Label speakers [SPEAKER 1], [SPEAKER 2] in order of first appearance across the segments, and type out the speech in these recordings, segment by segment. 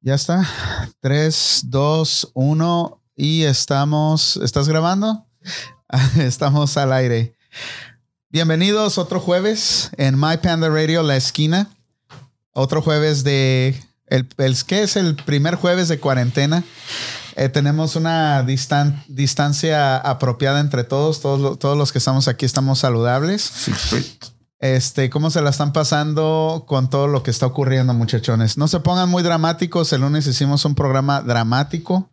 [SPEAKER 1] Ya está. 3, 2, 1 y estamos. ¿Estás grabando? Estamos al aire. Bienvenidos otro jueves en My Panda Radio La Esquina. Otro jueves de. El, el, ¿Qué es el primer jueves de cuarentena? Eh, tenemos una distan distancia apropiada entre todos. Todos, lo, todos los que estamos aquí estamos saludables.
[SPEAKER 2] Sí, sí.
[SPEAKER 1] Este, ¿cómo se la están pasando con todo lo que está ocurriendo, muchachones? No se pongan muy dramáticos. El lunes hicimos un programa dramático.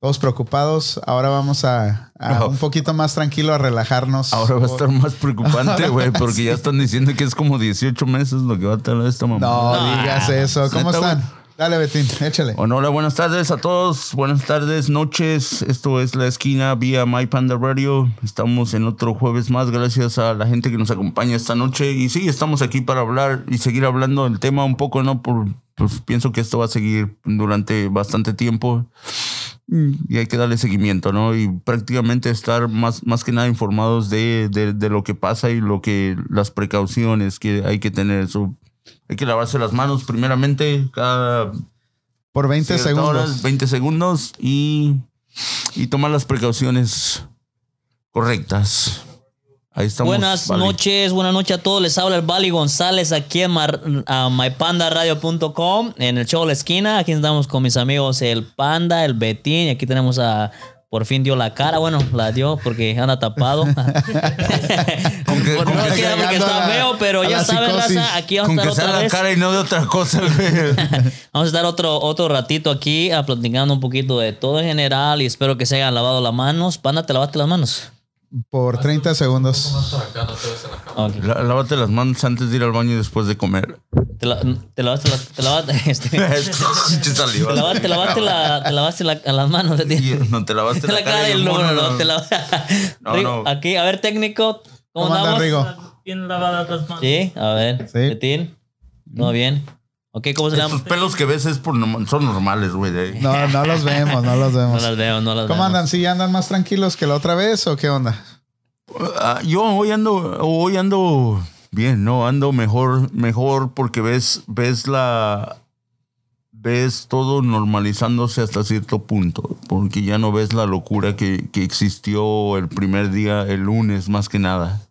[SPEAKER 1] Todos preocupados. Ahora vamos a, a no. un poquito más tranquilo a relajarnos.
[SPEAKER 2] Ahora va a estar más preocupante, güey, porque sí. ya están diciendo que es como 18 meses lo que va a tardar esta mamá.
[SPEAKER 1] No, no digas eso. ¿Cómo están? Wey? Dale, Betín, échale.
[SPEAKER 2] Bueno, hola, buenas tardes a todos. Buenas tardes, noches. Esto es La Esquina vía My Panda Radio. Estamos en otro jueves más. Gracias a la gente que nos acompaña esta noche. Y sí, estamos aquí para hablar y seguir hablando del tema un poco, ¿no? Por, pues pienso que esto va a seguir durante bastante tiempo. Y hay que darle seguimiento, ¿no? Y prácticamente estar más, más que nada informados de, de, de lo que pasa y lo que las precauciones que hay que tener. Eso hay que lavarse las manos primeramente cada...
[SPEAKER 1] Por 20 segundos. Horas,
[SPEAKER 2] 20 segundos y, y tomar las precauciones correctas. Ahí estamos.
[SPEAKER 3] Buenas Bali. noches, buenas noches a todos. Les habla el Bali González aquí en mar, a mypandaradio.com, en el show La Esquina. Aquí estamos con mis amigos el Panda, el Betín. Y aquí tenemos a por fin dio la cara. Bueno, la dio porque anda tapado. con que, bueno, con no que queda porque está feo, pero ya saben, raza, aquí vamos
[SPEAKER 2] con
[SPEAKER 3] a estar
[SPEAKER 2] que sea
[SPEAKER 3] otra
[SPEAKER 2] la
[SPEAKER 3] vez.
[SPEAKER 2] cara y no de otra cosa.
[SPEAKER 3] vamos a estar otro, otro ratito aquí a platicando un poquito de todo en general y espero que se hayan lavado las manos. Panda, ¿te lavaste las manos?
[SPEAKER 1] Por 30 segundos.
[SPEAKER 2] Okay. La, lávate las manos antes de ir al baño y después de comer.
[SPEAKER 3] Te, la, te lavaste la, te lavaste, este, te lavaste, te lavaste, la, te lavaste las manos.
[SPEAKER 2] no, te lavaste la, cara.
[SPEAKER 3] y el mono, no, no, te lavaste. No, no. Aquí, a ver, técnico. ¿Cómo, ¿Cómo andamos?
[SPEAKER 4] Rigo? Bien lavadas las manos.
[SPEAKER 3] Sí, a ver. Sí. Petín. ¿Todo bien? Ok, ¿cómo se llama?
[SPEAKER 2] Los pelos que ves es por, son normales, güey.
[SPEAKER 1] No, no los vemos, no los vemos.
[SPEAKER 3] no los veo, no los
[SPEAKER 1] ¿Cómo
[SPEAKER 3] vemos.
[SPEAKER 1] andan? ¿Sí andan más tranquilos que la otra vez o qué onda?
[SPEAKER 2] Uh, yo hoy ando, hoy ando bien, ¿no? Ando mejor, mejor porque ves, ves la. Ves todo normalizándose hasta cierto punto, porque ya no ves la locura que, que existió el primer día, el lunes, más que nada.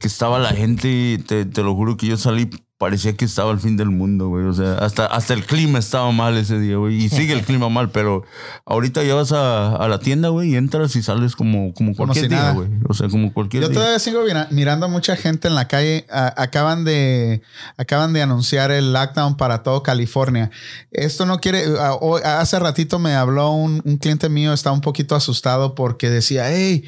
[SPEAKER 2] Que estaba la gente, y te, te lo juro que yo salí parecía que estaba el fin del mundo, güey. O sea, hasta, hasta el clima estaba mal ese día, güey. Y sigue el clima mal, pero ahorita ya vas a, a la tienda, güey, y entras y sales como, como cualquier como si día, güey. O sea, como cualquier
[SPEAKER 1] Yo
[SPEAKER 2] día.
[SPEAKER 1] todavía sigo mirando a mucha gente en la calle. A, acaban, de, acaban de anunciar el lockdown para todo California. Esto no quiere... A, hace ratito me habló un, un cliente mío, estaba un poquito asustado porque decía, hey,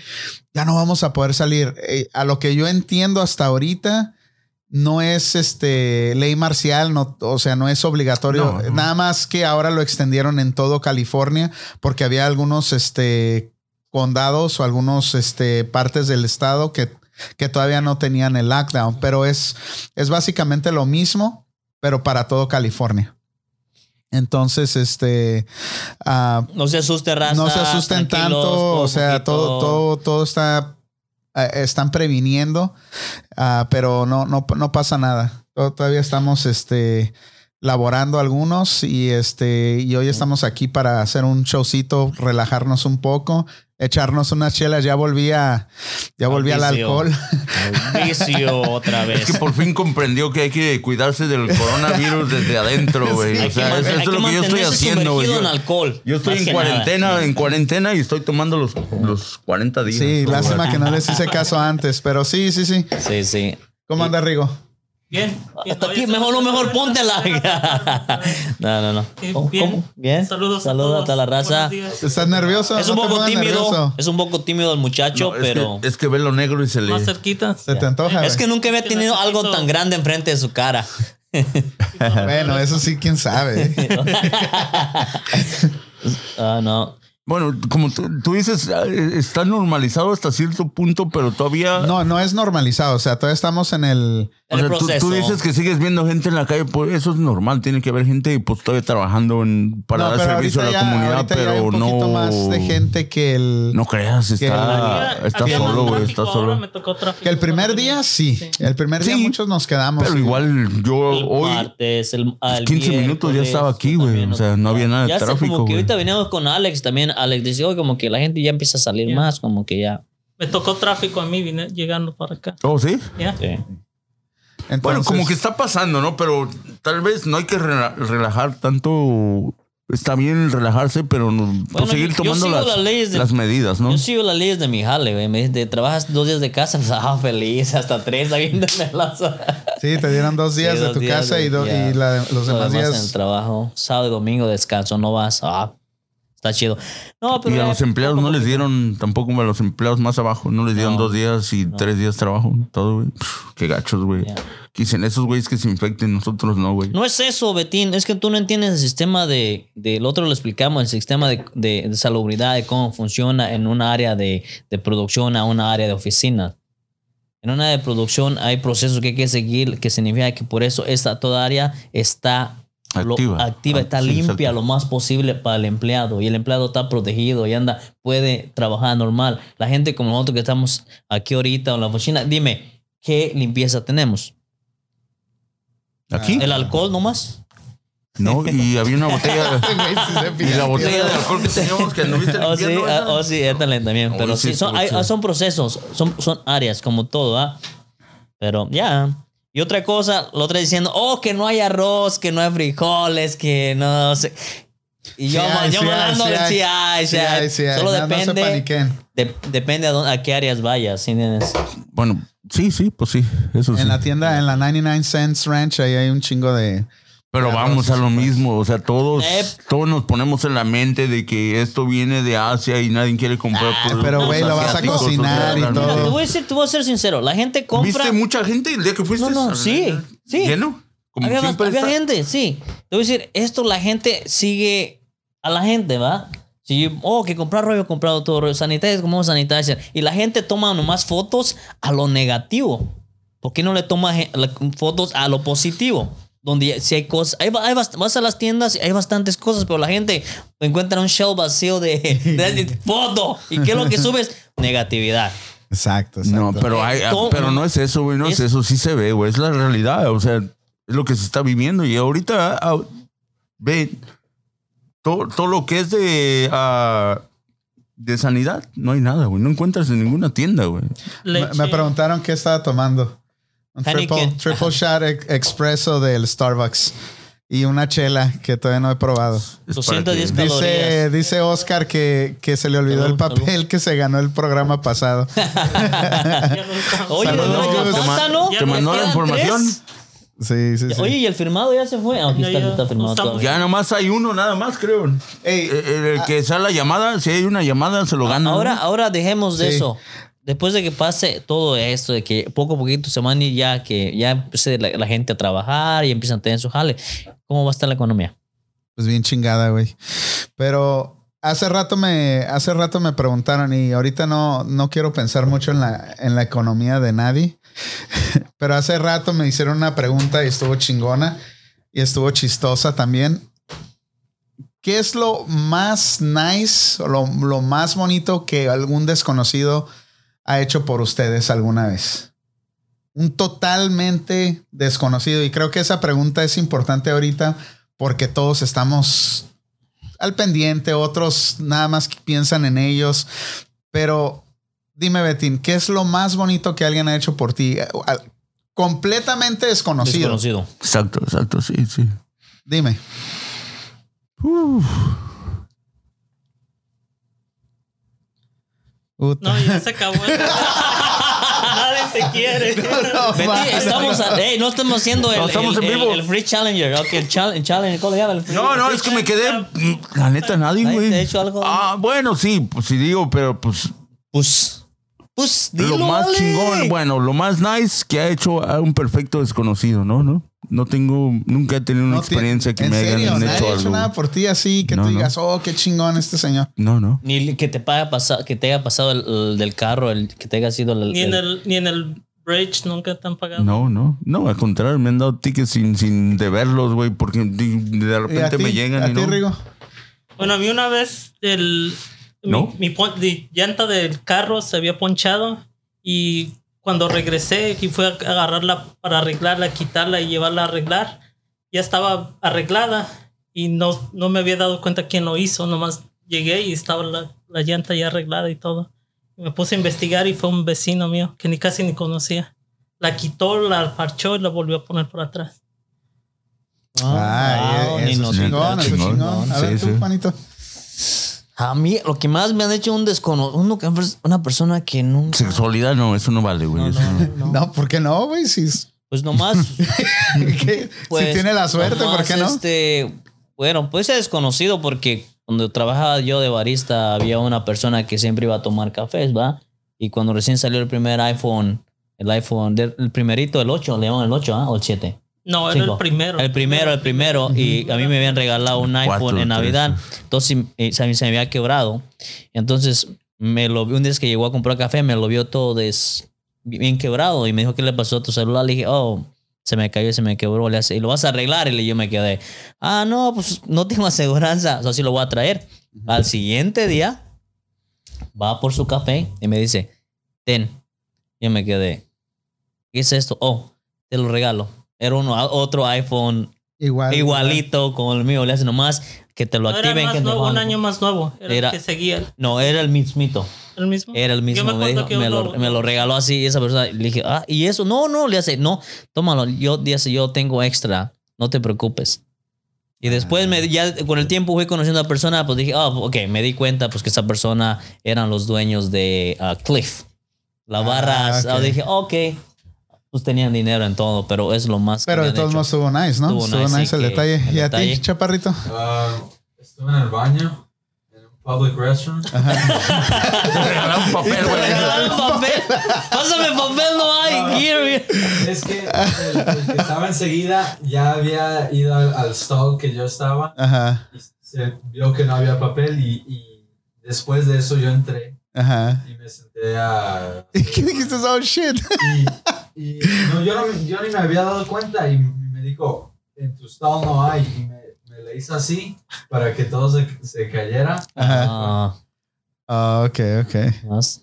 [SPEAKER 1] ya no vamos a poder salir. Eh, a lo que yo entiendo hasta ahorita no es este ley marcial, no, o sea, no es obligatorio. No. Nada más que ahora lo extendieron en todo California porque había algunos este, condados o algunos este, partes del estado que, que todavía no tenían el lockdown, pero es, es básicamente lo mismo, pero para todo California. Entonces, este.
[SPEAKER 3] Uh, no se asusten, raza,
[SPEAKER 1] No se asusten tanto. O sea, todo, todo, todo está eh, están previniendo, uh, pero no, no, no, pasa nada. Todavía estamos este, laborando algunos y, este, y hoy estamos aquí para hacer un showcito, relajarnos un poco, echarnos unas chelas. Ya volví a, ya volví al, al alcohol.
[SPEAKER 3] Al vicio otra vez.
[SPEAKER 2] Es que por fin comprendió que hay que cuidarse del coronavirus desde adentro, güey. Sí, o sea, eso es lo que yo estoy haciendo, güey.
[SPEAKER 3] Yo, alcohol,
[SPEAKER 2] yo estoy en cuarentena, nada. en cuarentena y estoy tomando los, los 40 días.
[SPEAKER 1] Sí, todo, lástima wey. que no les hice caso antes, pero sí, sí, sí.
[SPEAKER 3] Sí, sí.
[SPEAKER 1] ¿Cómo anda Rigo?
[SPEAKER 4] Bien.
[SPEAKER 3] Hasta aquí, mejor no, mejor ponte la. no, no, no. ¿Cómo?
[SPEAKER 4] Bien.
[SPEAKER 3] ¿Cómo? Bien.
[SPEAKER 4] Saludos,
[SPEAKER 3] Saludos a toda la raza.
[SPEAKER 1] ¿Estás nervioso?
[SPEAKER 3] Es un
[SPEAKER 1] ¿No
[SPEAKER 3] poco
[SPEAKER 1] te
[SPEAKER 3] tímido.
[SPEAKER 1] nervioso?
[SPEAKER 3] Es un poco tímido el muchacho,
[SPEAKER 2] No, es
[SPEAKER 3] pero.
[SPEAKER 2] que- es que ve lo negro y se le.
[SPEAKER 4] Más cerquita.
[SPEAKER 1] Se te antoja.
[SPEAKER 3] Es que
[SPEAKER 1] güey.
[SPEAKER 3] nunca había
[SPEAKER 4] que
[SPEAKER 3] tenido algo
[SPEAKER 4] necesito-
[SPEAKER 3] tan grande enfrente de su cara.
[SPEAKER 1] ¿eh? Bueno, eso sí, quién sabe.
[SPEAKER 3] Ah, no.
[SPEAKER 2] Bueno, como tú, tú dices, eh, está normalizado hasta cierto punto, pero todavía...
[SPEAKER 1] No, no es normalizado. O sea, todavía estamos en el.
[SPEAKER 2] O
[SPEAKER 3] El
[SPEAKER 2] sea, tú- tú,
[SPEAKER 3] proceso.
[SPEAKER 2] dices que sigues viendo gente en la calle, pues eso es normal, tiene que haber gente pues todavía trabajando en- para
[SPEAKER 1] No,
[SPEAKER 2] dar
[SPEAKER 1] pero
[SPEAKER 2] servicio a la
[SPEAKER 1] ahorita ya-
[SPEAKER 2] comunidad,
[SPEAKER 1] ahorita ya hay
[SPEAKER 2] pero
[SPEAKER 1] un poquito
[SPEAKER 2] no...
[SPEAKER 1] más de gente que el.
[SPEAKER 2] No creas, está,
[SPEAKER 4] Había-
[SPEAKER 2] está
[SPEAKER 4] había más
[SPEAKER 2] solo, güey,
[SPEAKER 4] tráfico,
[SPEAKER 2] está
[SPEAKER 4] ahora
[SPEAKER 2] solo.
[SPEAKER 4] me tocó tráfico.
[SPEAKER 1] Que el primer día sí.
[SPEAKER 4] Sí.
[SPEAKER 1] El primer día
[SPEAKER 2] Sí.
[SPEAKER 1] muchos nos quedamos.
[SPEAKER 2] Pero
[SPEAKER 1] Sí.
[SPEAKER 2] igual yo
[SPEAKER 3] El
[SPEAKER 2] hoy...
[SPEAKER 3] martes, el, al
[SPEAKER 2] 15 minutos ya
[SPEAKER 3] miércoles,
[SPEAKER 2] estaba aquí,
[SPEAKER 3] yo
[SPEAKER 2] güey.
[SPEAKER 3] también
[SPEAKER 2] O sea, no había nada de
[SPEAKER 3] ya sé,
[SPEAKER 2] tráfico,
[SPEAKER 3] Como que
[SPEAKER 2] güey.
[SPEAKER 3] ahorita veníamos con Alex también. Alex dice, "Oye, como que la gente ya empieza a salir
[SPEAKER 4] Ya.
[SPEAKER 3] más, como que ya.
[SPEAKER 4] Me tocó tráfico a mí vine- llegando para acá.
[SPEAKER 2] ¿Oh, sí?
[SPEAKER 4] Ya.
[SPEAKER 3] sí.
[SPEAKER 1] Entonces,
[SPEAKER 2] Bueno, como que está pasando, ¿no? Pero tal vez no hay que rela- relajar tanto. Está bien relajarse, pero no, pues,
[SPEAKER 3] yo-
[SPEAKER 2] seguir
[SPEAKER 3] yo
[SPEAKER 2] tomando
[SPEAKER 3] sigo
[SPEAKER 2] las,
[SPEAKER 3] las leyes de-
[SPEAKER 2] las medidas, ¿no?
[SPEAKER 3] Yo sigo las leyes de mi jale, güey. Me dice, "Te trabajas dos días de casa, pues, ah, feliz, hasta tres, habiéndome las...
[SPEAKER 1] Sí, te dieron dos días
[SPEAKER 3] Sí,
[SPEAKER 1] de
[SPEAKER 3] dos
[SPEAKER 1] tu
[SPEAKER 3] días
[SPEAKER 1] casa
[SPEAKER 3] de-
[SPEAKER 1] y, do-
[SPEAKER 3] ya.
[SPEAKER 1] y la de- los demás
[SPEAKER 3] en el
[SPEAKER 1] días.
[SPEAKER 3] trabajo. Sábado y domingo descanso, no vas. Ah, está chido. No, pero...
[SPEAKER 2] y a
[SPEAKER 3] ya-
[SPEAKER 2] los empleados no les dieron, tampoco a los empleados más abajo, no les dieron
[SPEAKER 3] No,
[SPEAKER 2] dos días y tres días trabajo, todo, güey. Pff, Qué gachos, güey.
[SPEAKER 3] Ya.
[SPEAKER 2] Dicen esos güeyes que se infecten, nosotros no, güey.
[SPEAKER 3] No es eso, Betín. Es que tú no entiendes el sistema de. Del otro lo explicamos, el sistema de, de- de salubridad, de cómo funciona en una área de, de producción a una área de oficina. En una área de producción hay procesos que hay que seguir, que significa que por eso esta toda área está lo-
[SPEAKER 2] Activa.
[SPEAKER 3] activa,
[SPEAKER 2] Ah,
[SPEAKER 3] está
[SPEAKER 2] sí,
[SPEAKER 3] limpia
[SPEAKER 2] exacto.
[SPEAKER 3] lo más posible para el empleado y el empleado está protegido y anda, puede trabajar normal. La gente como nosotros que estamos aquí ahorita en la oficina, dime, ¿qué limpieza tenemos?
[SPEAKER 2] ¿Aquí?
[SPEAKER 3] ¿El alcohol nomás?
[SPEAKER 2] No, y había una botella. y la botella de alcohol que teníamos que anduviste
[SPEAKER 3] Oh, sí,
[SPEAKER 2] limpiando,
[SPEAKER 3] ah,
[SPEAKER 2] esa.
[SPEAKER 3] oh, sí, esta le- también.
[SPEAKER 2] Oh,
[SPEAKER 3] pero
[SPEAKER 2] sí,
[SPEAKER 3] sí, son, hay- ah,
[SPEAKER 2] sí.
[SPEAKER 3] son procesos, son, son áreas como todo, ¿ah? Pero ya. Y otra cosa, la otra diciendo, oh, que no hay arroz, que no hay frijoles, que no sé. Y yo,
[SPEAKER 1] Sí
[SPEAKER 3] ma-
[SPEAKER 1] hay,
[SPEAKER 3] yo
[SPEAKER 1] sí
[SPEAKER 3] mandando,
[SPEAKER 1] hay, sí
[SPEAKER 3] sí hay, sí hay.
[SPEAKER 1] sí hay.
[SPEAKER 3] Solo
[SPEAKER 1] No, No se
[SPEAKER 3] depende,
[SPEAKER 1] paniquen.
[SPEAKER 3] de- depende a, dónde- a qué áreas vayas, ¿sí entiendes?
[SPEAKER 2] Bueno, sí, sí, pues sí, eso sí.
[SPEAKER 1] En la tienda, en la 99 Cents Ranch, ahí hay un chingo de.
[SPEAKER 2] Pero
[SPEAKER 1] Claro,
[SPEAKER 2] vamos
[SPEAKER 1] sí, pues.
[SPEAKER 2] a lo mismo, o sea, todos,
[SPEAKER 3] Eh.
[SPEAKER 2] todos nos ponemos en la mente de que esto viene de Asia y nadie quiere comprar.
[SPEAKER 3] Ah,
[SPEAKER 2] productos
[SPEAKER 1] pero, güey, lo vas a
[SPEAKER 2] asiáticos, o sea,
[SPEAKER 1] cocinar y
[SPEAKER 2] realmente.
[SPEAKER 3] Mira, te
[SPEAKER 1] todo.
[SPEAKER 3] voy a decir, te voy a ser sincero, la gente compra.
[SPEAKER 2] ¿Viste mucha gente el día que fuiste?
[SPEAKER 3] No, no, sí, sí.
[SPEAKER 2] ¿Lleno? Como
[SPEAKER 3] había,
[SPEAKER 2] siempre
[SPEAKER 3] había
[SPEAKER 2] está.
[SPEAKER 3] gente, sí. Te voy a decir, esto la gente sigue a la gente, ¿va? Si yo, oh, que comprar rollo, he comprado todo rollo. Sanitizer, como sanitizer. Y la gente toma nomás fotos a lo negativo. ¿Por qué no le toma gen- la- fotos a lo positivo? Donde si hay cosas, hay, ba- hay bast- vas a las tiendas y hay bastantes cosas, pero la gente encuentra un shell vacío de, de- de foto. ¿Y qué es lo que subes? Negatividad.
[SPEAKER 1] Exacto,
[SPEAKER 2] No,
[SPEAKER 1] exacto.
[SPEAKER 2] pero, hay, ah,
[SPEAKER 3] Todo-
[SPEAKER 2] pero no es eso, güey, no es,
[SPEAKER 3] Es-
[SPEAKER 2] eso, sí se ve, güey, es la realidad, o sea, es lo que se está viviendo y ahorita, ah, ve, todo, todo lo que es de, ah, de sanidad, no hay nada, güey, no encuentras en ninguna tienda, güey.
[SPEAKER 1] Me, me preguntaron qué estaba tomando. Un triple,
[SPEAKER 3] Heineken.
[SPEAKER 1] triple shot ex- expreso del Starbucks. Y una chela que todavía no he probado.
[SPEAKER 2] Es
[SPEAKER 3] 210
[SPEAKER 2] para que-
[SPEAKER 1] Dice,
[SPEAKER 3] Calorías.
[SPEAKER 1] dice Oscar que, que se le olvidó
[SPEAKER 3] Salud,
[SPEAKER 1] el papel que se ganó el programa pasado.
[SPEAKER 3] Oye,
[SPEAKER 1] Saludos.
[SPEAKER 3] ¿de verdad ya
[SPEAKER 2] Te ma-
[SPEAKER 3] falta, no?
[SPEAKER 2] te mandó la
[SPEAKER 3] Quedan
[SPEAKER 2] información.
[SPEAKER 3] tres.
[SPEAKER 1] Sí, sí, sí.
[SPEAKER 3] Oye, ¿y el firmado ya se fue? Ah, aquí
[SPEAKER 4] Ya,
[SPEAKER 3] está,
[SPEAKER 4] ya.
[SPEAKER 3] está firmado
[SPEAKER 4] Estamos-
[SPEAKER 3] todavía.
[SPEAKER 2] Ya nomás hay uno, nada más, creo.
[SPEAKER 1] Ey,
[SPEAKER 2] el, el- el que sea la llamada, si hay una llamada, se lo gana.
[SPEAKER 3] Ah, Ahora, ahora dejemos de
[SPEAKER 1] Sí.
[SPEAKER 3] eso. Después de que pase todo esto, de que poco a poquito se van y ya que ya empiece la, la gente a trabajar y empiezan a tener su jale, ¿cómo va a estar la economía?
[SPEAKER 1] Pues bien chingada, güey. Pero hace rato me, hace rato me preguntaron y ahorita no, no quiero pensar mucho en la, en la economía de nadie. Pero hace rato me hicieron una pregunta y estuvo chingona y estuvo chistosa también. ¿Qué es lo más nice o lo, lo más bonito que algún desconocido ha hecho por ustedes alguna vez? Un totalmente desconocido. Y creo que esa pregunta es importante ahorita porque todos estamos al pendiente, otros nada más que piensan en ellos. Pero dime, Betín, ¿qué es lo más bonito que alguien ha hecho por ti? Eh, al- Completamente desconocido.
[SPEAKER 3] Desconocido.
[SPEAKER 2] Exacto, exacto, sí, sí.
[SPEAKER 1] Dime. Puta.
[SPEAKER 4] No, ya se acabó. el- Nadie te quiere.
[SPEAKER 3] Betty, estamos, a- ey, no estamos haciendo el,
[SPEAKER 2] No, estamos
[SPEAKER 3] el-
[SPEAKER 2] en
[SPEAKER 3] el-
[SPEAKER 2] vivo.
[SPEAKER 3] el Free Challenger. ok, el chal- el challenge, ¿cómo le llaman? El free-
[SPEAKER 2] No, no, es que me quedé. mm, La neta, nadie,
[SPEAKER 3] ¿Nadie
[SPEAKER 2] güey.
[SPEAKER 3] te ha hecho algo?
[SPEAKER 2] Ah, bueno, sí, pues sí digo, pero pues.
[SPEAKER 3] Pues, Pues dilo,
[SPEAKER 2] lo más
[SPEAKER 3] vale.
[SPEAKER 2] chingón, bueno, lo más nice que ha hecho a un perfecto desconocido, ¿no? No, no tengo, nunca he tenido una
[SPEAKER 1] No tiene-
[SPEAKER 2] experiencia que
[SPEAKER 1] ¿en
[SPEAKER 2] me hayan
[SPEAKER 1] serio?
[SPEAKER 2] hecho
[SPEAKER 1] Nadie ha
[SPEAKER 2] algo.
[SPEAKER 1] hecho nada por ti así que
[SPEAKER 2] No,
[SPEAKER 1] tú
[SPEAKER 2] no.
[SPEAKER 1] digas, oh, qué chingón este señor.
[SPEAKER 2] No, no.
[SPEAKER 3] Ni que te, paga pasa- que te haya pasado el, el del carro, el que te haya sido el...
[SPEAKER 4] Ni en
[SPEAKER 3] el-
[SPEAKER 4] el, ni en el bridge nunca te han pagado.
[SPEAKER 2] No, no, no, al contrario, me han dado tickets sin, sin deberlos, güey, porque di- de
[SPEAKER 1] ¿Y a
[SPEAKER 2] repente
[SPEAKER 1] ti,
[SPEAKER 2] me llegan
[SPEAKER 1] a
[SPEAKER 2] y
[SPEAKER 1] ti,
[SPEAKER 2] no.
[SPEAKER 1] Rigo?
[SPEAKER 4] Bueno, a mí una vez el, mi-
[SPEAKER 2] ¿No?
[SPEAKER 4] mi, pon- de- llanta del carro se había ponchado y cuando regresé y fui a agarrarla para arreglarla, quitarla y llevarla a arreglar, ya estaba arreglada y no, no me había dado cuenta quién lo hizo, nomás llegué y estaba la, la llanta ya arreglada y todo. Me puse a investigar y fue un vecino mío que ni casi ni conocía. La quitó, la parchó y la volvió a poner por atrás.
[SPEAKER 1] Ah,
[SPEAKER 3] wow,
[SPEAKER 1] eh, eso
[SPEAKER 3] ni
[SPEAKER 1] es
[SPEAKER 3] nos-
[SPEAKER 1] chingón, eso es
[SPEAKER 2] Chingón.
[SPEAKER 1] chingón. A
[SPEAKER 2] Sí,
[SPEAKER 1] ver, tú,
[SPEAKER 2] sí.
[SPEAKER 1] Juanito.
[SPEAKER 3] A mí, lo que más me han hecho un desconocido, una persona que nunca...
[SPEAKER 2] Sexualidad, no, eso no vale, güey. eso no.
[SPEAKER 1] No, ¿por qué no, güey? Si,
[SPEAKER 3] Pues nomás...
[SPEAKER 1] que-
[SPEAKER 3] pues,
[SPEAKER 1] si tiene la suerte, ¿por
[SPEAKER 3] nomás,
[SPEAKER 1] qué no?
[SPEAKER 3] Este, bueno, pues es desconocido porque cuando trabajaba yo de barista había una persona que siempre iba a tomar cafés, ¿va? Y cuando recién salió el primer iPhone, el iPhone, del- el primerito, el 8, le llaman el 8, ¿ah? O el 7.
[SPEAKER 4] No, era
[SPEAKER 3] Cinco.
[SPEAKER 4] el primero.
[SPEAKER 3] El primero, el primero. Y a mí me habían regalado un iPhone
[SPEAKER 2] Cuatro, tres.
[SPEAKER 3] en Navidad. Entonces eh, se, me- se me había quebrado. Entonces me lo vi- un día que llegó a comprar café, me lo vio todo des- bien quebrado. Y me dijo, ¿qué le pasó a tu celular? Le dije, oh, se me cayó, se me quebró. Le hace, y lo vas a arreglar. Y le- yo me quedé, ah, no, pues no tengo aseguranza. O sea, sí lo voy a traer. Al siguiente día, va por su café y me dice, ten. Yo me quedé, ¿qué es esto? Oh, te lo regalo. Era uno, otro iPhone
[SPEAKER 1] Igual.
[SPEAKER 3] igualito con el mío. Le hacen nomás que te lo
[SPEAKER 4] No, era
[SPEAKER 3] activen.
[SPEAKER 4] más
[SPEAKER 3] que te
[SPEAKER 4] nuevo,
[SPEAKER 3] lo-
[SPEAKER 4] un año más nuevo. Era,
[SPEAKER 3] Era-
[SPEAKER 4] el que seguía
[SPEAKER 3] No, era el mismito.
[SPEAKER 4] el mismo.
[SPEAKER 3] Era el mismo.
[SPEAKER 4] me
[SPEAKER 3] Me,
[SPEAKER 4] acuerdo
[SPEAKER 3] dijo,
[SPEAKER 4] que
[SPEAKER 3] me
[SPEAKER 4] uno-
[SPEAKER 3] lo, me lo regaló así. Y esa persona le dije, ah, y eso. No, no, le hace, no, tómalo. Yo, dice, yo tengo extra. No te preocupes.
[SPEAKER 1] Ah.
[SPEAKER 3] Y después, me, ya con el tiempo fui conociendo a la persona, pues dije, ah, ok, me di cuenta pues que esa persona eran los dueños de ah, Cliff. La
[SPEAKER 1] Ah,
[SPEAKER 3] barra.
[SPEAKER 1] ok.
[SPEAKER 3] ah, Dije, ok, pues tenían dinero en todo, pero es lo más que
[SPEAKER 1] Pero
[SPEAKER 3] me
[SPEAKER 1] de
[SPEAKER 3] han
[SPEAKER 1] todos
[SPEAKER 3] hecho.
[SPEAKER 1] modos estuvo nice, ¿no?
[SPEAKER 3] Estuvo
[SPEAKER 1] Estuvo
[SPEAKER 3] nice,
[SPEAKER 1] nice,
[SPEAKER 3] sí,
[SPEAKER 1] el
[SPEAKER 3] que-
[SPEAKER 1] detalle.
[SPEAKER 3] el
[SPEAKER 1] ¿Y a
[SPEAKER 3] detalle.
[SPEAKER 1] ti, chaparrito?
[SPEAKER 5] Ah, estuve en el baño, en un public restroom.
[SPEAKER 2] Regalaron un papel, güey.
[SPEAKER 3] Regalaron papel. Ah. Pásame papel, no hay. Here we-
[SPEAKER 5] Es que el, el que estaba enseguida ya había ido al, al stall que yo estaba
[SPEAKER 1] Ajá,
[SPEAKER 5] y se vio que no había papel y, y después de eso yo entré
[SPEAKER 1] ajá.
[SPEAKER 5] y me senté a...
[SPEAKER 1] ¿Y qué dijiste? Oh, shit.
[SPEAKER 5] Y, y no, yo, no, yo ni me había dado cuenta y me dijo, en tu stall no hay. Y me, me le hice así para que todo se, se cayera.
[SPEAKER 1] Ajá.
[SPEAKER 3] Ah,
[SPEAKER 1] Ah, ok, ok.
[SPEAKER 3] más.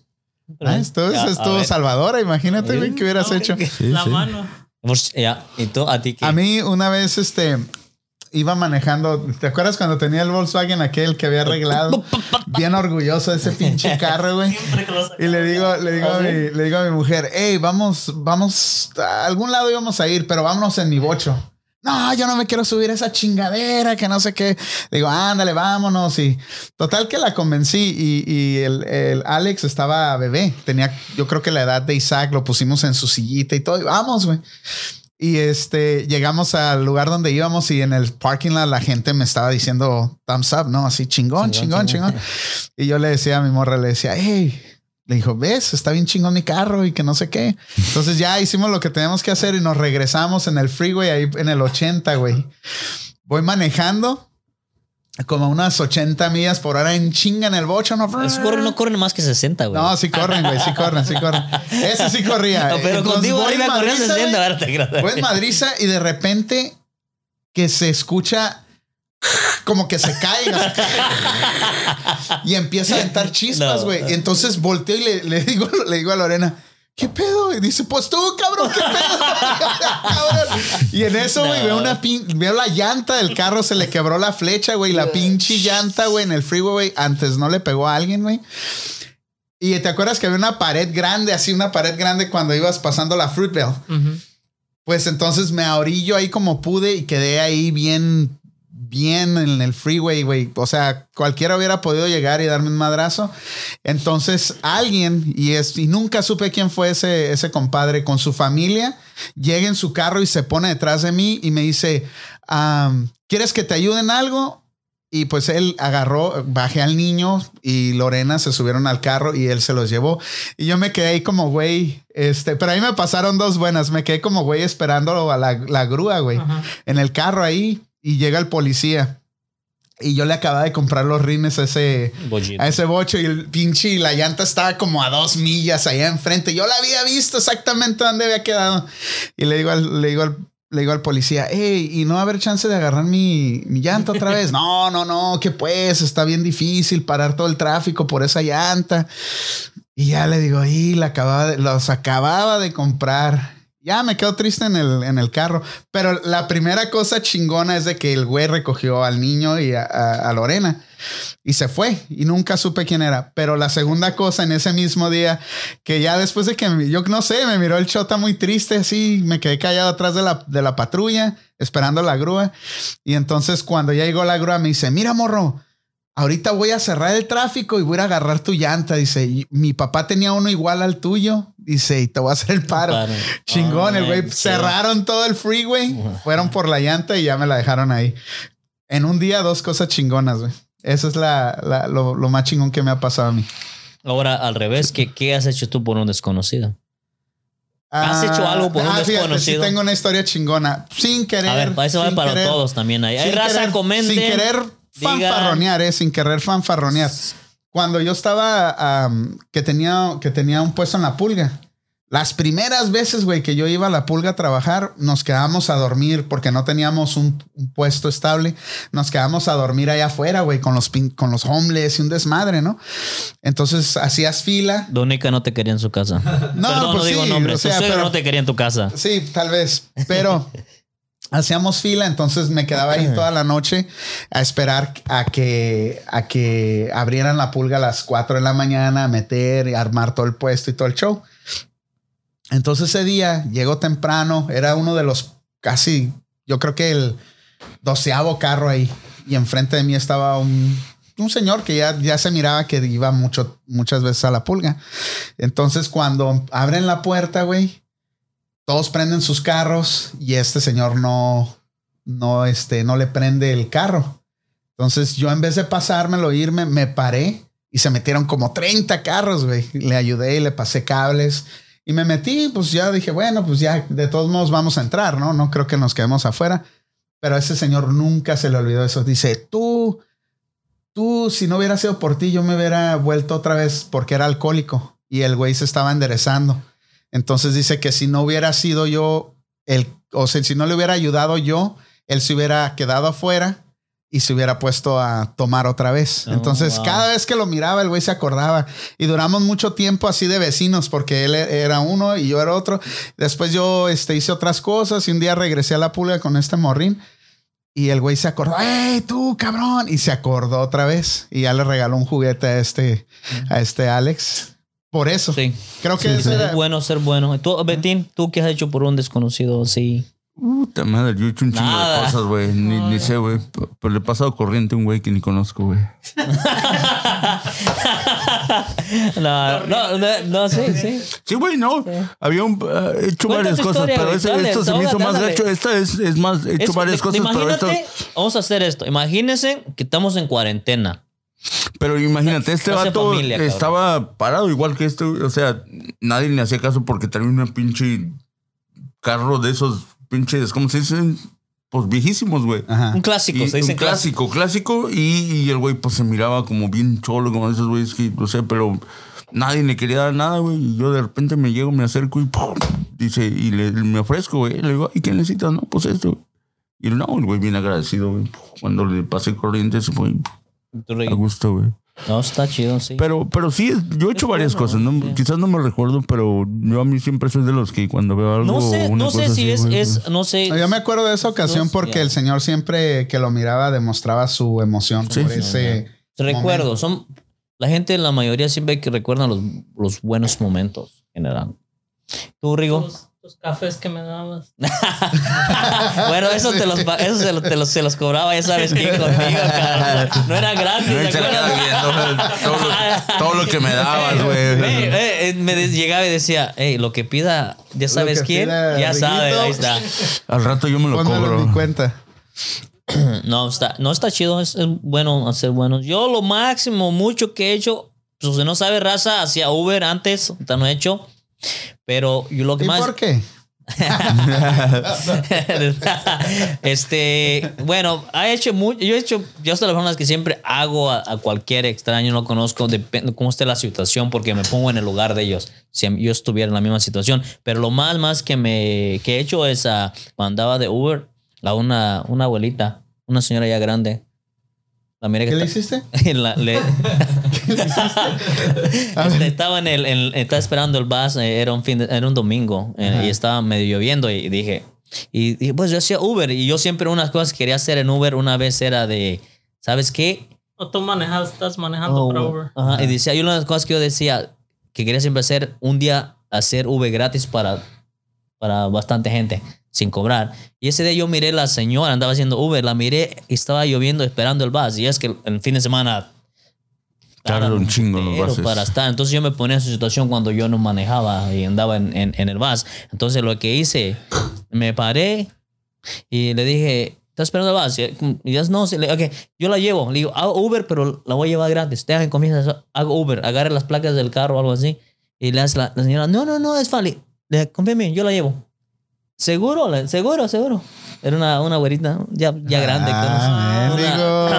[SPEAKER 1] Ah, estuvo,
[SPEAKER 3] Ya, a
[SPEAKER 1] estuvo
[SPEAKER 3] ver.
[SPEAKER 1] salvadora, imagínate, güey,
[SPEAKER 3] Sí.
[SPEAKER 1] qué hubieras
[SPEAKER 4] No,
[SPEAKER 1] hecho.
[SPEAKER 2] Sí,
[SPEAKER 4] Ah, la
[SPEAKER 2] sí.
[SPEAKER 4] mano.
[SPEAKER 3] Pues, ya, ¿Y tú? ¿A ti qué?
[SPEAKER 1] A mí una vez, este, iba manejando, ¿te acuerdas cuando tenía el Volkswagen aquel que había arreglado? Bien orgulloso de ese pinche carro, güey.
[SPEAKER 4] Siempre que lo
[SPEAKER 1] Y le digo, le digo, a mi, le digo a mi mujer, hey, vamos, vamos, a algún lado íbamos a ir, pero vámonos en mi bocho. No, yo no me quiero subir a esa chingadera, que no sé qué. Le Digo, ándale, vámonos. Y total que la convencí y, y el, el Alex estaba bebé. Tenía, yo creo que la edad de Isaac, lo pusimos en su sillita y todo. Y vamos, güey. Y este, llegamos al lugar donde íbamos y en el parking lot la gente me estaba diciendo thumbs up, ¿no? Así chingón,
[SPEAKER 3] Chingón,
[SPEAKER 1] chingón, chingón. Y yo le decía a mi morra, le decía, hey, le dijo, ves, está bien chingón mi carro y que no sé qué. Entonces ya hicimos lo que teníamos que hacer y nos regresamos en el freeway ahí en el 80, güey. Voy manejando como a unas 80 millas por hora en chinga en el bocho, ¿no?
[SPEAKER 3] Esos corren, no corren más que 60, güey.
[SPEAKER 1] No, sí corren, güey, sí corren, sí corren. Ese sí corría.
[SPEAKER 3] No, pero
[SPEAKER 1] Entonces,
[SPEAKER 3] contigo
[SPEAKER 1] voy
[SPEAKER 3] arriba corrían
[SPEAKER 1] madriza,
[SPEAKER 3] 60,
[SPEAKER 1] güey.
[SPEAKER 3] ahora te creo.
[SPEAKER 1] Voy en madriza y de repente que se escucha como que se cae y empieza a aventar chispas,
[SPEAKER 3] No.
[SPEAKER 1] güey. Y entonces volteo y le, le digo, le digo a Lorena. ¿Qué pedo? Y dice, pues tú, cabrón, ¿qué pedo? Cabrón. Y en eso, güey,
[SPEAKER 3] No.
[SPEAKER 1] veo, una pin- veo la llanta del carro, se le quebró la flecha, güey, la pinche llanta, güey, en el freeway, güey. Antes no le pegó a alguien, güey. Y te acuerdas que había una pared grande, así una pared grande cuando ibas pasando la Fruitvale. Pues entonces me ahorillo ahí como pude y quedé ahí bien, bien en el freeway, güey. O sea, cualquiera hubiera podido llegar y darme un madrazo. Entonces alguien, y, es, y nunca supe quién fue ese, ese compadre, con su familia, llega en su carro y se pone detrás de mí y me dice, am, ¿quieres que te ayuden algo? Y pues él agarró, bajé al niño y Lorena se subieron al carro y él se los llevó. Y yo me quedé ahí como, güey, este, pero ahí me pasaron dos buenas. Me quedé como, güey, esperando a la, la grúa, güey,
[SPEAKER 4] Ajá.
[SPEAKER 1] en el carro ahí y llega el policía. Y yo le acababa de comprar los rines a ese,
[SPEAKER 3] Bollito.
[SPEAKER 1] a ese bocho y el pinche y la llanta estaba como a dos millas allá enfrente. Yo la había visto exactamente dónde había quedado. Y le digo al, le digo al, le digo al policía, hey, y no va a haber chance de agarrar mi, mi llanta otra vez. no, no, no, que pues, está bien difícil parar todo el tráfico por esa llanta. Y ya le digo, y la acababa de- los acababa de comprar. Ya me quedo triste en el, en el carro. Pero la primera cosa chingona es de que el güey recogió al niño y a- a- a Lorena y se fue y nunca supe quién era. Pero la segunda cosa en ese mismo día, que ya después de que me- yo no sé, me miró el chota muy triste, así me quedé callado atrás de la, de la patrulla, esperando la grúa. Y entonces cuando ya llegó la grúa me dice, mira morro, ahorita voy a cerrar el tráfico y voy a ir a agarrar tu llanta. Dice, "Y mi papá tenía uno igual al tuyo. Dice, y te voy a hacer el paro.
[SPEAKER 3] Paro.
[SPEAKER 1] Chingón,
[SPEAKER 3] Ah,
[SPEAKER 1] el güey.
[SPEAKER 3] man, sí.
[SPEAKER 1] Cerraron todo el freeway, fueron por la llanta y ya me la dejaron ahí. En un día, dos cosas chingonas, güey. Eso es la, la- lo, lo más chingón que me ha pasado a mí.
[SPEAKER 3] Ahora, al revés, ¿qué, ¿qué has hecho tú por un desconocido? ¿Has
[SPEAKER 1] Ah,
[SPEAKER 3] hecho algo por un
[SPEAKER 1] fíjate,
[SPEAKER 3] desconocido?
[SPEAKER 1] sí tengo una historia chingona. Sin querer.
[SPEAKER 3] A ver, para eso va
[SPEAKER 1] sin
[SPEAKER 3] para
[SPEAKER 1] querer,
[SPEAKER 3] todos también. Hay, hay
[SPEAKER 1] sin
[SPEAKER 3] raza,
[SPEAKER 1] querer,
[SPEAKER 3] comenten.
[SPEAKER 1] Sin querer
[SPEAKER 3] digan.
[SPEAKER 1] fanfarronear, eh. Sin querer fanfarronear. Cuando yo estaba, am, que, tenía, que tenía un puesto en la pulga. Las primeras veces, güey, que yo iba a la pulga a trabajar, nos quedábamos a dormir porque no teníamos un, un puesto estable. Nos quedábamos a dormir allá afuera, güey, con los, pin- con los homeless y un desmadre, ¿no? Entonces hacías fila.
[SPEAKER 3] Donica no te quería en su casa.
[SPEAKER 1] No,
[SPEAKER 3] Perdón,
[SPEAKER 1] pues
[SPEAKER 3] no digo
[SPEAKER 1] sí,
[SPEAKER 3] nombres.
[SPEAKER 1] o sea,
[SPEAKER 3] tu suegro
[SPEAKER 1] pero-
[SPEAKER 3] no te quería en tu casa.
[SPEAKER 1] Sí, tal vez, pero hacíamos fila, entonces me quedaba ahí toda la noche a esperar a que, a que abrieran la pulga a las 4 de la mañana, a meter y armar todo el puesto y todo el show. Entonces ese día llegó temprano, era uno de los casi, yo creo que el doceavo carro ahí, y enfrente de mí estaba un, un señor que ya, ya se miraba que iba mucho, muchas veces a la pulga. Entonces cuando abren la puerta, güey, todos prenden sus carros y este señor no, no, este, no le prende el carro. Entonces yo en vez de pasármelo, irme, me paré y se metieron como 30 carros, güey. Le ayudé y le pasé cables y me metí, pues ya dije, bueno, pues ya de todos modos vamos a entrar, ¿no? No creo que nos quedemos afuera. Pero a ese señor nunca se le olvidó eso. Dice, tú, tú, si no hubiera sido por ti, yo me hubiera vuelto otra vez porque era alcohólico y el güey se estaba enderezando. Entonces dice que si no hubiera sido yo el, o sea, si no le hubiera ayudado yo, él se hubiera quedado afuera y se hubiera puesto a tomar otra vez.
[SPEAKER 3] Oh,
[SPEAKER 1] Entonces,
[SPEAKER 3] wow.
[SPEAKER 1] cada vez que lo miraba, el güey se acordaba y duramos mucho tiempo así de vecinos porque él e, era uno y yo era otro. Después yo este, hice otras cosas y un día regresé a la pulga con este morrín y el güey se acordó, ¡Ey, tú, cabrón! Y se acordó otra vez y ya le regaló un juguete a este, a este Alex. Por eso.
[SPEAKER 3] Sí.
[SPEAKER 1] Creo que ese era-
[SPEAKER 3] Ser bueno, ser bueno. Tú, Betín, ¿tú qué has hecho por un desconocido? Sí.
[SPEAKER 2] Puta madre, yo he hecho un chingo
[SPEAKER 3] Nada.
[SPEAKER 2] de cosas, güey. Ni, ni sé, güey. P- Pero le he pasado corriente a un güey que ni conozco, güey.
[SPEAKER 3] no, no, no, no, sí, sí.
[SPEAKER 2] Sí, güey, no. Había un, ah, he hecho
[SPEAKER 3] Cuenta
[SPEAKER 2] varias
[SPEAKER 3] tu
[SPEAKER 2] cosas,
[SPEAKER 3] historia,
[SPEAKER 2] pero
[SPEAKER 3] güey.
[SPEAKER 2] ese-
[SPEAKER 3] Dale,
[SPEAKER 2] esto se me hizo
[SPEAKER 3] desahógate,
[SPEAKER 2] más
[SPEAKER 3] ándale.
[SPEAKER 2] gacho. Esta es, es más, he hecho
[SPEAKER 3] Eso,
[SPEAKER 2] varias
[SPEAKER 3] te-
[SPEAKER 2] cosas, pero
[SPEAKER 3] imagínate,
[SPEAKER 2] esto.
[SPEAKER 3] vamos a hacer esto. Imagínense que estamos en cuarentena.
[SPEAKER 2] Pero imagínate, este
[SPEAKER 3] Clase
[SPEAKER 2] vato
[SPEAKER 3] familia, cabrón.
[SPEAKER 2] estaba parado igual que este, güey. o sea, nadie le hacía caso porque traía una pinche carro de esos pinches, ¿cómo se dicen? Pues viejísimos, güey.
[SPEAKER 1] Ajá.
[SPEAKER 3] Un clásico,
[SPEAKER 2] Y
[SPEAKER 3] se dice
[SPEAKER 2] un
[SPEAKER 3] clásico.
[SPEAKER 2] clásico, clásico. Y, y el güey pues se miraba como bien cholo, como esos güeyes que, no sé, pero nadie le quería dar nada, güey. Y yo de repente me llego, me acerco y ¡pum! dice, y le, me ofrezco, güey. Le digo, ¿y qué necesitas? No, pues esto. Y no, el güey bien agradecido, güey. Cuando le pasé corriente, se fue
[SPEAKER 3] Tú
[SPEAKER 2] a
[SPEAKER 3] re-
[SPEAKER 2] gusto, güey.
[SPEAKER 3] No, está chido, sí.
[SPEAKER 2] Pero, pero sí, yo he hecho varias
[SPEAKER 3] bueno,
[SPEAKER 2] cosas. ¿no?
[SPEAKER 3] sí.
[SPEAKER 2] Quizás no me recuerdo, pero yo a mí siempre soy de los que cuando veo algo.
[SPEAKER 3] no sé,
[SPEAKER 2] una
[SPEAKER 3] no sé
[SPEAKER 2] cosa
[SPEAKER 3] si
[SPEAKER 2] así,
[SPEAKER 3] es,
[SPEAKER 2] güey, pues. Ah,
[SPEAKER 3] es, no sé.
[SPEAKER 1] No, Yo me acuerdo de esa ocasión
[SPEAKER 3] Dos,
[SPEAKER 1] porque
[SPEAKER 3] ya.
[SPEAKER 1] el señor siempre que lo miraba demostraba su emoción
[SPEAKER 2] Sí,
[SPEAKER 1] por
[SPEAKER 2] sí.
[SPEAKER 1] ese.
[SPEAKER 3] Recuerdo, son la gente, la mayoría siempre que recuerda los, los buenos momentos en general. Tú, Rigo.
[SPEAKER 4] Los, los cafés que me dabas.
[SPEAKER 3] Bueno, eso, te los, pa- eso se, lo- te los, se los cobraba, ya sabes quién contigo, cabrón. No era gratis,
[SPEAKER 2] Él
[SPEAKER 3] ¿te
[SPEAKER 2] se queda
[SPEAKER 3] acuerdas?
[SPEAKER 2] viendo, güey, todo, lo- todo lo que me dabas,
[SPEAKER 3] Ey,
[SPEAKER 2] güey.
[SPEAKER 3] ey, ey, me de- llegaba y decía, hey, lo que pida, ya sabes
[SPEAKER 1] que
[SPEAKER 3] quién,
[SPEAKER 1] pida
[SPEAKER 3] ya
[SPEAKER 1] Riguito".
[SPEAKER 3] sabe, ahí está.
[SPEAKER 2] Al rato yo me lo
[SPEAKER 1] Pónmelo en mi
[SPEAKER 2] cobro.
[SPEAKER 1] cuenta.
[SPEAKER 3] No, está, no está chido, es, es bueno hacer buenos. Yo lo máximo, mucho que he hecho, pues si no sabe raza, hacia Uber antes, ahorita no he hecho. Pero yo lo que
[SPEAKER 1] ¿Y
[SPEAKER 3] más.
[SPEAKER 1] por qué?
[SPEAKER 3] este, bueno, ha hecho mucho. Yo he hecho, yo hasta las personas que siempre hago a, a cualquier extraño, no conozco, depende de cómo esté la situación, porque me pongo en el lugar de ellos. Si yo estuviera en la misma situación, pero lo más, más que me que he hecho es a, cuando andaba de Uber a una, una abuelita, una señora ya grande. La miré que
[SPEAKER 1] ¿Qué le
[SPEAKER 3] está-
[SPEAKER 1] hiciste?
[SPEAKER 3] en la- le-
[SPEAKER 1] Ah.
[SPEAKER 3] Este, estaba en el, en- estaba esperando el bus, eh, era un fin, de- era un domingo eh,
[SPEAKER 1] Ajá.
[SPEAKER 3] y estaba medio lloviendo y dije, y, y, pues yo hacía Uber y yo siempre unas cosas que quería hacer en Uber una vez era de, ¿sabes qué?
[SPEAKER 4] No tú manejas, estás manejando
[SPEAKER 3] Oh,
[SPEAKER 4] para
[SPEAKER 3] güey.
[SPEAKER 4] Uber.
[SPEAKER 3] Ajá, Y decía, hay una de las cosas que yo decía que quería siempre hacer un día hacer Uber gratis para, para bastante gente, sin cobrar. Y ese día yo miré la señora, andaba haciendo Uber, la miré y estaba lloviendo esperando el bus. Y es que el fin de semana.
[SPEAKER 2] Tarda un chingo los
[SPEAKER 3] putero
[SPEAKER 2] buses.
[SPEAKER 3] Para estar. Entonces yo me ponía en su situación cuando yo no manejaba y andaba en, en- en el bus. Entonces lo que hice, me paré y le dije, ¿estás esperando el bus? Y- Y ella, no, sí, le- ok, yo la llevo. Le digo, hago Uber, pero la voy a llevar gratis. Dejan comienza, hago Uber, agarre las placas del carro o algo así. Y le hace la, la señora, no, no, no, es Fali. Le- Confía en mí, yo la llevo. Seguro, le- seguro, seguro. Era una, una güerita ya, ya grande. con
[SPEAKER 1] Ah,
[SPEAKER 3] unos- una-
[SPEAKER 1] mendigo.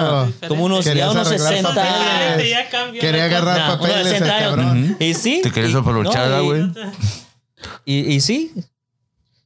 [SPEAKER 3] como unos, ya
[SPEAKER 1] Querías
[SPEAKER 3] unos
[SPEAKER 1] arreglar
[SPEAKER 3] 60
[SPEAKER 1] papeles.
[SPEAKER 3] años.
[SPEAKER 4] Diferente, ya cambió
[SPEAKER 1] Quería
[SPEAKER 4] la cosa.
[SPEAKER 1] agarrar
[SPEAKER 3] Nah, unos
[SPEAKER 1] papeles,
[SPEAKER 3] 60
[SPEAKER 1] el
[SPEAKER 3] años.
[SPEAKER 1] cabrón.
[SPEAKER 2] Ujú.
[SPEAKER 3] Y sí.
[SPEAKER 2] ¿Te querés
[SPEAKER 3] y-
[SPEAKER 2] aprovechar,
[SPEAKER 3] no, y-
[SPEAKER 2] güey?
[SPEAKER 3] Y, y sí,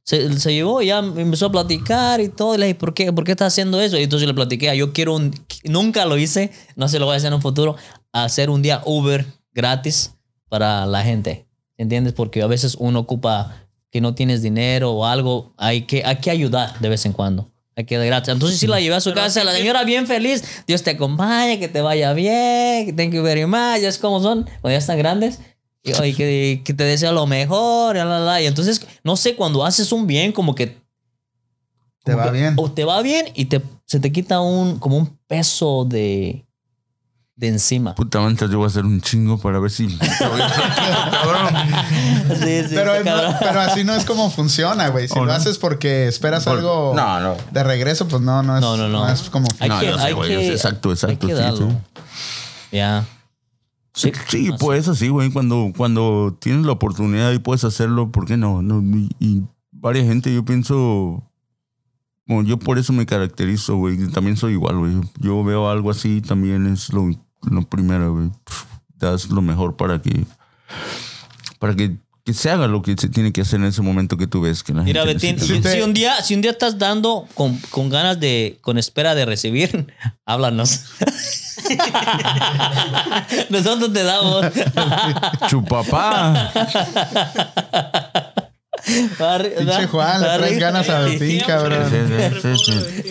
[SPEAKER 3] se, se llevó y ya me empezó a platicar y todo. Y le dije, ¿por qué, ¿por qué estás haciendo eso? Y entonces le platiqué, "Ah, yo quiero un... Nunca lo hice, no se lo voy a hacer en un futuro, hacer un día Uber gratis para la gente. ¿Entiendes? Porque a veces uno ocupa que no tienes dinero o algo, hay que, hay que ayudar de vez en cuando. Hay que dar gracias. Entonces sí la llevé a su
[SPEAKER 4] Pero
[SPEAKER 3] casa,
[SPEAKER 4] sí
[SPEAKER 3] la
[SPEAKER 4] que-
[SPEAKER 3] señora bien feliz, Dios te acompañe, que te vaya bien, thank you very much, ya es como son, cuando ya están grandes. Y, oye, que, que te desea lo mejor, y, la, la, la. y entonces, no sé, cuando haces un bien, como que
[SPEAKER 1] Te va bien.
[SPEAKER 3] o te va bien y te, se te quita un como un peso de, de encima.
[SPEAKER 2] Puta, antes yo voy a hacer un chingo para ver si... Cabrón.
[SPEAKER 3] Sí, sí,
[SPEAKER 1] Pero,
[SPEAKER 3] está cabrón.
[SPEAKER 1] no- pero así no es como funciona, güey. Si
[SPEAKER 2] ¿O
[SPEAKER 1] lo
[SPEAKER 2] no?
[SPEAKER 1] haces porque esperas algo
[SPEAKER 2] No, no.
[SPEAKER 1] de regreso, pues no, no es,
[SPEAKER 3] No, no, no.
[SPEAKER 1] es como...
[SPEAKER 3] Hay
[SPEAKER 2] no,
[SPEAKER 3] que-
[SPEAKER 2] yo sé,
[SPEAKER 3] hay
[SPEAKER 2] güey, yo sé,
[SPEAKER 3] que-
[SPEAKER 2] exacto, exacto.
[SPEAKER 3] hay que
[SPEAKER 2] sí,
[SPEAKER 3] darlo.
[SPEAKER 2] sí.
[SPEAKER 3] Ya.
[SPEAKER 2] Sí, sí, pues eso sí, güey. Cuando, cuando tienes la oportunidad y puedes hacerlo, ¿por qué no? No, y, y varias gente, yo pienso. Bueno, yo por eso me caracterizo, güey. También soy igual, güey. Yo veo algo así, también es lo, lo primero, güey. Pff, Das lo mejor para que. Para que, que se haga lo que se tiene que hacer en ese momento que tú ves que la
[SPEAKER 3] Mira,
[SPEAKER 2] gente.
[SPEAKER 3] Betín,
[SPEAKER 2] necesita.
[SPEAKER 1] sí.
[SPEAKER 3] si,
[SPEAKER 1] te-
[SPEAKER 3] si un día, si un día estás dando con, con ganas de, con espera de recibir, háblanos. Nosotros te damos.
[SPEAKER 2] Chupapá.
[SPEAKER 3] Barri-
[SPEAKER 1] Pinche Juan, le
[SPEAKER 3] barri-
[SPEAKER 1] traes ganas a
[SPEAKER 4] Sí,
[SPEAKER 1] Betín,
[SPEAKER 4] sí,
[SPEAKER 1] cabrón.
[SPEAKER 2] Sí, sí, sí, sí.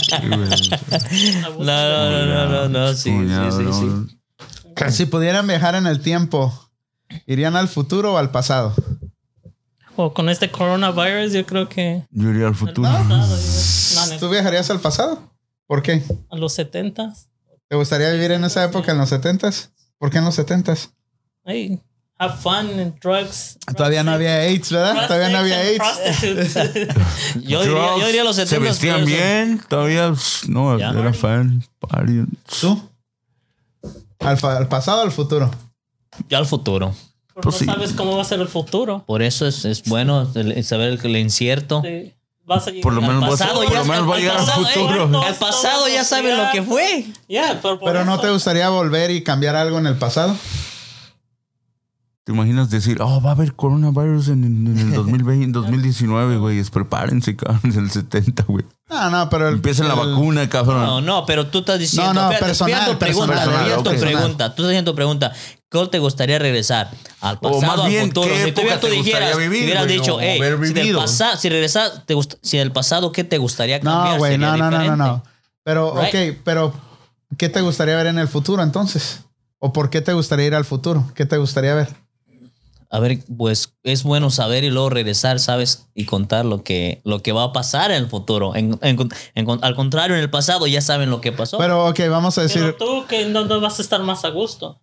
[SPEAKER 2] Sí, güey.
[SPEAKER 3] No, no, no, no, no, no, sí,
[SPEAKER 2] Coño,
[SPEAKER 3] sí, sí, sí.
[SPEAKER 2] no.
[SPEAKER 1] Si pudieran viajar en el tiempo, ¿irían al futuro o al pasado?
[SPEAKER 4] O con este coronavirus, yo creo que.
[SPEAKER 2] Yo iría al
[SPEAKER 4] al
[SPEAKER 2] futuro.
[SPEAKER 4] pasado, yo- no, neta,
[SPEAKER 1] ¿Tú viajarías al pasado? ¿Por qué?
[SPEAKER 4] A los 70
[SPEAKER 1] ¿Te gustaría vivir en esa época, en los 70s? ¿Por qué en los 70s?
[SPEAKER 4] Hey, have fun and drugs.
[SPEAKER 1] Todavía no había AIDS, ¿verdad? Todavía no había
[SPEAKER 4] AIDS.
[SPEAKER 1] AIDS.
[SPEAKER 3] Yo diría, yo diría los 70.
[SPEAKER 2] Se vestían bien, todavía pss, no,
[SPEAKER 3] Ya.
[SPEAKER 2] era fan. party.
[SPEAKER 1] ¿Tú? ¿Al, fa- al pasado o al futuro?
[SPEAKER 3] Ya al futuro.
[SPEAKER 4] No
[SPEAKER 2] Pues sí.
[SPEAKER 4] sabes cómo va a ser el futuro.
[SPEAKER 3] Por eso es, es bueno el- saber que lo incierto.
[SPEAKER 4] Sí, Vas a llegar
[SPEAKER 2] Por lo
[SPEAKER 4] al
[SPEAKER 2] menos vas a-
[SPEAKER 4] pasado
[SPEAKER 2] por lo
[SPEAKER 4] ya-
[SPEAKER 2] menos va a
[SPEAKER 4] al
[SPEAKER 2] llegar al
[SPEAKER 4] pasado,
[SPEAKER 2] futuro.
[SPEAKER 4] ey,
[SPEAKER 3] Al pasado ya saben lo que fue.
[SPEAKER 4] Ya, pero, por
[SPEAKER 1] ¿Pero no
[SPEAKER 4] eso-
[SPEAKER 1] te gustaría volver y cambiar algo en el pasado?
[SPEAKER 2] ¿Te imaginas decir, oh, va a haber coronavirus en, en- en el 2020, 2019, güey? Es prepárense, cabrón, en el 70, güey.
[SPEAKER 1] No, no, pero... El,
[SPEAKER 2] Empieza la
[SPEAKER 1] el-
[SPEAKER 2] vacuna, cabrón.
[SPEAKER 3] No, no, pero tú estás diciendo.
[SPEAKER 1] no,
[SPEAKER 3] espérate,
[SPEAKER 1] personal,
[SPEAKER 3] espérate tu pregunta,
[SPEAKER 1] personal,
[SPEAKER 3] espérate tu
[SPEAKER 2] personal, ok.
[SPEAKER 3] pregunta. Tú estás haciendo tu pregunta. ¿Cuál te gustaría regresar? ¿Al
[SPEAKER 2] O
[SPEAKER 3] pasado
[SPEAKER 2] más
[SPEAKER 3] al
[SPEAKER 2] bien,
[SPEAKER 3] futuro?
[SPEAKER 2] ¿qué
[SPEAKER 3] Si tú,
[SPEAKER 2] época
[SPEAKER 3] tú
[SPEAKER 2] te gustaría
[SPEAKER 3] dijeras,
[SPEAKER 2] vivir,
[SPEAKER 3] hubieras
[SPEAKER 2] güey,
[SPEAKER 3] dicho,
[SPEAKER 2] o
[SPEAKER 3] hey,
[SPEAKER 2] haber
[SPEAKER 3] si, del
[SPEAKER 2] vivido"?
[SPEAKER 3] pasado, si regresas, te gust- si del pasado, ¿qué te gustaría cambiar?
[SPEAKER 1] No, güey, no,
[SPEAKER 3] Sería
[SPEAKER 1] no, no, no, no.
[SPEAKER 3] diferente.
[SPEAKER 1] Pero,
[SPEAKER 3] Right.
[SPEAKER 1] ok, pero ¿qué te gustaría ver en el futuro entonces? ¿O por qué te gustaría ir al futuro? ¿Qué te gustaría ver?
[SPEAKER 3] A ver, pues es bueno saber y luego regresar, ¿sabes? Y contar lo que, lo que va a pasar en el futuro. En- en- en- al contrario, en el pasado ya saben lo que pasó.
[SPEAKER 1] Pero, ok, vamos a
[SPEAKER 4] Pero
[SPEAKER 1] decir...
[SPEAKER 4] tú que no, no vas a estar más a gusto.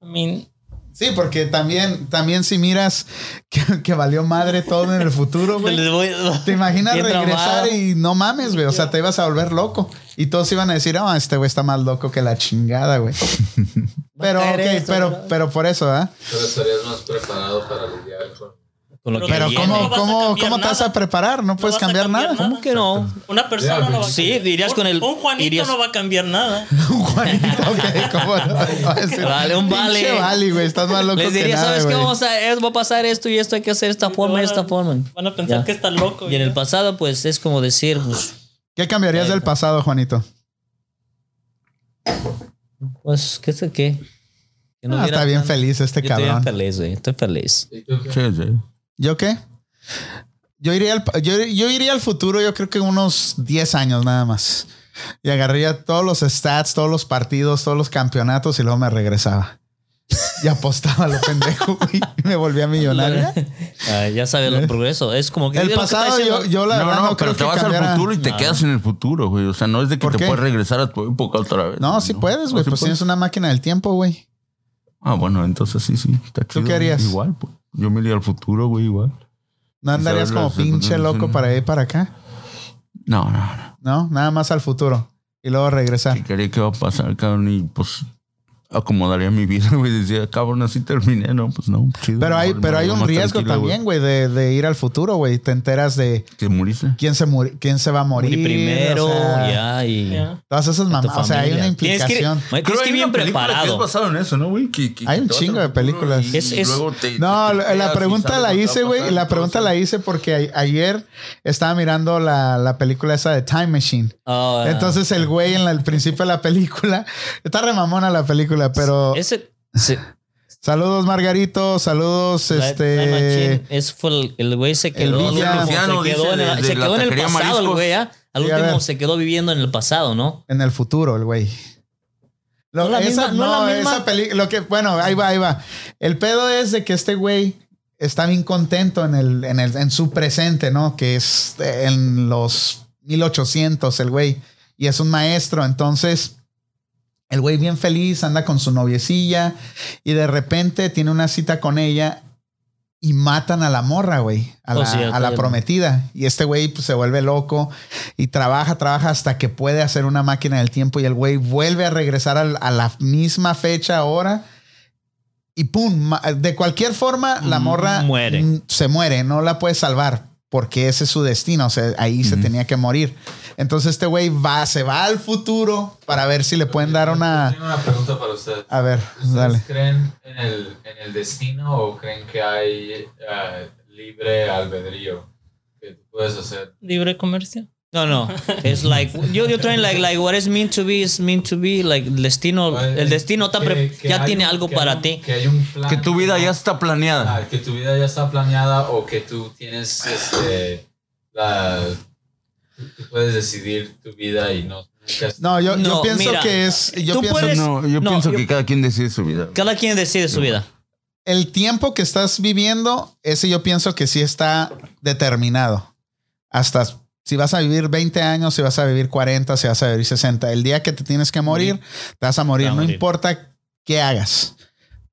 [SPEAKER 4] I mean,
[SPEAKER 1] Sí, porque también, también si miras que, que valió madre todo en el futuro, güey.
[SPEAKER 3] Les voy-
[SPEAKER 1] Te imaginas
[SPEAKER 3] Bien
[SPEAKER 1] regresar
[SPEAKER 3] traumado.
[SPEAKER 1] y no mames, güey. O sea, te ibas a volver loco. Y todos iban a decir, ah, este güey está más loco que la chingada, güey. Pero,
[SPEAKER 3] Va a caer
[SPEAKER 1] ok,
[SPEAKER 3] esto,
[SPEAKER 1] pero,
[SPEAKER 3] ¿verdad?
[SPEAKER 1] pero por eso, ¿ah?
[SPEAKER 5] Pero estarías más preparado para lidiar con.
[SPEAKER 3] Con lo que
[SPEAKER 1] Pero
[SPEAKER 3] viene.
[SPEAKER 1] ¿cómo,
[SPEAKER 4] No vas a
[SPEAKER 1] cómo,
[SPEAKER 4] cambiar
[SPEAKER 1] cómo te vas a
[SPEAKER 4] nada.
[SPEAKER 1] preparar? No puedes
[SPEAKER 4] vas a
[SPEAKER 1] cambiar,
[SPEAKER 4] cambiar
[SPEAKER 1] nada.
[SPEAKER 4] nada.
[SPEAKER 3] ¿Cómo que no?
[SPEAKER 4] Una persona
[SPEAKER 5] Ya,
[SPEAKER 4] no va a
[SPEAKER 3] Sí, dirías
[SPEAKER 4] un-
[SPEAKER 3] con el-
[SPEAKER 4] Un Juanito
[SPEAKER 3] irías-
[SPEAKER 4] no va a cambiar nada.
[SPEAKER 1] Juanito, ok, ¿cómo no? Va a decir,
[SPEAKER 3] Vale, un vale.
[SPEAKER 1] "Pinche Vale, güey, estás más loco
[SPEAKER 3] Les
[SPEAKER 1] que
[SPEAKER 3] diría,
[SPEAKER 1] nada,
[SPEAKER 3] ¿sabes qué?
[SPEAKER 1] güey".
[SPEAKER 3] Vamos a, es- va a pasar esto y esto hay que hacer de esta forma y de esta forma.
[SPEAKER 4] Van a pensar
[SPEAKER 3] Ya.
[SPEAKER 4] que está loco.
[SPEAKER 3] Y en
[SPEAKER 4] ya.
[SPEAKER 3] el pasado, pues es como decir, pues,
[SPEAKER 1] ¿Qué cambiarías del pasado, Juanito?
[SPEAKER 3] pues ¿qué sé qué? Que
[SPEAKER 1] Ah,
[SPEAKER 3] hubiera
[SPEAKER 1] está bien
[SPEAKER 3] tan-
[SPEAKER 1] feliz este
[SPEAKER 3] Yo Estoy bien
[SPEAKER 1] cabrón.
[SPEAKER 3] feliz, güey. Estoy feliz.
[SPEAKER 5] ¿Y tú
[SPEAKER 2] Sí, sí.
[SPEAKER 1] ¿Yo qué? Yo iría, al, pa- yo, yo iría al futuro, yo creo que unos 10 años nada más. Y agarraría todos los stats, todos los partidos, todos los campeonatos y luego me regresaba. Y apostaba a lo pendejo, güey. y Me volvía millonario.
[SPEAKER 3] Ah, ya sabes los progresos. Es como que.
[SPEAKER 1] El
[SPEAKER 3] es lo que está
[SPEAKER 1] pasado,
[SPEAKER 3] diciendo.
[SPEAKER 1] yo, yo la
[SPEAKER 2] no,
[SPEAKER 1] verdad
[SPEAKER 2] no,
[SPEAKER 1] no, creo
[SPEAKER 2] pero te
[SPEAKER 1] que
[SPEAKER 2] vas
[SPEAKER 1] cambiara.
[SPEAKER 2] al futuro y te
[SPEAKER 3] No.
[SPEAKER 2] quedas en el futuro, güey. O sea, no es de que
[SPEAKER 1] ¿Por
[SPEAKER 2] te
[SPEAKER 1] qué?
[SPEAKER 2] puedes regresar a tu época otra vez.
[SPEAKER 1] No, sí puedes, güey.
[SPEAKER 2] ¿Sí
[SPEAKER 1] Pues tienes una máquina del tiempo, güey.
[SPEAKER 2] Ah, bueno, entonces sí, sí. Está chido.
[SPEAKER 1] qué harías?
[SPEAKER 2] Igual, pues. Yo me iría al futuro, güey, igual.
[SPEAKER 1] No andarías
[SPEAKER 2] Saber
[SPEAKER 1] como
[SPEAKER 2] las
[SPEAKER 1] pinche loco
[SPEAKER 2] circunstancias.
[SPEAKER 1] para ir para acá.
[SPEAKER 2] No, no, no.
[SPEAKER 1] No, nada más al futuro. Y luego regresar.
[SPEAKER 2] ¿Qué quería que va a pasar, cabrón? Y pues acomodaría mi vida, güey. Decía, cabrón, así terminé, ¿no? Pues no, chido.
[SPEAKER 1] Pero hay,
[SPEAKER 2] mejor me
[SPEAKER 1] pero hay
[SPEAKER 2] veo
[SPEAKER 1] un
[SPEAKER 2] más
[SPEAKER 1] riesgo
[SPEAKER 2] tranquilo,
[SPEAKER 1] también, güey, de, de ir al futuro, güey. Te enteras de
[SPEAKER 2] Que moriste.
[SPEAKER 1] quién se, muri- quién se va a morir.
[SPEAKER 3] Y primero,
[SPEAKER 1] o sea,
[SPEAKER 3] ya, y.
[SPEAKER 4] Ya.
[SPEAKER 1] Todas esas
[SPEAKER 3] tu
[SPEAKER 1] mamadas. O sea, hay una
[SPEAKER 3] familia. Tienes que ir-
[SPEAKER 1] implicación.
[SPEAKER 3] Mike, Tienes que ir bien
[SPEAKER 2] Es
[SPEAKER 3] preparado.
[SPEAKER 2] basado en eso, ¿no, güey? Que- que-
[SPEAKER 1] Hay un
[SPEAKER 2] que te vas
[SPEAKER 1] chingo
[SPEAKER 2] al
[SPEAKER 1] de películas.
[SPEAKER 2] futuro y-
[SPEAKER 3] Es-
[SPEAKER 2] y
[SPEAKER 3] es-
[SPEAKER 2] luego te-
[SPEAKER 1] No, la-
[SPEAKER 2] te
[SPEAKER 1] la
[SPEAKER 2] pegas y
[SPEAKER 1] pregunta
[SPEAKER 2] sabes
[SPEAKER 1] la
[SPEAKER 2] lo que va
[SPEAKER 1] hice,
[SPEAKER 2] a
[SPEAKER 1] güey.
[SPEAKER 2] pasar,
[SPEAKER 1] La pregunta
[SPEAKER 2] entonces.
[SPEAKER 1] la hice porque a- ayer estaba mirando la, la película esa de Time Machine.
[SPEAKER 3] Ah,
[SPEAKER 1] Entonces el güey en la- el principio de la película está remamona la película, pero
[SPEAKER 3] Ese. se-
[SPEAKER 1] saludos Margarito, saludos
[SPEAKER 2] Pues,
[SPEAKER 3] la-
[SPEAKER 1] este.
[SPEAKER 3] la machín, ese fue el, el güey se quedó.
[SPEAKER 1] Villa
[SPEAKER 3] se
[SPEAKER 2] Luciano,
[SPEAKER 3] quedó en,
[SPEAKER 2] dice,
[SPEAKER 3] el-
[SPEAKER 2] de-
[SPEAKER 3] se
[SPEAKER 2] de la
[SPEAKER 3] quedó en el
[SPEAKER 2] taquería
[SPEAKER 3] pasado, el
[SPEAKER 2] Mariscos.
[SPEAKER 3] güey, ¿ah? Al
[SPEAKER 1] Sí, a
[SPEAKER 3] último
[SPEAKER 1] ver.
[SPEAKER 3] se quedó viviendo en el pasado, ¿no?
[SPEAKER 1] En el futuro, el güey. Lo,
[SPEAKER 3] No la
[SPEAKER 1] esa,
[SPEAKER 3] misma- no
[SPEAKER 1] no,
[SPEAKER 3] la misma-
[SPEAKER 1] esa peli- lo que, bueno, ahí va, ahí va. El pedo es de que este güey está bien contento en, el, en, el, en su presente, ¿no? Que es eh, en los 1800, el güey. Y es un maestro, entonces el güey bien feliz, anda con su noviecilla y de repente tiene una cita con ella y matan a la morra, güey, a,
[SPEAKER 3] Oh,
[SPEAKER 1] la-
[SPEAKER 3] sí,
[SPEAKER 1] a la
[SPEAKER 3] ya-
[SPEAKER 1] prometida. Y este güey pues, se vuelve loco y trabaja, trabaja hasta que puede hacer una máquina del tiempo y el güey vuelve a regresar al- a, la misma fecha, hora. Y pum, ma- de cualquier forma, la
[SPEAKER 3] Mm,
[SPEAKER 1] morra
[SPEAKER 3] muere.
[SPEAKER 1] mm, se muere, no la puede salvar porque ese es su destino, o sea, ahí se
[SPEAKER 2] Ujú.
[SPEAKER 1] tenía que morir. Entonces este güey va, se va al futuro para ver si le pueden dar una...
[SPEAKER 5] Tengo una pregunta para ustedes.
[SPEAKER 1] A ver,
[SPEAKER 5] ¿Ustedes
[SPEAKER 1] Pues dale.
[SPEAKER 5] creen en el, en el destino o creen que hay eh, libre albedrío que tú puedes hacer?
[SPEAKER 4] Libre comercio.
[SPEAKER 3] No, no. Es like. Yo, yo traen like, like, what is meant to be is meant to be. Like, el destino. El destino está
[SPEAKER 5] Que-
[SPEAKER 3] pre-
[SPEAKER 5] que
[SPEAKER 3] ya
[SPEAKER 5] hay
[SPEAKER 3] tiene
[SPEAKER 5] un-
[SPEAKER 3] algo
[SPEAKER 5] que hay
[SPEAKER 3] para
[SPEAKER 5] un-
[SPEAKER 3] ti.
[SPEAKER 5] Que hay un plan.
[SPEAKER 2] Que tu vida ya está
[SPEAKER 5] Ah,
[SPEAKER 2] planeada.
[SPEAKER 5] que tu vida ya está planeada o que tú tienes este la tú puedes decidir tu vida y no nunca es-
[SPEAKER 1] No, yo, yo
[SPEAKER 3] No,
[SPEAKER 1] pienso
[SPEAKER 3] mira,
[SPEAKER 1] que es... Yo
[SPEAKER 3] tú
[SPEAKER 1] pienso
[SPEAKER 3] puedes-
[SPEAKER 2] No, yo
[SPEAKER 3] No,
[SPEAKER 2] pienso
[SPEAKER 3] yo-
[SPEAKER 2] que cada quien decide su vida.
[SPEAKER 3] Cada quien decide su vida.
[SPEAKER 1] el tiempo que estás viviendo, ese yo pienso que sí está determinado. Hasta si vas a vivir 20 años, si vas a vivir 40, si vas a vivir 60. El día que te tienes que morir, te vas a morir.
[SPEAKER 3] Te vas a
[SPEAKER 1] no
[SPEAKER 3] morir.
[SPEAKER 1] importa qué hagas.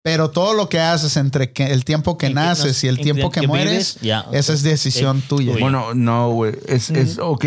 [SPEAKER 1] Pero todo lo que haces entre que el tiempo que
[SPEAKER 3] En
[SPEAKER 1] naces y
[SPEAKER 3] no-
[SPEAKER 1] el
[SPEAKER 3] en
[SPEAKER 1] tiempo que, mueres,
[SPEAKER 3] vives, ya.
[SPEAKER 1] esa es decisión tuya.
[SPEAKER 3] tuya.
[SPEAKER 2] Bueno, no, güey. Es, es, ok.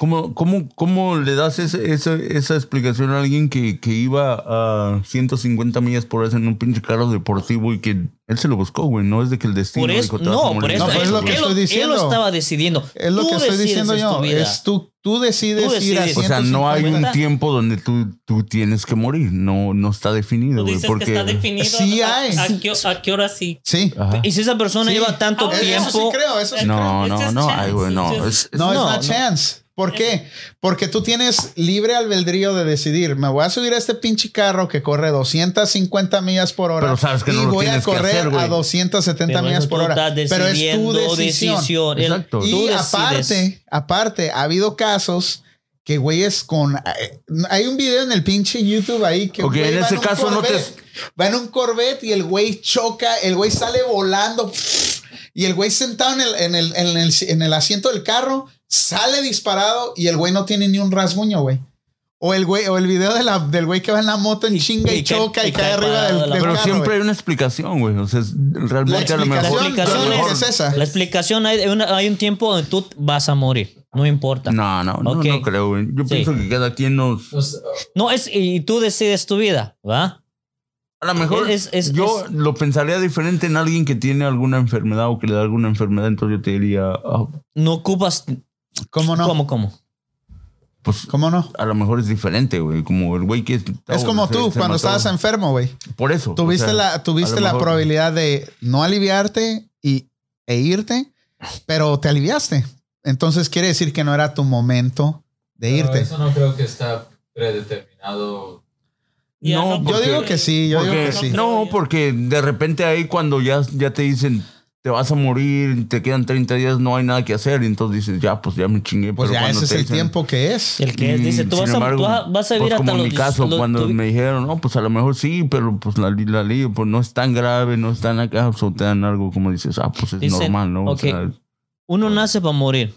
[SPEAKER 2] ¿Cómo, cómo, cómo le das ese- esa- esa explicación a alguien que, que iba a 150 millas por hora en un pinche carro deportivo y que él se lo buscó, güey? No es de que el destino
[SPEAKER 3] Por eso,
[SPEAKER 2] dijo, "Te vas a
[SPEAKER 3] no,
[SPEAKER 2] morir".
[SPEAKER 3] por eso.
[SPEAKER 1] No, pues es
[SPEAKER 3] él-
[SPEAKER 1] lo que
[SPEAKER 3] él
[SPEAKER 1] estoy diciendo.
[SPEAKER 3] Él lo estaba decidiendo.
[SPEAKER 1] Es lo
[SPEAKER 3] Tú
[SPEAKER 1] que estoy
[SPEAKER 3] decides,
[SPEAKER 1] diciendo
[SPEAKER 3] es
[SPEAKER 1] yo.
[SPEAKER 3] tu vida.
[SPEAKER 1] Es tú, tú decides
[SPEAKER 3] Tú
[SPEAKER 1] ir a
[SPEAKER 3] decides.
[SPEAKER 2] O sea, no hay un
[SPEAKER 1] 150.
[SPEAKER 2] tiempo donde tú, tú tienes que morir. No, no está definido,
[SPEAKER 4] Tú
[SPEAKER 2] güey.
[SPEAKER 4] dices
[SPEAKER 2] Porque...
[SPEAKER 4] que está definido.
[SPEAKER 1] Sí
[SPEAKER 4] a,
[SPEAKER 1] hay.
[SPEAKER 4] a qué, a qué hora sí?
[SPEAKER 1] Sí.
[SPEAKER 2] Ajá.
[SPEAKER 3] Y si esa persona
[SPEAKER 1] Sí.
[SPEAKER 3] lleva tanto
[SPEAKER 4] Ah, eso sí
[SPEAKER 1] Eso sí
[SPEAKER 3] tiempo.
[SPEAKER 1] creo, eso sí creo.
[SPEAKER 2] No,
[SPEAKER 4] It's
[SPEAKER 2] no,
[SPEAKER 4] just
[SPEAKER 2] no,
[SPEAKER 4] chance,
[SPEAKER 2] ay, güey, no.
[SPEAKER 4] it's just-
[SPEAKER 2] es- es-
[SPEAKER 1] No, es
[SPEAKER 3] No,
[SPEAKER 1] una
[SPEAKER 3] no.
[SPEAKER 1] chance. ¿Por qué? Porque tú tienes libre albedrío de decidir, me voy a subir a este pinche carro que corre 250 millas por hora
[SPEAKER 2] Pero sabes que
[SPEAKER 1] y
[SPEAKER 2] no lo
[SPEAKER 1] voy a
[SPEAKER 2] tienes que
[SPEAKER 1] correr
[SPEAKER 2] hacer, güey.
[SPEAKER 1] a 270 millas por hora. Pero es tu decisión.
[SPEAKER 2] Exacto.
[SPEAKER 3] Exacto.
[SPEAKER 1] Y aparte, aparte, ha habido casos que güeyes con... eh, Hay un video en el pinche YouTube ahí que...
[SPEAKER 2] Ok,
[SPEAKER 1] güey
[SPEAKER 2] en
[SPEAKER 1] va
[SPEAKER 2] ese
[SPEAKER 1] un
[SPEAKER 2] caso no te-
[SPEAKER 1] Corvette, Va en un Corvette y el güey choca, el güey sale volando y el güey sentado en el, en el, en el- en el asiento del carro sale disparado y el güey no tiene ni un rasguño, güey. O el güey, o el video de la- del güey que va en la moto en
[SPEAKER 3] Y-
[SPEAKER 1] chinga y,
[SPEAKER 3] y que-
[SPEAKER 1] choca y,
[SPEAKER 3] y
[SPEAKER 1] cae
[SPEAKER 3] cae
[SPEAKER 1] arriba
[SPEAKER 3] parado
[SPEAKER 1] del,
[SPEAKER 3] de la
[SPEAKER 1] del
[SPEAKER 2] Pero
[SPEAKER 1] carro,
[SPEAKER 2] siempre hay
[SPEAKER 1] güey.
[SPEAKER 2] una explicación, güey. O sea, es- realmente a lo
[SPEAKER 1] explicación-
[SPEAKER 3] La
[SPEAKER 2] mejor.
[SPEAKER 3] explicación
[SPEAKER 2] a lo mejor-
[SPEAKER 1] es esa.
[SPEAKER 3] La explicación hay, hay una- hay un tiempo donde tú vas a morir. No importa. No,
[SPEAKER 2] No, no, no,
[SPEAKER 3] Ok.
[SPEAKER 2] no creo, güey. Yo
[SPEAKER 3] Sí.
[SPEAKER 2] pienso que cada quien nos.
[SPEAKER 5] O sea,
[SPEAKER 3] es, y tú decides tu vida, ¿va?
[SPEAKER 2] A lo mejor
[SPEAKER 3] Es- es-
[SPEAKER 2] yo
[SPEAKER 3] es-
[SPEAKER 2] lo pensaría diferente en alguien que tiene alguna enfermedad o que le da alguna enfermedad, entonces yo te diría, ah,
[SPEAKER 3] No ocupas.
[SPEAKER 1] ¿Cómo no?
[SPEAKER 3] ¿Cómo, cómo?
[SPEAKER 2] pues
[SPEAKER 1] ¿Cómo no?
[SPEAKER 2] a lo mejor es diferente, güey. Como el güey que.
[SPEAKER 1] Es como tú, cuando estabas
[SPEAKER 2] en.
[SPEAKER 1] enfermo, güey.
[SPEAKER 2] Por eso.
[SPEAKER 1] Tuviste
[SPEAKER 2] Pues, o sea,
[SPEAKER 1] la, tuviste
[SPEAKER 2] a lo
[SPEAKER 1] la
[SPEAKER 2] mejor-
[SPEAKER 1] probabilidad de no aliviarte y, e irte, pero te aliviaste. Entonces quiere decir que no era tu momento de
[SPEAKER 5] pero
[SPEAKER 1] irte.
[SPEAKER 5] Eso no creo que está predeterminado.
[SPEAKER 4] Ya
[SPEAKER 2] No,
[SPEAKER 1] Yo
[SPEAKER 4] porque-
[SPEAKER 1] digo que sí, yo digo
[SPEAKER 2] Porque,
[SPEAKER 1] que sí.
[SPEAKER 2] no,
[SPEAKER 4] Pero-
[SPEAKER 2] porque de repente ahí cuando ya, ya te dicen te vas a morir, te quedan 30 días, no hay nada que hacer, y entonces dices, ya, pues ya me chingué.
[SPEAKER 1] Pues
[SPEAKER 2] pero
[SPEAKER 1] ya
[SPEAKER 2] cuando
[SPEAKER 1] ese es
[SPEAKER 2] te
[SPEAKER 1] el
[SPEAKER 2] dicen-
[SPEAKER 1] tiempo que es.
[SPEAKER 3] El que es, dice,
[SPEAKER 2] Mm,
[SPEAKER 3] tú
[SPEAKER 2] sin
[SPEAKER 3] vas,
[SPEAKER 2] embargo,
[SPEAKER 3] a, tú vas a
[SPEAKER 2] pues
[SPEAKER 3] vivir hasta
[SPEAKER 2] como en mi
[SPEAKER 3] los-
[SPEAKER 2] caso,
[SPEAKER 3] los-
[SPEAKER 2] cuando
[SPEAKER 3] tu-
[SPEAKER 2] me dijeron, no, pues a lo mejor sí, pero pues la, li- la ley pues no es tan grave, no es tan acá, o te dan algo como dices, ah, pues es
[SPEAKER 3] Dicen,
[SPEAKER 2] normal, ¿no? O
[SPEAKER 3] ok.
[SPEAKER 2] sea,
[SPEAKER 3] Uno nace para morir.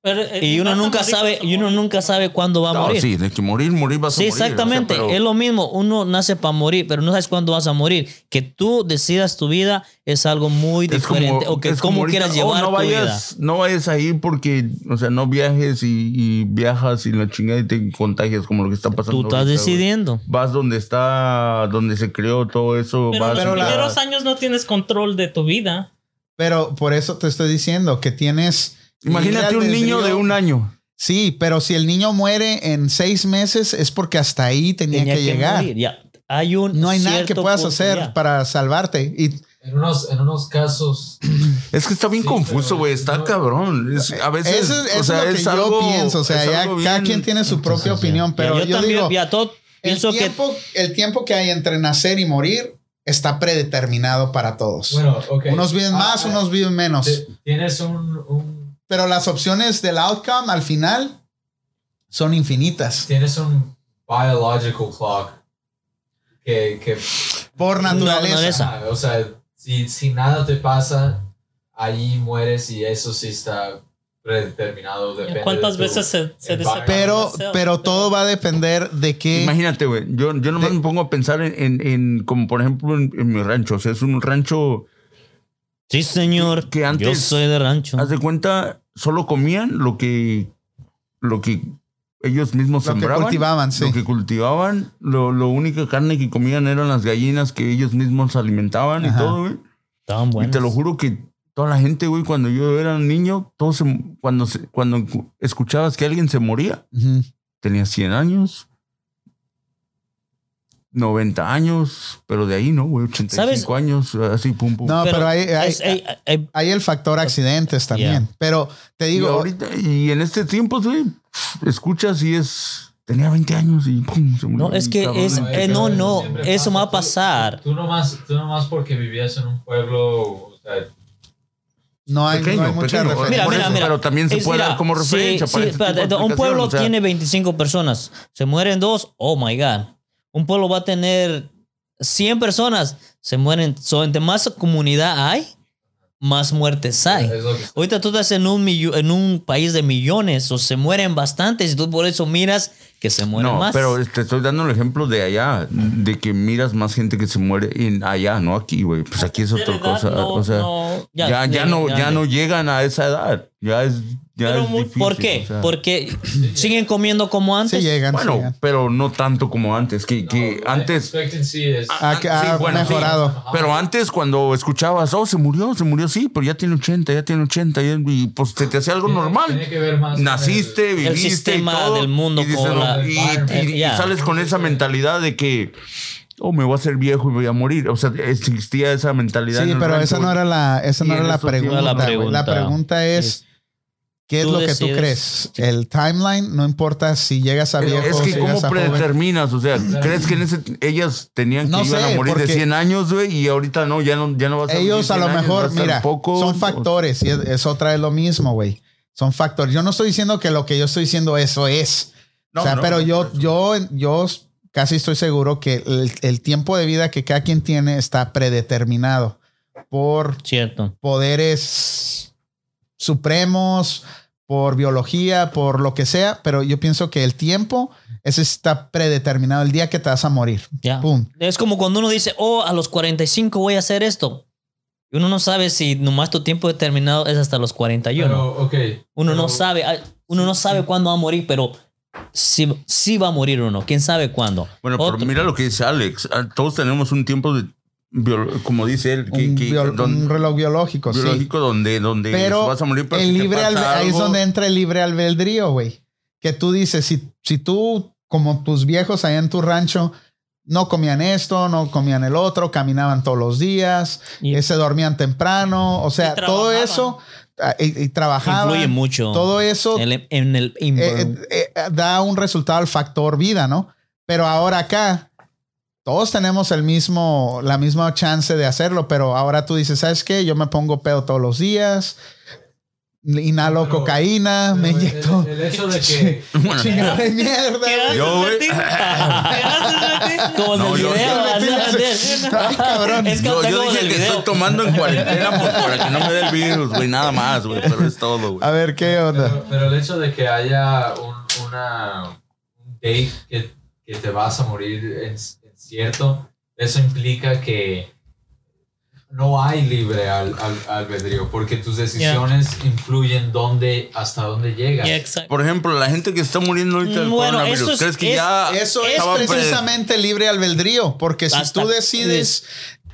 [SPEAKER 4] Pero, eh,
[SPEAKER 3] Y uno
[SPEAKER 4] vas a
[SPEAKER 3] nunca
[SPEAKER 4] morir,
[SPEAKER 3] sabe,
[SPEAKER 4] vas a
[SPEAKER 3] y uno
[SPEAKER 4] morir.
[SPEAKER 3] nunca sabe cuándo va a
[SPEAKER 2] no,
[SPEAKER 3] morir.
[SPEAKER 2] sí, de que morir, morir vas a
[SPEAKER 3] Sí,
[SPEAKER 2] morir. o sea,
[SPEAKER 3] exactamente.
[SPEAKER 2] pero-
[SPEAKER 3] Es lo mismo. Uno nace para morir, pero no sabes cuándo vas a morir. Que tú decidas tu vida es algo muy
[SPEAKER 2] Es como-
[SPEAKER 3] diferente. o que
[SPEAKER 2] es como
[SPEAKER 3] cómo
[SPEAKER 2] ahorita,
[SPEAKER 3] quieras
[SPEAKER 2] oh,
[SPEAKER 3] llevar
[SPEAKER 2] no
[SPEAKER 3] tu
[SPEAKER 2] vayas, No vayas ahí porque, o sea, no viajes y, y viajas y la chingada y te contagias como lo que está
[SPEAKER 3] vida.
[SPEAKER 2] pasando.
[SPEAKER 3] Tú estás
[SPEAKER 2] ahorita, güey.
[SPEAKER 3] decidiendo.
[SPEAKER 2] Vas donde está, donde se creó todo eso.
[SPEAKER 4] Pero
[SPEAKER 2] vas
[SPEAKER 4] los
[SPEAKER 2] a-
[SPEAKER 4] primeros años no tienes control de tu vida.
[SPEAKER 1] Pero por eso te estoy diciendo que tienes.
[SPEAKER 2] Imagínate
[SPEAKER 1] libre
[SPEAKER 2] un niño
[SPEAKER 1] albedrío.
[SPEAKER 2] de un año.
[SPEAKER 1] Sí, pero si el niño muere en seis meses es porque hasta ahí tenía,
[SPEAKER 3] Tenía
[SPEAKER 1] que, llegar.
[SPEAKER 3] morir, ya. Hay un
[SPEAKER 1] No hay nada que
[SPEAKER 3] cierto
[SPEAKER 1] puedas
[SPEAKER 3] punto,
[SPEAKER 1] hacer
[SPEAKER 3] ya.
[SPEAKER 1] para salvarte. Y
[SPEAKER 5] En unos, en unos casos.
[SPEAKER 2] Es que está bien
[SPEAKER 5] Sí,
[SPEAKER 2] confuso,
[SPEAKER 5] pero-
[SPEAKER 2] güey. Está
[SPEAKER 5] no.
[SPEAKER 2] cabrón. Es- a veces.
[SPEAKER 1] eh, eso,
[SPEAKER 2] o
[SPEAKER 1] eso
[SPEAKER 2] sea,
[SPEAKER 1] es lo que
[SPEAKER 2] Pues es
[SPEAKER 1] yo
[SPEAKER 2] algo-
[SPEAKER 1] pienso. O sea,
[SPEAKER 2] es
[SPEAKER 1] ya
[SPEAKER 2] algo
[SPEAKER 1] cada
[SPEAKER 2] bien-
[SPEAKER 1] quien tiene su propia
[SPEAKER 3] Entonces, ya.
[SPEAKER 1] opinión,
[SPEAKER 3] Ya,
[SPEAKER 1] pero yo,
[SPEAKER 3] también,
[SPEAKER 1] digo,
[SPEAKER 3] ya, todo,
[SPEAKER 1] el,
[SPEAKER 3] pienso que
[SPEAKER 1] tiempo, el tiempo que hay entre nacer y morir está predeterminado para todos.
[SPEAKER 5] Bueno, ok.
[SPEAKER 1] Unos viven
[SPEAKER 5] Ah,
[SPEAKER 1] más,
[SPEAKER 5] ah,
[SPEAKER 1] unos viven menos.
[SPEAKER 5] te- Tienes un, un.
[SPEAKER 1] Pero las opciones del outcome al final son infinitas.
[SPEAKER 5] Tienes un biological clock. Que, que
[SPEAKER 1] Por
[SPEAKER 3] No,
[SPEAKER 1] naturaleza.
[SPEAKER 3] naturaleza. Esa.
[SPEAKER 5] Ah, o sea, si, si nada te pasa, ahí mueres y eso sí está predeterminado. depende
[SPEAKER 4] ¿Cuántas
[SPEAKER 5] de tu-
[SPEAKER 4] veces se, se
[SPEAKER 5] el
[SPEAKER 4] desactiva
[SPEAKER 1] Pero,
[SPEAKER 4] la célula?
[SPEAKER 1] pero todo va a depender de qué.
[SPEAKER 2] Imagínate, güey. Yo, yo nomás
[SPEAKER 1] De-
[SPEAKER 2] me pongo a pensar en, en, en- como por ejemplo, en, en mi rancho. O sea, es un rancho.
[SPEAKER 3] sí, señor.
[SPEAKER 2] Que antes-
[SPEAKER 3] yo soy de rancho.
[SPEAKER 2] Haz de cuenta, solo comían lo que, lo que ellos mismos
[SPEAKER 1] Lo que
[SPEAKER 2] sembraban.
[SPEAKER 1] cultivaban, sí.
[SPEAKER 2] Lo que cultivaban. Lo, lo única carne que comían eran las gallinas que ellos mismos alimentaban
[SPEAKER 1] Ajá.
[SPEAKER 2] y todo, güey.
[SPEAKER 3] Estaban buenos.
[SPEAKER 2] Y te lo juro que toda la gente, güey, cuando yo era niño, todos se- cuando, se- cuando escuchabas que alguien se moría,
[SPEAKER 1] Ujú.
[SPEAKER 2] tenía 100 años. 90 años, pero de ahí no, güey, 85
[SPEAKER 3] ¿Sabes?
[SPEAKER 2] años, así pum pum.
[SPEAKER 1] No, pero, hay, hay-
[SPEAKER 3] es- eh, hay- hay-
[SPEAKER 1] hay el factor accidentes también. Pero te
[SPEAKER 2] y
[SPEAKER 1] digo,
[SPEAKER 2] ahorita, y en este tiempo, güey, escuchas y es. Tenía 20 años y pum, se murió
[SPEAKER 3] No, es
[SPEAKER 2] el
[SPEAKER 3] que
[SPEAKER 2] cabrón.
[SPEAKER 3] es-
[SPEAKER 5] Pero
[SPEAKER 3] eh,
[SPEAKER 5] eso
[SPEAKER 3] no, no,
[SPEAKER 5] siempre
[SPEAKER 3] eso va a
[SPEAKER 5] Tú-
[SPEAKER 3] pasar.
[SPEAKER 5] Tú, nomás, tú nomás porque vivías en un pueblo. o sea,
[SPEAKER 1] no hay,
[SPEAKER 2] Pequeño,
[SPEAKER 1] no hay mucha
[SPEAKER 2] pequeño.
[SPEAKER 1] referencia.
[SPEAKER 2] Por
[SPEAKER 3] Mira, mira,
[SPEAKER 2] eso,
[SPEAKER 3] mira.
[SPEAKER 2] Pero también se
[SPEAKER 3] es-
[SPEAKER 2] puede
[SPEAKER 3] mira,
[SPEAKER 2] dar como
[SPEAKER 3] sí,
[SPEAKER 2] referencia.
[SPEAKER 3] sí,
[SPEAKER 2] para este tipo de
[SPEAKER 3] espérate, un
[SPEAKER 2] aplicación,
[SPEAKER 3] pueblo
[SPEAKER 2] o sea,
[SPEAKER 3] tiene 25 personas. Se mueren dos, oh my God. Un pueblo va a tener 100 personas, se mueren. So, entre más comunidad hay, más muertes hay.
[SPEAKER 5] es lo que-
[SPEAKER 3] Ahorita tú estás en un, millo- en un país de millones, o se mueren bastantes, y tú por eso miras que se mueren
[SPEAKER 2] No,
[SPEAKER 3] más.
[SPEAKER 2] pero te estoy dando el ejemplo de allá, de que miras más gente que se muere en allá, no aquí, güey. Pues aquí es
[SPEAKER 4] De
[SPEAKER 2] otra
[SPEAKER 4] edad,
[SPEAKER 2] cosa.
[SPEAKER 4] no-
[SPEAKER 2] o sea,
[SPEAKER 4] no-
[SPEAKER 2] ya, ya, no, ya, no llegan a esa edad. Ya es. Ya
[SPEAKER 4] Pero
[SPEAKER 2] es
[SPEAKER 4] muy-
[SPEAKER 2] difícil,
[SPEAKER 3] ¿Por qué?
[SPEAKER 2] o sea.
[SPEAKER 3] Porque siguen comiendo como
[SPEAKER 1] Sí
[SPEAKER 3] antes.
[SPEAKER 1] llegan. sí
[SPEAKER 2] Bueno,
[SPEAKER 1] llegan.
[SPEAKER 2] pero no tanto como antes. Que,
[SPEAKER 5] no,
[SPEAKER 2] que
[SPEAKER 5] la
[SPEAKER 2] antes.
[SPEAKER 5] expectancy es-
[SPEAKER 2] Ah,
[SPEAKER 1] ha,
[SPEAKER 2] sí,
[SPEAKER 1] ha
[SPEAKER 2] bueno, sí.
[SPEAKER 1] mejorado.
[SPEAKER 2] Pero antes cuando escuchabas, oh, se murió, se murió, sí, pero ya tiene 80, ya tiene 80, ya- y pues te, te hacía algo
[SPEAKER 5] tiene-
[SPEAKER 2] normal.
[SPEAKER 5] tiene que ver más con el-
[SPEAKER 2] Naciste, viviste. y
[SPEAKER 3] sistema
[SPEAKER 2] todo,
[SPEAKER 3] del mundo
[SPEAKER 2] y, dices,
[SPEAKER 3] como
[SPEAKER 2] "No",
[SPEAKER 3] la-
[SPEAKER 2] y- y- y
[SPEAKER 3] Ya.
[SPEAKER 2] sales con esa mentalidad de que, oh, me voy a hacer viejo y voy a morir. O sea, existía esa mentalidad. en
[SPEAKER 1] Sí,
[SPEAKER 2] el
[SPEAKER 1] pero
[SPEAKER 2] rancho,
[SPEAKER 1] esa no
[SPEAKER 2] güey.
[SPEAKER 1] era la, esa
[SPEAKER 2] Y
[SPEAKER 1] no era
[SPEAKER 2] en
[SPEAKER 1] la
[SPEAKER 2] eso tiene
[SPEAKER 1] pregunta.
[SPEAKER 2] la
[SPEAKER 1] güey. La pregunta,
[SPEAKER 3] pregunta.
[SPEAKER 1] es, ¿qué es
[SPEAKER 3] Tú
[SPEAKER 1] lo que tú
[SPEAKER 3] decides.
[SPEAKER 1] crees? El timeline, no importa si llegas a viejo,
[SPEAKER 2] Es
[SPEAKER 1] si
[SPEAKER 2] que cómo
[SPEAKER 1] llegas a joven.
[SPEAKER 2] predeterminas, o sea, ¿crees que en ese, ellas tenían que
[SPEAKER 1] No
[SPEAKER 2] iban
[SPEAKER 1] sé,
[SPEAKER 2] a morir de
[SPEAKER 1] porque-
[SPEAKER 2] 100 años, güey? Y ahorita no, ya no, ya no vas a
[SPEAKER 1] Ellos a
[SPEAKER 2] vivir
[SPEAKER 1] lo
[SPEAKER 2] 100 años,
[SPEAKER 1] mejor,
[SPEAKER 2] vas a estar
[SPEAKER 1] mira,
[SPEAKER 2] poco,
[SPEAKER 1] son
[SPEAKER 2] o-
[SPEAKER 1] factores y es, es otra vez lo mismo, güey. Son factores. Yo no estoy diciendo que lo que yo estoy diciendo eso es.
[SPEAKER 2] No,
[SPEAKER 1] o sea,
[SPEAKER 2] no,
[SPEAKER 1] pero
[SPEAKER 2] no,
[SPEAKER 1] yo,
[SPEAKER 2] por eso.
[SPEAKER 1] yo, yo casi estoy seguro que el, el tiempo de vida que cada quien tiene está predeterminado por
[SPEAKER 3] Cierto.
[SPEAKER 1] poderes supremos, por biología, por lo que sea, pero yo pienso que el tiempo ese está predeterminado, el día que te vas a morir.
[SPEAKER 3] Ya.
[SPEAKER 1] Pum.
[SPEAKER 3] Es como cuando uno dice, oh, a los 45 voy a hacer esto. Y uno no sabe si nomás tu tiempo determinado es hasta los 41.
[SPEAKER 5] Pero, ok.
[SPEAKER 3] uno no
[SPEAKER 5] pero-
[SPEAKER 3] sabe, ah, uno no sabe cuándo va a morir, pero sí, sí va a morir uno. ¿Quién sabe cuándo?
[SPEAKER 2] Bueno, pero
[SPEAKER 3] Otro-
[SPEAKER 2] mira lo que dice Alex. Ah, Todos tenemos un tiempo, de biol- como dice él, que,
[SPEAKER 1] Un,
[SPEAKER 2] que-
[SPEAKER 1] bio-
[SPEAKER 2] don-
[SPEAKER 1] un reloj biológico, sí.
[SPEAKER 2] biológico donde, donde
[SPEAKER 1] Pero
[SPEAKER 2] vas a morir. pero
[SPEAKER 1] el
[SPEAKER 2] si te
[SPEAKER 1] libre
[SPEAKER 2] pasa
[SPEAKER 1] albe- ahí es
[SPEAKER 2] algo-
[SPEAKER 1] donde entra el libre albedrío, güey. Que tú dices, si, si tú, como tus viejos allá en tu rancho, no comían esto, no comían el otro, caminaban todos los días,
[SPEAKER 3] Y-
[SPEAKER 1] eh, se dormían temprano, o sea,
[SPEAKER 4] Y
[SPEAKER 1] todo
[SPEAKER 4] trabajaban.
[SPEAKER 1] eso, ah, y, y trabajaban,
[SPEAKER 3] influye mucho.
[SPEAKER 1] todo eso
[SPEAKER 3] El- en el
[SPEAKER 1] eh, eh, eh, da un resultado al factor vida, ¿no? Pero ahora acá, todos tenemos el mismo, la misma chance de hacerlo, pero ahora tú dices, ¿sabes qué? Yo me pongo pedo todos los días, inhalo
[SPEAKER 5] Pero-
[SPEAKER 1] cocaína,
[SPEAKER 5] Pero
[SPEAKER 1] me inyecto
[SPEAKER 5] el, el hecho de que.
[SPEAKER 2] Bueno,
[SPEAKER 1] chingada de mierda.
[SPEAKER 4] ¿Qué haces,
[SPEAKER 1] güey.
[SPEAKER 2] Yo, güey.
[SPEAKER 4] Betín? ¿Qué haces, Betín?
[SPEAKER 3] como en
[SPEAKER 2] No,
[SPEAKER 3] el
[SPEAKER 2] yo-
[SPEAKER 3] video.
[SPEAKER 2] yo-
[SPEAKER 3] ¿verdad?
[SPEAKER 1] Ay, cabrón.
[SPEAKER 3] Es que
[SPEAKER 2] yo,
[SPEAKER 3] hasta
[SPEAKER 2] yo
[SPEAKER 3] como en
[SPEAKER 2] dije
[SPEAKER 3] el
[SPEAKER 2] que
[SPEAKER 3] video.
[SPEAKER 2] estoy tomando en cuarentena por- para que no me dé el virus, güey. Nada más, güey. Pero es todo, güey.
[SPEAKER 1] A ver, ¿qué onda?
[SPEAKER 5] Pero, pero el hecho de que haya un, una, un date que, que te vas a morir en, en cierto, eso implica que no hay libre al, al- albedrío, porque tus decisiones influyen dónde, hasta dónde llegas.
[SPEAKER 4] Yeah, exacto.
[SPEAKER 2] Por ejemplo, la gente que está muriendo ahorita del
[SPEAKER 3] Bueno,
[SPEAKER 2] coronavirus,
[SPEAKER 3] eso es-
[SPEAKER 2] ¿crees que
[SPEAKER 3] es-
[SPEAKER 2] ya
[SPEAKER 1] Eso es
[SPEAKER 2] estaba pre-
[SPEAKER 1] precisamente libre albedrío, porque si
[SPEAKER 3] pues Hasta-
[SPEAKER 1] tú decides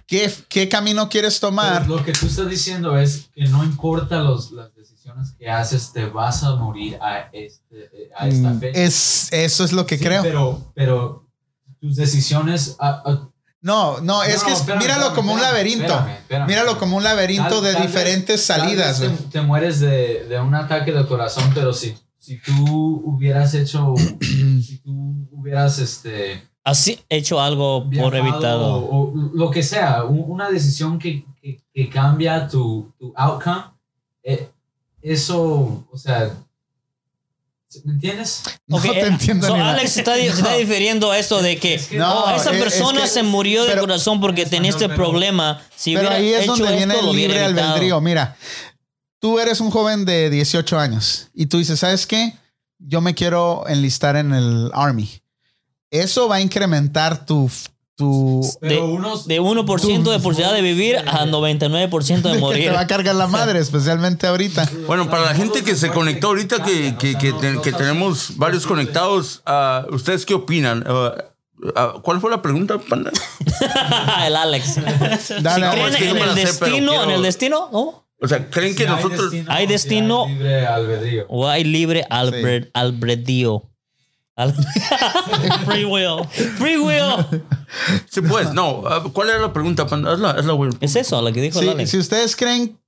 [SPEAKER 1] qué, qué camino quieres tomar,
[SPEAKER 5] Pero Lo que tú estás diciendo es que no importa los, las decisiones que haces, te vas a morir a, este, a esta fecha.
[SPEAKER 1] Mm, es, eso es lo que
[SPEAKER 5] Sí,
[SPEAKER 1] creo.
[SPEAKER 5] Pero, pero tus decisiones... a- a-
[SPEAKER 1] No, no, es
[SPEAKER 5] No,
[SPEAKER 1] que es-
[SPEAKER 5] espérame,
[SPEAKER 1] míralo
[SPEAKER 5] espérame,
[SPEAKER 1] como un
[SPEAKER 5] espérame,
[SPEAKER 1] laberinto.
[SPEAKER 5] espérame, espérame.
[SPEAKER 1] Míralo como un laberinto
[SPEAKER 5] Tal-
[SPEAKER 1] de
[SPEAKER 5] tal vez-
[SPEAKER 1] diferentes
[SPEAKER 5] tal vez
[SPEAKER 1] salidas.
[SPEAKER 5] te-
[SPEAKER 1] güey.
[SPEAKER 5] Te, mueres de, de un ataque de corazón, pero si, si tú hubieras hecho, si tú hubieras este,
[SPEAKER 3] Así hecho algo por
[SPEAKER 5] viajado
[SPEAKER 3] evitado.
[SPEAKER 5] O, o lo que sea, un- una decisión que, que, que cambia tu, tu outcome, eh, eso, o sea, ¿me entiendes?
[SPEAKER 1] No
[SPEAKER 3] Ok,
[SPEAKER 1] te
[SPEAKER 3] eh,
[SPEAKER 1] entiendo
[SPEAKER 3] so
[SPEAKER 1] ni nada.
[SPEAKER 3] Alex se está, di- se está difiriendo a esto de que
[SPEAKER 5] Es que-
[SPEAKER 1] No,
[SPEAKER 3] "Oh, esa
[SPEAKER 1] es- es
[SPEAKER 3] persona
[SPEAKER 1] que-
[SPEAKER 3] se murió de
[SPEAKER 1] pero-
[SPEAKER 3] corazón porque tenía este
[SPEAKER 5] Pero-
[SPEAKER 3] problema. Si
[SPEAKER 1] Pero
[SPEAKER 3] hubiera
[SPEAKER 1] ahí es
[SPEAKER 3] hecho
[SPEAKER 1] donde viene
[SPEAKER 3] esto, lo
[SPEAKER 1] el
[SPEAKER 3] hubiera
[SPEAKER 1] libre
[SPEAKER 3] evitado".
[SPEAKER 1] albedrío. Mira, tú eres un joven de 18 años y tú dices, ¿sabes qué? Yo me quiero enlistar en el Army. Eso va a incrementar tu, tu
[SPEAKER 5] Pero
[SPEAKER 3] De-
[SPEAKER 5] unos...
[SPEAKER 3] De 1% de posibilidad de vivir a 99% de
[SPEAKER 1] que
[SPEAKER 3] morir.
[SPEAKER 1] te va a cargar la madre, especialmente ahorita.
[SPEAKER 2] Bueno, para la gente que se conectó ahorita, que, que, que, te- que tenemos varios conectados, ah, ¿ustedes qué opinan? Ah, ah, ¿Cuál fue la pregunta, Panda?
[SPEAKER 3] el Alex.
[SPEAKER 1] Dale,
[SPEAKER 3] si
[SPEAKER 1] Alex.
[SPEAKER 3] creen
[SPEAKER 2] es que yo
[SPEAKER 3] en
[SPEAKER 2] me
[SPEAKER 3] el
[SPEAKER 2] la sé, pero
[SPEAKER 3] destino,
[SPEAKER 2] quiero-
[SPEAKER 3] en el destino, ¿no?
[SPEAKER 2] O sea, ¿creen que
[SPEAKER 5] si hay
[SPEAKER 2] nosotros...
[SPEAKER 5] destino,
[SPEAKER 3] hay
[SPEAKER 5] si
[SPEAKER 3] destino-
[SPEAKER 5] libre albedrío.
[SPEAKER 3] O hay libre Albert, albredío. Al-
[SPEAKER 4] Free will.
[SPEAKER 3] Free will.
[SPEAKER 2] Sí, pues, no. ah, ¿Cuál era la pregunta, Panda? Hazla, hazla, güey.
[SPEAKER 3] Es eso lo que dijo el
[SPEAKER 1] Sí,
[SPEAKER 3] Alex.
[SPEAKER 1] si ustedes creen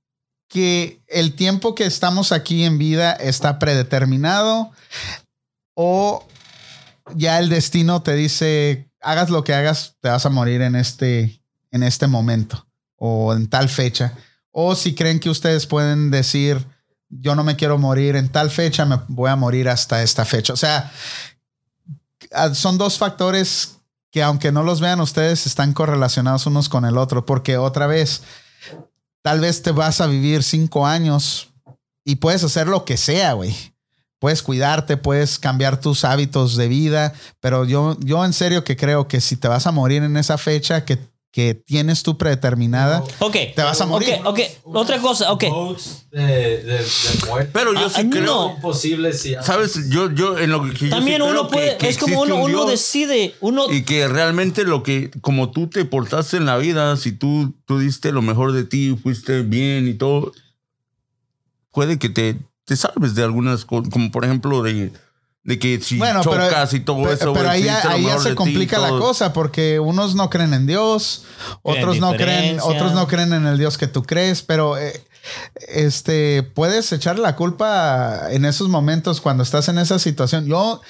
[SPEAKER 1] que el tiempo que estamos aquí en vida está predeterminado o ya el destino te dice hagas lo que hagas te vas a morir en este en este momento o en tal fecha o si creen que ustedes pueden decir yo no me quiero morir en tal fecha me voy a morir hasta esta fecha o sea ah, son dos factores que aunque no los vean ustedes están correlacionados unos con el otro porque otra vez tal vez te vas a vivir cinco años y puedes hacer lo que sea, güey. Puedes cuidarte, puedes cambiar tus hábitos de vida, pero yo, yo en serio que creo que si te vas a morir en esa fecha que, que tienes tú predeterminada,
[SPEAKER 3] Ok.
[SPEAKER 1] te vas a morir.
[SPEAKER 3] Ok,
[SPEAKER 5] Unos-
[SPEAKER 3] otra cosa, ok.
[SPEAKER 5] votes De, de, de muerte.
[SPEAKER 2] Pero yo
[SPEAKER 3] Ah,
[SPEAKER 2] sí creo...
[SPEAKER 3] no.
[SPEAKER 5] son posibles si
[SPEAKER 2] ¿Sabes? Yo, yo, en lo que yo
[SPEAKER 3] También
[SPEAKER 2] sí creo
[SPEAKER 3] uno
[SPEAKER 2] que-
[SPEAKER 3] puede,
[SPEAKER 2] que
[SPEAKER 3] es como
[SPEAKER 2] existe
[SPEAKER 3] uno,
[SPEAKER 2] un
[SPEAKER 3] uno
[SPEAKER 2] Dios
[SPEAKER 3] decide, uno
[SPEAKER 2] Y que realmente lo que, como tú te portaste en la vida, si tú, tú diste lo mejor de ti, fuiste bien y todo, puede que te, te salves de algunas cosas, como por ejemplo de, de que si
[SPEAKER 1] Bueno, pero-
[SPEAKER 2] chocas y todo
[SPEAKER 1] Pe- pero
[SPEAKER 2] eso. güey,
[SPEAKER 1] ahí, ya-
[SPEAKER 2] hiciste lo
[SPEAKER 1] ahí ya
[SPEAKER 2] mejor
[SPEAKER 1] se
[SPEAKER 2] de ti,
[SPEAKER 1] complica la
[SPEAKER 2] todo.
[SPEAKER 1] cosa porque unos no creen en Dios,
[SPEAKER 3] Creen
[SPEAKER 1] otros no creen,
[SPEAKER 3] diferencia.
[SPEAKER 1] otros no creen en el Dios que tú crees, pero eh, este puedes echar la culpa en esos momentos cuando estás en esa situación. Yo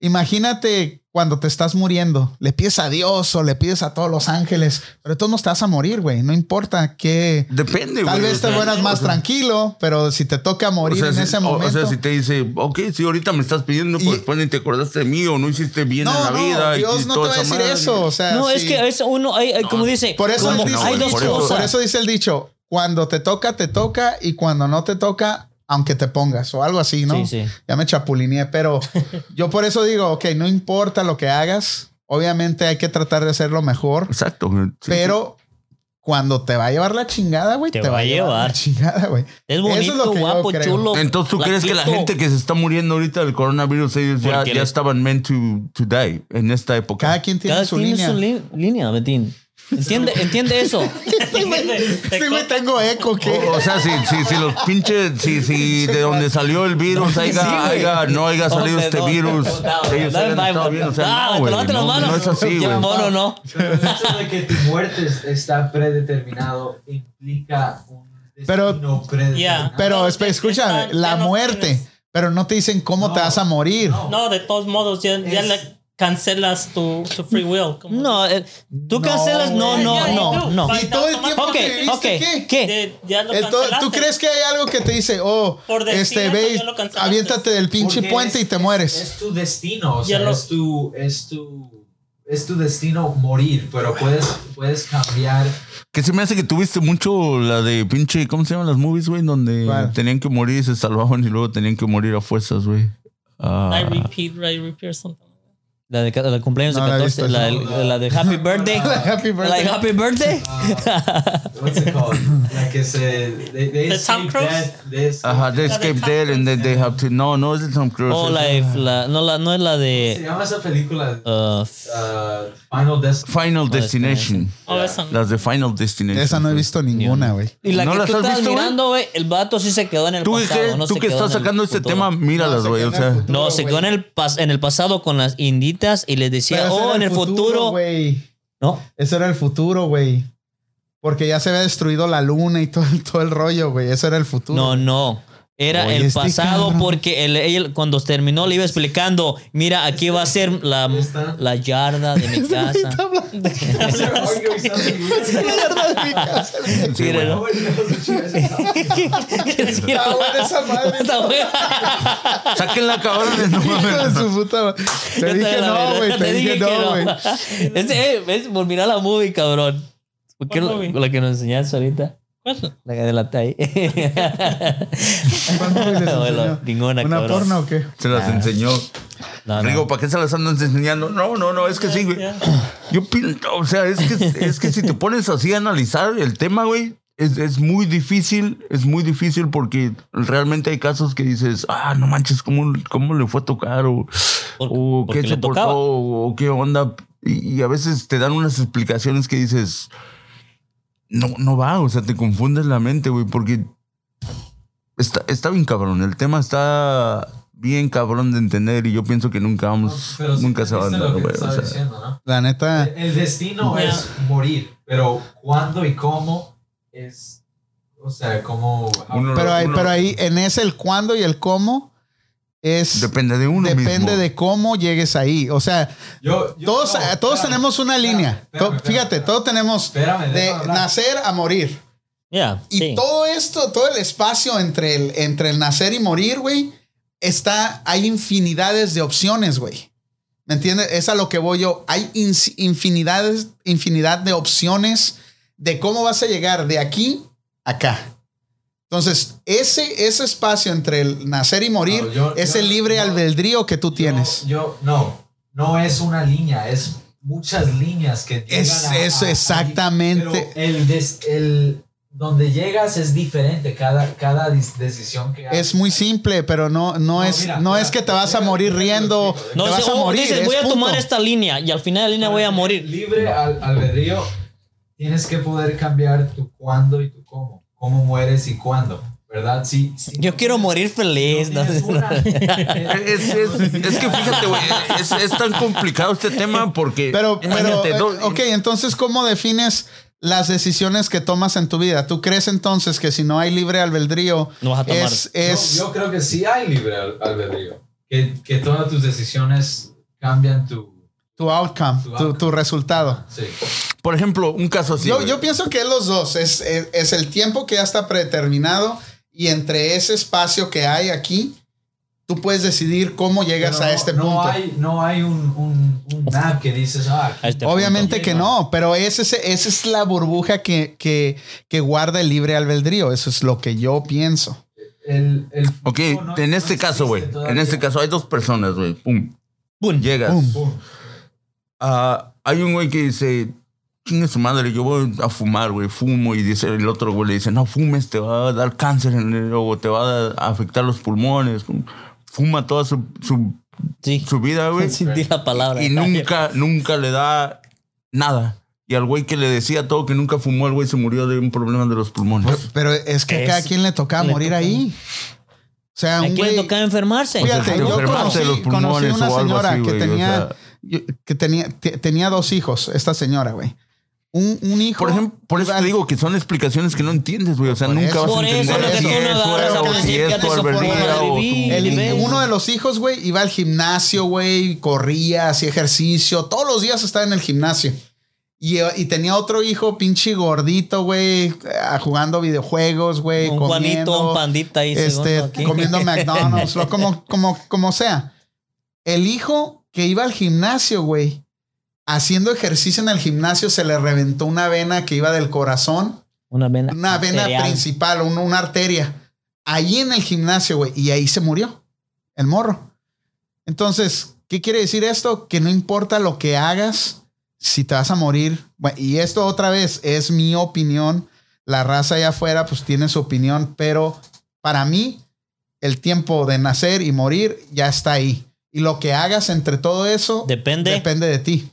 [SPEAKER 1] imagínate cuando te estás muriendo, le pides a Dios o le pides a todos los ángeles, pero de todos modos te vas a morir, güey, no importa qué
[SPEAKER 2] Depende,
[SPEAKER 1] Tal
[SPEAKER 2] güey,
[SPEAKER 1] vez
[SPEAKER 2] o
[SPEAKER 1] te
[SPEAKER 2] sea,
[SPEAKER 1] mueras más
[SPEAKER 2] o sea,
[SPEAKER 1] tranquilo, pero si te toca
[SPEAKER 2] o
[SPEAKER 1] morir
[SPEAKER 2] sea,
[SPEAKER 1] en
[SPEAKER 2] si-
[SPEAKER 1] ese
[SPEAKER 2] o-
[SPEAKER 1] momento.
[SPEAKER 2] O sea, si te dice, ok, si ahorita me estás pidiendo,
[SPEAKER 1] Y-
[SPEAKER 2] pues después ni te acordaste de mí o no hiciste bien en la
[SPEAKER 1] no,
[SPEAKER 2] vida.
[SPEAKER 1] no,
[SPEAKER 2] y-
[SPEAKER 1] Dios
[SPEAKER 2] y
[SPEAKER 1] no te
[SPEAKER 2] toda
[SPEAKER 1] va a
[SPEAKER 2] esa
[SPEAKER 1] decir
[SPEAKER 2] madre.
[SPEAKER 1] eso. O sea,
[SPEAKER 3] No, es
[SPEAKER 1] sí.
[SPEAKER 3] que es uno, hay- hay como dice,
[SPEAKER 1] Por eso,
[SPEAKER 3] como
[SPEAKER 1] dice,
[SPEAKER 2] no,
[SPEAKER 3] hay
[SPEAKER 1] el
[SPEAKER 3] dos
[SPEAKER 1] dicho,
[SPEAKER 3] cosas.
[SPEAKER 1] por eso dice el dicho, cuando te toca, te toca, y cuando no te toca, aunque te pongas o algo así, ¿no?
[SPEAKER 3] Sí, sí.
[SPEAKER 1] Ya me chapulineé, pero yo por eso digo, ok, no importa lo que hagas, obviamente hay que tratar de hacerlo mejor,
[SPEAKER 2] Exacto. Sí,
[SPEAKER 1] pero cuando te va a llevar la chingada, güey,
[SPEAKER 3] Te va a llevar.
[SPEAKER 1] la chingada, güey.
[SPEAKER 3] Es
[SPEAKER 1] Eso
[SPEAKER 3] bonito,
[SPEAKER 1] es lo que yo
[SPEAKER 3] guapo,
[SPEAKER 1] creo.
[SPEAKER 2] sí.
[SPEAKER 3] chulo.
[SPEAKER 2] Entonces, ¿tú crees que la
[SPEAKER 3] flaquito.
[SPEAKER 2] gente que se está muriendo ahorita del coronavirus, ellos ya,
[SPEAKER 3] Porque
[SPEAKER 2] ya
[SPEAKER 3] le-
[SPEAKER 2] estaban meant to, to die en esta época?
[SPEAKER 1] Cada quien tiene
[SPEAKER 3] Cada
[SPEAKER 1] su
[SPEAKER 3] quien
[SPEAKER 1] línea.
[SPEAKER 3] tiene su li- línea, Betín. Entiende, entiende eso.
[SPEAKER 1] Sí, güey, tengo eco, ¿qué?
[SPEAKER 3] Oh,
[SPEAKER 2] O, o sea, si, si, si los pinches, si, si de donde salió el virus, haiga,
[SPEAKER 3] Sí, güey.
[SPEAKER 2] haiga- no haya salido
[SPEAKER 3] Hombre,
[SPEAKER 2] este
[SPEAKER 3] no,
[SPEAKER 2] virus,
[SPEAKER 3] no, no,
[SPEAKER 2] ellos
[SPEAKER 3] no,
[SPEAKER 2] hayan
[SPEAKER 3] no,
[SPEAKER 2] estado
[SPEAKER 3] no,
[SPEAKER 2] bien. O sea,
[SPEAKER 3] no,
[SPEAKER 2] no,
[SPEAKER 3] te
[SPEAKER 2] güey,
[SPEAKER 3] lávate las
[SPEAKER 2] no,
[SPEAKER 3] manos.
[SPEAKER 2] no es así,
[SPEAKER 3] Ya,
[SPEAKER 2] güey.
[SPEAKER 3] mono, no.
[SPEAKER 5] Pero el hecho de que tu muerte es- está predeterminado implica un
[SPEAKER 1] Pero-
[SPEAKER 5] destino predeterminado.
[SPEAKER 1] Pero
[SPEAKER 4] No,
[SPEAKER 1] espe-
[SPEAKER 4] ya-
[SPEAKER 1] escucha,
[SPEAKER 4] ya no-
[SPEAKER 1] la
[SPEAKER 4] ya no
[SPEAKER 1] muerte,
[SPEAKER 4] tienes.
[SPEAKER 1] pero no te dicen cómo te
[SPEAKER 5] No,
[SPEAKER 1] vas a morir.
[SPEAKER 5] no.
[SPEAKER 4] No, de todos modos, ya, ya
[SPEAKER 5] Es-
[SPEAKER 4] le cancelas tu, tu free will. como-
[SPEAKER 3] No, eh, tú
[SPEAKER 1] No,
[SPEAKER 3] cancelas. No,
[SPEAKER 1] güey.
[SPEAKER 3] no, no, no.
[SPEAKER 1] Y todo el tiempo
[SPEAKER 3] Ok,
[SPEAKER 1] que viviste,
[SPEAKER 3] ok.
[SPEAKER 1] ¿qué?
[SPEAKER 3] ¿Qué?
[SPEAKER 4] de- ya lo
[SPEAKER 1] Entonces, ¿Tú
[SPEAKER 4] cancelaste.
[SPEAKER 1] crees que hay algo que te dice, oh,
[SPEAKER 4] Por decir
[SPEAKER 1] este,
[SPEAKER 4] eso,
[SPEAKER 1] ve, y
[SPEAKER 4] ya lo cancelaste.
[SPEAKER 1] aviéntate del pinche
[SPEAKER 5] Porque
[SPEAKER 1] puente
[SPEAKER 5] es-
[SPEAKER 1] y te
[SPEAKER 5] es-
[SPEAKER 1] mueres?
[SPEAKER 5] Es tu destino, o
[SPEAKER 4] Ya
[SPEAKER 5] sea,
[SPEAKER 4] lo-
[SPEAKER 5] es tu, es tu, es tu destino morir, pero puedes, puedes cambiar.
[SPEAKER 2] Que se me hace que tuviste mucho la de pinche, ¿cómo se llaman las movies, güey? Donde
[SPEAKER 1] ¿Cuál?
[SPEAKER 2] tenían que morir y se salvaban y luego tenían que morir a fuerzas, güey. Ah,
[SPEAKER 4] I repeat, I repeat or something.
[SPEAKER 3] La de, ca- la de cumpleaños
[SPEAKER 1] No,
[SPEAKER 3] de
[SPEAKER 1] la he
[SPEAKER 3] 14,
[SPEAKER 1] visto,
[SPEAKER 3] la,
[SPEAKER 1] no,
[SPEAKER 3] de- la de Happy Birthday.
[SPEAKER 1] La happy
[SPEAKER 3] la de
[SPEAKER 1] birthday.
[SPEAKER 3] Happy Birthday.
[SPEAKER 5] What's it called? La que se. They, they
[SPEAKER 4] The
[SPEAKER 5] escape
[SPEAKER 4] Tom Cruise?
[SPEAKER 5] death, they escape-
[SPEAKER 2] Ajá, they
[SPEAKER 4] La de
[SPEAKER 2] escape
[SPEAKER 4] Tom
[SPEAKER 2] dead and then they have to. No, no es de Tom Cruise.
[SPEAKER 3] O
[SPEAKER 2] es
[SPEAKER 3] eh. Oh, la,
[SPEAKER 2] de-
[SPEAKER 3] de- la- no, la, no es la
[SPEAKER 5] Se
[SPEAKER 3] de.
[SPEAKER 5] llama esa película
[SPEAKER 3] uh,
[SPEAKER 5] uh, Final Destination.
[SPEAKER 2] Final
[SPEAKER 3] de
[SPEAKER 2] Destination.
[SPEAKER 4] Oh, esa no.
[SPEAKER 2] Las de Final Destination.
[SPEAKER 1] Esa no he visto ninguna, güey.
[SPEAKER 3] y la
[SPEAKER 2] ¿No
[SPEAKER 3] que
[SPEAKER 2] las
[SPEAKER 3] tú
[SPEAKER 2] has
[SPEAKER 3] estás
[SPEAKER 2] visto, güey?
[SPEAKER 3] mirando, güey, el vato sí se quedó en el
[SPEAKER 2] Tú que,
[SPEAKER 3] pasado. no
[SPEAKER 2] tú
[SPEAKER 3] se
[SPEAKER 2] que
[SPEAKER 3] quedó
[SPEAKER 2] estás
[SPEAKER 3] en el
[SPEAKER 2] sacando este
[SPEAKER 3] futuro.
[SPEAKER 2] tema, míralas,
[SPEAKER 1] No, se
[SPEAKER 2] güey. O
[SPEAKER 1] quedó en el
[SPEAKER 2] sea,
[SPEAKER 1] futuro,
[SPEAKER 3] No, se
[SPEAKER 1] güey.
[SPEAKER 3] quedó en el, pas- en el pasado con las inditas y
[SPEAKER 1] Pero
[SPEAKER 3] les decía,
[SPEAKER 1] ese
[SPEAKER 3] oh,
[SPEAKER 1] era
[SPEAKER 3] en el futuro.
[SPEAKER 1] güey.
[SPEAKER 3] no,
[SPEAKER 1] Eso era el futuro, güey. Porque ya se había destruido la luna y todo, todo el rollo, güey. Eso era el futuro.
[SPEAKER 3] no, no. Era
[SPEAKER 1] Oye,
[SPEAKER 3] el
[SPEAKER 1] este
[SPEAKER 3] pasado
[SPEAKER 1] cabrón.
[SPEAKER 3] porque él, él cuando terminó le iba explicando, mira, aquí va a ser la,
[SPEAKER 5] Esta.
[SPEAKER 3] la yarda de mi casa.
[SPEAKER 1] Está hablando
[SPEAKER 5] They're arguing something
[SPEAKER 1] de
[SPEAKER 5] really-
[SPEAKER 1] la verdad de mi casa.
[SPEAKER 2] sí, güey.
[SPEAKER 3] Míralo.
[SPEAKER 5] Nobody knows what she is.
[SPEAKER 1] Está buena esa madre.
[SPEAKER 3] Está buena.
[SPEAKER 2] Sáquenla, cabrones. No
[SPEAKER 1] Hijo de
[SPEAKER 2] mames.
[SPEAKER 1] su puta. Te
[SPEAKER 3] Yo
[SPEAKER 1] dije
[SPEAKER 3] la
[SPEAKER 1] no,
[SPEAKER 3] verdad,
[SPEAKER 1] güey. Te dije no, güey.
[SPEAKER 3] Este, eh, es por mirar la movie, cabrón. ¿Por qué
[SPEAKER 4] ¿Cuál
[SPEAKER 3] lo-
[SPEAKER 4] movie?
[SPEAKER 3] la que nos enseñaste ahorita?
[SPEAKER 4] ¿Cuál?
[SPEAKER 3] La que delata ahí.
[SPEAKER 1] ¿Cuál movie les enseñó?
[SPEAKER 3] Bueno, ninguna,
[SPEAKER 1] ¿Una
[SPEAKER 3] cabrón.
[SPEAKER 1] porno o qué?
[SPEAKER 2] Se las enseñó.
[SPEAKER 3] No, Ah, no.
[SPEAKER 2] Digo, ¿para qué se las andan enseñando? No, no, no, es que sí, güey.
[SPEAKER 4] Ya.
[SPEAKER 2] Yo pinto, o sea, es que, es que si te pones así a analizar el tema, güey, es, es muy difícil, es muy difícil porque realmente hay casos que dices, ah, no manches, ¿cómo, cómo le fue a tocar? O,
[SPEAKER 3] Por-
[SPEAKER 1] uh,
[SPEAKER 2] o
[SPEAKER 3] porque
[SPEAKER 2] Uh, qué
[SPEAKER 3] le
[SPEAKER 2] se
[SPEAKER 3] tocaba.
[SPEAKER 2] portó, o qué onda. Y, y a veces te dan unas explicaciones que dices, no, no va, o sea, te confundes la mente, güey, porque está, está bien cabrón, el tema está bien cabrón de entender y yo pienso que nunca vamos,
[SPEAKER 5] Pero sí
[SPEAKER 2] nunca se va a andar,
[SPEAKER 5] entendiste lo que
[SPEAKER 2] güey.
[SPEAKER 5] te
[SPEAKER 2] o
[SPEAKER 5] estaba
[SPEAKER 2] sea.
[SPEAKER 5] diciendo, ¿no?
[SPEAKER 1] La neta.
[SPEAKER 5] El destino
[SPEAKER 4] Ya.
[SPEAKER 5] es morir, pero cuándo y cómo es, o sea, cómo...
[SPEAKER 2] Uno-
[SPEAKER 1] Pero, ahí,
[SPEAKER 2] uno-
[SPEAKER 1] pero ahí, en ese el cuándo y el cómo, es.
[SPEAKER 2] Depende de uno
[SPEAKER 1] depende
[SPEAKER 2] mismo.
[SPEAKER 1] de cómo llegues ahí. O sea,
[SPEAKER 5] Yo- yo-
[SPEAKER 1] todos,
[SPEAKER 5] no,
[SPEAKER 1] eh, todos
[SPEAKER 5] espérame,
[SPEAKER 1] tenemos una
[SPEAKER 5] espérame,
[SPEAKER 1] línea.
[SPEAKER 5] espérame,
[SPEAKER 1] To-
[SPEAKER 5] espérame,
[SPEAKER 1] Fíjate, todos tenemos
[SPEAKER 5] Espérame,
[SPEAKER 1] de
[SPEAKER 5] déjame hablar.
[SPEAKER 1] nacer a morir.
[SPEAKER 3] Ya,
[SPEAKER 1] Y
[SPEAKER 3] sí.
[SPEAKER 1] todo esto, todo el espacio entre el, entre el nacer y morir, güey, está, hay infinidades de opciones, güey. ¿Me entiendes? Es a lo que voy yo. Hay in- infinidades, infinidad de opciones de cómo vas a llegar de aquí a acá. Entonces, ese, ese espacio entre el nacer y morir
[SPEAKER 5] No, yo-
[SPEAKER 1] es
[SPEAKER 5] yo-
[SPEAKER 1] el libre
[SPEAKER 5] yo-
[SPEAKER 1] albedrío que tú
[SPEAKER 5] Yo-
[SPEAKER 1] tienes.
[SPEAKER 5] Yo, no, no es una línea, es muchas líneas que llegan
[SPEAKER 1] Es-
[SPEAKER 5] a-
[SPEAKER 1] es
[SPEAKER 5] a- a-
[SPEAKER 1] exactamente.
[SPEAKER 5] pero el, des- el- donde llegas es diferente, cada, cada dis- decisión que haces.
[SPEAKER 1] Es muy simple, pero no, no,
[SPEAKER 5] No,
[SPEAKER 1] es,
[SPEAKER 5] mira,
[SPEAKER 1] no
[SPEAKER 5] mira,
[SPEAKER 1] es que te
[SPEAKER 5] mira,
[SPEAKER 1] vas a
[SPEAKER 5] mira,
[SPEAKER 1] morir
[SPEAKER 5] mira,
[SPEAKER 1] riendo.
[SPEAKER 5] mira,
[SPEAKER 1] te
[SPEAKER 3] No,
[SPEAKER 1] vas
[SPEAKER 3] dice,
[SPEAKER 1] a
[SPEAKER 3] oh,
[SPEAKER 1] morir.
[SPEAKER 3] dices,
[SPEAKER 1] es
[SPEAKER 3] voy a
[SPEAKER 1] punto.
[SPEAKER 3] tomar esta línea y al final de la línea voy a morir.
[SPEAKER 5] Libre al albedrío, tienes que poder cambiar tu cuándo y tu cómo. Cómo mueres y cuándo, ¿verdad? Sí. sí.
[SPEAKER 3] Yo quiero morir feliz.
[SPEAKER 5] No
[SPEAKER 3] No,
[SPEAKER 5] tienes una.
[SPEAKER 2] Es, es- es que fíjate, güey, es, es tan complicado este tema porque.
[SPEAKER 1] Pero, pero,
[SPEAKER 2] imagínate,
[SPEAKER 1] eh,
[SPEAKER 2] do-
[SPEAKER 1] ok, entonces, ¿cómo defines las decisiones que tomas en tu vida? ¿Tú crees entonces que si no hay libre albedrío,
[SPEAKER 3] No vas a tomar.
[SPEAKER 1] es, es
[SPEAKER 5] Yo, yo creo que sí hay libre al- albedrío. Que, que todas tus decisiones cambian tu.
[SPEAKER 1] tu outcome,
[SPEAKER 5] Tu
[SPEAKER 1] tu,
[SPEAKER 5] outcome.
[SPEAKER 1] tu resultado?
[SPEAKER 5] Sí.
[SPEAKER 2] Por ejemplo, un caso así.
[SPEAKER 1] yo,
[SPEAKER 2] güey.
[SPEAKER 1] yo pienso que es los dos. Es, es- es el tiempo que ya está predeterminado y entre ese espacio que hay aquí, tú puedes decidir cómo llegas
[SPEAKER 5] Pero
[SPEAKER 1] a
[SPEAKER 5] no-
[SPEAKER 1] este
[SPEAKER 5] no
[SPEAKER 1] punto.
[SPEAKER 5] Hay, no hay un, un, un map que dices, ah,
[SPEAKER 3] a este
[SPEAKER 1] Obviamente
[SPEAKER 5] punto.
[SPEAKER 1] que no, pero ese es- esa es la burbuja que, que, que guarda el libre albedrío. Eso es lo que yo pienso.
[SPEAKER 5] el, el
[SPEAKER 2] Ok,
[SPEAKER 5] flujo no-
[SPEAKER 2] en
[SPEAKER 5] no
[SPEAKER 2] este caso, güey.
[SPEAKER 5] existe
[SPEAKER 2] En
[SPEAKER 5] todavía.
[SPEAKER 2] este caso hay dos personas, güey. Pum.
[SPEAKER 3] Boom.
[SPEAKER 2] Llegas.
[SPEAKER 1] Pum.
[SPEAKER 5] Pum.
[SPEAKER 2] Ah, hay un güey que dice, chingue su madre, yo voy a fumar, güey, fumo. Y dice el otro güey, le dice, no fumes, te va a dar cáncer en el- o te va a afectar los pulmones. Fuma toda su, su,
[SPEAKER 3] Sí.
[SPEAKER 2] su vida, güey.
[SPEAKER 3] Sí, di la palabra.
[SPEAKER 2] Y nunca, nunca le da nada. Y al güey que le decía todo que nunca fumó, el güey se murió de un problema de los pulmones.
[SPEAKER 1] Pero es que a cada
[SPEAKER 3] Pues, Es-
[SPEAKER 1] quien le tocaba
[SPEAKER 3] le
[SPEAKER 1] morir
[SPEAKER 3] tocaba.
[SPEAKER 1] ahí. O sea,
[SPEAKER 3] ¿A
[SPEAKER 1] un
[SPEAKER 3] quién le
[SPEAKER 1] güey...
[SPEAKER 3] tocaba enfermarse?
[SPEAKER 1] Fíjate,
[SPEAKER 2] te
[SPEAKER 1] yo
[SPEAKER 2] enfermaste
[SPEAKER 1] conocí,
[SPEAKER 2] de los pulmones
[SPEAKER 1] conocí una
[SPEAKER 2] o algo
[SPEAKER 1] señora
[SPEAKER 2] así,
[SPEAKER 1] que,
[SPEAKER 2] güey, o
[SPEAKER 1] tenía,
[SPEAKER 2] sea.
[SPEAKER 1] yo- que tenía, te- tenía dos hijos, esta señora, güey. Un, un hijo...
[SPEAKER 2] Por ejemplo, por eso
[SPEAKER 1] iba-
[SPEAKER 2] te digo que son explicaciones que no entiendes, güey. O sea,
[SPEAKER 1] Por
[SPEAKER 2] nunca
[SPEAKER 1] eso.
[SPEAKER 2] vas
[SPEAKER 3] Por
[SPEAKER 2] a
[SPEAKER 3] eso
[SPEAKER 2] entender
[SPEAKER 1] no te-
[SPEAKER 2] si
[SPEAKER 1] tú no
[SPEAKER 2] es
[SPEAKER 1] agarras
[SPEAKER 2] fuerza
[SPEAKER 1] a
[SPEAKER 2] o si
[SPEAKER 1] decir,
[SPEAKER 2] es
[SPEAKER 1] fíjate
[SPEAKER 2] tu
[SPEAKER 1] su forma de
[SPEAKER 2] alberguía o
[SPEAKER 3] vivir.
[SPEAKER 2] tu-
[SPEAKER 1] El-
[SPEAKER 3] Nivel.
[SPEAKER 1] uno de los hijos, güey, iba al gimnasio, güey, corría, hacía ejercicio, todos los días estaba en el gimnasio. Y, y tenía otro hijo, pinche gordito, güey, ah, jugando videojuegos, güey,
[SPEAKER 3] un
[SPEAKER 1] comiendo,
[SPEAKER 3] Juanito, un pandita ahí.
[SPEAKER 1] este,
[SPEAKER 3] segundo aquí.
[SPEAKER 1] comiendo McDonald's, lo- como, como, como sea. El hijo que iba al gimnasio, güey, haciendo ejercicio en el gimnasio, se le reventó una vena que iba del corazón
[SPEAKER 3] Una vena.
[SPEAKER 1] una vena
[SPEAKER 3] arterial.
[SPEAKER 1] principal, un- una arteria, ahí en el gimnasio, güey, y ahí se murió el morro. Entonces, ¿qué quiere decir esto? Que no importa lo que hagas, si te vas a morir, Bueno, y esto otra vez es mi opinión, la raza allá afuera pues tiene su opinión, pero para mí el tiempo de nacer y morir ya está ahí. Y lo que hagas entre todo eso
[SPEAKER 3] Depende
[SPEAKER 1] depende de ti.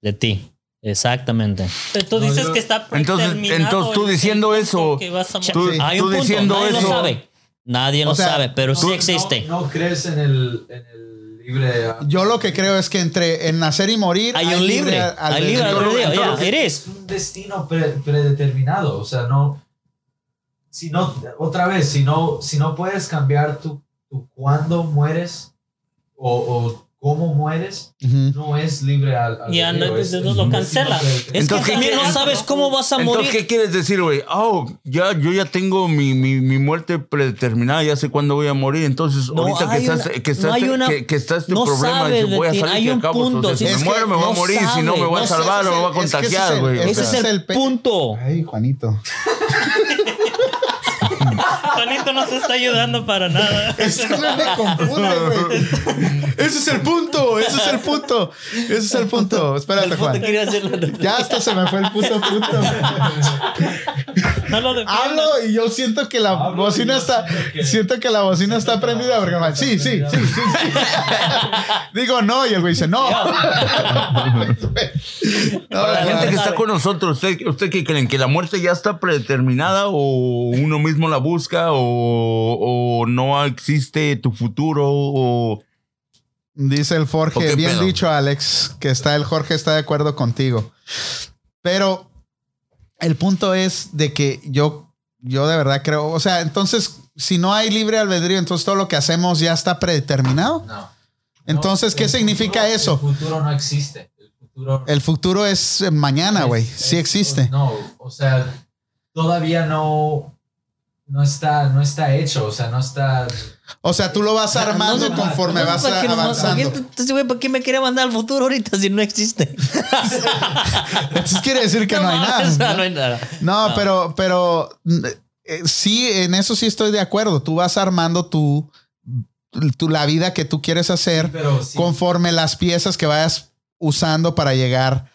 [SPEAKER 3] de ti. Exactamente.
[SPEAKER 4] Pero tú
[SPEAKER 5] No,
[SPEAKER 4] dices
[SPEAKER 5] yo-
[SPEAKER 4] que está
[SPEAKER 2] Entonces-
[SPEAKER 4] predeterminado
[SPEAKER 2] entonces tú
[SPEAKER 4] el- el
[SPEAKER 2] diciendo
[SPEAKER 4] punto
[SPEAKER 2] eso,
[SPEAKER 4] que vas a
[SPEAKER 3] Cha-
[SPEAKER 1] Tú-
[SPEAKER 4] morir.
[SPEAKER 3] Hay
[SPEAKER 2] tú
[SPEAKER 3] un punto.
[SPEAKER 2] diciendo
[SPEAKER 3] Nadie
[SPEAKER 2] eso-
[SPEAKER 3] lo sabe. Nadie lo
[SPEAKER 1] O sea,
[SPEAKER 3] sabe, pero
[SPEAKER 5] No,
[SPEAKER 3] sí
[SPEAKER 5] no-
[SPEAKER 3] existe.
[SPEAKER 5] No, crees en el, en el libre. ah,
[SPEAKER 1] Yo lo que creo es que entre en nacer y morir
[SPEAKER 3] Hay un libre.
[SPEAKER 1] al-
[SPEAKER 3] Hay libre
[SPEAKER 1] albedrío.
[SPEAKER 3] albedrío. ya,
[SPEAKER 5] entonces-
[SPEAKER 3] it
[SPEAKER 5] Es
[SPEAKER 3] is.
[SPEAKER 5] un destino pre- predeterminado. O sea, no. Si no, otra vez, si no, si no puedes cambiar tu, tu cuándo mueres o, o cómo mueres,
[SPEAKER 1] Ujú.
[SPEAKER 5] no es libre al. al
[SPEAKER 4] Ya,
[SPEAKER 5] albedrío,
[SPEAKER 4] no,
[SPEAKER 5] es-
[SPEAKER 4] entonces
[SPEAKER 5] es
[SPEAKER 4] no lo
[SPEAKER 5] un
[SPEAKER 4] cancela.
[SPEAKER 5] destino predeterminado.
[SPEAKER 3] Es
[SPEAKER 2] Entonces,
[SPEAKER 3] que
[SPEAKER 2] ¿qué
[SPEAKER 3] también no
[SPEAKER 2] quieres?
[SPEAKER 3] sabes cómo vas a morir.
[SPEAKER 2] Entonces, ¿qué quieres decir, güey? Oh, ya, yo ya tengo mi, mi, mi muerte predeterminada, ya sé cuándo voy a morir. Entonces,
[SPEAKER 3] No
[SPEAKER 2] ahorita que
[SPEAKER 3] hay
[SPEAKER 2] estás,
[SPEAKER 3] una-
[SPEAKER 2] que estás,
[SPEAKER 3] no hay una-
[SPEAKER 2] que, que está este
[SPEAKER 3] no
[SPEAKER 2] problema,
[SPEAKER 3] sabes,
[SPEAKER 2] dices, voy a
[SPEAKER 3] Betín,
[SPEAKER 2] salir
[SPEAKER 3] hay
[SPEAKER 2] de
[SPEAKER 3] un
[SPEAKER 2] acá, pues,
[SPEAKER 3] punto,
[SPEAKER 2] o sea,
[SPEAKER 1] sí,
[SPEAKER 2] si
[SPEAKER 1] es
[SPEAKER 2] me
[SPEAKER 1] que
[SPEAKER 2] muero, me voy
[SPEAKER 3] no
[SPEAKER 2] a morir, si no me
[SPEAKER 1] sabe, no,
[SPEAKER 2] voy a salvar
[SPEAKER 1] ese es
[SPEAKER 2] o me voy
[SPEAKER 1] el-
[SPEAKER 2] a
[SPEAKER 1] es que ese es
[SPEAKER 2] contagiar,
[SPEAKER 1] el-
[SPEAKER 2] güey. o
[SPEAKER 1] ese
[SPEAKER 3] Ese
[SPEAKER 2] sea.
[SPEAKER 3] es el
[SPEAKER 1] pe-
[SPEAKER 3] punto.
[SPEAKER 1] Ay, Juanito.
[SPEAKER 4] Juanito no te está ayudando para nada.
[SPEAKER 1] Es que no me confunde, güey. Ese es el punto, ese es el punto. Ese es el punto. Espérate, Juan.
[SPEAKER 3] Quería hacerlo.
[SPEAKER 1] Ya hasta se me fue el puto punto.
[SPEAKER 4] No lo defiendas.
[SPEAKER 1] Hablo y yo siento que la
[SPEAKER 5] Hablo y
[SPEAKER 1] bocina
[SPEAKER 5] yo
[SPEAKER 1] está
[SPEAKER 5] siento que-
[SPEAKER 1] siento que la bocina está
[SPEAKER 5] siento que la
[SPEAKER 1] prendida porque
[SPEAKER 5] bocina
[SPEAKER 1] me-
[SPEAKER 5] está
[SPEAKER 1] sí, sí,
[SPEAKER 5] prendida.
[SPEAKER 1] sí, sí, sí. Digo no y el güey dice no. No,
[SPEAKER 2] Para la gente que
[SPEAKER 1] no.
[SPEAKER 2] está con nosotros, ¿usted, ¿usted qué creen? ¿Que la muerte ya está predeterminada o uno mismo la busca o, o no existe tu futuro? O...
[SPEAKER 1] Dice el
[SPEAKER 2] ¿O
[SPEAKER 1] Jorge,
[SPEAKER 2] qué
[SPEAKER 1] bien
[SPEAKER 2] pedo?
[SPEAKER 1] dicho Alex, que está el Jorge está de acuerdo contigo. Pero el punto es de que yo yo de verdad creo, o sea, entonces si no hay libre albedrío, entonces todo lo que hacemos ya está predeterminado.
[SPEAKER 5] No.
[SPEAKER 1] Entonces,
[SPEAKER 5] No,
[SPEAKER 1] ¿qué
[SPEAKER 5] el
[SPEAKER 1] significa
[SPEAKER 5] futuro-
[SPEAKER 1] eso?
[SPEAKER 5] El futuro no existe. El futuro
[SPEAKER 1] El futuro es eh, mañana,
[SPEAKER 5] Es-
[SPEAKER 1] güey.
[SPEAKER 5] es-
[SPEAKER 1] Sí existe.
[SPEAKER 5] Este, pues, No, o sea, todavía no, no, está, no está hecho, o sea, no está...
[SPEAKER 1] O sea, tú lo vas armando
[SPEAKER 5] no, no,
[SPEAKER 1] conforme
[SPEAKER 5] no,
[SPEAKER 1] vas
[SPEAKER 3] ¿Para qué
[SPEAKER 1] a-
[SPEAKER 3] nomás? ¿Para
[SPEAKER 1] avanzando.
[SPEAKER 3] qué- entonces, güey, ¿para qué me quería mandar al futuro ahorita si no existe?
[SPEAKER 1] Entonces quiere decir que no hay
[SPEAKER 3] mames,
[SPEAKER 1] nada.
[SPEAKER 3] No hay nada.
[SPEAKER 1] No,
[SPEAKER 5] Ah.
[SPEAKER 3] No.
[SPEAKER 1] pero, pero mm, eh, sí, en eso sí estoy de acuerdo. Tú vas armando tu, tu- la vida que tú quieres hacer
[SPEAKER 5] Pero sí,
[SPEAKER 1] conforme las piezas que vayas usando para llegar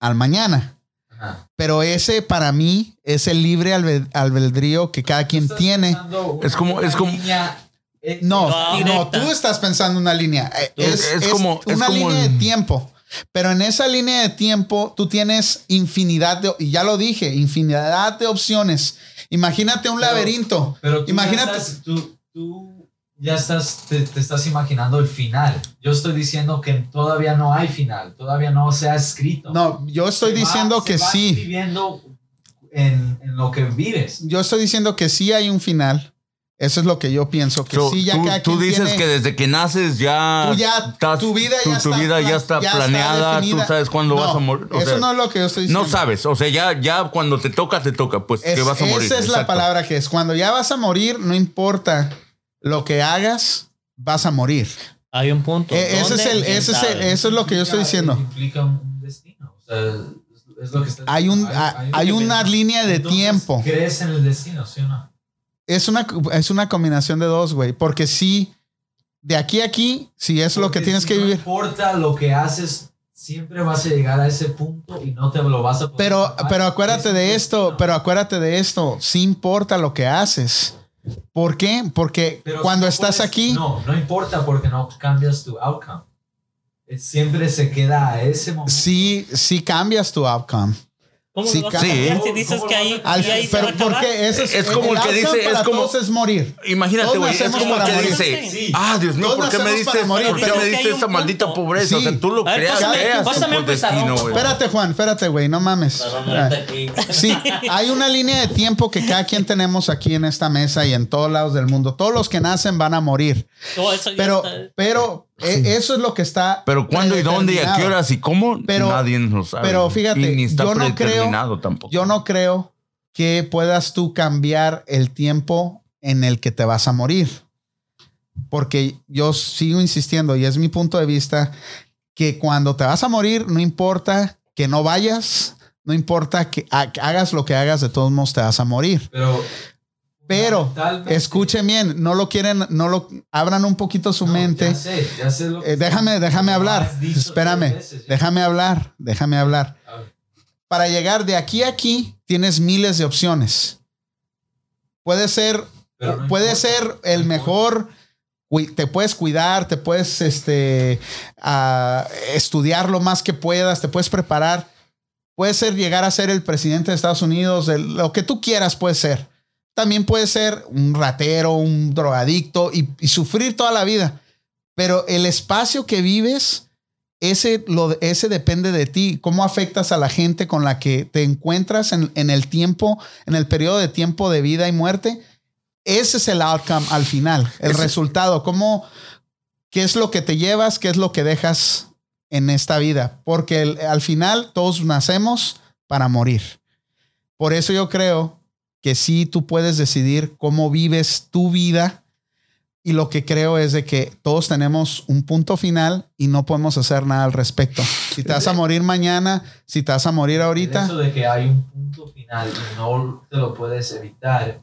[SPEAKER 1] al mañana.
[SPEAKER 5] ajá.
[SPEAKER 1] Pero ese para mí es el libre albe- albedrío que cada quien
[SPEAKER 5] Estás
[SPEAKER 1] tiene.
[SPEAKER 5] usando una-
[SPEAKER 2] Es como-
[SPEAKER 5] una
[SPEAKER 2] es como-
[SPEAKER 5] línea, eh,
[SPEAKER 1] No,
[SPEAKER 3] No,
[SPEAKER 1] no,
[SPEAKER 4] directa.
[SPEAKER 1] tú estás pensando una línea. Eh,
[SPEAKER 3] Tú-
[SPEAKER 1] Es,
[SPEAKER 2] es
[SPEAKER 1] es
[SPEAKER 2] como- es
[SPEAKER 1] una
[SPEAKER 2] como
[SPEAKER 1] línea
[SPEAKER 2] el-
[SPEAKER 1] de tiempo. Pero en esa línea de tiempo tú tienes infinidad de, y ya lo dije, infinidad de opciones. Imagínate un
[SPEAKER 5] Pero-
[SPEAKER 1] laberinto.
[SPEAKER 5] Pero tú
[SPEAKER 1] Imagínate-
[SPEAKER 5] Ya estás, tú, tú ya estás, te, te estás imaginando el final. Yo estoy diciendo que todavía no hay final, todavía no se ha escrito.
[SPEAKER 1] No, yo estoy
[SPEAKER 5] Se va-
[SPEAKER 1] diciendo
[SPEAKER 5] se
[SPEAKER 1] que
[SPEAKER 5] va
[SPEAKER 1] sí.
[SPEAKER 5] Viviendo en, en lo que vives.
[SPEAKER 1] Yo estoy diciendo que sí hay un final. Eso es lo que yo pienso. Que
[SPEAKER 2] So,
[SPEAKER 1] sí, ya
[SPEAKER 2] tú,
[SPEAKER 1] cada
[SPEAKER 2] tú
[SPEAKER 1] quien
[SPEAKER 2] dices
[SPEAKER 1] tiene-
[SPEAKER 2] que desde que naces ya,
[SPEAKER 1] Tú ya-
[SPEAKER 2] estás-
[SPEAKER 1] tu vida
[SPEAKER 2] tu-
[SPEAKER 1] ya
[SPEAKER 2] tu
[SPEAKER 1] está
[SPEAKER 2] vida ya
[SPEAKER 1] plan-
[SPEAKER 2] está
[SPEAKER 1] ya está
[SPEAKER 2] planeada, tú
[SPEAKER 1] definida.
[SPEAKER 2] sabes cuándo
[SPEAKER 1] No,
[SPEAKER 2] vas a morir. O
[SPEAKER 1] eso
[SPEAKER 2] sea,
[SPEAKER 1] no es lo que yo estoy diciendo.
[SPEAKER 2] no sabes, o sea, ya, ya cuando te toca, te toca, pues
[SPEAKER 1] Es-
[SPEAKER 2] que vas a morir.
[SPEAKER 1] Esa es la
[SPEAKER 2] exacto.
[SPEAKER 1] palabra que es. Cuando ya vas a morir, no importa lo que hagas, vas a morir.
[SPEAKER 3] Hay un punto.
[SPEAKER 1] E- ese
[SPEAKER 3] ¿Dónde?
[SPEAKER 1] es el-
[SPEAKER 3] ¿Quién
[SPEAKER 1] ese es el-
[SPEAKER 3] sabe?
[SPEAKER 1] ese- Eso es lo que yo estoy diciendo.
[SPEAKER 5] Implica un destino. O sea, es, es lo que estás
[SPEAKER 1] Hay, un,
[SPEAKER 5] diciendo.
[SPEAKER 1] hay, hay una línea de
[SPEAKER 5] Entonces,
[SPEAKER 1] tiempo.
[SPEAKER 5] ¿Crees en el destino, sí o no?
[SPEAKER 1] es una, es una combinación de dos, güey. Porque si de aquí a aquí, si es lo que
[SPEAKER 5] Porque
[SPEAKER 1] tienes
[SPEAKER 5] si
[SPEAKER 1] que
[SPEAKER 5] no
[SPEAKER 1] vivir.
[SPEAKER 5] importa lo que haces, siempre vas a llegar a ese punto y no te lo vas a poder
[SPEAKER 1] Pero,
[SPEAKER 5] escapar.
[SPEAKER 1] pero acuérdate
[SPEAKER 5] Es-
[SPEAKER 1] de esto, pero acuérdate de esto. Sí importa lo que haces. ¿Por qué? Porque
[SPEAKER 5] Pero
[SPEAKER 1] cuando
[SPEAKER 5] si no
[SPEAKER 1] estás
[SPEAKER 5] puedes-
[SPEAKER 1] aquí,
[SPEAKER 5] No, no importa porque no cambias tu outcome. Es- Siempre se queda a ese momento.
[SPEAKER 1] sí, sí cambias tu outcome.
[SPEAKER 4] ¿Cómo
[SPEAKER 1] Sí,
[SPEAKER 4] lo vas a
[SPEAKER 2] sí.
[SPEAKER 4] cambiar si dices que ahí,
[SPEAKER 5] Al-
[SPEAKER 4] y ahí se va
[SPEAKER 1] pero
[SPEAKER 4] a acabar?
[SPEAKER 1] porque eso es,
[SPEAKER 2] Es como el que
[SPEAKER 1] outcome
[SPEAKER 2] dice, es
[SPEAKER 1] para
[SPEAKER 2] como-
[SPEAKER 1] todos es morir.
[SPEAKER 2] Imagínate,
[SPEAKER 1] Todos
[SPEAKER 2] güey. Es
[SPEAKER 1] nacemos
[SPEAKER 2] como el
[SPEAKER 1] para
[SPEAKER 2] que
[SPEAKER 1] morir.
[SPEAKER 2] dice,
[SPEAKER 5] Sí.
[SPEAKER 2] ah, Dios mío,
[SPEAKER 1] Todos
[SPEAKER 2] ¿por qué me
[SPEAKER 1] nacemos
[SPEAKER 2] diste,
[SPEAKER 1] para morir.
[SPEAKER 2] ¿por qué
[SPEAKER 4] Pero
[SPEAKER 2] me
[SPEAKER 4] es que
[SPEAKER 2] diste
[SPEAKER 4] hay
[SPEAKER 2] esta
[SPEAKER 4] un
[SPEAKER 2] maldita
[SPEAKER 4] punto.
[SPEAKER 2] pobreza? O sea,
[SPEAKER 1] Sí.
[SPEAKER 2] tú lo
[SPEAKER 3] A ver,
[SPEAKER 2] creas,
[SPEAKER 1] pásame-
[SPEAKER 2] creas
[SPEAKER 3] pásame
[SPEAKER 2] tu
[SPEAKER 3] un pizarrón,
[SPEAKER 2] destino,
[SPEAKER 3] por
[SPEAKER 2] güey.
[SPEAKER 1] Espérate, Juan, espérate, güey, no mames. Ah, Sí, hay una línea de tiempo que cada quien tenemos aquí en esta mesa y en todos lados del mundo. Todos los que nacen van a morir.
[SPEAKER 4] No, eso ya
[SPEAKER 1] Pero,
[SPEAKER 4] está-
[SPEAKER 1] pero eh, eso es lo que está.
[SPEAKER 2] Pero cuándo y dónde y a qué
[SPEAKER 1] predeterminado.
[SPEAKER 2] horas y cómo,
[SPEAKER 1] Pero-
[SPEAKER 2] nadie lo sabe.
[SPEAKER 1] pero fíjate,
[SPEAKER 2] y ni está
[SPEAKER 1] yo no creo-
[SPEAKER 2] predeterminado tampoco.
[SPEAKER 1] Yo no creo que puedas tú cambiar el tiempo en el que te vas a morir. Porque yo sigo insistiendo y es mi punto de vista que cuando te vas a morir, no importa que no vayas, no importa que ha- que hagas lo que hagas, de todos modos te vas a morir.
[SPEAKER 5] Pero,
[SPEAKER 1] Pero
[SPEAKER 5] fundamentalmente-
[SPEAKER 1] escuchen bien, no lo quieren, no lo abran un poquito su
[SPEAKER 5] No,
[SPEAKER 1] mente.
[SPEAKER 5] Ya sé, ya sé lo que-
[SPEAKER 1] Eh, déjame, déjame
[SPEAKER 5] lo
[SPEAKER 1] hablar.
[SPEAKER 5] has dicho
[SPEAKER 1] Espérame,
[SPEAKER 5] tres veces ya.
[SPEAKER 1] déjame hablar, déjame hablar.
[SPEAKER 5] A ver,
[SPEAKER 1] Para llegar de aquí a aquí, tienes miles de opciones. Puede ser,
[SPEAKER 5] pero no
[SPEAKER 1] Eh, puede
[SPEAKER 5] importa,
[SPEAKER 1] ser el
[SPEAKER 5] no importa.
[SPEAKER 1] mejor. cui- Te puedes cuidar, te puedes este, ah, estudiar lo más que puedas, te puedes preparar. Puede ser llegar a ser el presidente de Estados Unidos, el- lo que tú quieras puede ser. También puede ser un ratero, un drogadicto y, y sufrir toda la vida. Pero el espacio que vives, ese, lo, ese depende de ti. ¿Cómo afectas a la gente con la que te encuentras en, en el tiempo, en el periodo de tiempo de vida y muerte? Ese es el outcome al final, el
[SPEAKER 2] Ese-
[SPEAKER 1] resultado. ¿Cómo, ¿Qué es lo que te llevas? ¿Qué es lo que dejas en esta vida? Porque el- al final todos nacemos para morir. Por eso yo creo que sí tú puedes decidir cómo vives tu vida. Y lo que creo es de que todos tenemos un punto final y no podemos hacer nada al respecto. Si te vas a morir mañana, si te vas a morir
[SPEAKER 5] El
[SPEAKER 1] ahorita,
[SPEAKER 5] hecho de que hay un punto final y no te lo puedes evitar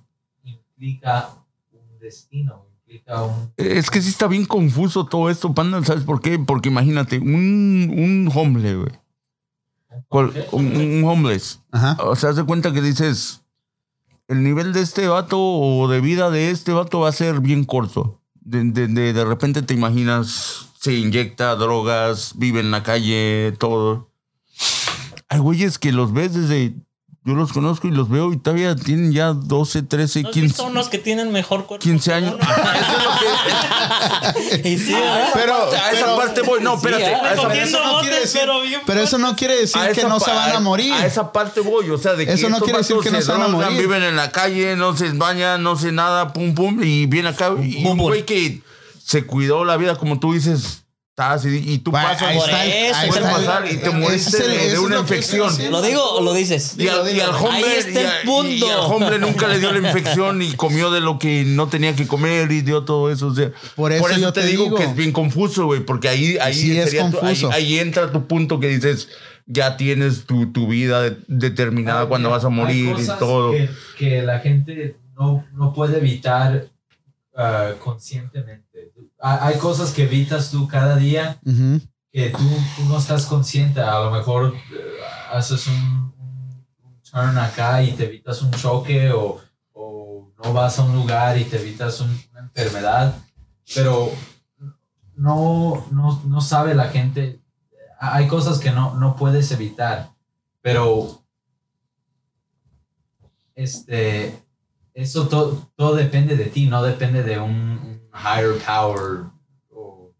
[SPEAKER 5] implica un destino, implica un...
[SPEAKER 2] Es que sí está bien confuso todo esto, panda. ¿Sabes por qué? Porque imagínate, un, un homeless, güey. Cual- Un, un homeless.
[SPEAKER 1] ajá,
[SPEAKER 2] O sea, haz de cuenta que dices, el nivel de este vato o de vida de este vato va a ser bien corto. De, de- de- de repente te imaginas, se inyecta drogas, vive en la calle, todo. Hay güeyes que los ves desde... Yo los conozco y los veo y todavía tienen ya 12, 13,
[SPEAKER 4] ¿No has
[SPEAKER 2] 15,
[SPEAKER 4] visto unos que tienen mejor cuerpo?
[SPEAKER 2] 15 años.
[SPEAKER 4] Uno-
[SPEAKER 3] Y sí, ¿verdad?
[SPEAKER 1] Pero-
[SPEAKER 2] a esa
[SPEAKER 1] pero-
[SPEAKER 2] parte voy. No, espérate.
[SPEAKER 3] ¿eh?
[SPEAKER 2] a esa-
[SPEAKER 1] pero eso no
[SPEAKER 4] Recogiendo
[SPEAKER 1] quiere
[SPEAKER 4] botes,
[SPEAKER 1] decir-
[SPEAKER 4] pero bien
[SPEAKER 1] pero eso no quiere decir
[SPEAKER 2] a
[SPEAKER 1] que
[SPEAKER 2] esa
[SPEAKER 1] no se
[SPEAKER 2] pa-
[SPEAKER 1] van a morir.
[SPEAKER 2] A esa parte voy, o sea, de que
[SPEAKER 1] Eso no
[SPEAKER 2] estos
[SPEAKER 1] quiere decir
[SPEAKER 2] vatos
[SPEAKER 1] que no se van a
[SPEAKER 2] drogan,
[SPEAKER 1] morir.
[SPEAKER 2] Viven en la calle, no se bañan, no se nada, pum pum y viene acá y
[SPEAKER 3] pum,
[SPEAKER 2] un
[SPEAKER 3] pum.
[SPEAKER 2] güey que se cuidó la vida como tú dices, estás y, y tú
[SPEAKER 1] Bueno,
[SPEAKER 2] pasas
[SPEAKER 1] ahí
[SPEAKER 3] por
[SPEAKER 1] está el-
[SPEAKER 3] eso,
[SPEAKER 1] ahí
[SPEAKER 2] puedes
[SPEAKER 1] está el-
[SPEAKER 2] pasar y te
[SPEAKER 1] ese
[SPEAKER 2] moriste
[SPEAKER 1] es el-
[SPEAKER 2] de- de,
[SPEAKER 1] eso es
[SPEAKER 2] una
[SPEAKER 1] lo que estoy
[SPEAKER 2] infección.
[SPEAKER 1] diciendo.
[SPEAKER 3] ¿Lo digo o lo dices?
[SPEAKER 2] Y, al- y al
[SPEAKER 3] Ahí
[SPEAKER 2] hombre,
[SPEAKER 3] está el
[SPEAKER 2] y a-
[SPEAKER 3] punto.
[SPEAKER 2] y al hombre nunca le dio la infección y comió de lo que no tenía que comer y dio todo eso. o sea,
[SPEAKER 1] Por eso yo te digo.
[SPEAKER 2] que es bien confuso, güey, porque ahí, ahí,
[SPEAKER 1] Sí, es
[SPEAKER 2] sería tu- ahí-
[SPEAKER 1] confuso.
[SPEAKER 2] ahí, entra tu punto que dices, ya tienes tu, tu vida de- determinada
[SPEAKER 5] Hay-
[SPEAKER 2] cuando vas a
[SPEAKER 5] Ah, hay
[SPEAKER 2] morir y
[SPEAKER 5] cosas
[SPEAKER 2] todo.
[SPEAKER 5] Que, que la gente no, no puede evitar ah, conscientemente. Ha- Hay cosas que evitas tú cada día
[SPEAKER 1] Ujú.
[SPEAKER 5] que tú, tú no estás consciente. A lo mejor eh, haces un, un- un turn acá y te evitas un choque o, o no vas a un lugar y te evitas un- una enfermedad, pero no, no, no sabe la gente. Ha- Hay cosas que no, no puedes evitar, pero este, eso to- todo depende de ti, no depende de un, un higher power o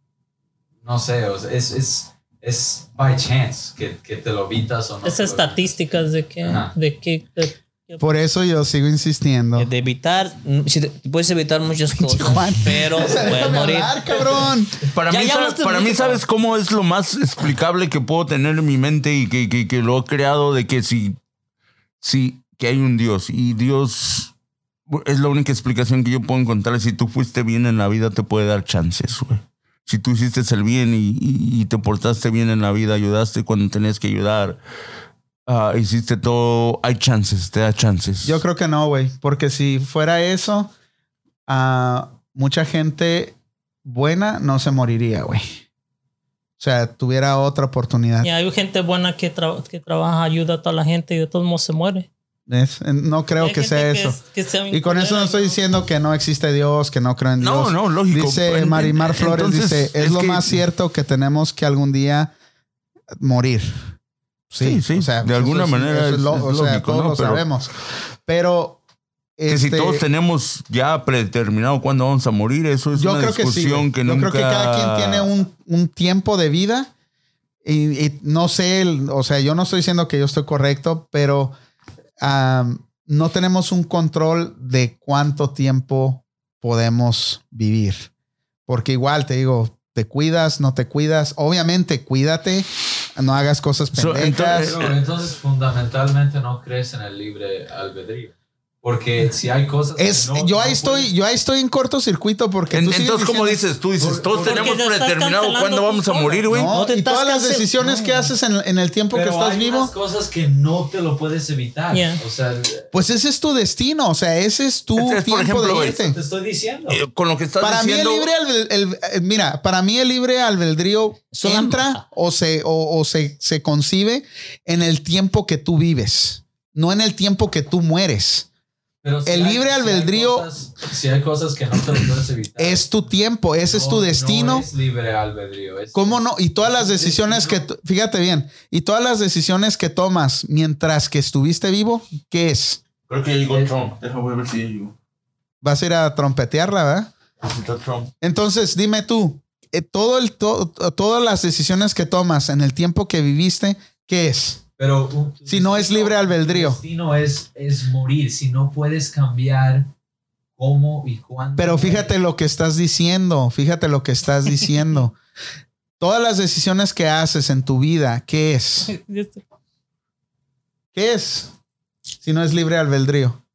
[SPEAKER 5] no sé, o sea, es, es, es by chance que, que te lo evitas o no.
[SPEAKER 4] Es
[SPEAKER 5] te lo
[SPEAKER 4] estadísticas de que...
[SPEAKER 5] Ajá.
[SPEAKER 4] De que de-
[SPEAKER 1] Por eso yo sigo insistiendo.
[SPEAKER 3] De evitar, mm, si te- puedes evitar muchas
[SPEAKER 1] Pinche
[SPEAKER 3] cosas,
[SPEAKER 1] Juan.
[SPEAKER 3] pero
[SPEAKER 1] O sea,
[SPEAKER 3] puedes
[SPEAKER 1] déjame
[SPEAKER 3] morir.
[SPEAKER 1] hablar, cabrón.
[SPEAKER 2] Para,
[SPEAKER 3] Ya-
[SPEAKER 2] mí,
[SPEAKER 3] ya
[SPEAKER 2] sa-
[SPEAKER 3] hablaste
[SPEAKER 2] para mí,
[SPEAKER 3] mucho.
[SPEAKER 2] ¿sabes cómo es lo más explicable que puedo tener en mi mente y que, que- que lo he creado de que sí, sí, que hay un Dios? Y Dios es la única explicación que yo puedo encontrar. Si tú fuiste bien en la vida, te puede dar chances, güey. Si tú hiciste el bien y, y- y te portaste bien en la vida, ayudaste cuando tenías que ayudar, ah, hiciste todo, hay chances, te da chances.
[SPEAKER 1] Yo creo que no, güey. Porque si fuera eso, ah, mucha gente buena no se moriría, güey. O sea, tuviera otra oportunidad.
[SPEAKER 4] Y hay gente buena que, tra- que trabaja, ayuda a toda la gente y de todos modos se muere.
[SPEAKER 1] ¿Ves? No creo
[SPEAKER 4] Hay
[SPEAKER 1] que
[SPEAKER 4] gente
[SPEAKER 1] sea eso.
[SPEAKER 4] es- que sea bien
[SPEAKER 1] Y con eso no
[SPEAKER 4] culera,
[SPEAKER 1] estoy diciendo que no existe Dios, que no creo en
[SPEAKER 2] No,
[SPEAKER 1] Dios.
[SPEAKER 2] no, lógico.
[SPEAKER 1] Dice
[SPEAKER 2] En-
[SPEAKER 1] Marimar
[SPEAKER 2] en-
[SPEAKER 1] Flores,
[SPEAKER 2] entonces,
[SPEAKER 1] dice, es,
[SPEAKER 2] es
[SPEAKER 1] lo
[SPEAKER 2] que-
[SPEAKER 1] más cierto que tenemos que algún día morir.
[SPEAKER 2] Sí, sí, de alguna
[SPEAKER 1] es-
[SPEAKER 2] manera
[SPEAKER 1] eso
[SPEAKER 2] es-
[SPEAKER 1] lo-
[SPEAKER 2] es
[SPEAKER 1] o sea,
[SPEAKER 2] lógico,
[SPEAKER 1] todos
[SPEAKER 2] ¿no?
[SPEAKER 1] lo
[SPEAKER 2] Pero-
[SPEAKER 1] sabemos. Pero
[SPEAKER 2] Que si
[SPEAKER 1] este,
[SPEAKER 2] todos tenemos ya predeterminado cuándo vamos a morir, eso es
[SPEAKER 1] yo
[SPEAKER 2] una
[SPEAKER 1] creo que sí.
[SPEAKER 2] discusión
[SPEAKER 1] güey.
[SPEAKER 2] que,
[SPEAKER 1] yo
[SPEAKER 2] nunca...
[SPEAKER 1] creo que cada quien tiene un, un tiempo de vida y, y no sé, el- o sea, yo no estoy diciendo que yo estoy correcto, pero am, no tenemos un control de cuánto tiempo podemos vivir. Porque igual te digo, te cuidas, no te cuidas. Obviamente, cuídate, no hagas cosas
[SPEAKER 2] So,
[SPEAKER 1] pendejas.
[SPEAKER 2] entonces- eh,
[SPEAKER 5] Pero entonces fundamentalmente no crees en el libre albedrío. Porque si hay cosas... que
[SPEAKER 1] es,
[SPEAKER 5] no-
[SPEAKER 1] yo
[SPEAKER 5] no
[SPEAKER 1] ahí estoy,
[SPEAKER 5] puedes-
[SPEAKER 1] yo ahí estoy en cortocircuito porque
[SPEAKER 2] En-
[SPEAKER 1] tú sigues
[SPEAKER 2] entonces, como
[SPEAKER 1] diciendo-
[SPEAKER 2] dices? Tú dices, todos
[SPEAKER 4] porque
[SPEAKER 2] tenemos
[SPEAKER 4] te estás
[SPEAKER 2] predeterminado
[SPEAKER 4] cancelando
[SPEAKER 2] cuándo
[SPEAKER 4] tú
[SPEAKER 2] vamos a
[SPEAKER 4] solo.
[SPEAKER 2] morir, güey.
[SPEAKER 1] No,
[SPEAKER 3] No te
[SPEAKER 1] y
[SPEAKER 3] estás
[SPEAKER 1] todas las
[SPEAKER 3] cancel-
[SPEAKER 1] decisiones que haces en, en el tiempo que
[SPEAKER 5] Pero
[SPEAKER 1] estás
[SPEAKER 5] hay
[SPEAKER 1] vivo.
[SPEAKER 5] unas cosas que no te lo puedes evitar.
[SPEAKER 4] Yeah.
[SPEAKER 5] O sea, eh,
[SPEAKER 1] Pues ese es tu destino, o sea, ese es tu
[SPEAKER 2] Entonces, por
[SPEAKER 1] tiempo
[SPEAKER 2] ejemplo,
[SPEAKER 1] de
[SPEAKER 5] te
[SPEAKER 1] irte.
[SPEAKER 5] estoy diciendo.
[SPEAKER 2] Eh, Con lo que estás
[SPEAKER 1] Para
[SPEAKER 2] diciendo...
[SPEAKER 1] mí el libre albel- el- eh, mira, para mí el libre albedrío
[SPEAKER 3] Son-
[SPEAKER 1] entra o se o, o se, se concibe en el tiempo que tú vives, no en el tiempo que tú mueres.
[SPEAKER 5] Pero si
[SPEAKER 1] El
[SPEAKER 5] hay-
[SPEAKER 1] libre
[SPEAKER 5] si hay
[SPEAKER 1] albedrío-
[SPEAKER 5] cosas- si hay cosas que no te lo puedes evitar.
[SPEAKER 1] Es tu tiempo, ese es
[SPEAKER 5] No,
[SPEAKER 1] tu
[SPEAKER 5] no
[SPEAKER 1] destino.
[SPEAKER 5] es libre albedrío. es-
[SPEAKER 1] ¿Cómo no? Y todas las decisiones que, t- fíjate bien, y todas las decisiones que tomas mientras que estuviste vivo, ¿qué es?
[SPEAKER 2] Creo que ya llegó Trump. Déjame ver si ya llegó.
[SPEAKER 1] Vas a ir a trompetearla, ¿verdad?
[SPEAKER 2] Está Trump.
[SPEAKER 1] Entonces, dime tú, eh, todo el, to- todas las decisiones que tomas en el tiempo que viviste, ¿qué es?
[SPEAKER 5] Pero un- tu
[SPEAKER 1] Si no es
[SPEAKER 5] destino-
[SPEAKER 1] libre albedrío.
[SPEAKER 5] Tu destino es, es morir. Si no puedes cambiar cómo y cuándo.
[SPEAKER 1] Pero fíjate lo que estás diciendo, fíjate lo que estás diciendo. todas las decisiones que haces en tu vida, ¿qué es?
[SPEAKER 4] este,
[SPEAKER 1] ¿Qué es? Si no es libre albedrío.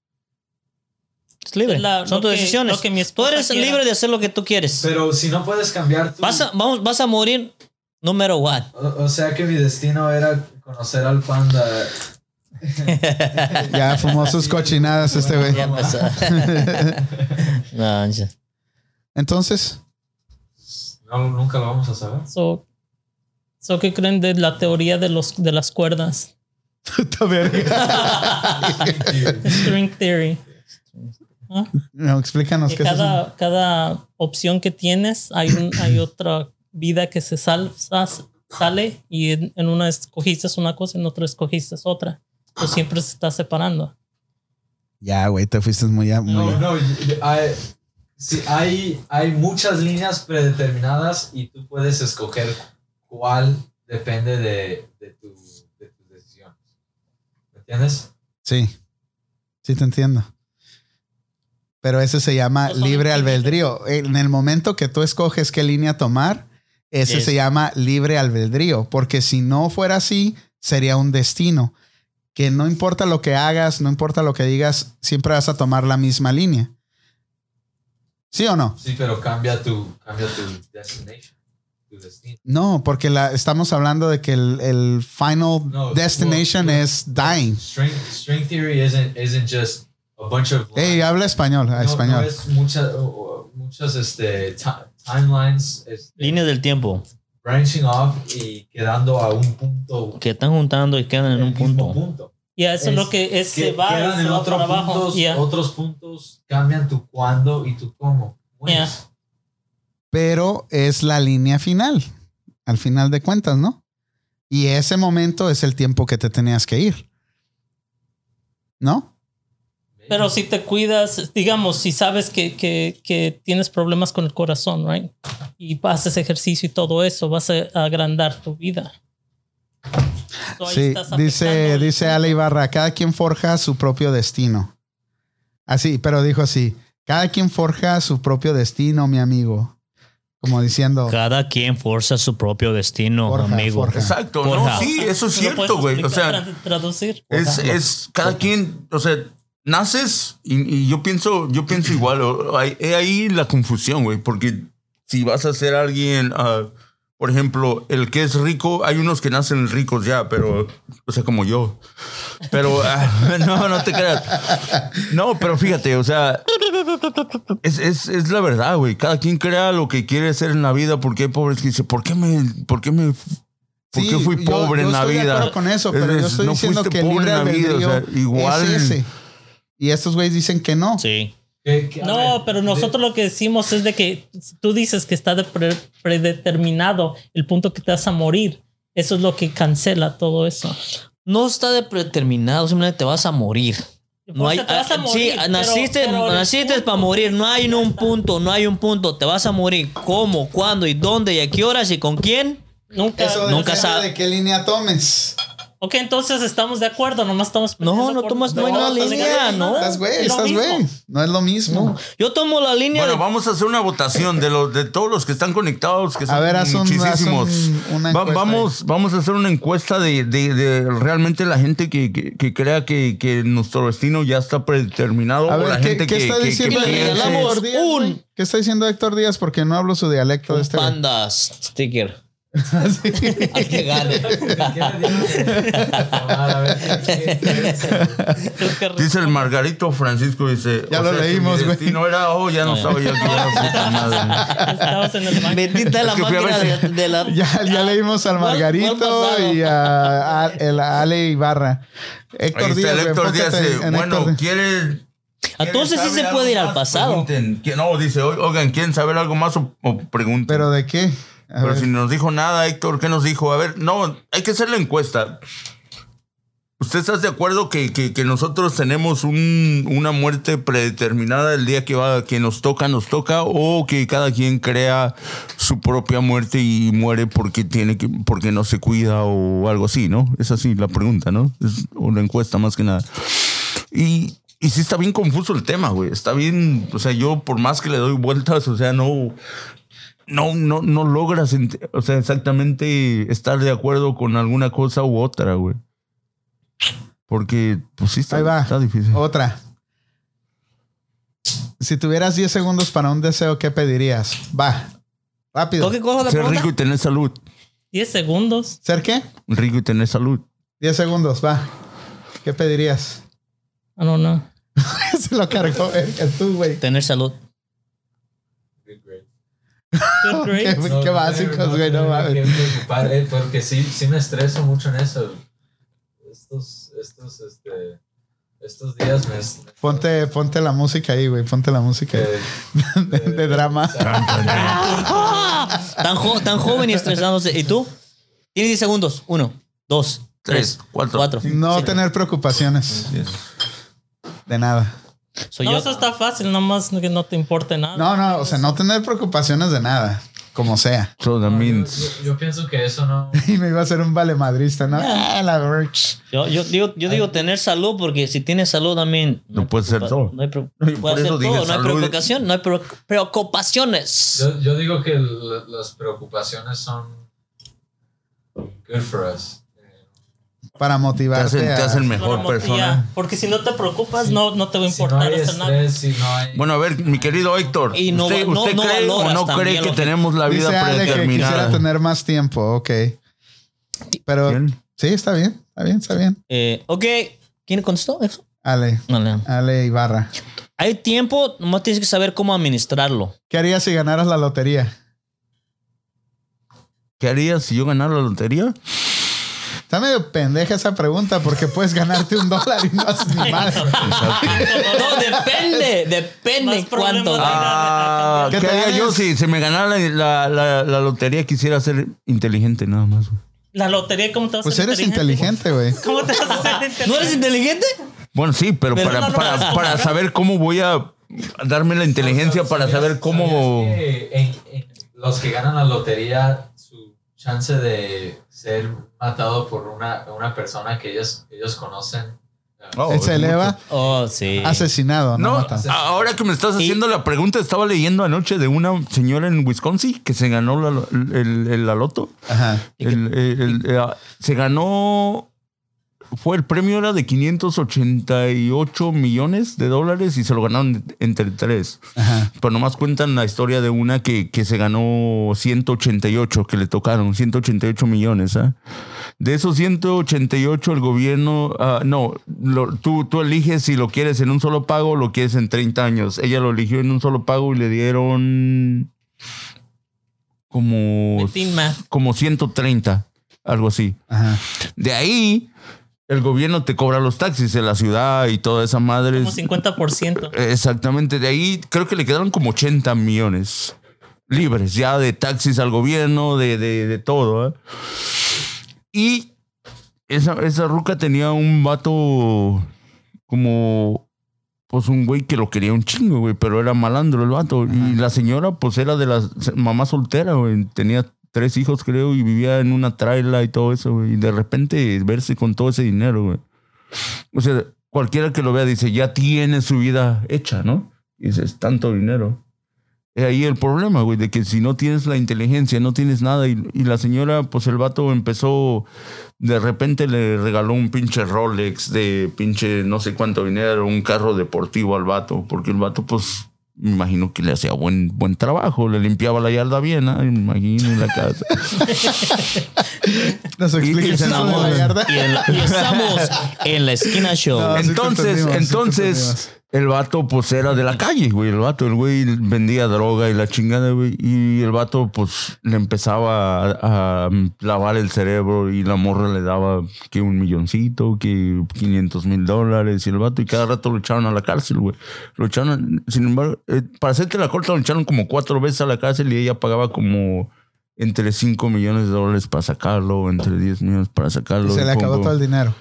[SPEAKER 3] Es libre.
[SPEAKER 4] La-
[SPEAKER 3] Son
[SPEAKER 4] lo
[SPEAKER 3] tus
[SPEAKER 4] que-
[SPEAKER 3] decisiones.
[SPEAKER 4] lo que mi
[SPEAKER 3] Tú
[SPEAKER 4] esposa
[SPEAKER 3] eres
[SPEAKER 4] quiera.
[SPEAKER 3] libre de hacer lo que tú quieres.
[SPEAKER 5] Pero si no puedes cambiar tu.
[SPEAKER 3] Vas a, vamos, vas a morir no matter what.
[SPEAKER 5] O, o sea que mi destino era conocer al panda.
[SPEAKER 1] Ya fumó sus cochinadas este güey.
[SPEAKER 3] Ya empezó. no, ya.
[SPEAKER 1] Entonces,
[SPEAKER 5] No, nunca lo vamos a saber.
[SPEAKER 4] So, so, ¿Qué creen de la teoría de, los, de las cuerdas?
[SPEAKER 1] puta verga.
[SPEAKER 4] String theory. ¿Ah?
[SPEAKER 1] No, explícanos
[SPEAKER 4] Que
[SPEAKER 1] qué es eso.
[SPEAKER 4] cada, cada opción que tienes, hay, un- hay otra vida que se sal- sa- sale y en, en una escogiste una cosa, en otra escogiste otra. Tú siempre se está separando.
[SPEAKER 1] Ya, güey, te fuiste muy, a- muy
[SPEAKER 5] No,
[SPEAKER 1] a-
[SPEAKER 5] no. Hay, sí, hay, hay muchas líneas predeterminadas y tú puedes escoger cuál depende de, de, tu, de tus decisiones. ¿Me entiendes?
[SPEAKER 1] Sí, sí te entiendo. Pero ese se llama
[SPEAKER 4] No son
[SPEAKER 1] libre
[SPEAKER 4] infinitos.
[SPEAKER 1] albedrío. En el momento que tú escoges qué línea tomar, ese
[SPEAKER 3] Yes.
[SPEAKER 1] se llama libre albedrío, porque si no fuera así, sería un destino, que no importa lo que hagas, no importa lo que digas, siempre vas a tomar la misma línea. ¿Sí o no?
[SPEAKER 5] Sí, pero cambia tu, cambia tu destination, tu destino.
[SPEAKER 1] No, porque la, estamos hablando de que el, el final
[SPEAKER 5] No,
[SPEAKER 1] destination
[SPEAKER 5] well, well,
[SPEAKER 1] es dying.
[SPEAKER 5] String, string theory isn't isn't just a bunch of
[SPEAKER 1] Hey, habla español,
[SPEAKER 5] No-
[SPEAKER 1] español.
[SPEAKER 5] no es mucha- o- o- muchas este, ti- timelines este,
[SPEAKER 3] Líneas del tiempo
[SPEAKER 5] branching off y quedando a un punto
[SPEAKER 3] que están juntando y quedan en
[SPEAKER 5] el
[SPEAKER 3] un
[SPEAKER 5] mismo
[SPEAKER 3] punto.
[SPEAKER 4] Y eso es,
[SPEAKER 5] Es
[SPEAKER 4] lo que es,
[SPEAKER 5] que
[SPEAKER 4] se va,
[SPEAKER 5] quedan
[SPEAKER 4] se
[SPEAKER 5] en
[SPEAKER 4] va
[SPEAKER 5] otros
[SPEAKER 4] para abajo.
[SPEAKER 5] puntos,
[SPEAKER 4] Yeah.
[SPEAKER 5] otros puntos cambian tu cuándo y tu cómo. Pues, Bueno,
[SPEAKER 4] Yeah.
[SPEAKER 1] pero es la línea final, al final de cuentas, ¿no? Y ese momento es el tiempo que te tenías que ir. ¿No?
[SPEAKER 4] Pero si te cuidas, digamos, si sabes que, que, que tienes problemas con el corazón, right? Y haces ejercicio y todo eso, vas a agrandar tu vida. So, ahí
[SPEAKER 1] Sí,
[SPEAKER 4] estás afectando
[SPEAKER 1] dice,
[SPEAKER 4] el-
[SPEAKER 1] dice Ale Ibarra, cada quien forja su propio destino. Así, pero dijo así, cada quien forja su propio destino, mi amigo. Como diciendo,
[SPEAKER 3] Cada quien forza su propio destino,
[SPEAKER 1] Forja,
[SPEAKER 3] amigo.
[SPEAKER 1] forja.
[SPEAKER 2] Exacto,
[SPEAKER 3] Porja.
[SPEAKER 2] no, Pues sí, eso es
[SPEAKER 4] Tú lo
[SPEAKER 2] cierto,
[SPEAKER 4] puedes
[SPEAKER 2] güey. O
[SPEAKER 4] explicar,
[SPEAKER 2] sea,
[SPEAKER 4] tra- traducir.
[SPEAKER 2] es, es cada quien, o sea, naces y, y yo pienso, yo pienso igual. o- hay- He ahí la confusión, güey, porque si vas a ser alguien, ah, Por ejemplo, el que es rico, hay unos que nacen ricos ya, pero, o sea, como yo. Pero, ah, no, no te creas. No, pero fíjate, o sea, es, es, es la verdad, güey. Cada quien crea lo que quiere ser en la vida, porque hay pobres que dicen, ¿por qué me, por qué me, por
[SPEAKER 1] Sí,
[SPEAKER 2] qué fui
[SPEAKER 1] yo-
[SPEAKER 2] pobre
[SPEAKER 1] yo
[SPEAKER 2] en la
[SPEAKER 1] estoy de
[SPEAKER 2] vida?
[SPEAKER 1] acuerdo con eso, pero
[SPEAKER 2] Es-
[SPEAKER 1] yo estoy
[SPEAKER 2] no
[SPEAKER 1] diciendo
[SPEAKER 2] fuiste
[SPEAKER 1] que el libre
[SPEAKER 2] o
[SPEAKER 1] albedrío
[SPEAKER 2] sea, igual.
[SPEAKER 1] es ese. Y estos güeyes dicen que no.
[SPEAKER 3] Sí.
[SPEAKER 5] Que-
[SPEAKER 1] Eh,
[SPEAKER 5] que- a
[SPEAKER 4] No,
[SPEAKER 5] ver,
[SPEAKER 4] pero
[SPEAKER 5] de-
[SPEAKER 4] nosotros lo que decimos es de que tú dices que está de pre- predeterminado el punto que te vas a morir. Eso es lo que cancela todo eso.
[SPEAKER 3] No está de predeterminado, simplemente te vas a morir. No
[SPEAKER 4] O
[SPEAKER 3] hay,
[SPEAKER 4] sea, te vas a
[SPEAKER 3] ah,
[SPEAKER 4] morir,
[SPEAKER 3] sí,
[SPEAKER 4] pero-
[SPEAKER 3] naciste,
[SPEAKER 4] pero el
[SPEAKER 3] naciste
[SPEAKER 4] punto-
[SPEAKER 3] para morir. No hay un punto, no hay un punto. Te vas a morir. ¿Cómo, cuándo y dónde y a qué horas y con quién?
[SPEAKER 4] Nunca.
[SPEAKER 1] Eso
[SPEAKER 3] Nunca
[SPEAKER 1] depende
[SPEAKER 3] sabe.
[SPEAKER 1] de qué línea tomes.
[SPEAKER 4] Ok, entonces estamos de acuerdo, nomás estamos.
[SPEAKER 3] No,
[SPEAKER 4] peleando
[SPEAKER 3] no
[SPEAKER 4] por-
[SPEAKER 3] tomas- no hay una
[SPEAKER 4] estás
[SPEAKER 3] línea, ¿no?
[SPEAKER 1] Estás güey,
[SPEAKER 4] Es lo
[SPEAKER 1] estás
[SPEAKER 4] mismo.
[SPEAKER 1] güey. No es lo mismo.
[SPEAKER 3] Yo tomo la línea
[SPEAKER 2] Bueno,
[SPEAKER 3] de
[SPEAKER 2] vamos a hacer una votación de los de todos los que están conectados, que son
[SPEAKER 1] ver, haz un- haz
[SPEAKER 2] muchísimos.
[SPEAKER 1] un- una
[SPEAKER 2] Va-
[SPEAKER 1] encuesta
[SPEAKER 2] vamos, vamos a hacer una encuesta de, de- de realmente la gente que, que- que crea que, que nuestro destino ya está predeterminado.
[SPEAKER 1] A
[SPEAKER 2] o la
[SPEAKER 1] ver, ¿qué,
[SPEAKER 2] gente
[SPEAKER 1] qué
[SPEAKER 2] que,
[SPEAKER 1] está
[SPEAKER 2] que- que
[SPEAKER 1] diciendo
[SPEAKER 3] le
[SPEAKER 2] piense-
[SPEAKER 3] regalamos
[SPEAKER 1] Héctor Díaz,
[SPEAKER 3] un-
[SPEAKER 1] güey? ¿Qué está diciendo Héctor Díaz? Porque no hablo su dialecto de este. güey.
[SPEAKER 3] pandas sticker. Al que gane.
[SPEAKER 5] ¿Qué le digo? Tomar, a ver, ¿qué- qué- qué-
[SPEAKER 4] Creo que-
[SPEAKER 2] Dice el Margarito Francisco, dice.
[SPEAKER 1] Ya
[SPEAKER 2] o
[SPEAKER 1] lo
[SPEAKER 2] sea, si
[SPEAKER 1] leímos,
[SPEAKER 2] mi
[SPEAKER 1] güey.
[SPEAKER 2] destino era, oh, ya no estaba yo aquí. ya, puta madre.
[SPEAKER 4] Estabas en el baño.
[SPEAKER 3] Bendita la
[SPEAKER 2] que fui a
[SPEAKER 3] máquina de,
[SPEAKER 2] ver-
[SPEAKER 3] de la.
[SPEAKER 1] Ya, ya leímos al
[SPEAKER 3] ¿Cuál- cuál
[SPEAKER 1] Margarito
[SPEAKER 3] pasado?
[SPEAKER 1] y a, a- el Ale Ibarra. Héctor
[SPEAKER 2] Ahí está
[SPEAKER 1] Díaz.
[SPEAKER 2] el
[SPEAKER 1] güey,
[SPEAKER 2] Héctor Díaz.
[SPEAKER 1] enfócate
[SPEAKER 2] dice,
[SPEAKER 1] en Héctor
[SPEAKER 2] Bueno,
[SPEAKER 1] Díaz.
[SPEAKER 2] ¿quiere
[SPEAKER 3] Entonces sí
[SPEAKER 2] ¿quiere
[SPEAKER 3] se
[SPEAKER 2] saber
[SPEAKER 3] puede ir
[SPEAKER 2] algo
[SPEAKER 3] al
[SPEAKER 2] más?
[SPEAKER 3] pasado.
[SPEAKER 2] Pregunten. Que- No, dice, "Oy- oigan, ¿quieren saber algo más o, o pregunten?
[SPEAKER 1] ¿Pero de qué? A
[SPEAKER 2] Pero
[SPEAKER 1] ver.
[SPEAKER 2] si nos dijo nada, Héctor, ¿qué nos dijo? A ver, no, hay que hacer la encuesta. ¿Usted está de acuerdo que, que- que nosotros tenemos un- una muerte predeterminada el día que, va, que nos toca, nos toca? ¿O que cada quien crea su propia muerte y muere porque, tiene que, porque no se cuida o algo así, ¿no? Es así la pregunta, ¿no? Es una encuesta más que nada. Y, y sí está bien confuso el tema, güey. Está bien, o sea, yo por más que le doy vueltas, o sea, no, no, no, no logras, ent- o sea, exactamente estar de acuerdo con alguna cosa u otra, güey. Porque, pues sí, está,
[SPEAKER 1] Ahí va.
[SPEAKER 2] está difícil.
[SPEAKER 1] Otra. Si tuvieras 10 segundos para un deseo, ¿qué pedirías? Va. Rápido.
[SPEAKER 3] ¿Tú qué cosa la
[SPEAKER 2] Ser
[SPEAKER 3] pregunta?
[SPEAKER 2] rico y tener salud.
[SPEAKER 4] 10 segundos.
[SPEAKER 1] ¿Ser qué?
[SPEAKER 2] Rico y tener salud.
[SPEAKER 1] 10 segundos, va. ¿Qué pedirías?
[SPEAKER 4] I don't know.
[SPEAKER 1] Se lo cargó el, el tú, güey.
[SPEAKER 3] Tener salud.
[SPEAKER 5] qué- qué-
[SPEAKER 4] Good
[SPEAKER 1] Pues, Ah, Qué,
[SPEAKER 4] grades.
[SPEAKER 1] qué
[SPEAKER 5] no,
[SPEAKER 1] básicos, güey, no
[SPEAKER 5] tengo que
[SPEAKER 1] mames.
[SPEAKER 5] preocupar, eh, Porque sí, sí me estreso mucho en eso. Estos, estos, este, estos días me... est-
[SPEAKER 1] Ponte, ponte la música ahí, güey. Ponte la música ahí. de, de drama.
[SPEAKER 3] Tan, jo- tan joven y estresándose. ¿Y tú? Tienes 10 segundos. Uno, dos,
[SPEAKER 2] Tres,
[SPEAKER 3] tres,
[SPEAKER 2] cuatro.
[SPEAKER 3] cuatro.
[SPEAKER 1] No tener preocupaciones de nada.
[SPEAKER 3] Soy
[SPEAKER 4] No,
[SPEAKER 3] yo.
[SPEAKER 4] eso está fácil, nomás que no te importe nada.
[SPEAKER 1] No, no, o sea, no tener preocupaciones de nada, como sea.
[SPEAKER 2] So that
[SPEAKER 5] Yo, yo,
[SPEAKER 2] means-
[SPEAKER 5] yo pienso que eso no...
[SPEAKER 1] Y me iba a hacer un valemadrista, ¿no? Ah, la verge.
[SPEAKER 3] Yo, yo digo, yo digo tener salud porque si tienes salud también.
[SPEAKER 2] No puedes
[SPEAKER 3] preocupa-
[SPEAKER 2] hacer todo.
[SPEAKER 3] No hay, pre-
[SPEAKER 2] por
[SPEAKER 3] puedes hacer
[SPEAKER 2] eso
[SPEAKER 3] todo.
[SPEAKER 2] dije
[SPEAKER 3] No hay
[SPEAKER 2] salud.
[SPEAKER 3] preocupación, no hay pre- preocupaciones.
[SPEAKER 5] Yo, yo digo que la- las preocupaciones son good for us.
[SPEAKER 1] Para
[SPEAKER 2] Te
[SPEAKER 1] motivarte.
[SPEAKER 2] hacen, te
[SPEAKER 1] a-
[SPEAKER 2] hacen
[SPEAKER 4] Solo
[SPEAKER 2] mejor
[SPEAKER 4] mo-
[SPEAKER 2] persona.
[SPEAKER 4] ya, porque si no te preocupas, no, no te va a
[SPEAKER 5] Si no
[SPEAKER 4] importar
[SPEAKER 5] hay
[SPEAKER 4] hacer nada.
[SPEAKER 5] estrés, si no hay...
[SPEAKER 2] Bueno, a ver, mi querido Héctor,
[SPEAKER 3] Y no
[SPEAKER 2] ¿usted,
[SPEAKER 3] va- no-
[SPEAKER 2] usted
[SPEAKER 3] no
[SPEAKER 2] cree o
[SPEAKER 3] valoras
[SPEAKER 2] no
[SPEAKER 3] también
[SPEAKER 2] cree
[SPEAKER 3] lo
[SPEAKER 2] que
[SPEAKER 3] que-
[SPEAKER 2] tenemos la
[SPEAKER 1] Dice Ale
[SPEAKER 2] vida
[SPEAKER 1] que quisiera
[SPEAKER 2] predeterminada?
[SPEAKER 1] tener más tiempo, ok. Pero
[SPEAKER 2] Bien.
[SPEAKER 1] sí, está bien, está bien, está bien.
[SPEAKER 3] Eh, ok, ¿quién contestó eso?
[SPEAKER 1] Ale,
[SPEAKER 3] No, no.
[SPEAKER 1] Ale Ibarra.
[SPEAKER 3] Hay tiempo, nomás tienes que saber cómo administrarlo.
[SPEAKER 1] ¿Qué harías si ganaras la lotería?
[SPEAKER 2] ¿Qué harías si yo ganara la lotería?
[SPEAKER 1] Está medio pendeja esa pregunta porque puedes ganarte un dólar y no haces ni más.
[SPEAKER 4] Ah,
[SPEAKER 3] No, depende, depende
[SPEAKER 4] Más problemas
[SPEAKER 3] cuánto.
[SPEAKER 4] de-
[SPEAKER 3] Ah,
[SPEAKER 2] Ah,
[SPEAKER 1] ¿Qué
[SPEAKER 2] ¿Qué
[SPEAKER 1] te
[SPEAKER 2] haría
[SPEAKER 1] ganas?
[SPEAKER 2] yo si se me ganara la, la- la- la lotería? Quisiera ser inteligente nada más. güey.
[SPEAKER 4] La lotería, ¿cómo te vas
[SPEAKER 1] Pues
[SPEAKER 4] a hacer
[SPEAKER 1] eres inteligente, güey.
[SPEAKER 4] ¿Cómo te vas a hacer inteligente?
[SPEAKER 3] ¿No eres inteligente?
[SPEAKER 2] Bueno, sí, pero,
[SPEAKER 3] Pero
[SPEAKER 2] para,
[SPEAKER 3] no lo
[SPEAKER 2] para-
[SPEAKER 3] vas a
[SPEAKER 2] para saber cómo voy a darme la inteligencia para
[SPEAKER 5] ¿Sabías-
[SPEAKER 2] saber cómo...
[SPEAKER 5] sabías que en- en los que ganan la lotería, su chance de ser matado por una, una persona que ellos, ellos conocen.
[SPEAKER 2] Oh,
[SPEAKER 1] Se
[SPEAKER 2] es
[SPEAKER 1] eleva
[SPEAKER 3] Oh, sí.
[SPEAKER 1] asesinado, no,
[SPEAKER 2] No,
[SPEAKER 1] matado.
[SPEAKER 2] ahora que me estás haciendo la pregunta, estaba leyendo anoche de una señora en Wisconsin que se ganó la, el, el- la loto.
[SPEAKER 1] Ajá.
[SPEAKER 2] El- el- el- eh, se ganó fue el premio era de 588 millones de dólares y se lo ganaron entre tres.
[SPEAKER 1] Ajá.
[SPEAKER 2] Pero nomás cuentan la historia de una que, que se ganó 188, que le tocaron 188 millones. ¿ah? De esos 188, el gobierno, ah, no, lo- tú, tú eliges si lo quieres en un solo pago o lo quieres en 30 años. Ella lo eligió en un solo pago y le dieron como,
[SPEAKER 4] Metín más.
[SPEAKER 2] como 130, algo así.
[SPEAKER 1] Ajá.
[SPEAKER 2] De ahí, el gobierno te cobra los taxis de la ciudad y toda esa madre.
[SPEAKER 4] Como 50%.
[SPEAKER 2] Exactamente. De ahí, creo que le quedaron como 80 millones libres ya de taxis al gobierno, de, de- de todo. ¿eh? Y esa, esa ruca tenía un vato como. Pues un güey que lo quería un chingo, güey, pero era malandro el vato. Y la señora, pues era de la mamá soltera, güey. Tenía tres hijos, creo, y vivía en una traila y todo eso, güey. Y de repente verse con todo ese dinero, güey. O sea, cualquiera que lo vea dice, ya tiene su vida hecha, ¿no? Y dices, tanto dinero. Es ahí el problema, güey, de que si no tienes la inteligencia, no tienes nada. Y, y la señora, pues el vato empezó, de repente le regaló un pinche Rolex de pinche no sé cuánto dinero, un carro deportivo al vato, porque el vato, pues, me imagino que le hacía buen, buen trabajo, le limpiaba la yarda bien, ¿ah? me imagino, en la casa.
[SPEAKER 1] Nos
[SPEAKER 2] y
[SPEAKER 1] expliques
[SPEAKER 2] se
[SPEAKER 1] eso de
[SPEAKER 2] enamora.
[SPEAKER 1] la yarda.
[SPEAKER 3] Y, en la- y estamos en la esquina show.
[SPEAKER 1] No. Ah, sí te
[SPEAKER 2] entonces,
[SPEAKER 1] entendimos, sí te
[SPEAKER 2] entonces, el vato, pues era de la calle, güey. El vato, el güey vendía droga y la chingada, güey. Y el vato, pues, le empezaba a, a lavar el cerebro y la morra le daba que un milloncito, que 500 mil dólares. Y el vato, y cada rato lo echaron a la cárcel, güey. Lo echaron, sin embargo, eh, para hacerte la corta, lo echaron como cuatro veces a la cárcel y ella pagaba como. Entre 5 millones de dólares para sacarlo, entre 10 millones para sacarlo.
[SPEAKER 1] Y se
[SPEAKER 2] y
[SPEAKER 1] le acabó
[SPEAKER 2] pongo-
[SPEAKER 1] todo el dinero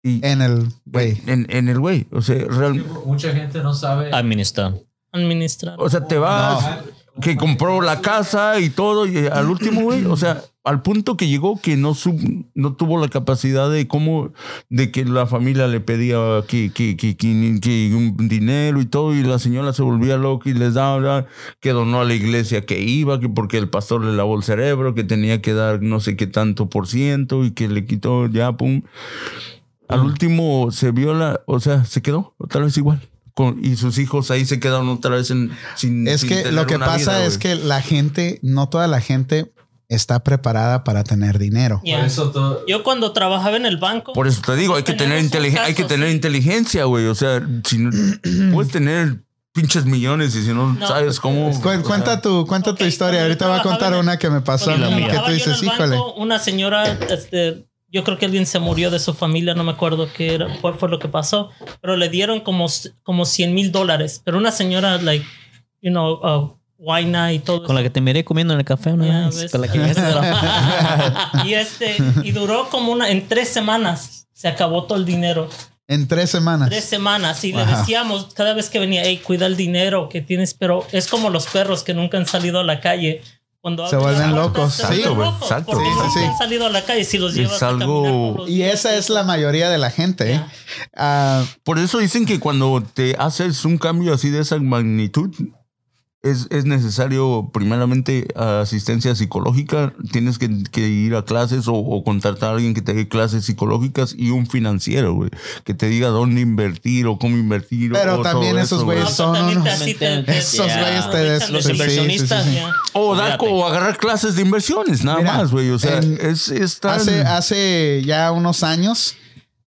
[SPEAKER 2] y-
[SPEAKER 1] en el güey.
[SPEAKER 2] en, en el güey. O sea, real-
[SPEAKER 5] Mucha gente no sabe.
[SPEAKER 3] Administra.
[SPEAKER 4] Administrar.
[SPEAKER 2] o sea, te vas, que compró la casa y todo, y al último, güey, o sea, al punto que llegó que no, sub- no tuvo la capacidad de cómo, de que la familia le pedía que, que, que, que- que un dinero y todo, y la señora se volvía loca y les daba, bla, que donó a la iglesia que iba, que porque el pastor le lavó el cerebro, que tenía que dar no sé qué tanto por ciento y que le quitó ya, pum. Al último se vio la, o sea, se quedó otra vez igual. Con, y sus hijos ahí se quedaron otra vez en, sin.
[SPEAKER 1] Es
[SPEAKER 2] sin
[SPEAKER 1] que
[SPEAKER 2] tener
[SPEAKER 1] lo que
[SPEAKER 2] una
[SPEAKER 1] pasa
[SPEAKER 2] vida,
[SPEAKER 1] es
[SPEAKER 2] güey.
[SPEAKER 1] que la gente, no toda la gente está preparada para tener dinero.
[SPEAKER 5] Por
[SPEAKER 4] Ya.
[SPEAKER 5] eso todo.
[SPEAKER 4] Yo cuando trabajaba en el banco,
[SPEAKER 2] Por eso te digo, hay que tener,
[SPEAKER 4] Tenemos un
[SPEAKER 2] inteligencia, hay
[SPEAKER 4] caso,
[SPEAKER 2] que tener inteligencia, güey. O sea, si no- puedes tener pinches millones y si no,
[SPEAKER 4] No.
[SPEAKER 2] sabes cómo.
[SPEAKER 1] Cu-
[SPEAKER 2] o sea,
[SPEAKER 1] cuenta tu, cuenta tu
[SPEAKER 4] Ok,
[SPEAKER 1] historia.
[SPEAKER 4] cuando
[SPEAKER 1] Ahorita
[SPEAKER 4] yo
[SPEAKER 1] va a contar
[SPEAKER 4] trabajaba en-
[SPEAKER 1] una que me pasó a
[SPEAKER 3] Cuando
[SPEAKER 1] mí,
[SPEAKER 3] yo
[SPEAKER 1] que
[SPEAKER 4] trabajaba
[SPEAKER 1] tú
[SPEAKER 4] yo en
[SPEAKER 1] dices,
[SPEAKER 4] el banco,
[SPEAKER 1] híjole.
[SPEAKER 4] Una señora, este, yo creo que alguien se murió de su familia, no me acuerdo qué era, cuál fue lo que pasó, pero le dieron como, como 100 mil dólares. Pero una señora, like, you know, uh, guayna y todo.
[SPEAKER 3] Con la que te miré comiendo en el café una
[SPEAKER 4] Ya
[SPEAKER 3] vez.
[SPEAKER 4] ves.
[SPEAKER 3] Con la que llegaste a la-
[SPEAKER 4] y este, y duró como una, en tres semanas se acabó todo el dinero.
[SPEAKER 1] En tres semanas.
[SPEAKER 4] Tres semanas. Y le
[SPEAKER 1] Ajá.
[SPEAKER 4] decíamos cada vez que venía, hey, cuida el dinero que tienes, pero es como los perros que nunca han salido a la calle. Cuando
[SPEAKER 1] Se
[SPEAKER 4] abren la
[SPEAKER 1] vuelven
[SPEAKER 4] puerta,
[SPEAKER 1] locos.
[SPEAKER 4] se
[SPEAKER 1] Exacto,
[SPEAKER 4] vuelven
[SPEAKER 2] güey.
[SPEAKER 4] locos,
[SPEAKER 2] Exacto.
[SPEAKER 4] porque
[SPEAKER 1] Sí, sí,
[SPEAKER 4] nunca
[SPEAKER 1] sí.
[SPEAKER 4] han salido a la calle. Si los
[SPEAKER 2] Es
[SPEAKER 4] llevas a
[SPEAKER 2] algo-
[SPEAKER 4] caminar por los
[SPEAKER 1] Y esa es la mayoría de la gente. ¿eh?
[SPEAKER 4] Ya.
[SPEAKER 1] Ah,
[SPEAKER 2] Por eso dicen que cuando te haces un cambio así de esa magnitud, es, es necesario primeramente asistencia psicológica, tienes que, que ir a clases o, o contratar a alguien que te dé clases psicológicas y un financiero, güey, que te diga dónde invertir o cómo invertir.
[SPEAKER 1] Pero
[SPEAKER 2] o todo
[SPEAKER 1] también esos
[SPEAKER 2] eso, güey.
[SPEAKER 1] güeyes son
[SPEAKER 4] Absolutamente
[SPEAKER 1] unos-
[SPEAKER 4] así te- te-
[SPEAKER 1] Esos
[SPEAKER 4] te-
[SPEAKER 1] güeyes te
[SPEAKER 4] aprovechan
[SPEAKER 1] des-
[SPEAKER 3] Los
[SPEAKER 4] de
[SPEAKER 1] Sí, sí, sí, sí.
[SPEAKER 3] inversionistas.
[SPEAKER 4] Ya.
[SPEAKER 2] O, dar co- o agarrar clases de inversiones, nada
[SPEAKER 1] Mira,
[SPEAKER 2] más, güey. O sea,
[SPEAKER 1] en-
[SPEAKER 2] es, es tan-
[SPEAKER 1] hace, hace ya unos años,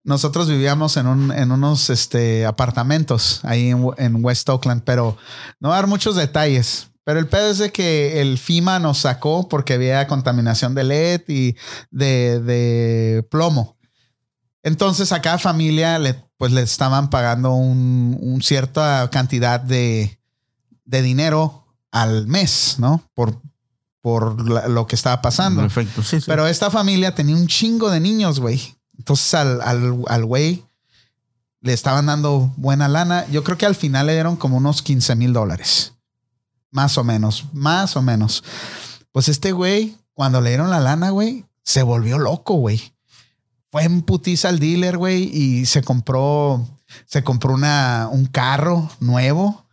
[SPEAKER 1] nosotros vivíamos en, un- en unos este, apartamentos ahí en, en West Oakland, pero no voy a dar muchos detalles. Pero el pedo es de que el FIMA nos sacó porque había contaminación de LED y de, de plomo. Entonces a cada familia le, pues le estaban pagando un, un cierta cantidad de, de dinero al mes, ¿no? Por, por la- lo que estaba pasando.
[SPEAKER 2] En efecto, sí, sí.
[SPEAKER 1] Pero esta familia tenía un chingo de niños, güey. Entonces al, al, al güey le estaban dando buena lana. Yo creo que al final le dieron como unos 15 mil dólares. Más o menos, más o menos. Pues este güey, cuando le dieron la lana, güey, se volvió loco, güey. Fue en putiza al dealer, güey, y se compró, se compró una, un carro nuevo.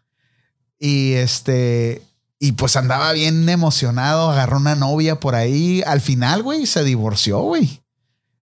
[SPEAKER 1] Y este, y pues andaba bien emocionado, agarró una novia por ahí. Al final, güey, se divorció, güey.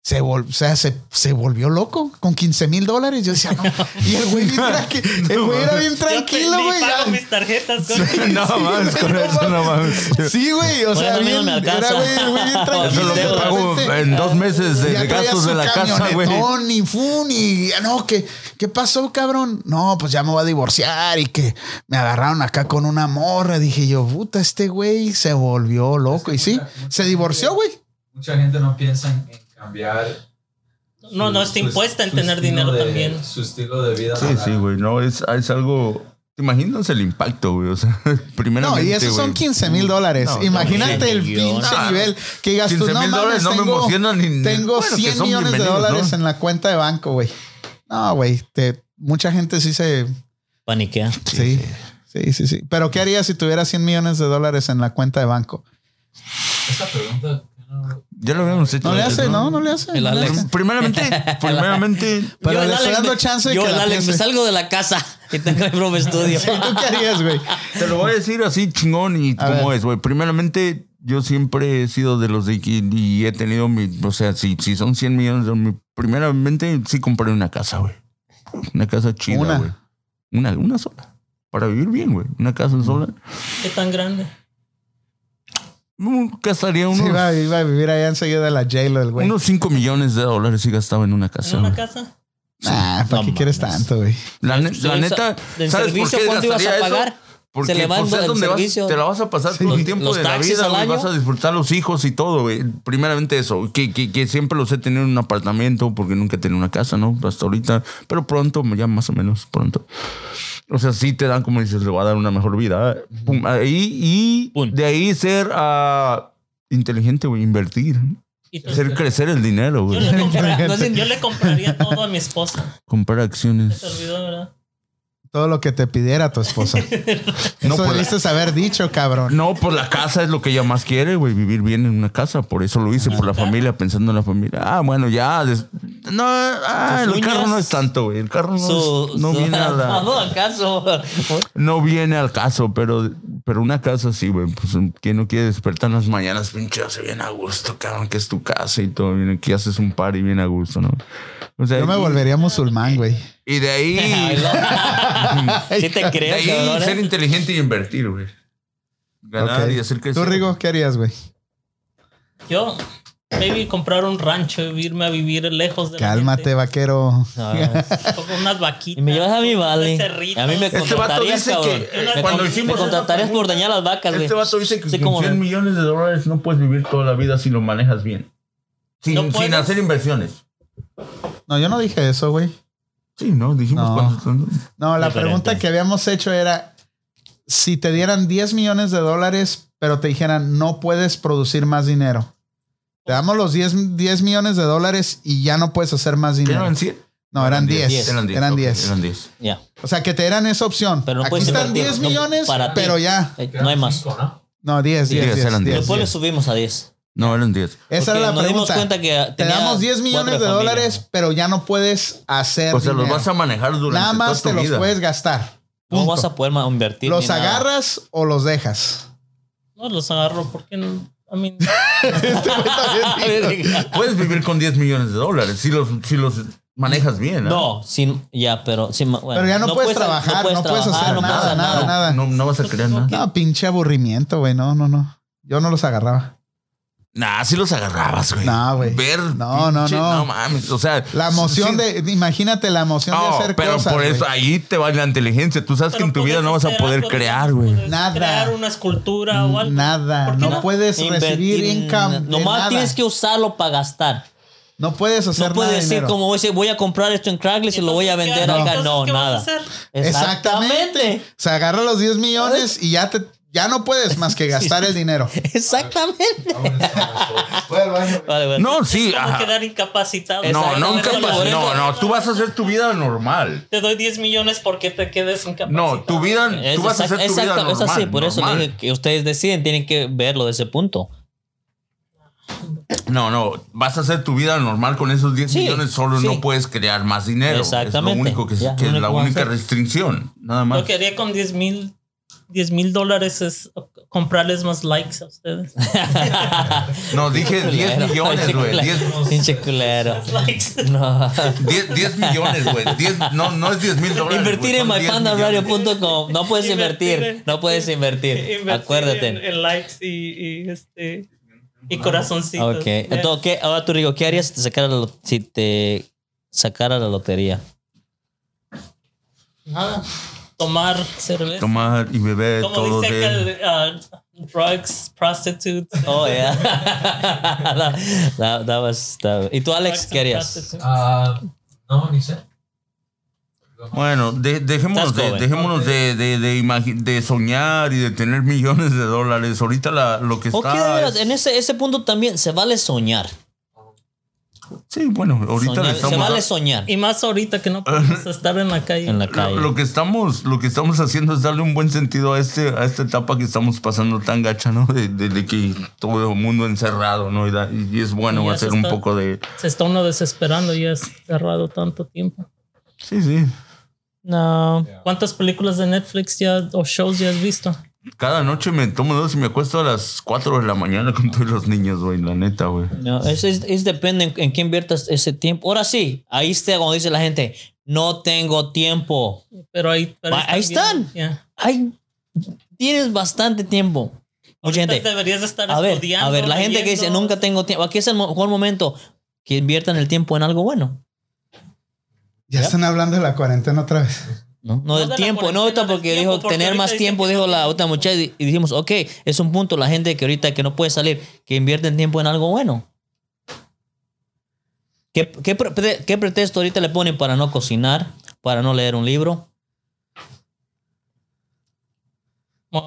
[SPEAKER 1] se, vol- o sea, se, se volvió loco con 15 mil dólares. Yo decía, no. Y el güey, bien tranqui- el güey era bien tranquilo,
[SPEAKER 4] Yo te-
[SPEAKER 1] güey.
[SPEAKER 4] ni pago
[SPEAKER 1] ya.
[SPEAKER 4] mis tarjetas. con-
[SPEAKER 2] No más, con eso no más.
[SPEAKER 1] Sí, güey. O
[SPEAKER 3] Con
[SPEAKER 1] sea,
[SPEAKER 3] eso mismo
[SPEAKER 1] bien,
[SPEAKER 3] me alcanza.
[SPEAKER 1] era güey, el güey bien
[SPEAKER 2] Eso es
[SPEAKER 1] tranquilo.
[SPEAKER 2] lo que
[SPEAKER 1] de
[SPEAKER 2] pago
[SPEAKER 1] repente-
[SPEAKER 2] en dos meses de,
[SPEAKER 1] ya
[SPEAKER 2] de
[SPEAKER 1] traía
[SPEAKER 2] gastos
[SPEAKER 1] su
[SPEAKER 2] de la casa, güey.
[SPEAKER 1] camionetón y fun y ah, no, que qué pasó, cabrón? No, pues ya me voy a divorciar y que me agarraron acá con una morra, dije yo, puta, este güey se volvió loco y sí, se divorció, güey.
[SPEAKER 5] Mucha gente no piensa en, en cambiar.
[SPEAKER 4] No, no, está impuesta en tener
[SPEAKER 5] estilo
[SPEAKER 4] dinero
[SPEAKER 5] Pues, de-
[SPEAKER 4] también.
[SPEAKER 5] Su estilo de vida.
[SPEAKER 2] Sí, sí, güey. No, es, es algo. ¿Te imaginas el impacto, güey? O sea, primeramente.
[SPEAKER 1] No, y esos son
[SPEAKER 2] güey.
[SPEAKER 1] 15 mil dólares.
[SPEAKER 2] No,
[SPEAKER 1] Imagínate el
[SPEAKER 3] millones.
[SPEAKER 1] pinche
[SPEAKER 2] Ah,
[SPEAKER 1] nivel que digas tú,
[SPEAKER 2] 15
[SPEAKER 1] no
[SPEAKER 2] mil dólares
[SPEAKER 1] mames,
[SPEAKER 2] no me
[SPEAKER 1] tengo,
[SPEAKER 2] emocionan ni
[SPEAKER 1] tengo
[SPEAKER 2] bueno, que
[SPEAKER 1] 100
[SPEAKER 2] son
[SPEAKER 1] millones de
[SPEAKER 2] bienvenidos, ¿no?
[SPEAKER 1] dólares en la cuenta de banco, güey. No, güey, te- mucha gente sí se
[SPEAKER 3] Paniquea.
[SPEAKER 1] Sí, sí, sí, sí. Pero ¿qué harías si tuvieras 100 millones de dólares en la cuenta de banco?
[SPEAKER 5] Esta pregunta. no-
[SPEAKER 2] Ya lo habíamos hecho.
[SPEAKER 1] No le
[SPEAKER 2] antes,
[SPEAKER 1] hace, no, no le hace.
[SPEAKER 3] El
[SPEAKER 1] no le
[SPEAKER 3] Alex.
[SPEAKER 1] hace.
[SPEAKER 2] Prim- Primeramente, primeramente.
[SPEAKER 1] Pero
[SPEAKER 3] el
[SPEAKER 1] le estoy
[SPEAKER 3] Alex
[SPEAKER 1] dando
[SPEAKER 3] me-
[SPEAKER 1] chance de
[SPEAKER 3] Yo,
[SPEAKER 1] que
[SPEAKER 3] el
[SPEAKER 1] la
[SPEAKER 3] Alex, me
[SPEAKER 1] piense.
[SPEAKER 3] salgo de la casa y tengo mi propio estudio.
[SPEAKER 1] Sí, ¿Tú qué harías, güey?
[SPEAKER 2] Te lo voy a decir así chingón y
[SPEAKER 1] A
[SPEAKER 2] como
[SPEAKER 1] ver.
[SPEAKER 2] es, güey. Primeramente, yo siempre he sido de los de que- y he tenido mi, o sea, si, si son 100 millones, de- mi- primeramente sí compré una casa, güey. Una casa
[SPEAKER 1] Una.
[SPEAKER 2] chida, güey. Una. Una, sola. Para vivir bien, güey. Una casa sola.
[SPEAKER 4] ¿Qué tan grande?
[SPEAKER 2] Mm, Gastaría
[SPEAKER 1] Sí,
[SPEAKER 2] unos,
[SPEAKER 1] iba, iba a vivir allá enseguida de la J-Lo, el güey.
[SPEAKER 2] unos 5 millones de dólares si gastaba en una
[SPEAKER 4] ¿En
[SPEAKER 2] casa.
[SPEAKER 4] una
[SPEAKER 2] güey.
[SPEAKER 4] casa?
[SPEAKER 1] Ah, ¿para
[SPEAKER 3] No
[SPEAKER 1] qué quieres
[SPEAKER 3] mames.
[SPEAKER 1] tanto, güey?
[SPEAKER 2] La, ne- la
[SPEAKER 3] el pues, sa-
[SPEAKER 2] neta,
[SPEAKER 3] del
[SPEAKER 2] ¿sabes por
[SPEAKER 3] servicio,
[SPEAKER 2] qué
[SPEAKER 3] ¿cuánto ibas a
[SPEAKER 2] gastaría eso?
[SPEAKER 3] pagar?
[SPEAKER 2] Porque
[SPEAKER 3] Se le va
[SPEAKER 2] pues,
[SPEAKER 3] el
[SPEAKER 2] es
[SPEAKER 3] del
[SPEAKER 2] donde vas-
[SPEAKER 3] servicio.
[SPEAKER 2] te la vas a pasar todo el tiempo
[SPEAKER 3] Los
[SPEAKER 2] de la
[SPEAKER 3] taxis
[SPEAKER 2] vida,
[SPEAKER 3] al
[SPEAKER 2] güey,
[SPEAKER 3] año.
[SPEAKER 2] vas a disfrutar los hijos y todo, güey. Primeramente eso, que, que, que siempre los he tenido en un apartamento porque nunca he tenido una casa, ¿no? Hasta ahorita, pero pronto, ya más o menos pronto. O sea, sí te dan, como dices, le va a dar una mejor vida. ¿eh? Pum, ahí, y
[SPEAKER 3] Pum.
[SPEAKER 2] de ahí ser ah, inteligente, güey, invertir,
[SPEAKER 4] Y tú-
[SPEAKER 2] hacer crecer el dinero, güey.
[SPEAKER 4] yo, le compra- no sé, yo le compraría todo a mi esposa.
[SPEAKER 2] Comprar
[SPEAKER 4] Se
[SPEAKER 2] acciones.
[SPEAKER 4] olvidó, ¿verdad?
[SPEAKER 1] Todo lo que te pidiera tu esposa.
[SPEAKER 2] No,
[SPEAKER 1] Eso
[SPEAKER 2] pues,
[SPEAKER 1] debiste haber dicho, cabrón.
[SPEAKER 2] No, pues la casa es lo que ella más quiere, güey, vivir bien en una casa. Por eso lo hice, por la familia, pensando en la familia. Ah, bueno, ya. des- No, ah,
[SPEAKER 3] Sus
[SPEAKER 2] el carro
[SPEAKER 3] uñas.
[SPEAKER 2] no es tanto, güey. El carro no, es-
[SPEAKER 3] Su-
[SPEAKER 2] no
[SPEAKER 3] su-
[SPEAKER 2] viene a la-
[SPEAKER 3] No, acaso.
[SPEAKER 2] no viene al caso, pero, pero una casa sí, güey. Pues, ¿quién no quiere despertar en las mañanas, pinche, hace bien a gusto, cabrón, que es tu casa y todo? Bien, aquí haces un party bien a gusto, ¿no? O sea,
[SPEAKER 1] Yo me
[SPEAKER 2] y-
[SPEAKER 1] volvería musulmán, güey.
[SPEAKER 2] Y de ahí,
[SPEAKER 3] Sí te
[SPEAKER 2] de
[SPEAKER 3] creo,
[SPEAKER 2] ahí
[SPEAKER 3] cabrón.
[SPEAKER 2] ser
[SPEAKER 3] ¿eh?
[SPEAKER 2] inteligente y invertir, güey. Ganar
[SPEAKER 1] Ok.
[SPEAKER 2] Ah, y hacer que
[SPEAKER 1] Tú, Rigo, ¿qué harías, güey?
[SPEAKER 4] Yo, maybe comprar un rancho y irme a vivir lejos de la
[SPEAKER 1] Cálmate,
[SPEAKER 4] gente.
[SPEAKER 1] vaquero.
[SPEAKER 3] No.
[SPEAKER 4] Con unas vaquitas.
[SPEAKER 3] Y me llevas a mi
[SPEAKER 4] unos
[SPEAKER 3] vale.
[SPEAKER 4] becerritos.
[SPEAKER 3] A mí me
[SPEAKER 2] Este vato
[SPEAKER 3] contratarías,
[SPEAKER 2] dice
[SPEAKER 3] cabrón.
[SPEAKER 2] que, eh,
[SPEAKER 3] me,
[SPEAKER 2] cuando
[SPEAKER 3] con-
[SPEAKER 2] hicimos
[SPEAKER 3] me
[SPEAKER 2] esa
[SPEAKER 3] contratarías por
[SPEAKER 2] pregunta,
[SPEAKER 3] dañar las vacas, güey.
[SPEAKER 2] Este vato dice que
[SPEAKER 3] Sí,
[SPEAKER 2] con
[SPEAKER 3] cómo
[SPEAKER 2] 100
[SPEAKER 3] no.
[SPEAKER 2] millones de dólares no puedes vivir toda la vida si lo manejas bien. Sin,
[SPEAKER 4] ¿No
[SPEAKER 2] sin
[SPEAKER 4] puedes?
[SPEAKER 2] hacer inversiones.
[SPEAKER 1] No, yo no dije eso, güey.
[SPEAKER 2] Sí, no, dijimos
[SPEAKER 1] No.
[SPEAKER 2] cuánto-
[SPEAKER 1] No, la
[SPEAKER 3] Diferente.
[SPEAKER 1] pregunta que habíamos hecho era si te dieran 10 millones de dólares, pero te dijeran no puedes producir más dinero. Te damos los 10, 10 millones de dólares y ya no puedes hacer más
[SPEAKER 2] ¿Qué
[SPEAKER 1] dinero.
[SPEAKER 2] eran 100?
[SPEAKER 1] No, eran 10.
[SPEAKER 3] 10,
[SPEAKER 2] Eran 10.
[SPEAKER 1] Eran
[SPEAKER 2] ok,
[SPEAKER 1] 10.
[SPEAKER 2] eran 10.
[SPEAKER 3] Ya.
[SPEAKER 1] O sea, que te dieran esa opción.
[SPEAKER 3] Pero no
[SPEAKER 1] Aquí
[SPEAKER 3] puedes
[SPEAKER 1] están
[SPEAKER 3] invertir,
[SPEAKER 1] 10
[SPEAKER 3] no,
[SPEAKER 1] millones,
[SPEAKER 3] para ti.
[SPEAKER 1] pero ya.
[SPEAKER 3] Eh, No hay más.
[SPEAKER 5] Cinco, ¿no?
[SPEAKER 1] No, 10, 10,
[SPEAKER 2] Diez,
[SPEAKER 1] 10.
[SPEAKER 2] eran
[SPEAKER 1] 10,
[SPEAKER 3] Después le
[SPEAKER 1] 10.
[SPEAKER 3] subimos a 10.
[SPEAKER 2] No, eran 10.
[SPEAKER 1] Esa
[SPEAKER 3] Porque
[SPEAKER 1] era la
[SPEAKER 3] nos dimos cuenta
[SPEAKER 1] pregunta.
[SPEAKER 3] que
[SPEAKER 1] Te
[SPEAKER 3] tenía
[SPEAKER 1] damos 10 millones de
[SPEAKER 3] cuatro familias.
[SPEAKER 1] dólares, pero ya no puedes hacer
[SPEAKER 2] O sea, Pues los
[SPEAKER 1] dinero.
[SPEAKER 2] vas a manejar durante
[SPEAKER 1] Nada más te
[SPEAKER 2] toda tu
[SPEAKER 1] los
[SPEAKER 2] vida.
[SPEAKER 1] puedes gastar.
[SPEAKER 3] No
[SPEAKER 1] Punto.
[SPEAKER 3] vas a poder ma- invertir. ni
[SPEAKER 1] ¿Los
[SPEAKER 3] nada.
[SPEAKER 1] agarras o los dejas?
[SPEAKER 4] No, los agarro porque no. A mí.
[SPEAKER 2] Puedes vivir con 10 millones de dólares si los, si los manejas bien. ¿ah?
[SPEAKER 3] No, sin, ya, pero sin, bueno,
[SPEAKER 1] Pero ya no puedes trabajar, no puedes hacer
[SPEAKER 2] Ah,
[SPEAKER 1] nada, nada, nada.
[SPEAKER 2] No, no vas a creer nada.
[SPEAKER 1] No, pinche aburrimiento, güey. No, no, no. Yo no los agarraba.
[SPEAKER 2] Nah, si los agarrabas, güey.
[SPEAKER 1] Nah, güey.
[SPEAKER 2] Ver.
[SPEAKER 1] No, no,
[SPEAKER 2] pinche-
[SPEAKER 1] no.
[SPEAKER 2] No mames. O sea.
[SPEAKER 1] La emoción
[SPEAKER 2] sí-
[SPEAKER 1] de, imagínate la emoción
[SPEAKER 2] No,
[SPEAKER 1] de hacer
[SPEAKER 2] pero
[SPEAKER 1] cosas.
[SPEAKER 2] por eso
[SPEAKER 1] güey.
[SPEAKER 2] ahí te va la inteligencia. Tú sabes que en tu vida no vas a poder crear, güey.
[SPEAKER 1] Nada.
[SPEAKER 4] Nada. Crear una escultura o algo.
[SPEAKER 1] Nada,
[SPEAKER 4] ¿Por qué
[SPEAKER 1] no, puedes recibir income. de
[SPEAKER 3] Nomás
[SPEAKER 1] nada.
[SPEAKER 3] tienes que usarlo para gastar.
[SPEAKER 1] No puedes hacer
[SPEAKER 3] No puedes
[SPEAKER 1] nada. de
[SPEAKER 3] decir
[SPEAKER 1] dinero.
[SPEAKER 3] como voy a, decir, voy a comprar esto en Craigslist y lo voy a
[SPEAKER 4] Entonces,
[SPEAKER 3] vender
[SPEAKER 4] ¿qué-
[SPEAKER 3] acá.
[SPEAKER 4] entonces,
[SPEAKER 3] No,
[SPEAKER 4] ¿qué vas a
[SPEAKER 3] nada.
[SPEAKER 4] hacer?
[SPEAKER 1] Exactamente. O sea, agarra los 10 millones y ya te ya no puedes más que gastar el dinero.
[SPEAKER 3] Exactamente.
[SPEAKER 4] Ah,
[SPEAKER 5] Vámonos con nosotros.
[SPEAKER 1] Voy al baño.
[SPEAKER 3] Vale, vale.
[SPEAKER 2] No, sí.
[SPEAKER 4] Como
[SPEAKER 2] ajá.
[SPEAKER 4] quedar incapacitado.
[SPEAKER 2] No,
[SPEAKER 3] Exactamente,
[SPEAKER 2] nunca
[SPEAKER 3] por
[SPEAKER 2] pas-
[SPEAKER 3] eso-
[SPEAKER 2] No, no. Tú vas a hacer tu vida normal.
[SPEAKER 4] Te doy 10 millones porque te quedes incapacitado.
[SPEAKER 2] No, tu vida.
[SPEAKER 3] Es
[SPEAKER 2] Tú vas a
[SPEAKER 3] exact-
[SPEAKER 2] hacer tu vida
[SPEAKER 3] exacto,
[SPEAKER 2] normal.
[SPEAKER 3] es así, por eso
[SPEAKER 2] normal.
[SPEAKER 3] le dije que ustedes deciden, tienen que verlo desde ese punto.
[SPEAKER 2] No, no. Vas a hacer tu vida normal con esos 10
[SPEAKER 3] Sí,
[SPEAKER 2] millones. Solo
[SPEAKER 3] sí.
[SPEAKER 2] no puedes crear más dinero.
[SPEAKER 3] Exactamente,
[SPEAKER 2] Es lo único que, es-
[SPEAKER 3] ya,
[SPEAKER 2] que
[SPEAKER 3] lo
[SPEAKER 2] es la
[SPEAKER 3] único que vas a
[SPEAKER 2] única
[SPEAKER 3] hacer.
[SPEAKER 2] restricción. Nada más.
[SPEAKER 4] Lo que haría con 10 mil 10 mil dólares es comprarles más likes a ustedes.
[SPEAKER 2] No, dije 10
[SPEAKER 3] Culero.
[SPEAKER 2] millones,
[SPEAKER 3] Pinche
[SPEAKER 2] güey.
[SPEAKER 3] culero.
[SPEAKER 2] 10,
[SPEAKER 3] Pinche culero.
[SPEAKER 4] Más likes.
[SPEAKER 3] No.
[SPEAKER 2] 10, 10 millones, güey. 10 No, no es 10 mil dólares.
[SPEAKER 3] Invertir
[SPEAKER 2] güey,
[SPEAKER 3] en
[SPEAKER 2] son 10 millones.
[SPEAKER 3] mypandaradio.com. No puedes invertir.
[SPEAKER 4] Invertir en-
[SPEAKER 3] No puedes invertir.
[SPEAKER 4] Invertir
[SPEAKER 3] Acuérdate.
[SPEAKER 4] En, en likes y, y, este y corazoncitos.
[SPEAKER 3] ok.
[SPEAKER 4] Yeah.
[SPEAKER 3] Entonces, ¿qué? ahora tú digo, ¿qué harías si te sacara la, lo- si te sacara la lotería?
[SPEAKER 1] Nada.
[SPEAKER 4] tomar cerveza.
[SPEAKER 2] Tomar y beber
[SPEAKER 4] Como
[SPEAKER 2] todo
[SPEAKER 4] dice
[SPEAKER 2] de...
[SPEAKER 4] que drugs, prostitutes.
[SPEAKER 3] Oh, yeah. that, that- that was- that- ¿Y tú, Alex,
[SPEAKER 4] drugs
[SPEAKER 3] qué
[SPEAKER 4] and
[SPEAKER 3] harías?
[SPEAKER 4] prostitutes.
[SPEAKER 5] Ah, no, ni sé.
[SPEAKER 2] Bueno, de- dejémonos,
[SPEAKER 3] Estás
[SPEAKER 2] de,
[SPEAKER 3] joven.
[SPEAKER 2] dejémonos de, de, de, imagi- de soñar y de tener millones de dólares. Ahorita la, lo que está...
[SPEAKER 3] Ok, de veras,
[SPEAKER 2] es-
[SPEAKER 3] en ese, ese punto también se vale soñar.
[SPEAKER 2] Sí, bueno, ahorita le
[SPEAKER 3] Soñar-
[SPEAKER 2] estamos...
[SPEAKER 3] se vale soñar
[SPEAKER 4] Y más ahorita que no podemos estar en la calle.
[SPEAKER 3] en la calle.
[SPEAKER 2] Lo, lo que estamos, lo que estamos haciendo es darle un buen sentido a este, a esta etapa que estamos pasando tan gacha, ¿no? De, de- de que todo el mundo encerrado, ¿no? Y, da- y es bueno
[SPEAKER 4] Y ya se
[SPEAKER 2] hacer un
[SPEAKER 4] está-
[SPEAKER 2] poco de.
[SPEAKER 4] Se está uno desesperando y es cerrado tanto tiempo.
[SPEAKER 2] Sí, sí.
[SPEAKER 3] no.
[SPEAKER 4] ¿Cuántas películas de Netflix ya o shows ya has visto?
[SPEAKER 2] Cada noche me tomo dos y me acuesto a las 4 de la mañana con todos los niños, güey, la neta, güey.
[SPEAKER 3] No, es, es- es depende en, en qué inviertas ese tiempo. Ahora sí, ahí está cuando dice la gente, no tengo tiempo.
[SPEAKER 4] Pero ahí, pero
[SPEAKER 3] Ahí están.
[SPEAKER 4] bien.
[SPEAKER 3] Ay, tienes bastante tiempo. Mucha
[SPEAKER 4] Ya.
[SPEAKER 3] gente.
[SPEAKER 4] Deberías estar
[SPEAKER 3] A ver,
[SPEAKER 4] estudiando.
[SPEAKER 3] a ver, la gente que dice,
[SPEAKER 4] leyendo.
[SPEAKER 3] nunca tengo tiempo. Aquí es el mo- mejor momento que inviertan el tiempo en algo bueno.
[SPEAKER 1] Ya
[SPEAKER 3] Yep.
[SPEAKER 1] están hablando de la cuarentena otra vez.
[SPEAKER 3] No, no,
[SPEAKER 4] No
[SPEAKER 3] del
[SPEAKER 4] de la
[SPEAKER 3] tiempo, no
[SPEAKER 4] cuarentena,
[SPEAKER 3] ahorita
[SPEAKER 4] del
[SPEAKER 3] porque
[SPEAKER 4] tiempo,
[SPEAKER 3] dijo
[SPEAKER 4] porque
[SPEAKER 3] tener
[SPEAKER 4] ahorita
[SPEAKER 3] más
[SPEAKER 4] dicen
[SPEAKER 3] tiempo,
[SPEAKER 4] que
[SPEAKER 3] dijo
[SPEAKER 4] no
[SPEAKER 3] la
[SPEAKER 4] tienen
[SPEAKER 3] otra muchacha y y dijimos, ok, es un punto, la gente que ahorita que no puede salir, que invierten tiempo en algo bueno. ¿Qué, qué pre- qué pretexto ahorita le ponen para no cocinar, para no leer un libro?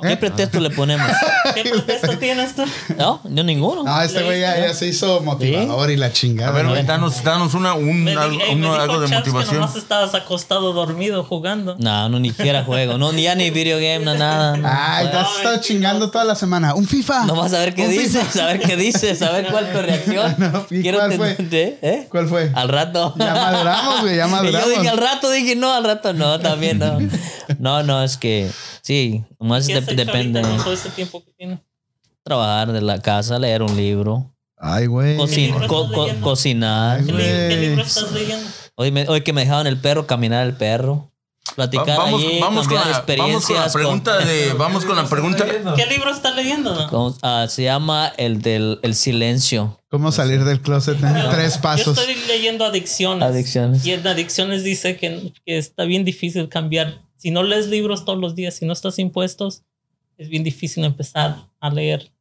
[SPEAKER 3] ¿Qué
[SPEAKER 1] ¿Eh?
[SPEAKER 3] pretexto le ponemos?
[SPEAKER 4] ¿Qué pretexto tienes tú?
[SPEAKER 3] No, yo ninguno.
[SPEAKER 1] No, este güey ya, ya se hizo motivador y la
[SPEAKER 2] A
[SPEAKER 1] chingada.
[SPEAKER 2] ver,
[SPEAKER 1] güey.
[SPEAKER 2] güey, danos, danos una, un,
[SPEAKER 4] Me di-
[SPEAKER 2] algo,
[SPEAKER 4] ey,
[SPEAKER 2] un-
[SPEAKER 4] me dijo
[SPEAKER 2] algo de
[SPEAKER 4] Charles que
[SPEAKER 2] motivación.
[SPEAKER 4] nomás estabas acostado dormido jugando.
[SPEAKER 3] No, no ni siquiera juego, no, ni ya ni video game, no, nada. no.
[SPEAKER 1] Ay, te has
[SPEAKER 4] Ay,
[SPEAKER 1] estado
[SPEAKER 4] sí,
[SPEAKER 1] chingando toda la semana. Un FIFA.
[SPEAKER 3] No vas a ver qué
[SPEAKER 1] Un FIFA.
[SPEAKER 3] dices, a ver qué dices, a ver cuál es tu reacción.
[SPEAKER 1] No, ¿y
[SPEAKER 3] Quiero
[SPEAKER 1] cuál fue?
[SPEAKER 3] entenderte, ¿eh?
[SPEAKER 1] ¿Cuál fue?
[SPEAKER 3] Al rato.
[SPEAKER 1] Ya maduramos, güey, ya
[SPEAKER 3] Y yo
[SPEAKER 1] maduramos.
[SPEAKER 3] dije al rato, dije no, al rato no, también no. No, no, es que sí, nomás
[SPEAKER 4] ¿Qué
[SPEAKER 3] de-
[SPEAKER 4] has hecho
[SPEAKER 3] depende.
[SPEAKER 4] ahorita con todo ese tiempo que tienes?
[SPEAKER 3] Trabajar de la casa, leer un libro,
[SPEAKER 1] Ay, güey.
[SPEAKER 3] cocin-
[SPEAKER 4] libro estás
[SPEAKER 3] co- co-
[SPEAKER 4] leyendo?
[SPEAKER 3] cocinar.
[SPEAKER 1] Ay,
[SPEAKER 4] ¿Qué, li- qué
[SPEAKER 1] Güey.
[SPEAKER 4] libro estás leyendo?
[SPEAKER 3] Hoy, me- hoy que me dejaron el perro, caminar el perro,
[SPEAKER 2] Va-
[SPEAKER 3] platicar
[SPEAKER 2] Vamos,
[SPEAKER 3] allí,
[SPEAKER 2] vamos, con la, vamos
[SPEAKER 3] cambiar
[SPEAKER 2] con la
[SPEAKER 3] experiencias.
[SPEAKER 2] pregunta de. Eh, Vamos con la pregunta.
[SPEAKER 4] ¿Qué libro estás leyendo? no?
[SPEAKER 3] con- con- ah, se llama el del el silencio.
[SPEAKER 1] ¿Cómo salir del closet en tres
[SPEAKER 4] Yo
[SPEAKER 1] pasos?
[SPEAKER 4] estoy leyendo adicciones.
[SPEAKER 3] Adicciones.
[SPEAKER 4] Y en adicciones dice que, que está bien difícil cambiar. Si no lees libros todos los días, si no estás impuestos, es bien difícil empezar a leer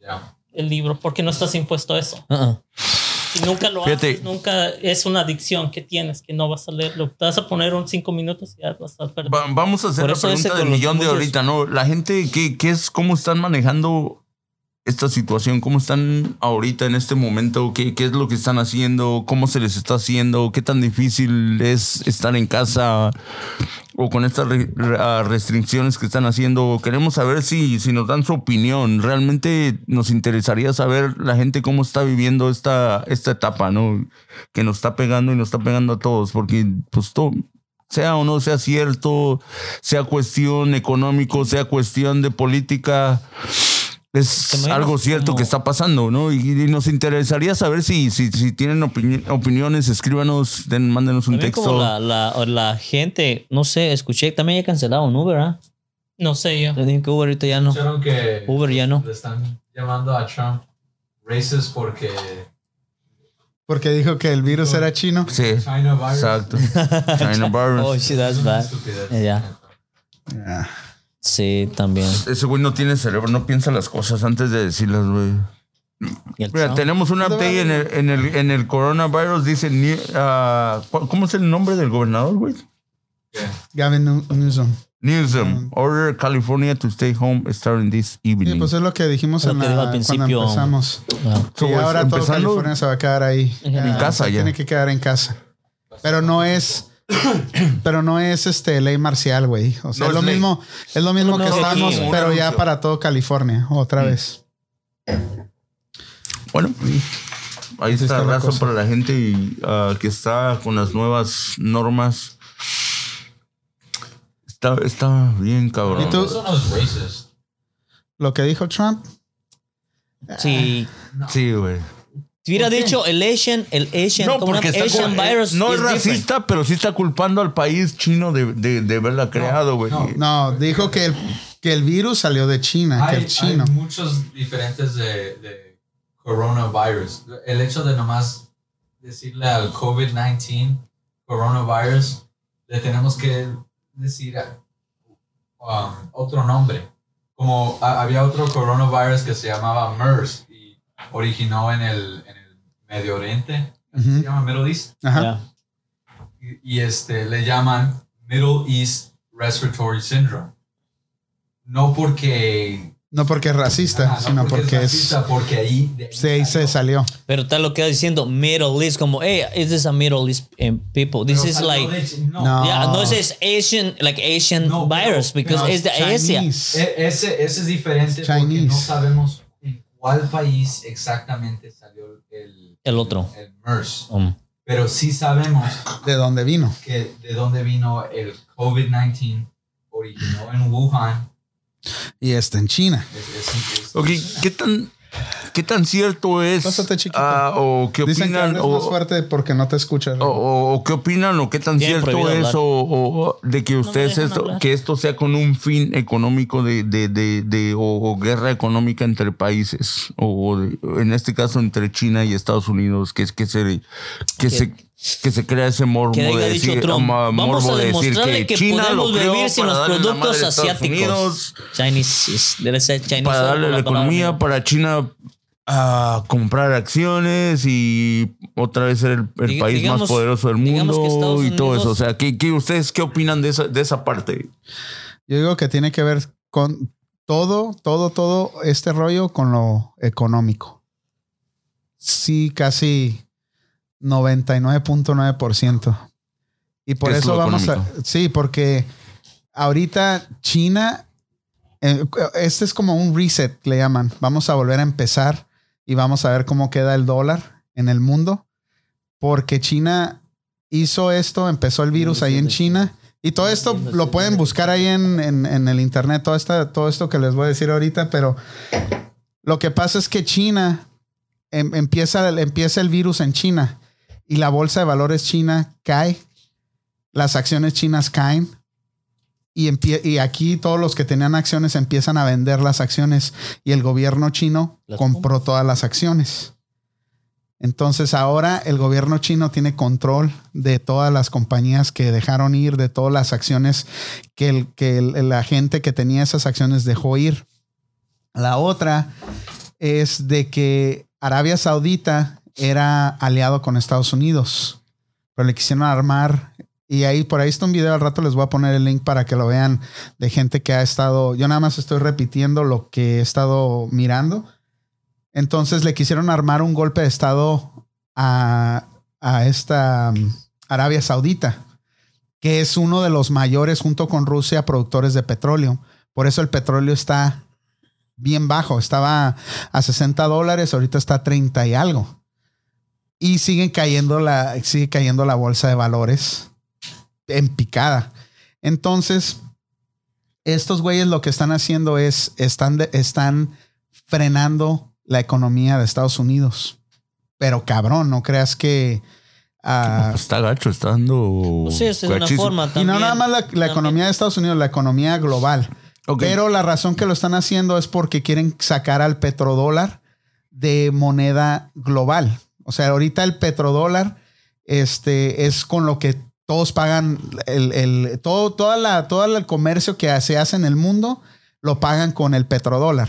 [SPEAKER 5] Ya.
[SPEAKER 4] el libro porque no estás impuesto a eso.
[SPEAKER 3] Uh-uh.
[SPEAKER 4] Si nunca lo
[SPEAKER 2] Fíjate.
[SPEAKER 4] haces, nunca es una adicción que tienes, que no vas a leerlo. Te vas a poner un cinco minutos y ya vas a perder.
[SPEAKER 2] Va- vamos a hacer
[SPEAKER 3] Por
[SPEAKER 2] la
[SPEAKER 3] eso ese
[SPEAKER 2] pregunta
[SPEAKER 3] con
[SPEAKER 2] del
[SPEAKER 3] los
[SPEAKER 2] millón de
[SPEAKER 3] muchos-
[SPEAKER 2] ahorita, ¿no? La gente, ¿qué, qué es, ¿cómo están manejando esta situación? ¿Cómo están ahorita en este momento? ¿Qué, qué es lo que están haciendo? ¿Cómo se les está haciendo? ¿Qué tan difícil es estar en casa? O con estas re- re- ah, restricciones que están haciendo, queremos saber si, si nos dan su opinión. Realmente nos interesaría saber la gente cómo está viviendo esta, esta etapa, ¿no? Que nos está pegando y nos está pegando a todos, porque pues todo, sea o no sea cierto, sea cuestión económico, sea cuestión de política,
[SPEAKER 3] me
[SPEAKER 2] es
[SPEAKER 3] imagino
[SPEAKER 2] algo cierto
[SPEAKER 3] como-
[SPEAKER 2] que está pasando, ¿no? Y, y nos interesaría saber si, si, si tienen opini- opiniones, escríbanos, den- mándenos un
[SPEAKER 3] También como
[SPEAKER 2] texto.
[SPEAKER 3] la, la, o la gente, no sé, escuché, también ya cancelaron Uber, ¿ah?
[SPEAKER 4] No sé yo.
[SPEAKER 3] Le dije que Uber ahorita ya no.
[SPEAKER 5] Escucharon que
[SPEAKER 3] Uber ya no.
[SPEAKER 5] le están llamando a Trump racist porque
[SPEAKER 1] Porque dijo que el virus era chino.
[SPEAKER 2] Sí,
[SPEAKER 5] China virus.
[SPEAKER 2] exacto. China Barnes.
[SPEAKER 3] Oh, shit,
[SPEAKER 5] Es
[SPEAKER 3] that's
[SPEAKER 5] una
[SPEAKER 3] bad.
[SPEAKER 5] estupidez.
[SPEAKER 3] Ya.
[SPEAKER 1] Ah.
[SPEAKER 3] Sí, también.
[SPEAKER 2] Ese güey no tiene cerebro, no piensa las cosas antes de decirlas, güey.
[SPEAKER 3] Y el
[SPEAKER 2] Mira,
[SPEAKER 3] Trump.
[SPEAKER 2] tenemos un update en el, en el, en el coronavirus, dice, ni- ah, ¿cu- ¿cómo es el nombre del gobernador, güey?
[SPEAKER 1] Gavin Nu- Newsom.
[SPEAKER 2] Newsom, order California to stay home starting this
[SPEAKER 1] Mm. Sí,
[SPEAKER 2] evening.
[SPEAKER 1] pues es lo que dijimos
[SPEAKER 3] Es lo
[SPEAKER 1] en
[SPEAKER 3] que
[SPEAKER 1] la-
[SPEAKER 3] digo al
[SPEAKER 1] cuando
[SPEAKER 3] principio.
[SPEAKER 1] empezamos.
[SPEAKER 3] Ah.
[SPEAKER 2] So,
[SPEAKER 1] y
[SPEAKER 2] es-
[SPEAKER 1] ahora todo
[SPEAKER 2] empezando-
[SPEAKER 1] California se va a quedar ahí. Ah,
[SPEAKER 3] En
[SPEAKER 2] casa
[SPEAKER 1] se
[SPEAKER 2] ya.
[SPEAKER 1] Tiene que quedar en casa. Pero no es. Pero no es este ley marcial, güey. O sea,
[SPEAKER 2] No
[SPEAKER 1] es, lo
[SPEAKER 2] es ley.
[SPEAKER 1] mismo, es lo mismo que
[SPEAKER 3] mismo que aquí,
[SPEAKER 1] estamos,
[SPEAKER 2] güey.
[SPEAKER 1] pero
[SPEAKER 2] Un
[SPEAKER 1] ya
[SPEAKER 2] anuncio.
[SPEAKER 1] para todo California, otra
[SPEAKER 3] Mm.
[SPEAKER 1] vez.
[SPEAKER 2] Bueno,
[SPEAKER 1] Esa eh,
[SPEAKER 2] ahí está
[SPEAKER 1] está
[SPEAKER 2] el
[SPEAKER 1] la
[SPEAKER 2] lazo
[SPEAKER 1] cosa.
[SPEAKER 2] para la gente y, ah, que está con las nuevas normas. Está, está bien, cabrón.
[SPEAKER 1] ¿Y tú?
[SPEAKER 5] Eso no es racist.
[SPEAKER 1] Lo que dijo Trump,
[SPEAKER 3] Sí.
[SPEAKER 2] Sí, güey.
[SPEAKER 3] Si hubiera dicho el Asian, el Asian,
[SPEAKER 2] No,
[SPEAKER 3] como
[SPEAKER 2] porque
[SPEAKER 3] una-
[SPEAKER 2] está
[SPEAKER 3] Asian
[SPEAKER 2] como- eh,
[SPEAKER 3] virus.
[SPEAKER 2] no es
[SPEAKER 3] is different.
[SPEAKER 2] racista, pero sí está culpando al país chino de, de, de haberla creado, güey.
[SPEAKER 5] no.
[SPEAKER 1] no, dijo que el, que el virus salió de China, Ah, que
[SPEAKER 5] Hay,
[SPEAKER 1] el chino.
[SPEAKER 5] hay muchos diferentes de, de coronavirus. El hecho de nomás decirle al COVID-19, coronavirus, le tenemos que decir um, otro nombre. Como ha- había otro coronavirus que se llamaba MERS y originó en el, en el Medio Oriente. Así
[SPEAKER 1] Ujú.
[SPEAKER 5] Se llama Middle East.
[SPEAKER 1] Ajá.
[SPEAKER 3] Ya.
[SPEAKER 5] Y, y, este, le llaman Middle East Respiratory Syndrome. No porque
[SPEAKER 1] No porque es racista,
[SPEAKER 5] Ah, no,
[SPEAKER 1] sino porque, es,
[SPEAKER 5] racista, porque ahí de ahí
[SPEAKER 1] se ahí se
[SPEAKER 5] salió.
[SPEAKER 1] salió.
[SPEAKER 3] Pero está lo que está diciendo Middle East, como, hey, is this a Middle East um, people? This
[SPEAKER 5] Pero
[SPEAKER 3] is
[SPEAKER 5] salió
[SPEAKER 3] like.
[SPEAKER 5] de Chi- no,
[SPEAKER 1] No.
[SPEAKER 3] Yeah, no,
[SPEAKER 2] Ah.
[SPEAKER 3] it's Asian, like Asian
[SPEAKER 5] No, pero-
[SPEAKER 3] virus because
[SPEAKER 5] pero
[SPEAKER 3] it's the Asia.
[SPEAKER 1] Chinese.
[SPEAKER 5] e- Ese, ese es diferente porque
[SPEAKER 1] Chinese.
[SPEAKER 5] no sabemos en cuál país exactamente salió el,
[SPEAKER 3] El otro.
[SPEAKER 5] el MERS.
[SPEAKER 3] Um,
[SPEAKER 5] Pero sí sabemos
[SPEAKER 1] ¿De dónde vino?
[SPEAKER 5] que de dónde vino el COVID-19, originó en Wuhan.
[SPEAKER 1] Y está en China.
[SPEAKER 5] Es- es- es-
[SPEAKER 2] Ok, ¿qué tan, qué tan cierto es?
[SPEAKER 1] Pásate, chiquito.
[SPEAKER 2] ah, o qué
[SPEAKER 1] Dicen que
[SPEAKER 2] opinan,
[SPEAKER 1] hablas más
[SPEAKER 2] o,
[SPEAKER 1] fuerte porque no te escuchas.
[SPEAKER 2] o- o- o qué opinan, o qué tan
[SPEAKER 3] Tienen
[SPEAKER 2] cierto
[SPEAKER 3] prohibido
[SPEAKER 2] es,
[SPEAKER 3] hablar.
[SPEAKER 2] o, o- o de que ustedes
[SPEAKER 4] dejan
[SPEAKER 2] esto-
[SPEAKER 4] hablar.
[SPEAKER 2] que esto sea con un fin económico de, de, de, de- o, o guerra económica entre países, o, o de- en este caso entre China y Estados Unidos, que es que se que se que se crea ese morbo
[SPEAKER 3] que haya
[SPEAKER 2] de
[SPEAKER 3] dicho
[SPEAKER 2] decir,
[SPEAKER 3] Trump,
[SPEAKER 2] ama-
[SPEAKER 3] vamos a
[SPEAKER 2] morbo de decir
[SPEAKER 3] demostrarle que,
[SPEAKER 2] China lo
[SPEAKER 3] podemos
[SPEAKER 2] creó
[SPEAKER 3] vivir sin
[SPEAKER 2] para
[SPEAKER 3] los
[SPEAKER 2] darle la madre
[SPEAKER 3] productos
[SPEAKER 2] a Estados Unidos,
[SPEAKER 3] asiáticos. Chinese, is- debe ser Chinese.
[SPEAKER 2] para darle
[SPEAKER 3] por
[SPEAKER 2] la
[SPEAKER 3] palabra,
[SPEAKER 2] economía,
[SPEAKER 3] amigo.
[SPEAKER 2] para China a comprar acciones y otra vez ser el, el
[SPEAKER 3] Diga-
[SPEAKER 2] país
[SPEAKER 3] digamos-
[SPEAKER 2] más poderoso del
[SPEAKER 3] digamos que
[SPEAKER 2] mundo
[SPEAKER 3] Estados
[SPEAKER 2] y todo
[SPEAKER 3] Unidos-
[SPEAKER 2] eso. O sea, ¿qué, qué- ustedes qué opinan de esa, de esa parte?
[SPEAKER 1] Yo digo que tiene que ver con todo, todo, todo este rollo con lo económico. Sí, casi 99.9%. Y por
[SPEAKER 2] ¿Qué es
[SPEAKER 1] eso
[SPEAKER 2] lo
[SPEAKER 1] vamos a... Sí, porque ahorita China, eh, este es como un reset, le llaman. Vamos a volver a empezar y vamos a ver cómo queda el dólar en el mundo. Porque China hizo esto, empezó el virus ahí en China. Y todo esto lo pueden buscar ahí en, en- en el internet, todo, esta, todo esto que les voy a decir ahorita, pero lo que pasa es que China em- empieza, el- empieza el virus en China y la bolsa de valores china cae, las acciones chinas caen y, empie- y aquí todos los que tenían acciones empiezan a vender las acciones y el gobierno chino
[SPEAKER 3] Las
[SPEAKER 1] compró todas las acciones. Entonces ahora el gobierno chino tiene control de todas las compañías que dejaron ir, de todas las acciones que, el- que el- la gente que tenía esas acciones dejó ir. La otra es de que Arabia Saudita era aliado con Estados Unidos, pero le quisieron armar. Y ahí por ahí está un video al rato, les voy a poner el link para que lo vean de gente que ha estado. Yo nada más estoy repitiendo lo que he estado mirando. Entonces le quisieron armar un golpe de estado a, a esta mm, Arabia Saudita, que es uno de los mayores junto con Rusia productores de petróleo. Por eso el petróleo está bien bajo. Estaba a 60 dólares, ahorita está a 30 y algo. Y siguen cayendo la, sigue cayendo la bolsa de valores en picada. Entonces, estos güeyes lo que están haciendo es, están, de- están frenando la economía de Estados Unidos. Pero cabrón, no creas que... ah,
[SPEAKER 2] está gacho, está dando...
[SPEAKER 3] Pues sí, esa es una
[SPEAKER 2] gachísimo.
[SPEAKER 3] forma también.
[SPEAKER 1] y no nada más la, la
[SPEAKER 3] también.
[SPEAKER 1] economía de Estados Unidos, la economía global.
[SPEAKER 2] Ok.
[SPEAKER 1] Pero la razón que lo están haciendo es porque quieren sacar al petrodólar de moneda global. O sea, ahorita el petrodólar este, es con lo que todos pagan, el, el- todo, toda la, todo el comercio que se hace en el mundo lo pagan con el petrodólar.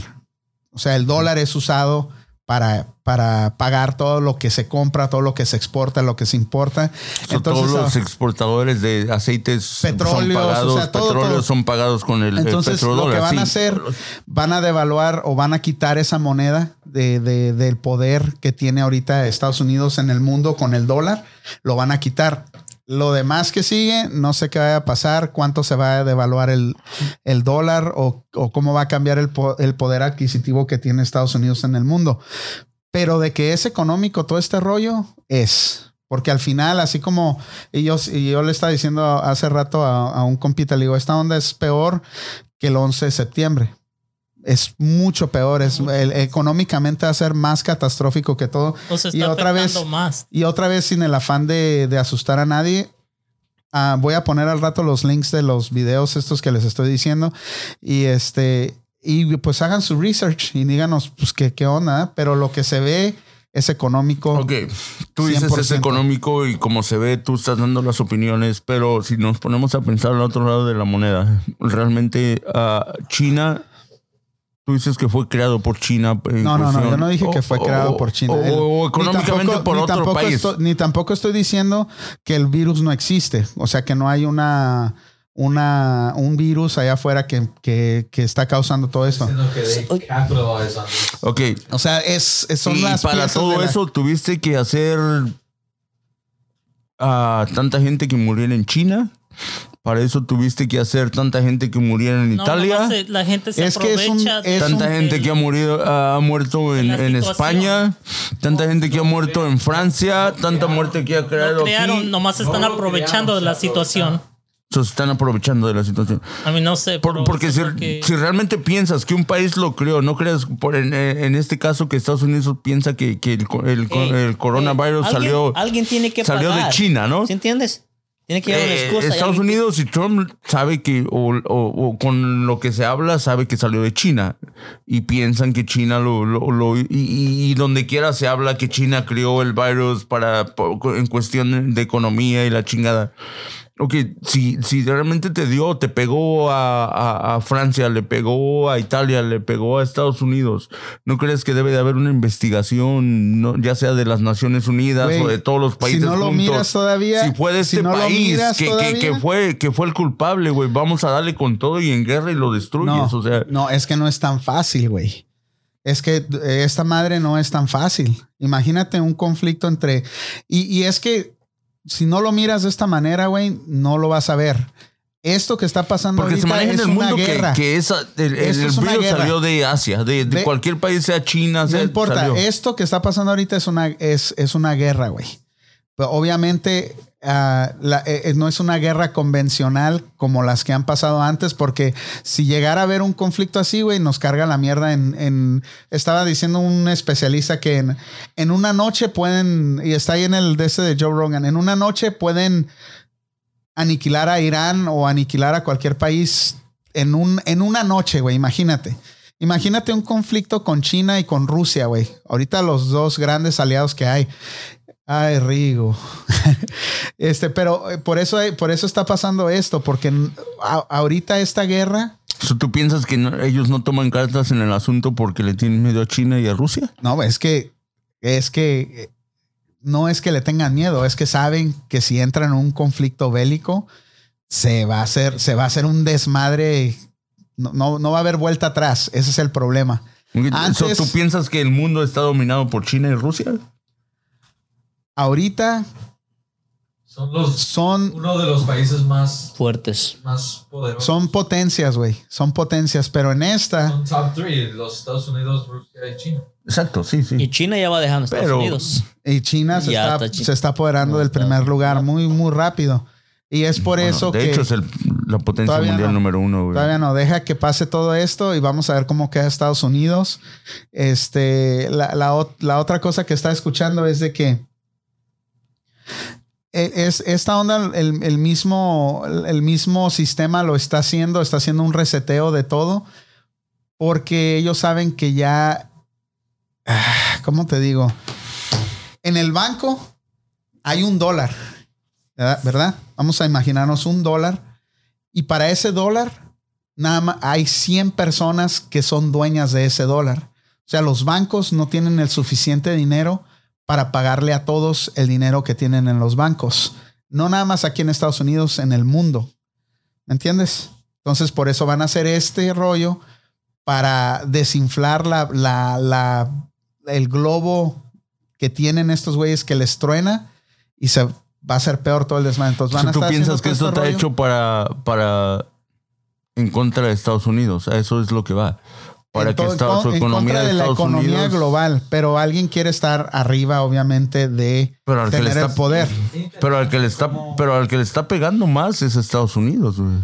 [SPEAKER 1] O sea, el dólar es usado para, para pagar todo lo que se compra, todo lo que se exporta, lo que se importa.
[SPEAKER 2] O sea, todos los exportadores de aceites
[SPEAKER 1] ah. Petróleos,
[SPEAKER 2] son pagados,
[SPEAKER 1] o sea, todo,
[SPEAKER 2] petróleos
[SPEAKER 1] todo.
[SPEAKER 2] son pagados con el, el
[SPEAKER 1] Entonces, lo
[SPEAKER 2] petrodólar,
[SPEAKER 1] que van a
[SPEAKER 2] sí.
[SPEAKER 1] hacer, van a devaluar o van a quitar esa moneda de- de- del poder que tiene ahorita Estados Unidos en el mundo con el dólar, lo van a quitar. Lo demás que sigue, no sé qué va a pasar, cuánto se va a devaluar el, el dólar o, o cómo va a cambiar el, po- el poder adquisitivo que tiene Estados Unidos en el mundo. Pero de que es económico todo este rollo, es. Porque al final, así como y yo, y yo le estaba diciendo hace rato a, a un compita, le digo, esta onda es peor que el 11 de septiembre. Es mucho peor, es el- económicamente va a ser más catastrófico que todo.
[SPEAKER 4] Entonces
[SPEAKER 1] Y
[SPEAKER 4] está
[SPEAKER 1] otra vez-
[SPEAKER 4] afectando más.
[SPEAKER 1] Y otra vez, sin el afán de, de asustar a nadie, ah, voy a poner al rato los links de los videos estos que les estoy diciendo. Y este, y pues hagan su research y díganos, pues, qué, qué onda. eh? Pero lo que se ve es económico.
[SPEAKER 2] Ok, tú dices es
[SPEAKER 1] 100%.
[SPEAKER 2] económico y como se ve, tú estás dando las opiniones, pero si nos ponemos a pensar al otro lado de la moneda, realmente ah, China, tú dices que fue creado por China. eh,
[SPEAKER 1] No, no, no,
[SPEAKER 2] incursión.
[SPEAKER 1] yo no dije
[SPEAKER 2] O-
[SPEAKER 1] que fue creado
[SPEAKER 2] o-
[SPEAKER 1] por China.
[SPEAKER 2] O,
[SPEAKER 1] El-
[SPEAKER 2] o
[SPEAKER 1] ni
[SPEAKER 2] económicamente
[SPEAKER 1] tampoco-
[SPEAKER 2] por
[SPEAKER 1] ni
[SPEAKER 2] otro
[SPEAKER 1] tampoco
[SPEAKER 2] país.
[SPEAKER 1] estoy- ni tampoco estoy diciendo que el virus no existe, o sea, que no hay una, una, un virus allá afuera que, que, que está causando todo esto.
[SPEAKER 5] Diciendo que they capitalize on this.
[SPEAKER 2] Ok,
[SPEAKER 1] O sea, es, es- son
[SPEAKER 2] y
[SPEAKER 1] las
[SPEAKER 2] para
[SPEAKER 1] piezas de
[SPEAKER 2] todo
[SPEAKER 1] la-
[SPEAKER 2] eso tuviste que hacer a tanta gente que muriera en China. Para eso tuviste que hacer tanta gente que muriera en
[SPEAKER 4] No,
[SPEAKER 2] Italia.
[SPEAKER 4] nomás se- la gente se
[SPEAKER 1] Es que es un-
[SPEAKER 4] aprovecha.
[SPEAKER 1] es
[SPEAKER 2] tanta
[SPEAKER 1] un-
[SPEAKER 2] gente que ha murido ha muerto en,
[SPEAKER 4] la
[SPEAKER 2] en
[SPEAKER 4] situación.
[SPEAKER 2] España tanta gente que ha muerto en Francia tanta muerte que ha creado
[SPEAKER 4] No
[SPEAKER 2] aquí.
[SPEAKER 4] crearon, nomás están
[SPEAKER 5] No lo
[SPEAKER 4] aprovechando
[SPEAKER 5] crearon,
[SPEAKER 4] de la
[SPEAKER 5] se
[SPEAKER 4] situación.
[SPEAKER 2] se están aprovechando de la situación
[SPEAKER 4] A mí no sé.
[SPEAKER 2] Por-
[SPEAKER 4] pero
[SPEAKER 2] porque si,
[SPEAKER 4] siento que-
[SPEAKER 2] si realmente piensas que un país lo creó no creas por en, en este caso que Estados Unidos piensa que, que el, co- el co-
[SPEAKER 3] Ey,
[SPEAKER 4] Eh,
[SPEAKER 2] el coronavirus
[SPEAKER 3] ey, eh, alguien-
[SPEAKER 2] salió
[SPEAKER 3] Alguien tiene que
[SPEAKER 2] salió de
[SPEAKER 3] pagar.
[SPEAKER 2] China no
[SPEAKER 3] ¿Sí entiendes? Tiene que haber una
[SPEAKER 2] Eh,
[SPEAKER 3] excusa. y
[SPEAKER 2] Estados
[SPEAKER 3] alguien-
[SPEAKER 2] Unidos y Trump sabe que, o, o- o con lo que se habla, sabe que salió de China. Y piensan que China lo... lo- lo- y, y- y donde quiera se habla que China creó el virus para, po- en cuestión de economía y la chingada. Ok, si, si realmente te dio, te pegó a, a- a Francia, le pegó a Italia, le pegó a Estados Unidos, ¿no crees que debe de haber una investigación, no- ya sea de las Naciones Unidas
[SPEAKER 1] Güey,
[SPEAKER 2] o de todos los
[SPEAKER 1] si
[SPEAKER 2] países
[SPEAKER 1] no lo
[SPEAKER 2] juntos?
[SPEAKER 1] miras todavía,
[SPEAKER 2] si fue de
[SPEAKER 1] si
[SPEAKER 2] este
[SPEAKER 1] no lo
[SPEAKER 2] país
[SPEAKER 1] miras
[SPEAKER 2] que, que-
[SPEAKER 1] todavía.
[SPEAKER 2] que fue, que fue el culpable, güey, vamos a darle con todo y en guerra y lo destruyes,
[SPEAKER 1] No,
[SPEAKER 2] o sea...
[SPEAKER 1] no, es que no es tan fácil, güey. Es que eh, esta madre no es tan fácil. Imagínate un conflicto entre... Y, y es que si no lo miras de esta manera, güey, no lo vas a ver. Esto que está pasando
[SPEAKER 2] Porque se
[SPEAKER 1] ahorita
[SPEAKER 2] maneja en
[SPEAKER 1] es
[SPEAKER 2] el
[SPEAKER 1] una
[SPEAKER 2] mundo que,
[SPEAKER 1] guerra.
[SPEAKER 2] que esa- el, el-
[SPEAKER 1] Esto
[SPEAKER 2] el
[SPEAKER 1] es una
[SPEAKER 2] virus
[SPEAKER 1] guerra.
[SPEAKER 2] salió de Asia, de, de
[SPEAKER 1] Ve-
[SPEAKER 2] cualquier país, sea China, sea...
[SPEAKER 1] No importa,
[SPEAKER 2] salió.
[SPEAKER 1] esto que está pasando ahorita es una, es, es una guerra, güey. Pero obviamente ah, la- eh, eh, no es una guerra convencional como las que han pasado antes, porque si llegara a haber un conflicto así, güey, nos carga la mierda en... en- estaba diciendo un especialista que en, en una noche pueden, y está ahí en el de ese de Joe Rogan, en una noche pueden aniquilar a Irán o aniquilar a cualquier país en, un, en una noche, güey, imagínate. Imagínate un conflicto con China y con Rusia, güey. Ahorita los dos grandes aliados que hay. Ay, Rigo. este, pero eh, por eso, hay- por eso está pasando esto, porque n- a- ahorita esta guerra,
[SPEAKER 2] So, ¿Tú piensas que no- ellos no toman cartas en el asunto porque le tienen miedo a China y a Rusia?
[SPEAKER 1] no, es que, es que eh, no es que le tengan miedo, es que saben que si entran en un conflicto bélico, se va a hacer, se va a hacer un desmadre. No, no, no va a haber vuelta atrás. Ese es el problema.
[SPEAKER 2] So,
[SPEAKER 1] Antes-
[SPEAKER 2] ¿Tú piensas que el mundo está dominado por China y Rusia?
[SPEAKER 1] Ahorita
[SPEAKER 5] Son los,
[SPEAKER 1] son
[SPEAKER 5] uno de los países más,
[SPEAKER 3] Fuertes.
[SPEAKER 5] más poderosos.
[SPEAKER 1] Son potencias, güey. Son potencias, pero en esta.
[SPEAKER 5] Son top 3, los Estados Unidos, Rusia y China.
[SPEAKER 2] Exacto, sí,
[SPEAKER 3] Y
[SPEAKER 2] sí.
[SPEAKER 3] China ya va dejando a Estados
[SPEAKER 2] Pero-
[SPEAKER 3] Unidos.
[SPEAKER 1] Y China se,
[SPEAKER 3] Ya
[SPEAKER 1] está,
[SPEAKER 3] está, China.
[SPEAKER 1] se está apoderando
[SPEAKER 3] No,
[SPEAKER 1] del
[SPEAKER 3] está-
[SPEAKER 1] primer lugar muy, muy rápido. Y es por
[SPEAKER 2] Mm, Bueno,
[SPEAKER 1] eso
[SPEAKER 2] de
[SPEAKER 1] que
[SPEAKER 2] hecho, es el- la potencia
[SPEAKER 1] Todavía
[SPEAKER 2] mundial
[SPEAKER 1] no.
[SPEAKER 2] número uno, güey.
[SPEAKER 1] todavía no deja que pase todo esto y vamos a ver cómo queda Estados Unidos. Este, la, la ot- la otra cosa que está escuchando es de que e- es, esta onda, el, el mismo, el mismo sistema lo está haciendo, está haciendo un reseteo de todo, porque ellos saben que ya, ah, ¿cómo te digo? En el banco hay un dólar, ¿verdad? ¿verdad? Vamos a imaginarnos un dólar y para ese dólar nada más hay 100 personas que son dueñas de ese dólar. O sea, los bancos no tienen el suficiente dinero para pagarle a todos el dinero que tienen en los bancos. No nada más aquí en Estados Unidos, en el mundo. ¿Me entiendes? Entonces, por eso van a hacer este rollo para desinflar la, la- la- el globo que tienen estos güeyes que les truena y se va a ser peor todo el desmadre. Entonces, Pues van
[SPEAKER 2] So,
[SPEAKER 1] a
[SPEAKER 2] ¿Tú
[SPEAKER 1] estar
[SPEAKER 2] piensas
[SPEAKER 1] haciendo
[SPEAKER 2] que
[SPEAKER 1] todo
[SPEAKER 2] esto
[SPEAKER 1] este
[SPEAKER 2] está
[SPEAKER 1] rollo.
[SPEAKER 2] hecho para, para en contra de Estados Unidos? A Eso es lo que va. Para
[SPEAKER 1] en
[SPEAKER 2] que
[SPEAKER 1] todo-
[SPEAKER 2] Estados- su
[SPEAKER 1] en
[SPEAKER 2] economía
[SPEAKER 1] contra
[SPEAKER 2] de
[SPEAKER 1] de la
[SPEAKER 2] Estados
[SPEAKER 1] economía
[SPEAKER 2] Unidos-
[SPEAKER 1] global, pero alguien quiere estar arriba, obviamente, de
[SPEAKER 2] Pero al que le
[SPEAKER 1] tener el
[SPEAKER 2] está-
[SPEAKER 1] poder.
[SPEAKER 2] Pero al que le está, pero al que le está pegando más es Estados Unidos, güey.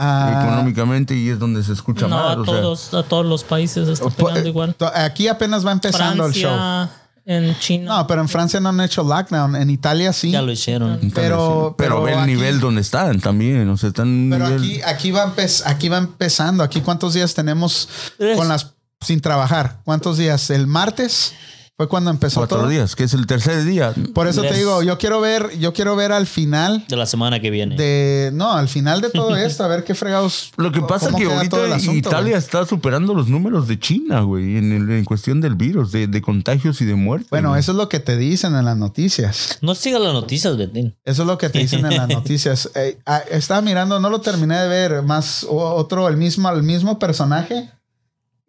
[SPEAKER 1] Ah,
[SPEAKER 2] Económicamente y es donde se escucha
[SPEAKER 4] No,
[SPEAKER 2] más.
[SPEAKER 4] a
[SPEAKER 2] o sea. Pues, eh,
[SPEAKER 4] todos, a todos los países está
[SPEAKER 1] po-
[SPEAKER 4] pegando igual.
[SPEAKER 1] to- Aquí apenas va empezando el show.
[SPEAKER 4] Francia, en China.
[SPEAKER 1] No, pero en Francia no han hecho lockdown, en Italia sí.
[SPEAKER 3] Ya lo hicieron.
[SPEAKER 2] Entonces,
[SPEAKER 1] pero-
[SPEAKER 2] sí. pero,
[SPEAKER 1] pero
[SPEAKER 2] ve el
[SPEAKER 1] aquí-
[SPEAKER 2] nivel donde están también. O sea, están en un
[SPEAKER 1] Pero aquí,
[SPEAKER 2] nivel-
[SPEAKER 1] aquí, va empe- aquí va empezando. Aquí cuántos días tenemos
[SPEAKER 3] Tres.
[SPEAKER 1] con las sin trabajar. ¿Cuántos días? El martes fue cuando empezó
[SPEAKER 2] cuatro
[SPEAKER 1] todo. Pues,
[SPEAKER 2] días, que es el tercer día.
[SPEAKER 1] Por eso
[SPEAKER 3] Tres.
[SPEAKER 1] te digo, yo quiero ver, yo quiero ver al final
[SPEAKER 3] De la semana que viene.
[SPEAKER 1] de, no, al final de todo esto, a ver qué fregados.
[SPEAKER 2] Lo que pasa es
[SPEAKER 1] cómo
[SPEAKER 2] que
[SPEAKER 1] queda todo el
[SPEAKER 2] ahorita
[SPEAKER 1] asunto,
[SPEAKER 2] Italia
[SPEAKER 1] güey.
[SPEAKER 2] está superando los números de China, güey, en, el- en cuestión del virus, de, de contagios y de muertes.
[SPEAKER 1] Bueno,
[SPEAKER 2] güey.
[SPEAKER 1] eso es lo que te dicen en las noticias.
[SPEAKER 3] No sigas las noticias, Betín.
[SPEAKER 1] Eso es lo que te dicen en las noticias. Eh, ah, estaba mirando, no lo terminé de ver, más o- otro, el mismo, el mismo personaje.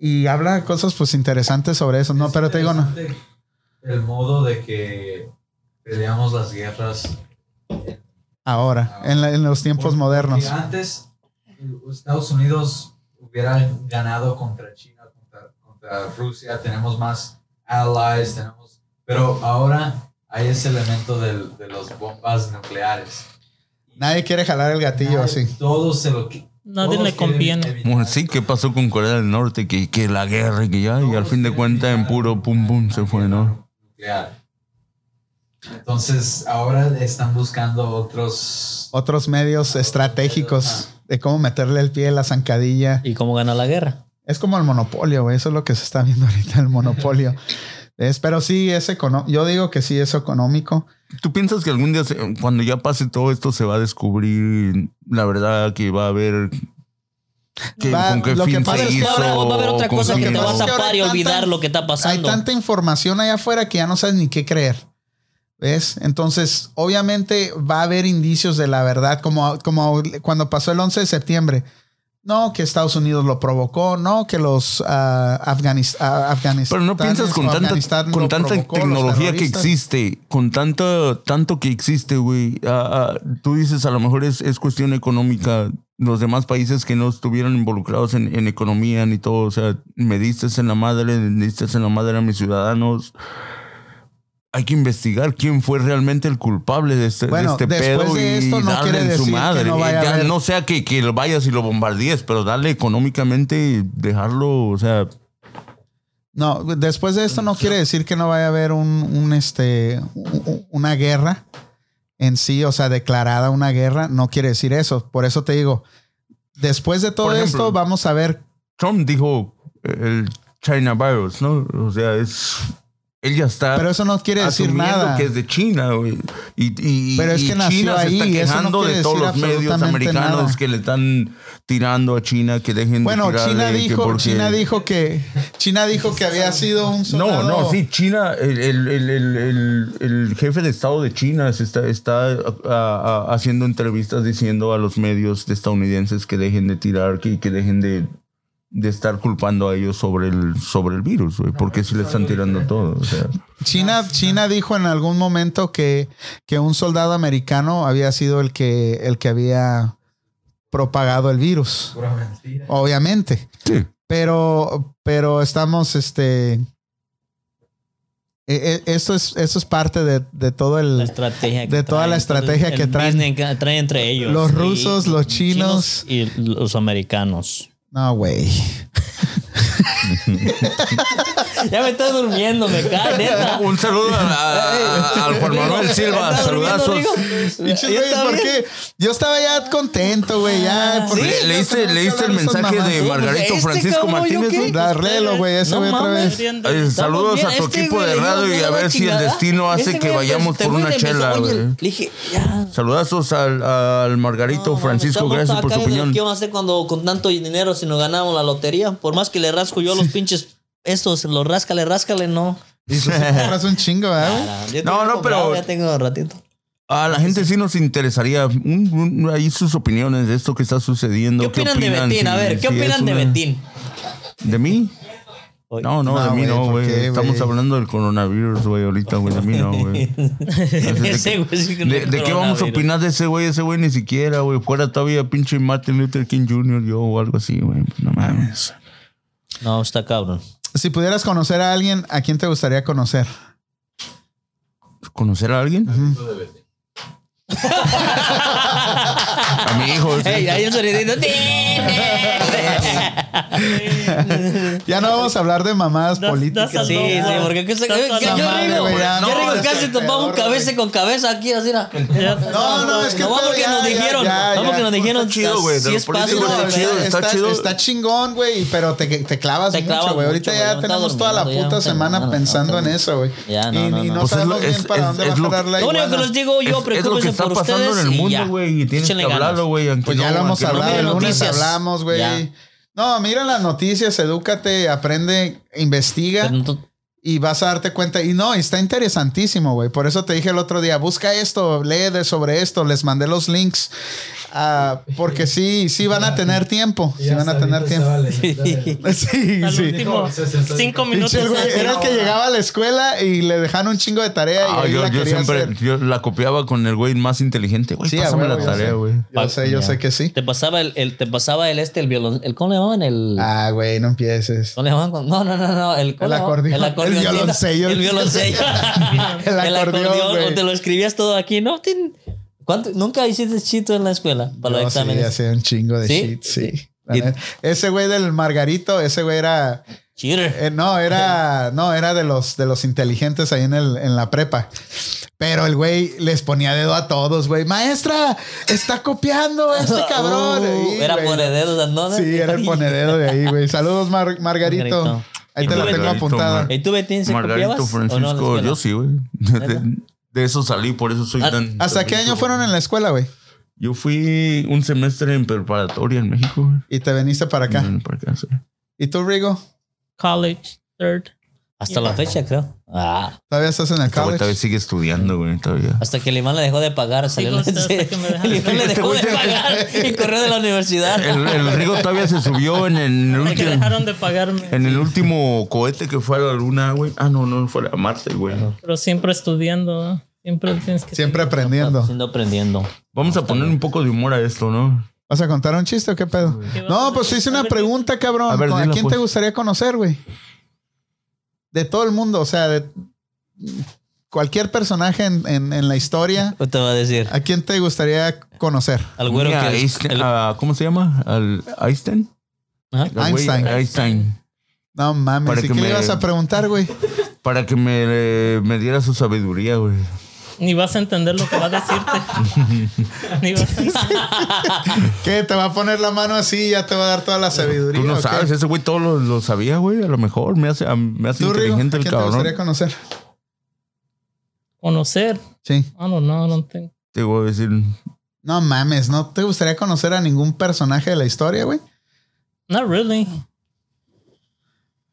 [SPEAKER 1] Y habla cosas pues interesantes sobre eso. No,
[SPEAKER 5] Es
[SPEAKER 1] pero te digo, no.
[SPEAKER 5] interesante El modo de que peleamos las guerras
[SPEAKER 1] Ahora, en, la- en los tiempos
[SPEAKER 5] Porque
[SPEAKER 1] modernos.
[SPEAKER 5] antes eh, Estados Unidos hubiera ganado contra China, contra, contra Rusia, tenemos más allies, tenemos, pero ahora hay ese elemento del- de las bombas nucleares.
[SPEAKER 1] Nadie quiere jalar el gatillo
[SPEAKER 5] Nadie-
[SPEAKER 1] así.
[SPEAKER 5] Todos se lo qui-
[SPEAKER 3] pues,
[SPEAKER 4] Nadie
[SPEAKER 5] todos
[SPEAKER 3] eh,
[SPEAKER 4] le
[SPEAKER 5] quieren
[SPEAKER 4] conviene.
[SPEAKER 5] evitar
[SPEAKER 2] Bueno, sí, ¿qué pasó con Corea del Norte? Que, que la guerra y que ya, Ah, y al
[SPEAKER 5] Todos
[SPEAKER 2] fin de
[SPEAKER 5] quieren
[SPEAKER 2] cuentas en
[SPEAKER 5] evitar
[SPEAKER 2] puro pum pum se
[SPEAKER 5] una
[SPEAKER 2] fue,
[SPEAKER 5] guerra
[SPEAKER 2] ¿no?
[SPEAKER 5] nuclear. Entonces ahora están buscando otros
[SPEAKER 1] Otros medios estratégicos de cómo meterle el pie a la zancadilla.
[SPEAKER 3] ¿Y cómo gana la guerra?
[SPEAKER 1] Es como el monopolio, güey. Eso es lo que se está viendo ahorita, el monopolio. Es, pero sí es económico. Yo digo que sí es económico.
[SPEAKER 2] ¿Tú piensas que algún día, se- cuando ya pase todo esto, se va a descubrir la verdad que va a haber... que-
[SPEAKER 1] Va-
[SPEAKER 2] ¿Con qué
[SPEAKER 1] lo que
[SPEAKER 2] fin
[SPEAKER 1] pasa
[SPEAKER 2] se
[SPEAKER 1] es que
[SPEAKER 2] hizo?
[SPEAKER 3] Va a haber- va a haber otra
[SPEAKER 2] con
[SPEAKER 3] cosa que
[SPEAKER 2] quién
[SPEAKER 3] te va a
[SPEAKER 2] hizo?
[SPEAKER 1] Es que ahora
[SPEAKER 3] tapar y
[SPEAKER 1] hay
[SPEAKER 3] olvidar
[SPEAKER 1] tantas-
[SPEAKER 3] lo que está
[SPEAKER 1] Hay
[SPEAKER 3] pasando.
[SPEAKER 1] tanta información allá afuera que ya no sabes ni qué creer. ¿Ves? Entonces, obviamente va a haber indicios de la verdad, como, como cuando pasó el 11 de septiembre. No, que Estados Unidos lo provocó, no, que los ah, Afganistán.
[SPEAKER 2] Pero no piensas con tanta, con tanta tecnología que existe, con tanto, tanto que existe, güey. ah, ah, tú dices, a lo mejor es, es cuestión económica. Los demás países que no estuvieron involucrados en, en economía ni todo, o sea, me diste en la madre, me diste en la madre a mis ciudadanos. Hay que investigar quién fue realmente el culpable de este, de
[SPEAKER 1] Bueno,
[SPEAKER 2] este
[SPEAKER 1] después
[SPEAKER 2] pedo
[SPEAKER 1] de esto
[SPEAKER 2] y
[SPEAKER 1] no
[SPEAKER 2] darle
[SPEAKER 1] quiere
[SPEAKER 2] en su
[SPEAKER 1] decir que
[SPEAKER 2] madre.
[SPEAKER 1] no vaya a
[SPEAKER 2] Ya
[SPEAKER 1] haber-
[SPEAKER 2] no sea que, que vayas y lo bombardees, pero darle económicamente, dejarlo, o sea,
[SPEAKER 1] No, después de esto no quiere decir que no vaya a haber un, un, este, u- u- una guerra en sí, o sea, declarada una guerra, no quiere decir eso. Por eso te digo, después de todo
[SPEAKER 2] Por ejemplo,
[SPEAKER 1] esto vamos a ver
[SPEAKER 2] Trump dijo eh, el China virus, ¿no? O sea, es. Él ya está.
[SPEAKER 1] Pero eso no quiere decir
[SPEAKER 2] asumiendo
[SPEAKER 1] nada.
[SPEAKER 2] que es de China, güey. Y, y- y-
[SPEAKER 1] Pero es
[SPEAKER 2] y
[SPEAKER 1] que nació
[SPEAKER 2] China se está
[SPEAKER 1] ahí, eso no
[SPEAKER 2] quejando
[SPEAKER 1] quiere
[SPEAKER 2] de todos
[SPEAKER 1] decir
[SPEAKER 2] los medios
[SPEAKER 1] absolutamente
[SPEAKER 2] americanos
[SPEAKER 1] nada.
[SPEAKER 2] que le están tirando a China, que dejen
[SPEAKER 1] Bueno,
[SPEAKER 2] de tirarle,
[SPEAKER 1] China
[SPEAKER 2] que
[SPEAKER 1] dijo,
[SPEAKER 2] porque-
[SPEAKER 1] China dijo que China dijo que había sido un
[SPEAKER 2] No,
[SPEAKER 1] soldado.
[SPEAKER 2] no, sí, China, el, el- el- el- el- el jefe de Estado de China se está, está ah, ah, haciendo entrevistas diciendo a los medios estadounidenses que dejen de tirar, que, que dejen de, de estar culpando a ellos sobre el, sobre el virus, güey, porque si le están tirando todo. o sea.
[SPEAKER 1] China, China dijo en algún momento que, que un soldado americano había sido el que el que había propagado el virus.
[SPEAKER 5] pura mentira.
[SPEAKER 1] Obviamente.
[SPEAKER 2] Sí.
[SPEAKER 1] Pero, pero estamos, este. e- e- Esto es, esto es parte de, de todo
[SPEAKER 3] La
[SPEAKER 1] el.
[SPEAKER 3] estrategia
[SPEAKER 1] De toda la estrategia
[SPEAKER 3] el
[SPEAKER 1] que traen
[SPEAKER 3] business que traen entre ellos.
[SPEAKER 1] los
[SPEAKER 3] Y-
[SPEAKER 1] rusos, los chinos.
[SPEAKER 3] y los americanos.
[SPEAKER 1] No, güey.
[SPEAKER 3] Ya me estás durmiendo, me cae, neta.
[SPEAKER 2] Un saludo a- a- a- al Juan Manuel Silva,
[SPEAKER 3] ¿Estás durmiendo,
[SPEAKER 2] saludazos.
[SPEAKER 3] Rigo?
[SPEAKER 1] Pinches
[SPEAKER 3] Yo
[SPEAKER 1] güeyes, ¿por
[SPEAKER 3] también. Ah.
[SPEAKER 1] qué? Yo estaba ya contento, güey. Ya, ¿por qué?
[SPEAKER 2] Le- Leíste,
[SPEAKER 1] No,
[SPEAKER 2] leíste el
[SPEAKER 1] no, no, no,
[SPEAKER 2] mensaje
[SPEAKER 1] no,
[SPEAKER 2] de pues,
[SPEAKER 1] no,
[SPEAKER 2] Margarito
[SPEAKER 3] Este
[SPEAKER 2] Francisco
[SPEAKER 3] cabrón, ¿yo
[SPEAKER 2] Martínez.
[SPEAKER 3] qué?
[SPEAKER 2] un-
[SPEAKER 1] Darrelo, güey, ese
[SPEAKER 3] No
[SPEAKER 1] güey otra
[SPEAKER 3] mames.
[SPEAKER 1] vez.
[SPEAKER 4] Deberían de-
[SPEAKER 2] Eh,
[SPEAKER 3] Estamos
[SPEAKER 2] saludos
[SPEAKER 3] bien,
[SPEAKER 2] a tu
[SPEAKER 3] este
[SPEAKER 2] equipo
[SPEAKER 3] güey
[SPEAKER 2] de
[SPEAKER 3] le dio
[SPEAKER 2] radio y a
[SPEAKER 3] una
[SPEAKER 2] ver si el
[SPEAKER 3] chingada.
[SPEAKER 2] destino hace
[SPEAKER 3] Este
[SPEAKER 2] que
[SPEAKER 3] güey
[SPEAKER 2] vayamos
[SPEAKER 3] empezó-
[SPEAKER 2] por una
[SPEAKER 3] empezó,
[SPEAKER 2] chela,
[SPEAKER 3] oye,
[SPEAKER 2] güey.
[SPEAKER 3] Le dije, ya.
[SPEAKER 2] Saludazos al, al Margarito
[SPEAKER 3] No,
[SPEAKER 2] Francisco,
[SPEAKER 3] mames,
[SPEAKER 2] gracias
[SPEAKER 3] estamos
[SPEAKER 2] por su
[SPEAKER 3] acá,
[SPEAKER 2] opinión.
[SPEAKER 3] ¿Qué vamos a hacer cuando con tanto dinero si nos ganamos la lotería? Por más que le rasco yo los pinches estos, los ráscale, ráscale, no.
[SPEAKER 1] Y eso sí compras un chingo, ¿verdad, güey?
[SPEAKER 3] Nada, yo
[SPEAKER 2] No,
[SPEAKER 3] tengo
[SPEAKER 2] no,
[SPEAKER 3] comprado,
[SPEAKER 2] pero-
[SPEAKER 3] Ya tengo un ratito.
[SPEAKER 2] A la gente sí nos interesaría un- un- ahí sus opiniones de esto que está sucediendo.
[SPEAKER 3] ¿Qué opinan, de Betín?
[SPEAKER 2] Si-
[SPEAKER 3] a ver,
[SPEAKER 2] si
[SPEAKER 3] ¿qué
[SPEAKER 2] es
[SPEAKER 3] opinan de
[SPEAKER 2] una-
[SPEAKER 3] Betín?
[SPEAKER 2] ¿De mí?
[SPEAKER 3] Oye.
[SPEAKER 2] No, no,
[SPEAKER 1] No,
[SPEAKER 2] de mí
[SPEAKER 1] güey,
[SPEAKER 2] no,
[SPEAKER 1] ¿por
[SPEAKER 2] güey.
[SPEAKER 1] qué,
[SPEAKER 2] Estamos
[SPEAKER 1] güey?
[SPEAKER 2] hablando del coronavirus, güey, ahorita, güey. De mí no, güey.
[SPEAKER 3] Ese güey sí que no
[SPEAKER 2] ¿De,
[SPEAKER 3] es
[SPEAKER 2] de qué vamos a
[SPEAKER 3] coronavirus.
[SPEAKER 2] opinar de ese güey? Ese güey ni siquiera, güey. Fuera todavía pinche Martin Luther King Jr. yo o algo así, güey. No mames.
[SPEAKER 3] No, está cabrón.
[SPEAKER 1] Si pudieras conocer a alguien, ¿a quién te gustaría conocer?
[SPEAKER 2] ¿Conocer a alguien? A mi hijo. sí.
[SPEAKER 3] Ey, hay un sonidito.
[SPEAKER 1] Ya no vamos a hablar de mamadas
[SPEAKER 4] Das-
[SPEAKER 1] políticas.
[SPEAKER 4] das
[SPEAKER 3] Sí, sí, porque que se- que- que
[SPEAKER 1] Esa
[SPEAKER 3] yo
[SPEAKER 1] madre,
[SPEAKER 3] rigo,
[SPEAKER 1] güey, ya
[SPEAKER 3] yo
[SPEAKER 1] no,
[SPEAKER 3] rigo
[SPEAKER 1] ese
[SPEAKER 3] Pues casi
[SPEAKER 1] pedo,
[SPEAKER 3] topamos
[SPEAKER 1] güey.
[SPEAKER 3] cabeza con cabeza aquí, así era.
[SPEAKER 4] Ya-
[SPEAKER 1] No, no, es que
[SPEAKER 3] No,
[SPEAKER 1] todo
[SPEAKER 3] porque
[SPEAKER 1] ya,
[SPEAKER 3] nos
[SPEAKER 1] ya,
[SPEAKER 3] dijeron,
[SPEAKER 1] ya,
[SPEAKER 3] no,
[SPEAKER 1] ya.
[SPEAKER 3] porque nos dijeron,
[SPEAKER 2] Está chido, güey,
[SPEAKER 3] sí
[SPEAKER 2] de
[SPEAKER 3] es
[SPEAKER 2] los
[SPEAKER 3] paso,
[SPEAKER 2] políticos está
[SPEAKER 3] güey, ¿verdad?
[SPEAKER 2] chido. está chido.
[SPEAKER 1] Está chingón, güey, pero te, te clavas
[SPEAKER 3] Te clavas
[SPEAKER 1] mucho, güey. Ahorita
[SPEAKER 3] mucho,
[SPEAKER 1] ya
[SPEAKER 3] güey, no
[SPEAKER 1] tenemos
[SPEAKER 3] estás
[SPEAKER 1] toda la
[SPEAKER 3] dormido, ya
[SPEAKER 1] puta
[SPEAKER 3] no estás
[SPEAKER 1] semana
[SPEAKER 3] dormido, no
[SPEAKER 1] pensando
[SPEAKER 3] estás
[SPEAKER 1] en eso, güey.
[SPEAKER 3] Ya, no,
[SPEAKER 1] y,
[SPEAKER 3] no,
[SPEAKER 1] y
[SPEAKER 3] no.
[SPEAKER 1] no
[SPEAKER 2] Pues es
[SPEAKER 1] sabemos
[SPEAKER 2] lo-
[SPEAKER 1] bien
[SPEAKER 2] es-
[SPEAKER 1] para
[SPEAKER 2] es-
[SPEAKER 1] dónde
[SPEAKER 2] es
[SPEAKER 1] va
[SPEAKER 2] lo-
[SPEAKER 1] a parar la
[SPEAKER 3] Lo único que
[SPEAKER 1] iguana.
[SPEAKER 3] les digo
[SPEAKER 2] Es-
[SPEAKER 3] yo,
[SPEAKER 2] es lo que
[SPEAKER 3] preocúpense
[SPEAKER 2] está
[SPEAKER 3] por
[SPEAKER 2] pasando
[SPEAKER 3] ustedes
[SPEAKER 2] en el
[SPEAKER 3] y ya.
[SPEAKER 2] mundo, güey. Y tienes
[SPEAKER 3] Échenle
[SPEAKER 2] que
[SPEAKER 3] ganas.
[SPEAKER 2] hablarlo, güey. aunque
[SPEAKER 1] Pues ya
[SPEAKER 2] no,
[SPEAKER 1] lo hemos
[SPEAKER 2] aunque no
[SPEAKER 1] hablado,
[SPEAKER 3] miren
[SPEAKER 1] el lunes
[SPEAKER 3] noticias.
[SPEAKER 1] hablamos, güey.
[SPEAKER 3] Ya.
[SPEAKER 1] No, mira las noticias, edúcate, aprende, investiga
[SPEAKER 3] Pero no-
[SPEAKER 1] y vas a darte cuenta. Y no, está interesantísimo, güey. Por eso te dije el otro día, busca esto, lee de sobre esto, les mandé los links. Ah, porque sí, sí van a tener tiempo. Sí van a tener tiempo.
[SPEAKER 5] pues,
[SPEAKER 1] Sí,
[SPEAKER 4] Al
[SPEAKER 1] sí.
[SPEAKER 4] último, cinco minutos.
[SPEAKER 1] Pinche el güey, era el que llegaba a la escuela y le dejaban un chingo de tarea y
[SPEAKER 2] Ah,
[SPEAKER 1] él
[SPEAKER 2] yo,
[SPEAKER 1] la
[SPEAKER 2] yo
[SPEAKER 1] quería
[SPEAKER 2] siempre
[SPEAKER 1] hacer.
[SPEAKER 2] yo la copiaba con el güey más inteligente. Güey,
[SPEAKER 1] Sí, a
[SPEAKER 2] pásame
[SPEAKER 1] huevo,
[SPEAKER 2] la
[SPEAKER 1] yo
[SPEAKER 2] tarea,
[SPEAKER 1] sé.
[SPEAKER 2] güey.
[SPEAKER 1] Yo sé, yo
[SPEAKER 3] Ya.
[SPEAKER 1] sé que sí.
[SPEAKER 3] Te pasaba el, el- te pasaba el este, el violón, el, ¿cómo le llamaban? El,
[SPEAKER 1] Ah, güey, no empieces.
[SPEAKER 3] ¿cómo le llamaban? cuando- No, no, no, no, el, ¿cómo
[SPEAKER 1] El
[SPEAKER 3] le llamaban?
[SPEAKER 1] acordeón.
[SPEAKER 3] El
[SPEAKER 1] El
[SPEAKER 3] acordeoncito.
[SPEAKER 1] violoncello.
[SPEAKER 3] El violoncello.
[SPEAKER 1] El
[SPEAKER 3] El acordeón,
[SPEAKER 1] güey.
[SPEAKER 3] o te lo escribías todo aquí, ¿no? Tin- ¿Cuánto- ¿Nunca hiciste chito en la escuela para los
[SPEAKER 1] Yo Sí,
[SPEAKER 3] exámenes?
[SPEAKER 1] hacía un chingo de
[SPEAKER 3] ¿Sí?
[SPEAKER 1] shit, sí.
[SPEAKER 3] Y-
[SPEAKER 1] Ese güey del Margarito, ese güey era.
[SPEAKER 3] Cheater.
[SPEAKER 1] eh, no, era. No, era de los, de los inteligentes ahí en, el, en la prepa. Pero el güey les ponía dedo a todos, güey. Maestra, está copiando este cabrón.
[SPEAKER 3] Uh,
[SPEAKER 1] Y,
[SPEAKER 3] era
[SPEAKER 1] güey,
[SPEAKER 3] por dedos, ¿no?
[SPEAKER 1] Sí, era el ponededo de ahí, güey. Saludos, Mar- Margarito.
[SPEAKER 3] Margarito.
[SPEAKER 1] Ahí te la tengo
[SPEAKER 2] Margarito,
[SPEAKER 1] apuntada.
[SPEAKER 2] Mar-
[SPEAKER 3] ¿Y tú, Betín, se
[SPEAKER 2] Margarito
[SPEAKER 3] copiabas? ¿O no en la
[SPEAKER 2] Francisco,
[SPEAKER 3] escuela?
[SPEAKER 2] yo sí, güey.
[SPEAKER 3] ¿Neta?
[SPEAKER 2] De, de eso salí, por eso soy
[SPEAKER 3] Ah,
[SPEAKER 2] tan.
[SPEAKER 1] ¿Hasta qué año fueron en la escuela, güey?
[SPEAKER 2] Yo fui un semestre en preparatoria en México, güey.
[SPEAKER 1] Y te viniste para acá.
[SPEAKER 2] Bueno, para acá, sí.
[SPEAKER 1] ¿Y tú, Rigo?
[SPEAKER 4] College, third.
[SPEAKER 3] Hasta la fecha, creo. Ah.
[SPEAKER 1] ¿Todavía estás en el
[SPEAKER 2] Este güey todavía
[SPEAKER 1] college?
[SPEAKER 2] sigue estudiando, güey, todavía.
[SPEAKER 3] Hasta que el imán le dejó de pagar. Salió
[SPEAKER 4] hasta- hasta que me dejaron.
[SPEAKER 3] el imán
[SPEAKER 1] Este
[SPEAKER 3] le dejó de pagar y corrió de la universidad.
[SPEAKER 2] El, el Rigo todavía se subió en el, en el
[SPEAKER 4] Hasta que
[SPEAKER 2] último,
[SPEAKER 4] dejaron de pagarme.
[SPEAKER 2] en el último cohete que fue a la luna, güey. Ah, no, no, fue a Marte, güey.
[SPEAKER 4] Pero siempre estudiando, ¿no? Siempre tienes que.
[SPEAKER 1] Siempre aprendiendo.
[SPEAKER 3] Siendo aprendiendo.
[SPEAKER 2] Vamos a poner un poco de humor a esto, ¿no?
[SPEAKER 1] ¿Vas a contar un chiste o qué pedo? No, pues hice una pregunta, cabrón.
[SPEAKER 2] A
[SPEAKER 1] ¿A,
[SPEAKER 2] ver, dila,
[SPEAKER 1] quién
[SPEAKER 2] pues.
[SPEAKER 1] te gustaría conocer, güey? De todo el mundo, o sea, de cualquier personaje en, en- en la historia,
[SPEAKER 3] ¿Qué te va a decir?
[SPEAKER 1] ¿a quién te gustaría conocer?
[SPEAKER 3] Al güero
[SPEAKER 2] Mira,
[SPEAKER 3] que.
[SPEAKER 2] Einstein-
[SPEAKER 3] el-
[SPEAKER 2] ah, ¿Cómo se llama? ¿Al Einstein?
[SPEAKER 3] Ajá.
[SPEAKER 2] El güey
[SPEAKER 1] Einstein.
[SPEAKER 2] Einstein.
[SPEAKER 1] No mames,
[SPEAKER 2] Para
[SPEAKER 1] ¿y
[SPEAKER 2] que
[SPEAKER 1] qué le
[SPEAKER 2] me-
[SPEAKER 1] ibas a preguntar, güey?
[SPEAKER 2] Para que me, eh, me diera su sabiduría, güey.
[SPEAKER 4] Ni vas a entender lo que va a decirte. Ni vas a
[SPEAKER 1] ¿Qué? ¿Te va a poner la mano así y ya te va a dar toda la sabiduría?
[SPEAKER 2] Tú
[SPEAKER 1] o
[SPEAKER 2] no
[SPEAKER 1] qué?
[SPEAKER 2] sabes, ese güey todo lo, lo sabía, güey. A lo mejor me hace, a- me hace
[SPEAKER 1] ¿Tú, Rigo? ¿A quién
[SPEAKER 2] inteligente el
[SPEAKER 1] te
[SPEAKER 2] cabrón.
[SPEAKER 1] gustaría conocer?
[SPEAKER 4] conocer.
[SPEAKER 1] Sí.
[SPEAKER 4] Ah, no, no, no tengo.
[SPEAKER 2] Te voy a decir,
[SPEAKER 1] No mames, ¿no te gustaría conocer a ningún personaje de la historia, güey?
[SPEAKER 4] Not really.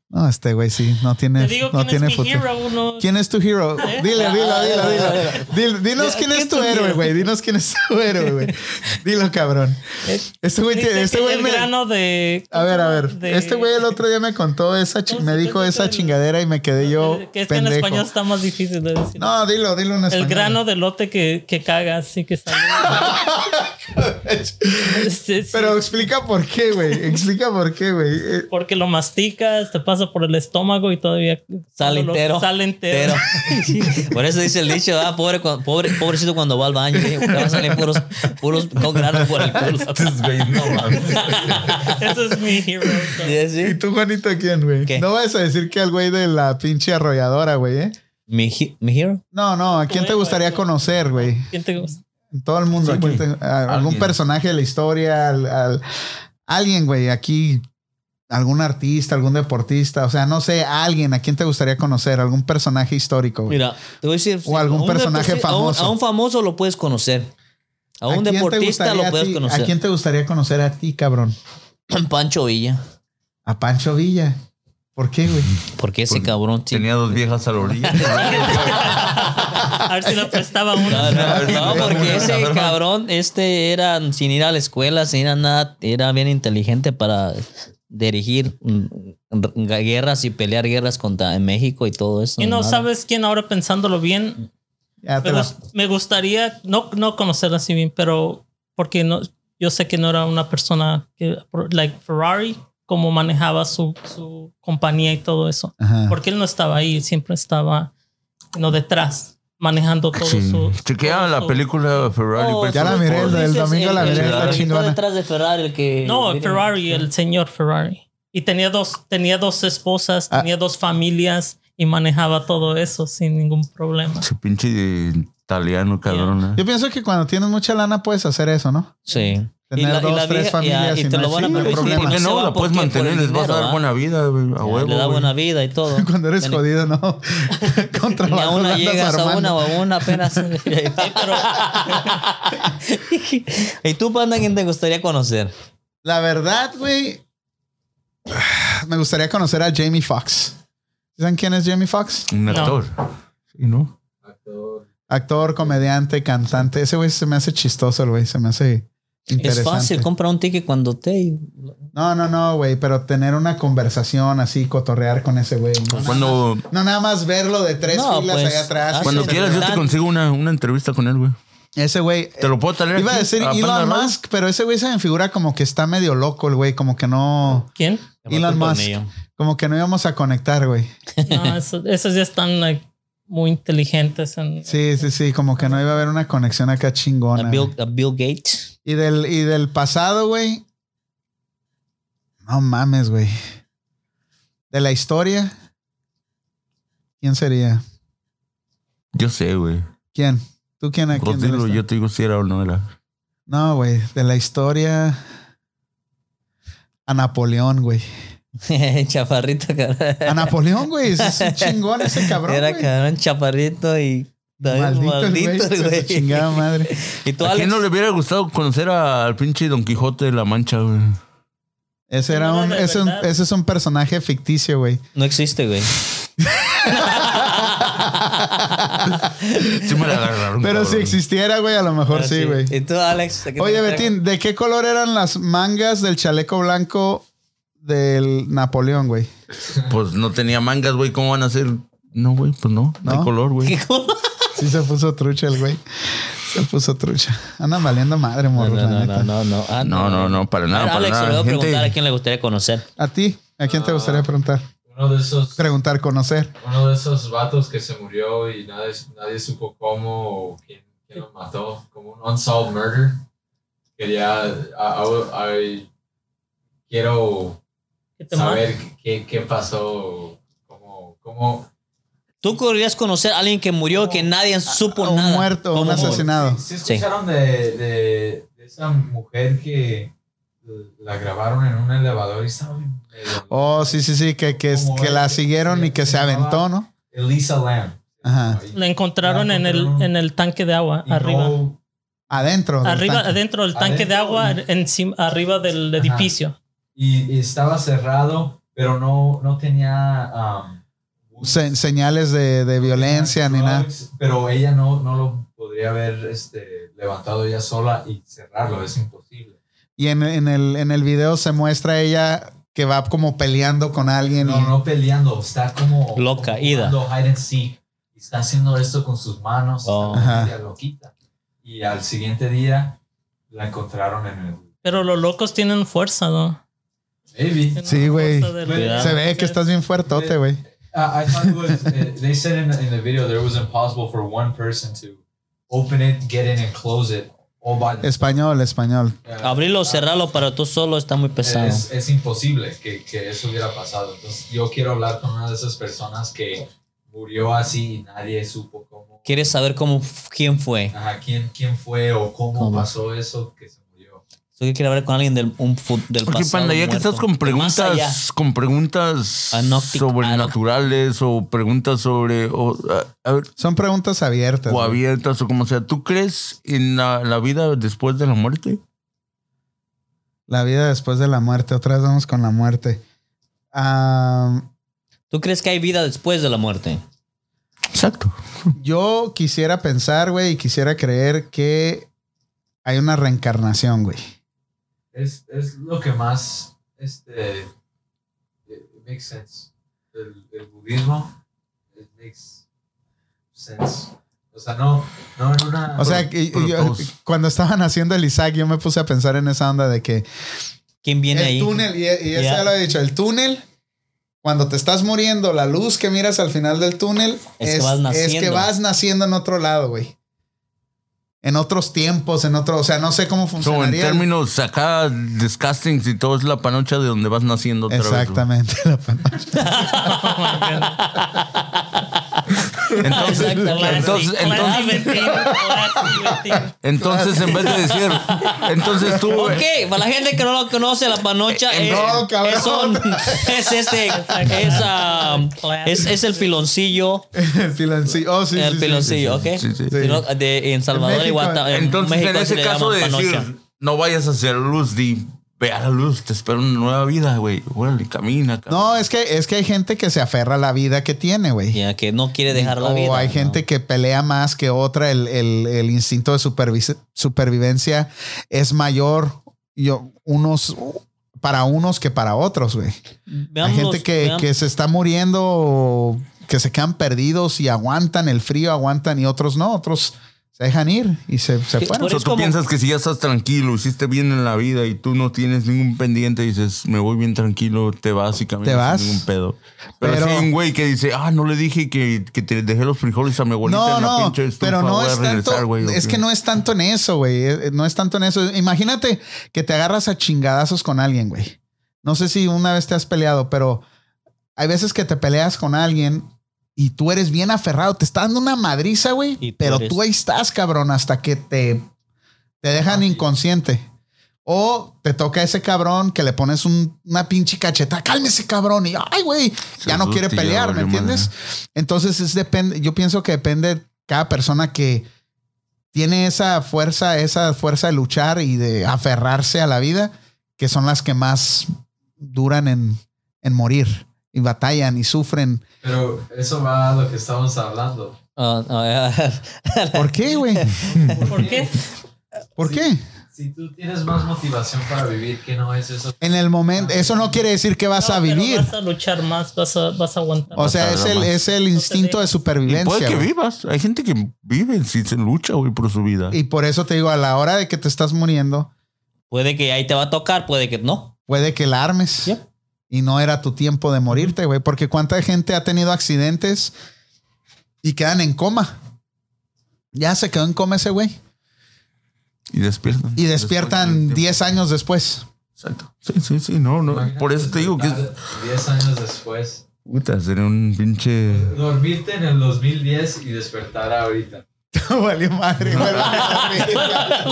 [SPEAKER 1] No, este güey sí, no tiene,
[SPEAKER 4] Te digo
[SPEAKER 1] no
[SPEAKER 4] quién
[SPEAKER 1] tiene
[SPEAKER 4] es mi
[SPEAKER 1] futuro.
[SPEAKER 4] hero, no.
[SPEAKER 1] ¿Quién es tu hero? Dile, dilo, dilo, dilo. Dil- dinos quién es tu héroe, güey. Dinos quién es tu héroe, güey. Dilo, cabrón. Este güey
[SPEAKER 4] Dice
[SPEAKER 1] tiene- este
[SPEAKER 4] que
[SPEAKER 1] güey
[SPEAKER 4] el
[SPEAKER 1] me.
[SPEAKER 4] grano de.
[SPEAKER 1] A ver, a ver.
[SPEAKER 4] de-
[SPEAKER 1] Este güey el otro día me contó esa chi-
[SPEAKER 4] ¿Cómo se
[SPEAKER 1] me
[SPEAKER 4] llama
[SPEAKER 1] dijo
[SPEAKER 4] ese
[SPEAKER 1] esa
[SPEAKER 4] del-
[SPEAKER 1] chingadera y me quedé yo
[SPEAKER 4] Que es que en
[SPEAKER 1] pendejo.
[SPEAKER 4] español está más difícil de decir.
[SPEAKER 1] No, dilo, dilo en español.
[SPEAKER 4] el grano de lote que, que caga, así que sale. Este, sí,
[SPEAKER 1] Pero explica por qué, güey. Explica por qué, güey. Eh,
[SPEAKER 4] porque lo masticas, te pasa por el estómago y todavía
[SPEAKER 3] Sale
[SPEAKER 4] lo-
[SPEAKER 3] entero.
[SPEAKER 4] Sale entero.
[SPEAKER 3] Por eso dice el dicho, ah, pobre, cu- pobre, pobrecito cuando va al baño, ¿eh? le van a salir puros, puros con granos por el culo.
[SPEAKER 1] Este
[SPEAKER 4] Eso es mi hero. so.
[SPEAKER 3] Sí,
[SPEAKER 1] ¿Y
[SPEAKER 3] sí.
[SPEAKER 1] tú, Juanito, quién, güey?
[SPEAKER 3] ¿Qué?
[SPEAKER 1] No vas a decir que al güey de la pinche arrolladora, güey, ¿eh?
[SPEAKER 3] Mi, hi- mi hero.
[SPEAKER 1] No, no. ¿A quién te
[SPEAKER 4] Güey,
[SPEAKER 1] gustaría
[SPEAKER 4] güey.
[SPEAKER 1] conocer, güey?
[SPEAKER 4] ¿Quién te gusta?
[SPEAKER 1] Todo el mundo.
[SPEAKER 2] Sí,
[SPEAKER 1] aquí
[SPEAKER 2] güey.
[SPEAKER 1] te- a- algún
[SPEAKER 2] Alguien.
[SPEAKER 1] personaje de la historia, al- al- alguien, güey, aquí, algún artista, algún deportista, o sea, no sé, alguien a quien te gustaría conocer, algún personaje histórico, güey.
[SPEAKER 3] Mira, te voy a decir.
[SPEAKER 1] O algún
[SPEAKER 3] a un
[SPEAKER 1] personaje
[SPEAKER 3] deporti- a un-
[SPEAKER 1] famoso.
[SPEAKER 3] A un, famoso lo puedes conocer. A un
[SPEAKER 1] quién te
[SPEAKER 3] deportista
[SPEAKER 1] gustaría
[SPEAKER 3] lo
[SPEAKER 1] a
[SPEAKER 3] puedes
[SPEAKER 1] ti-
[SPEAKER 3] conocer.
[SPEAKER 1] ¿A quién te gustaría conocer a ti, cabrón?
[SPEAKER 3] Pancho Villa.
[SPEAKER 1] A Pancho Villa. ¿Por qué, güey?
[SPEAKER 3] Porque ese
[SPEAKER 2] Porque
[SPEAKER 3] cabrón sí.
[SPEAKER 2] tenía dos viejas a la orilla.
[SPEAKER 4] A ver si la prestaba una.
[SPEAKER 3] No, Ah, no,
[SPEAKER 2] no,
[SPEAKER 3] no, porque
[SPEAKER 2] no,
[SPEAKER 3] ese
[SPEAKER 2] no.
[SPEAKER 3] cabrón, este era sin ir a la escuela, sin ir a nada, era bien inteligente para dirigir mm, guerras y pelear guerras contra en México y todo eso.
[SPEAKER 4] Y no
[SPEAKER 3] nada.
[SPEAKER 4] sabes quién ahora pensándolo bien.
[SPEAKER 1] Ya te
[SPEAKER 4] Me,
[SPEAKER 1] la-
[SPEAKER 4] gus- me gustaría no, no conocerla así bien, pero porque no, yo sé que no era una persona que, like Ferrari, cómo manejaba su, su compañía y todo eso.
[SPEAKER 1] Ajá.
[SPEAKER 4] Porque él no estaba ahí, siempre estaba no, detrás, manejando todo
[SPEAKER 2] Sí.
[SPEAKER 4] su...
[SPEAKER 2] Chequea
[SPEAKER 4] todo
[SPEAKER 2] la
[SPEAKER 4] su-
[SPEAKER 2] película de Ferrari.
[SPEAKER 3] Oh,
[SPEAKER 2] pues,
[SPEAKER 1] Ya la
[SPEAKER 2] por-
[SPEAKER 1] miré, el del
[SPEAKER 3] Dices,
[SPEAKER 1] domingo la
[SPEAKER 3] el-
[SPEAKER 2] miré,
[SPEAKER 3] el
[SPEAKER 2] está
[SPEAKER 3] que está
[SPEAKER 1] chingona.
[SPEAKER 3] detrás de Ferrari, el que...
[SPEAKER 4] No,
[SPEAKER 3] miren.
[SPEAKER 4] Ferrari, el señor Ferrari. Y tenía dos, tenía dos esposas,
[SPEAKER 1] Ah.
[SPEAKER 4] tenía dos familias y manejaba todo eso sin ningún problema.
[SPEAKER 2] Ese pinche italiano, cabrón. ¿eh?
[SPEAKER 1] Yo pienso que cuando tienes mucha lana puedes hacer eso, ¿no?
[SPEAKER 3] Sí.
[SPEAKER 1] Tener dos, tres
[SPEAKER 3] vieja- y a-
[SPEAKER 1] familias
[SPEAKER 3] y,
[SPEAKER 1] y
[SPEAKER 3] te
[SPEAKER 1] no
[SPEAKER 3] lo
[SPEAKER 1] hay-
[SPEAKER 3] van a
[SPEAKER 1] sí, no hay
[SPEAKER 3] permitir,
[SPEAKER 1] problema.
[SPEAKER 2] ¿Por qué
[SPEAKER 3] se
[SPEAKER 2] no?
[SPEAKER 3] va
[SPEAKER 2] La puedes
[SPEAKER 3] porque por el
[SPEAKER 2] mantener, les vas a
[SPEAKER 3] dinero,
[SPEAKER 2] dar
[SPEAKER 3] ¿va?
[SPEAKER 2] buena vida, güey, a
[SPEAKER 3] Ya,
[SPEAKER 2] huevo.
[SPEAKER 3] Le da
[SPEAKER 2] güey.
[SPEAKER 3] buena vida y todo.
[SPEAKER 1] Cuando eres
[SPEAKER 3] Tiene-
[SPEAKER 1] jodido, ¿no? Contra
[SPEAKER 3] Ni a una llegas a una o a una apenas. ¿Y tú, Panda, quién te gustaría conocer?
[SPEAKER 1] La verdad, güey. Me gustaría conocer a Jamie Foxx. ¿Saben quién es Jamie Foxx?
[SPEAKER 2] Un actor. Sí, ¿no?
[SPEAKER 5] actor.
[SPEAKER 1] Actor, comediante, cantante. Ese güey se me hace chistoso, el güey. Se me hace interesante.
[SPEAKER 3] Es fácil, compra un ticket cuando te.
[SPEAKER 1] No, no, no, güey. Pero tener una conversación así, cotorrear con ese güey. No,
[SPEAKER 2] Cuando,
[SPEAKER 1] no nada más verlo de tres
[SPEAKER 3] No,
[SPEAKER 1] filas
[SPEAKER 3] pues,
[SPEAKER 1] allá atrás.
[SPEAKER 3] ah,
[SPEAKER 2] cuando
[SPEAKER 3] sí,
[SPEAKER 2] quieras, yo te
[SPEAKER 3] Dan-
[SPEAKER 2] consigo una, una entrevista con él, güey.
[SPEAKER 1] Ese güey.
[SPEAKER 2] Te lo puedo traer.
[SPEAKER 1] Iba a
[SPEAKER 2] aquí,
[SPEAKER 1] decir
[SPEAKER 2] a Panda
[SPEAKER 1] Elon
[SPEAKER 2] Radio.
[SPEAKER 1] Musk, pero ese güey se me figura como que está medio loco el güey, como que no,
[SPEAKER 4] ¿Quién?
[SPEAKER 1] Elon Musk. como que no íbamos a conectar, güey.
[SPEAKER 4] No, eso- esos ya están like, muy inteligentes. En,
[SPEAKER 1] Sí, sí, sí, como que no iba a haber una conexión acá
[SPEAKER 3] A
[SPEAKER 1] chingona.
[SPEAKER 3] Bill,
[SPEAKER 1] güey.
[SPEAKER 3] a Bill Gates.
[SPEAKER 1] Y del, y del pasado, güey. No mames, güey. De la historia. ¿Quién sería?
[SPEAKER 2] Yo sé, güey.
[SPEAKER 1] ¿Quién? ¿Tú quién a
[SPEAKER 2] Pues
[SPEAKER 1] quién de la
[SPEAKER 2] dilo,
[SPEAKER 1] historia?
[SPEAKER 2] yo te digo si era o no era.
[SPEAKER 1] No, güey. De la historia. A Napoleón, güey.
[SPEAKER 3] Chaparrito,
[SPEAKER 1] A
[SPEAKER 3] cabrón.
[SPEAKER 1] Napoleón, güey. Es un chingón ese cabrón.
[SPEAKER 3] Era
[SPEAKER 1] Ah, güey.
[SPEAKER 3] cabrón, chaparrito y.
[SPEAKER 1] Maldito, el
[SPEAKER 3] Maldito,
[SPEAKER 1] güey.
[SPEAKER 3] güey.
[SPEAKER 1] su Chingada madre.
[SPEAKER 3] Y tú,
[SPEAKER 2] ¿A
[SPEAKER 3] Alex.
[SPEAKER 2] quién no le hubiera gustado conocer a- al pinche Don Quijote de la Mancha, güey?
[SPEAKER 1] Ese era
[SPEAKER 4] No,
[SPEAKER 1] un,
[SPEAKER 4] de
[SPEAKER 1] ese, es un-
[SPEAKER 4] verdad.
[SPEAKER 1] ese es un personaje ficticio, güey.
[SPEAKER 3] No existe, güey.
[SPEAKER 2] Sí me la agarraron.
[SPEAKER 1] Pero
[SPEAKER 2] cabrón.
[SPEAKER 1] si existiera, güey, a lo mejor
[SPEAKER 3] Ahora
[SPEAKER 1] sí, güey.
[SPEAKER 3] Ah, ¿Y tú, Alex? ¿a qué te
[SPEAKER 1] Oye,
[SPEAKER 3] gustaría-
[SPEAKER 1] Betín, ¿de qué color eran las mangas del chaleco blanco del Napoleón, güey?
[SPEAKER 2] Pues no tenía mangas, güey. ¿Cómo van a ser? No, güey, pues no. No hay
[SPEAKER 1] ¿No?
[SPEAKER 2] color, güey.
[SPEAKER 3] ¿Qué cosa?
[SPEAKER 1] Sí se puso trucha el güey. Se puso trucha. Andan valiendo madre,
[SPEAKER 3] No,
[SPEAKER 1] morro,
[SPEAKER 3] no,
[SPEAKER 1] la
[SPEAKER 3] no,
[SPEAKER 1] neta.
[SPEAKER 3] no, no, no. Ah,
[SPEAKER 2] No, no, no, para nada.
[SPEAKER 3] A ver,
[SPEAKER 2] para
[SPEAKER 3] Alex,
[SPEAKER 2] nada.
[SPEAKER 3] le voy a
[SPEAKER 2] Gente-
[SPEAKER 3] preguntar a quién le gustaría conocer.
[SPEAKER 1] ¿A ti? ¿A quién te gustaría preguntar?
[SPEAKER 5] Uno de esos.
[SPEAKER 1] Preguntar, conocer.
[SPEAKER 5] Uno de esos vatos que se murió y nadie, nadie supo cómo o quién, quién lo mató, como un unsolved murder. Quería, a- a- a- quiero
[SPEAKER 4] que te
[SPEAKER 5] saber qué, qué pasó, cómo, cómo
[SPEAKER 3] ¿Tú querrías conocer a alguien que murió que nadie supo
[SPEAKER 1] A un
[SPEAKER 3] nada?
[SPEAKER 1] muerto,
[SPEAKER 3] ¿Cómo
[SPEAKER 1] un
[SPEAKER 3] murió?
[SPEAKER 1] asesino. asesinado.
[SPEAKER 5] ¿Sí, sí escucharon De, de, de esa mujer que la grabaron en un elevador y estaba bien medio-
[SPEAKER 1] Oh, sí, sí, sí, que, que,
[SPEAKER 5] ¿Cómo
[SPEAKER 1] que
[SPEAKER 5] es?
[SPEAKER 1] la siguieron y que se aventó, ¿no?
[SPEAKER 5] Elisa Lam.
[SPEAKER 1] Ajá.
[SPEAKER 5] Y-
[SPEAKER 4] mata. La encontraron en el, en el tanque de agua,
[SPEAKER 5] y
[SPEAKER 4] arriba.
[SPEAKER 5] no-
[SPEAKER 1] Adentro. del
[SPEAKER 4] Arriba,
[SPEAKER 1] tanque.
[SPEAKER 4] adentro del tanque de
[SPEAKER 5] Adentro.
[SPEAKER 4] agua, encima, arriba del
[SPEAKER 5] Ajá.
[SPEAKER 4] edificio.
[SPEAKER 5] y, y estaba cerrado, pero no, no tenía... um,
[SPEAKER 1] Se- señales de, de violencia ni nada.
[SPEAKER 5] drugs, Pero ella no, no lo podría haber este, levantado ella sola y cerrarlo, es imposible.
[SPEAKER 1] Y en, en el, en el video se muestra ella que va como peleando con alguien.
[SPEAKER 5] No,
[SPEAKER 1] y-
[SPEAKER 5] no peleando, está como...
[SPEAKER 3] Loca,
[SPEAKER 5] como
[SPEAKER 3] ida.
[SPEAKER 5] jugando hide and seek. Está haciendo esto con sus manos,
[SPEAKER 3] Oh.
[SPEAKER 5] está
[SPEAKER 1] Ajá.
[SPEAKER 5] media loquita. Y al siguiente día la encontraron en el...
[SPEAKER 4] Pero los locos tienen fuerza, ¿no?
[SPEAKER 5] Maybe.
[SPEAKER 4] Tienen
[SPEAKER 1] Sí,
[SPEAKER 4] una
[SPEAKER 1] güey.
[SPEAKER 4] fuerza de-
[SPEAKER 5] Cuidado.
[SPEAKER 1] Se ve que estás bien fuertote, güey.
[SPEAKER 5] Uh, I thought it was. uh, they said in, in the video there was impossible for one person to open it, get in, and close it Oh, all by themselves.
[SPEAKER 1] Español, español.
[SPEAKER 3] Abrirlo o pues, ah, cerrarlo para tú solo está muy pesado.
[SPEAKER 5] Es, es imposible que, que eso hubiera pasado. Entonces, yo quiero hablar con una de esas personas que murió así y nadie supo cómo.
[SPEAKER 3] ¿Quieres saber cómo, f- quién fue?
[SPEAKER 5] Ajá, quién, quién fue o cómo,
[SPEAKER 3] ¿Cómo?
[SPEAKER 5] pasó eso que se murió.
[SPEAKER 3] ¿Tú qué quieres hablar con alguien del, un fu- del
[SPEAKER 2] Porque,
[SPEAKER 3] pasado
[SPEAKER 2] Panda, ya que
[SPEAKER 3] muerto?
[SPEAKER 2] estás con
[SPEAKER 3] Del más allá.
[SPEAKER 2] preguntas, con preguntas
[SPEAKER 3] Anóctico.
[SPEAKER 2] sobrenaturales o preguntas sobre o, a- a ver,
[SPEAKER 1] Son preguntas abiertas.
[SPEAKER 2] o
[SPEAKER 1] güey.
[SPEAKER 2] abiertas o como sea, ¿tú crees en la, la vida después de la muerte?
[SPEAKER 1] La vida después de la muerte. Otra vez vamos con la muerte. Am,
[SPEAKER 3] ¿Tú crees que hay vida después de la muerte?
[SPEAKER 2] Exacto.
[SPEAKER 1] yo quisiera pensar, güey, y quisiera creer que hay una reencarnación, güey.
[SPEAKER 5] Es, es lo que más. Este. It, it makes sense. El, el budismo. It makes sense. O sea, no, no en una.
[SPEAKER 1] O sea,
[SPEAKER 2] Pero-
[SPEAKER 1] que-
[SPEAKER 2] pero
[SPEAKER 1] yo-
[SPEAKER 2] todos.
[SPEAKER 1] cuando estaban haciendo el Isaac, yo me puse a pensar en esa onda de que
[SPEAKER 3] quién viene
[SPEAKER 1] el
[SPEAKER 3] ahí.
[SPEAKER 1] túnel, y, y eso
[SPEAKER 3] Ya.
[SPEAKER 1] ya lo he dicho, el túnel, cuando te estás muriendo, la luz que miras al final del túnel
[SPEAKER 3] Es que vas naciendo.
[SPEAKER 1] que vas naciendo en otro lado, güey. En otros tiempos, en otro, o sea, no sé cómo
[SPEAKER 2] So, en
[SPEAKER 1] funcionaría. el-
[SPEAKER 2] términos acá, discastings y todo es la panocha de donde vas naciendo otra vez, güey.
[SPEAKER 1] Exactamente. la pan-
[SPEAKER 2] Entonces,
[SPEAKER 3] Exactamente.
[SPEAKER 2] entonces,
[SPEAKER 4] Classy,
[SPEAKER 2] entonces,
[SPEAKER 4] classy Betín, classy Betín.
[SPEAKER 2] entonces, en vez de decir, entonces tú,
[SPEAKER 3] Ok, para la gente que no lo conoce, la panocha
[SPEAKER 4] Eh,
[SPEAKER 3] es,
[SPEAKER 1] No, cabrón.
[SPEAKER 3] es, un- es este, es, um, es, es el piloncillo,
[SPEAKER 1] el piloncillo. Oh, sí, sí,
[SPEAKER 3] el
[SPEAKER 1] sí,
[SPEAKER 3] piloncillo,
[SPEAKER 2] sí,
[SPEAKER 3] ¿ok?
[SPEAKER 2] sí, sí, sí.
[SPEAKER 3] Si no, de- en Salvador
[SPEAKER 1] México,
[SPEAKER 3] y Guatemala.
[SPEAKER 2] entonces en ese caso de decir, no vayas hacia la luz, di, ve a la luz, te espera una nueva vida, güey. Órale, camina,
[SPEAKER 1] sí.
[SPEAKER 2] cabrón.
[SPEAKER 1] No, es que, es que hay gente que se aferra a la vida que tiene, güey.
[SPEAKER 3] Ya que no quiere dejar la
[SPEAKER 1] o
[SPEAKER 3] vida.
[SPEAKER 1] hay
[SPEAKER 3] ¿no?
[SPEAKER 1] gente que pelea más que otra, el, el- el instinto de supervi- supervivencia es mayor yo, unos, para unos que para otros, güey. Hay
[SPEAKER 3] Veamos
[SPEAKER 1] gente
[SPEAKER 3] los-
[SPEAKER 1] que,
[SPEAKER 3] veamos-
[SPEAKER 1] que se está muriendo, o que se quedan perdidos y aguantan el frío, aguantan y otros no, otros se dejan ir y se, se
[SPEAKER 3] Sí,
[SPEAKER 1] fueron.
[SPEAKER 3] por
[SPEAKER 2] So,
[SPEAKER 3] es
[SPEAKER 2] tú
[SPEAKER 3] como-
[SPEAKER 2] piensas que si ya estás tranquilo, hiciste bien en la vida y tú no tienes ningún pendiente, dices, me voy bien tranquilo, te vas y caminas
[SPEAKER 1] Te vas.
[SPEAKER 2] sin ningún pedo. Pero,
[SPEAKER 1] Pero-
[SPEAKER 2] si hay un güey que dice, ah, no le dije que, que te dejé los frijoles a mi abuelita
[SPEAKER 1] No,
[SPEAKER 2] en la
[SPEAKER 1] no,
[SPEAKER 2] pinche estufa,
[SPEAKER 1] pero no
[SPEAKER 2] voy a
[SPEAKER 1] es
[SPEAKER 2] regresar,
[SPEAKER 1] tanto,
[SPEAKER 2] güey", o
[SPEAKER 1] es
[SPEAKER 2] qué.
[SPEAKER 1] que no es tanto en eso, güey, eh, no es tanto en eso. Imagínate que te agarras a chingadazos con alguien, güey. No sé si una vez te has peleado, pero hay veces que te peleas con alguien y tú eres bien aferrado, te está dando una madriza,
[SPEAKER 3] Y
[SPEAKER 1] güey,
[SPEAKER 3] tú
[SPEAKER 1] pero
[SPEAKER 3] eres-
[SPEAKER 1] tú ahí estás, cabrón, hasta que te, te dejan inconsciente. O te toca ese cabrón que le pones un- una pinche cacheta, cálmese cabrón, y ay, güey,
[SPEAKER 2] Se
[SPEAKER 1] ya no quiere
[SPEAKER 2] asusta y ya
[SPEAKER 1] pelear, ¿me
[SPEAKER 2] valió madre.
[SPEAKER 1] entiendes? Entonces es depende, yo pienso que depende cada persona que tiene esa fuerza, esa fuerza de luchar y de aferrarse a la vida, que son las que más duran en, en morir y batallan y sufren.
[SPEAKER 5] Pero eso va a lo que estamos hablando.
[SPEAKER 3] Ah, ah,
[SPEAKER 1] ¿Por qué, güey?
[SPEAKER 2] Hmm.
[SPEAKER 4] ¿Por qué?
[SPEAKER 1] ¿Por qué?
[SPEAKER 5] Si tú tienes más motivación para vivir, que no es eso?
[SPEAKER 1] En el momento, eso no quiere decir que vas
[SPEAKER 4] Ah. No,
[SPEAKER 1] a
[SPEAKER 4] pero
[SPEAKER 1] vivir.
[SPEAKER 4] Vas a luchar más, vas a, vas a aguantar.
[SPEAKER 1] O sea, es el, es el instinto de
[SPEAKER 2] Y puede
[SPEAKER 1] supervivencia.
[SPEAKER 2] que
[SPEAKER 1] güey.
[SPEAKER 2] vivas. Hay gente que vive si se lucha, güey, por su vida.
[SPEAKER 1] Y por eso te digo, a la hora de que te estás muriendo,
[SPEAKER 3] puede que ahí te va a tocar, puede que no.
[SPEAKER 1] puede que la armes.
[SPEAKER 3] Yep.
[SPEAKER 1] Y no era tu tiempo de morirte, güey. Porque cuánta gente ha tenido accidentes y quedan en coma. Ya se quedó en coma ese güey.
[SPEAKER 2] Y despiertan.
[SPEAKER 1] Y
[SPEAKER 2] Después
[SPEAKER 1] despiertan
[SPEAKER 2] de-
[SPEAKER 1] 10 años después.
[SPEAKER 2] Exacto. Sí, sí, sí, no, no.
[SPEAKER 5] Imagínate
[SPEAKER 2] Por eso te digo que es-
[SPEAKER 5] despertar 10 años después.
[SPEAKER 2] Puta, sería un pinche.
[SPEAKER 5] Dormirte en el 2010 y despertar ahorita.
[SPEAKER 1] Valió madre, güey.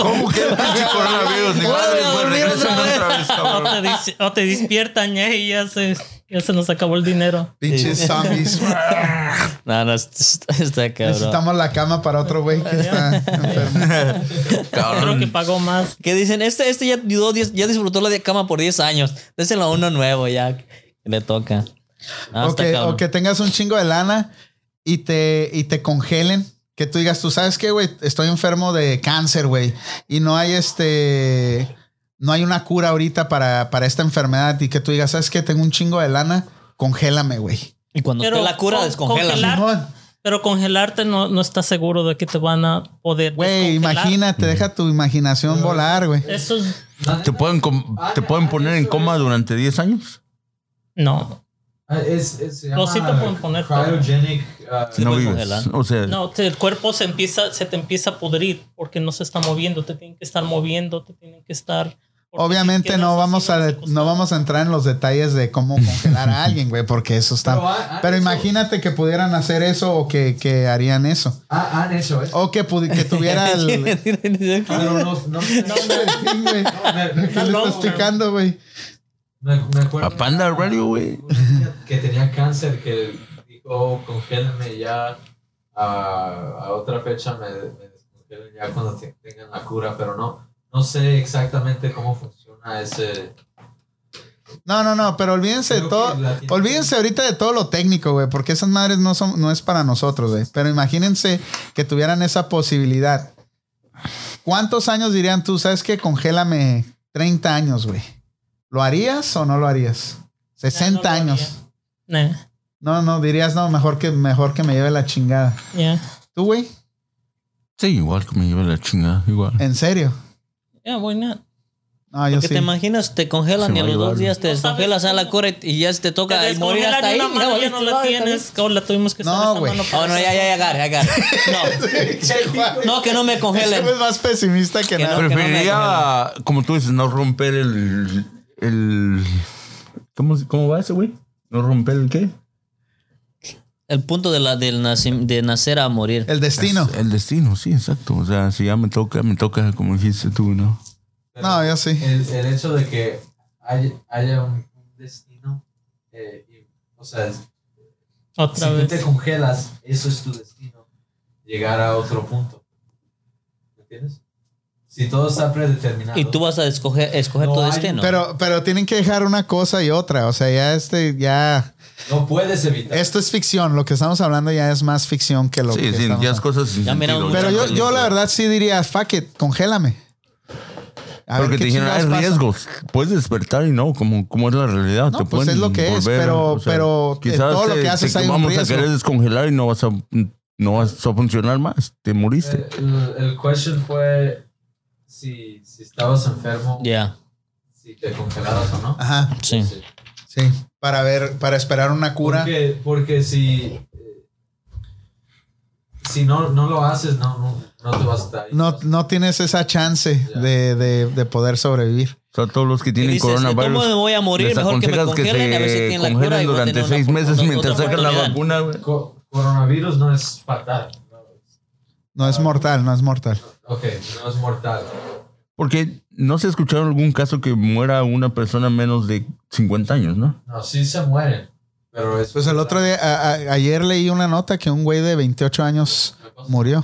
[SPEAKER 2] ¿Cómo que el pinche coronavirus? Ni
[SPEAKER 3] Vuelve
[SPEAKER 2] madre,
[SPEAKER 3] a
[SPEAKER 2] pues,
[SPEAKER 3] dormir otra
[SPEAKER 2] regresen
[SPEAKER 3] vez.
[SPEAKER 2] otra vez,
[SPEAKER 4] O
[SPEAKER 2] cabrón.
[SPEAKER 4] te, dis- o te despiertan ya y ya se, ya se nos acabó el dinero.
[SPEAKER 1] Pinches zombies.
[SPEAKER 3] No, no, está, está cabrón.
[SPEAKER 1] Necesitamos la cama para otro güey que está enfermo.
[SPEAKER 4] Creo que
[SPEAKER 2] Cabrón.
[SPEAKER 4] pagó más.
[SPEAKER 3] Que dicen, este, este ya, duró 10 ya disfrutó la de cama por 10 años. Déselo a uno nuevo ya. que Le toca. No,
[SPEAKER 1] O
[SPEAKER 3] Ah, está
[SPEAKER 1] que,
[SPEAKER 3] cabrón.
[SPEAKER 1] o que tengas un chingo de lana y te, y te congelen. Que tú digas, tú sabes qué, güey, estoy enfermo de cáncer, güey. Y no hay este. No hay una cura ahorita para, para esta enfermedad. Y que tú digas, ¿sabes qué? Tengo un chingo de lana, congélame, güey.
[SPEAKER 3] Y cuando
[SPEAKER 4] Pero
[SPEAKER 3] te la cura,
[SPEAKER 4] con-
[SPEAKER 3] descongela.
[SPEAKER 4] congelar-
[SPEAKER 1] Simón,
[SPEAKER 4] Pero congelarte no, no estás seguro de que te van a poder.
[SPEAKER 1] Güey,
[SPEAKER 4] descongelar.
[SPEAKER 1] imagínate, deja tu imaginación volar, güey.
[SPEAKER 4] Eso es-
[SPEAKER 2] ¿Te pueden, com- ¿Te pueden poner en coma durante 10 años?
[SPEAKER 4] No.
[SPEAKER 5] Ah, Es, es, se
[SPEAKER 4] No, sí te
[SPEAKER 5] llama
[SPEAKER 4] pueden poner todo.
[SPEAKER 5] Cryogenic. ah,
[SPEAKER 3] Sí.
[SPEAKER 2] No
[SPEAKER 3] pueden
[SPEAKER 2] vives.
[SPEAKER 3] congelar.
[SPEAKER 2] O sea,
[SPEAKER 4] No, te- el cuerpo se empieza, se te empieza a pudrir porque no se está moviendo, te tienen que estar moviendo, te tienen que estar. porque
[SPEAKER 1] Obviamente
[SPEAKER 4] si
[SPEAKER 1] no
[SPEAKER 4] quedas
[SPEAKER 1] vamos,
[SPEAKER 4] así,
[SPEAKER 1] a,
[SPEAKER 4] vas
[SPEAKER 1] no vamos a entrar en los detalles de cómo congelar a alguien, güey, porque eso está...
[SPEAKER 5] Pero ah, ha- ha
[SPEAKER 1] Pero
[SPEAKER 5] hecho-
[SPEAKER 1] imagínate que pudieran hacer eso o que, que harían eso.
[SPEAKER 5] ah, han hecho eso.
[SPEAKER 1] O que, pudi- que tuviera el...
[SPEAKER 5] Pero no, no, no,
[SPEAKER 1] No, hombre, sí, güey.
[SPEAKER 5] me,
[SPEAKER 1] ¿Qué le estás picando, güey?
[SPEAKER 5] me, me acuerdo.
[SPEAKER 2] A Panda Radio, güey.
[SPEAKER 5] Que tenía cáncer, que dijo, oh, congélenme ya a, a otra fecha, me, me descongelen ya cuando te- tengan la cura, pero no, no sé exactamente cómo funciona ese.
[SPEAKER 1] No, no, no, pero olvídense de
[SPEAKER 5] Creo
[SPEAKER 1] todo.
[SPEAKER 5] que la tiene-
[SPEAKER 1] Olvídense ahorita de todo lo técnico, güey, porque esas madres no son, no es para nosotros, güey. Pero imagínense que tuvieran esa posibilidad. ¿Cuántos años dirían tú, sabes qué? Congélame 30 años, güey. ¿Lo harías o no lo harías? 60
[SPEAKER 4] lo haría.
[SPEAKER 1] años.
[SPEAKER 4] Nah,
[SPEAKER 1] No, no, dirías, no, mejor que, mejor que me lleve la chingada.
[SPEAKER 4] yeah.
[SPEAKER 1] ¿Tú, güey?
[SPEAKER 3] Eh,
[SPEAKER 2] Sí, igual que me lleva la chingada, igual.
[SPEAKER 1] ¿En serio?
[SPEAKER 4] Yeah, why not?
[SPEAKER 1] Ah, yo
[SPEAKER 3] Porque te
[SPEAKER 1] sí.
[SPEAKER 3] imaginas, te congelan
[SPEAKER 2] Se me
[SPEAKER 3] y a los
[SPEAKER 2] va a
[SPEAKER 3] dos
[SPEAKER 2] ayudar.
[SPEAKER 3] días te
[SPEAKER 4] No
[SPEAKER 3] descongelas
[SPEAKER 4] sabes
[SPEAKER 3] a la cura y- y ya te
[SPEAKER 4] Te
[SPEAKER 3] toca y morir
[SPEAKER 4] descongelan
[SPEAKER 3] hasta ahí.
[SPEAKER 4] una
[SPEAKER 3] ya
[SPEAKER 4] mano, ya no
[SPEAKER 3] valiste
[SPEAKER 4] la
[SPEAKER 3] madre
[SPEAKER 4] tienes. cabrón, la tuvimos que estar
[SPEAKER 1] No,
[SPEAKER 4] esta
[SPEAKER 1] güey.
[SPEAKER 4] mano
[SPEAKER 3] también. Oh, no, ya, ya, ya, agarre, agarre. No, no, que no me
[SPEAKER 1] Ese
[SPEAKER 3] congelen.
[SPEAKER 1] güey es más pesimista que,
[SPEAKER 3] Que
[SPEAKER 1] nada.
[SPEAKER 3] no. me
[SPEAKER 2] Preferiría, como tú dices, no romper el. el ¿cómo, ¿Cómo va ese, güey? ¿No romper el qué?
[SPEAKER 3] El punto de, la, del nacim- de nacer a morir.
[SPEAKER 1] El destino.
[SPEAKER 2] El destino, sí, exacto. O sea, si ya me toca, me toca, como dijiste tú, ¿no?
[SPEAKER 1] No, yo sí.
[SPEAKER 5] el, el hecho de que hay- haya, un un destino, eh, y, o sea,
[SPEAKER 4] Otra
[SPEAKER 5] si tú te
[SPEAKER 4] vez.
[SPEAKER 5] congelas, eso es tu destino, llegar a otro punto. ¿Me entiendes? Si todo está predeterminado.
[SPEAKER 3] Y tú vas a escoger, escoger este,
[SPEAKER 5] No
[SPEAKER 3] tu
[SPEAKER 5] hay-
[SPEAKER 3] destino.
[SPEAKER 1] Pero, pero tienen que dejar una cosa y otra. O sea, ya este, ya.
[SPEAKER 5] No puedes evitar.
[SPEAKER 1] Esto es ficción. Lo que estamos hablando ya es más ficción que lo
[SPEAKER 2] Sí,
[SPEAKER 1] que
[SPEAKER 2] sí,
[SPEAKER 1] estamos
[SPEAKER 2] ya es
[SPEAKER 1] hablando.
[SPEAKER 2] cosas sin
[SPEAKER 3] Ya mira
[SPEAKER 2] sentido,
[SPEAKER 3] un-
[SPEAKER 2] ya.
[SPEAKER 1] Pero yo, yo la verdad sí diría, fuck it, congélame. A ver
[SPEAKER 2] Porque
[SPEAKER 1] qué
[SPEAKER 2] te dijeron, hay
[SPEAKER 1] chingados pasa".
[SPEAKER 2] riesgos. Puedes despertar y no, como, como es la realidad.
[SPEAKER 1] No,
[SPEAKER 2] te
[SPEAKER 1] pues
[SPEAKER 2] pueden
[SPEAKER 1] es lo que es,
[SPEAKER 2] volver,
[SPEAKER 1] pero- pero en
[SPEAKER 2] quizás
[SPEAKER 1] todo lo
[SPEAKER 2] te-
[SPEAKER 1] que haces
[SPEAKER 2] te
[SPEAKER 1] hay un
[SPEAKER 2] vamos
[SPEAKER 1] riesgo.
[SPEAKER 2] a querer descongelar y no vas a, no vas a funcionar más. Te moriste.
[SPEAKER 5] Eh, El, el question fue si, si estabas enfermo,
[SPEAKER 3] Ya,
[SPEAKER 5] si te congelabas o no.
[SPEAKER 1] Ajá,
[SPEAKER 3] sí.
[SPEAKER 1] Ah, sí. Para ver, para esperar una cura.
[SPEAKER 5] Porque, porque si. eh, Si no, no lo haces, no, no, no te vas a estar. ahí.
[SPEAKER 1] No, no tienes esa chance
[SPEAKER 5] Ya.
[SPEAKER 1] de, de- de poder sobrevivir.
[SPEAKER 2] O sea, todos los que
[SPEAKER 3] Y
[SPEAKER 2] tienen
[SPEAKER 3] dices, ¿de ¿Cómo me
[SPEAKER 2] coronavirus.
[SPEAKER 3] voy a morir?
[SPEAKER 2] les
[SPEAKER 3] Mejor que me
[SPEAKER 2] aconsejas que
[SPEAKER 3] congelen a ver si
[SPEAKER 2] se
[SPEAKER 3] tienen la cura.
[SPEAKER 2] congelen
[SPEAKER 3] y voy a
[SPEAKER 2] durante
[SPEAKER 3] tener una
[SPEAKER 2] seis meses
[SPEAKER 3] oportunidad-
[SPEAKER 2] mientras
[SPEAKER 3] otra
[SPEAKER 2] sacan la
[SPEAKER 3] oportunidad.
[SPEAKER 2] vacuna, güey.
[SPEAKER 5] Co- coronavirus no es fatal. no,
[SPEAKER 1] No es mortal, no es mortal.
[SPEAKER 5] ok, no es mortal.
[SPEAKER 2] Porque no se escucharon algún caso que muera una persona menos de 50 años, ¿no?
[SPEAKER 5] No, sí se mueren. Pero es.
[SPEAKER 1] Pues el otro día, a- a- ayer leí una nota que un güey de 28 años murió.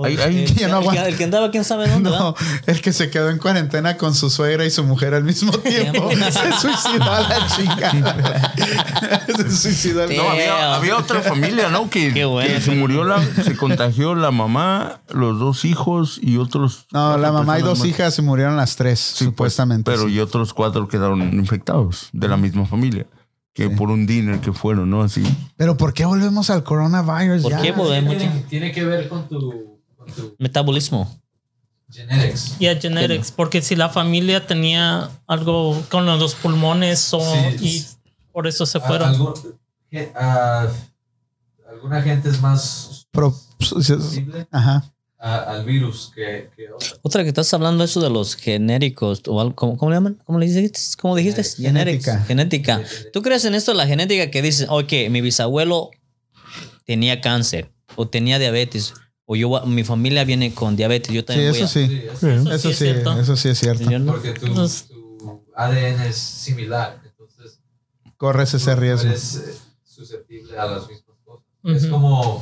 [SPEAKER 2] Ay, ay,
[SPEAKER 3] el,
[SPEAKER 1] yo no
[SPEAKER 3] el que-
[SPEAKER 1] aguanto.
[SPEAKER 3] el que andaba, quién sabe dónde. ¿verdad?
[SPEAKER 1] No, el que se quedó en cuarentena con su suegra y su mujer al mismo tiempo se suicidó a la chingada. se suicidó al
[SPEAKER 3] Sí.
[SPEAKER 2] No,
[SPEAKER 3] Yeah.
[SPEAKER 2] había, había otra familia, ¿no? Que,
[SPEAKER 3] Qué bueno.
[SPEAKER 2] que se murió, la, se contagió la mamá, los dos hijos y otros.
[SPEAKER 1] No, la
[SPEAKER 2] cuatro
[SPEAKER 1] mamá y
[SPEAKER 2] personas
[SPEAKER 1] dos
[SPEAKER 2] más.
[SPEAKER 1] hijas y murieron las tres,
[SPEAKER 2] Sí, pues,
[SPEAKER 1] supuestamente.
[SPEAKER 2] pero
[SPEAKER 1] sí.
[SPEAKER 2] y otros cuatro quedaron infectados de la misma familia. Que por un dinner que fueron, ¿no? Así.
[SPEAKER 1] Pero ¿por qué volvemos al coronavirus?
[SPEAKER 3] ¿Por
[SPEAKER 1] ya?
[SPEAKER 3] qué pues? volvemos?
[SPEAKER 5] Tiene, tiene que ver con tu, con tu
[SPEAKER 3] Metabolismo.
[SPEAKER 5] genetics.
[SPEAKER 4] Ya genetics, porque si la familia tenía algo con los pulmones o
[SPEAKER 5] Sí.
[SPEAKER 4] y por eso se
[SPEAKER 5] A-
[SPEAKER 4] fueron.
[SPEAKER 5] algún- ge- a- ah, alguna gente es más
[SPEAKER 1] Pro- pues,
[SPEAKER 5] sensible
[SPEAKER 1] Ajá.
[SPEAKER 5] a- al virus que, que otra.
[SPEAKER 3] Otra que estás hablando eso de los genéricos o algo, ¿cómo, cómo le llaman? ¿Cómo le dijiste? ¿Cómo dijiste?
[SPEAKER 1] Genérica.
[SPEAKER 3] Genetics. Genética. ¿Tú crees en esto de la genética que dices, ok, mi bisabuelo tenía cáncer o tenía diabetes o yo va- mi familia viene con diabetes, yo
[SPEAKER 1] Sí,
[SPEAKER 3] también voy
[SPEAKER 1] eso
[SPEAKER 3] a-
[SPEAKER 1] sí.
[SPEAKER 5] Sí, es-
[SPEAKER 1] Eso sí,
[SPEAKER 4] cierto.
[SPEAKER 1] eso sí es cierto.
[SPEAKER 3] Yo no-
[SPEAKER 5] porque tu,
[SPEAKER 4] Nos-
[SPEAKER 5] tu ADN es similar, entonces
[SPEAKER 1] Corres ese
[SPEAKER 5] tú
[SPEAKER 1] riesgo.
[SPEAKER 5] eres eh, susceptible a las mismas cosas. Es
[SPEAKER 4] Ujú.
[SPEAKER 5] como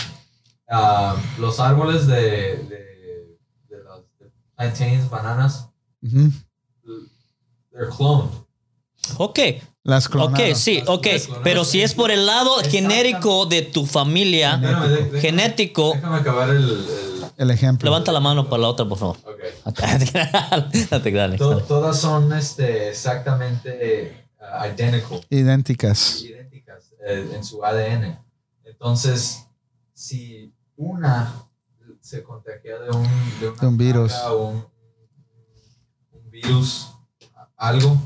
[SPEAKER 5] ah, los árboles de, de, de las de plantains, bananas,
[SPEAKER 1] Ujú.
[SPEAKER 5] they're cloned.
[SPEAKER 3] Ok,
[SPEAKER 1] Las
[SPEAKER 3] ok,
[SPEAKER 1] clonaron.
[SPEAKER 3] sí,
[SPEAKER 5] Las
[SPEAKER 3] ok.
[SPEAKER 5] clonaron.
[SPEAKER 3] Pero si es por el lado
[SPEAKER 5] Exacto.
[SPEAKER 3] genérico de tu
[SPEAKER 4] Ah,
[SPEAKER 3] familia,
[SPEAKER 5] Espérame, de- déjame-
[SPEAKER 3] genético,
[SPEAKER 5] Déjame acabar el... el
[SPEAKER 1] El ejemplo.
[SPEAKER 3] levanta la mano para la otra, por favor.
[SPEAKER 5] ok.
[SPEAKER 3] No te creas, Alex.
[SPEAKER 5] To- todas son este, exactamente ah, identical.
[SPEAKER 1] Idénticas.
[SPEAKER 5] idénticas eh, en su ADN. Entonces, si una se contagia de un, de una
[SPEAKER 1] De un virus.
[SPEAKER 5] plaga o un, un virus, a- algo,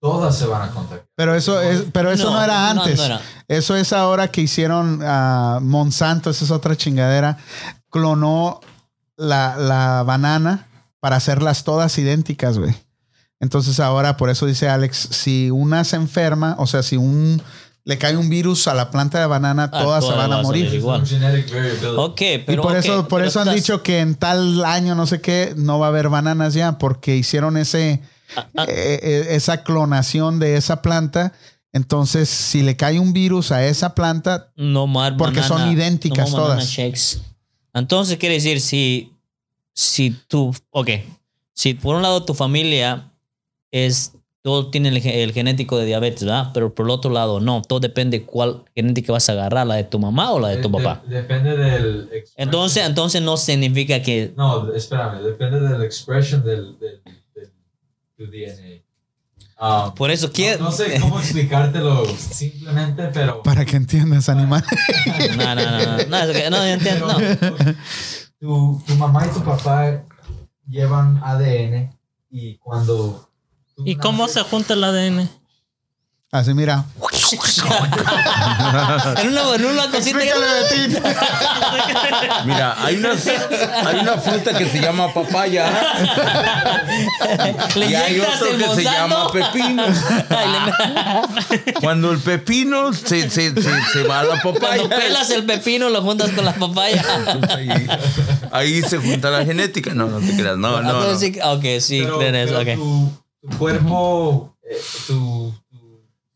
[SPEAKER 5] todas se van a contagiar.
[SPEAKER 1] Pero eso, es, pero eso no, era antes.
[SPEAKER 3] no era.
[SPEAKER 1] Eso es ahora que hicieron a Monsanto, esa es otra chingadera. Clonó la, la banana para hacerlas todas idénticas, güey. Entonces ahora, por eso dice Alex, si una se enferma, o sea, si un le cae un virus a la planta de banana,
[SPEAKER 3] Ah,
[SPEAKER 1] todas se
[SPEAKER 3] todas
[SPEAKER 1] van a
[SPEAKER 3] vas a
[SPEAKER 1] morir.
[SPEAKER 3] morir. Igual.
[SPEAKER 5] Es un genetic variability.
[SPEAKER 3] Ok, pero.
[SPEAKER 1] y por
[SPEAKER 3] ok,
[SPEAKER 1] eso, por
[SPEAKER 3] pero
[SPEAKER 1] eso han
[SPEAKER 3] estás-
[SPEAKER 1] dicho que en tal año, no sé qué, no va a haber bananas ya, porque hicieron ese,
[SPEAKER 3] Ah,
[SPEAKER 1] eh, eh, esa clonación de esa planta. Entonces, si le cae un virus a esa planta,
[SPEAKER 3] No mar
[SPEAKER 1] Porque son
[SPEAKER 3] banana,
[SPEAKER 1] idénticas
[SPEAKER 3] no more banana
[SPEAKER 1] todas.
[SPEAKER 3] shakes. Entonces quiere decir si si tú, ok, si por un lado tu familia es todos tienen el, ge- el genético de diabetes, ¿verdad? Pero por el otro lado no, todo depende cuál genética vas a agarrar, la de tu mamá o la de tu
[SPEAKER 2] Este.
[SPEAKER 5] De-
[SPEAKER 3] papá.
[SPEAKER 5] de- depende del... expression-
[SPEAKER 3] Entonces, entonces no significa que
[SPEAKER 5] No, espérame, depende del expression del, del, del- tu DNA. Ah,
[SPEAKER 3] por eso quiere
[SPEAKER 5] no, no sé cómo explicártelo simplemente, pero...
[SPEAKER 1] para que entiendas, animal.
[SPEAKER 3] no, no, no, no, no, es que- no, yo entiendo, no.
[SPEAKER 5] Pero, Tu, tu mamá y tu papá llevan ADN y y cuando... tú
[SPEAKER 4] ¿Y cómo se
[SPEAKER 5] naces-
[SPEAKER 4] junta el ADN?
[SPEAKER 1] Así mira.
[SPEAKER 3] en una, en una cosita.
[SPEAKER 1] Explícale Betín.
[SPEAKER 2] Mira, hay una, hay una fruta que se llama papaya
[SPEAKER 3] Le
[SPEAKER 2] y hay
[SPEAKER 3] inyectas
[SPEAKER 2] otro
[SPEAKER 3] el
[SPEAKER 2] que se llama
[SPEAKER 3] Monsanto.
[SPEAKER 2] pepino. Cuando el pepino se, se, se, se va a la
[SPEAKER 3] Cuando
[SPEAKER 2] papaya,
[SPEAKER 3] pelas el pepino lo juntas con la papaya.
[SPEAKER 2] ahí, ahí se junta la genética. No, no te creas, no, no. no.
[SPEAKER 3] Entonces, ok, Ah, sí,
[SPEAKER 5] pero-
[SPEAKER 3] creen eso,
[SPEAKER 5] pero
[SPEAKER 3] ok.
[SPEAKER 5] tu, tu cuerpo, eh, tu,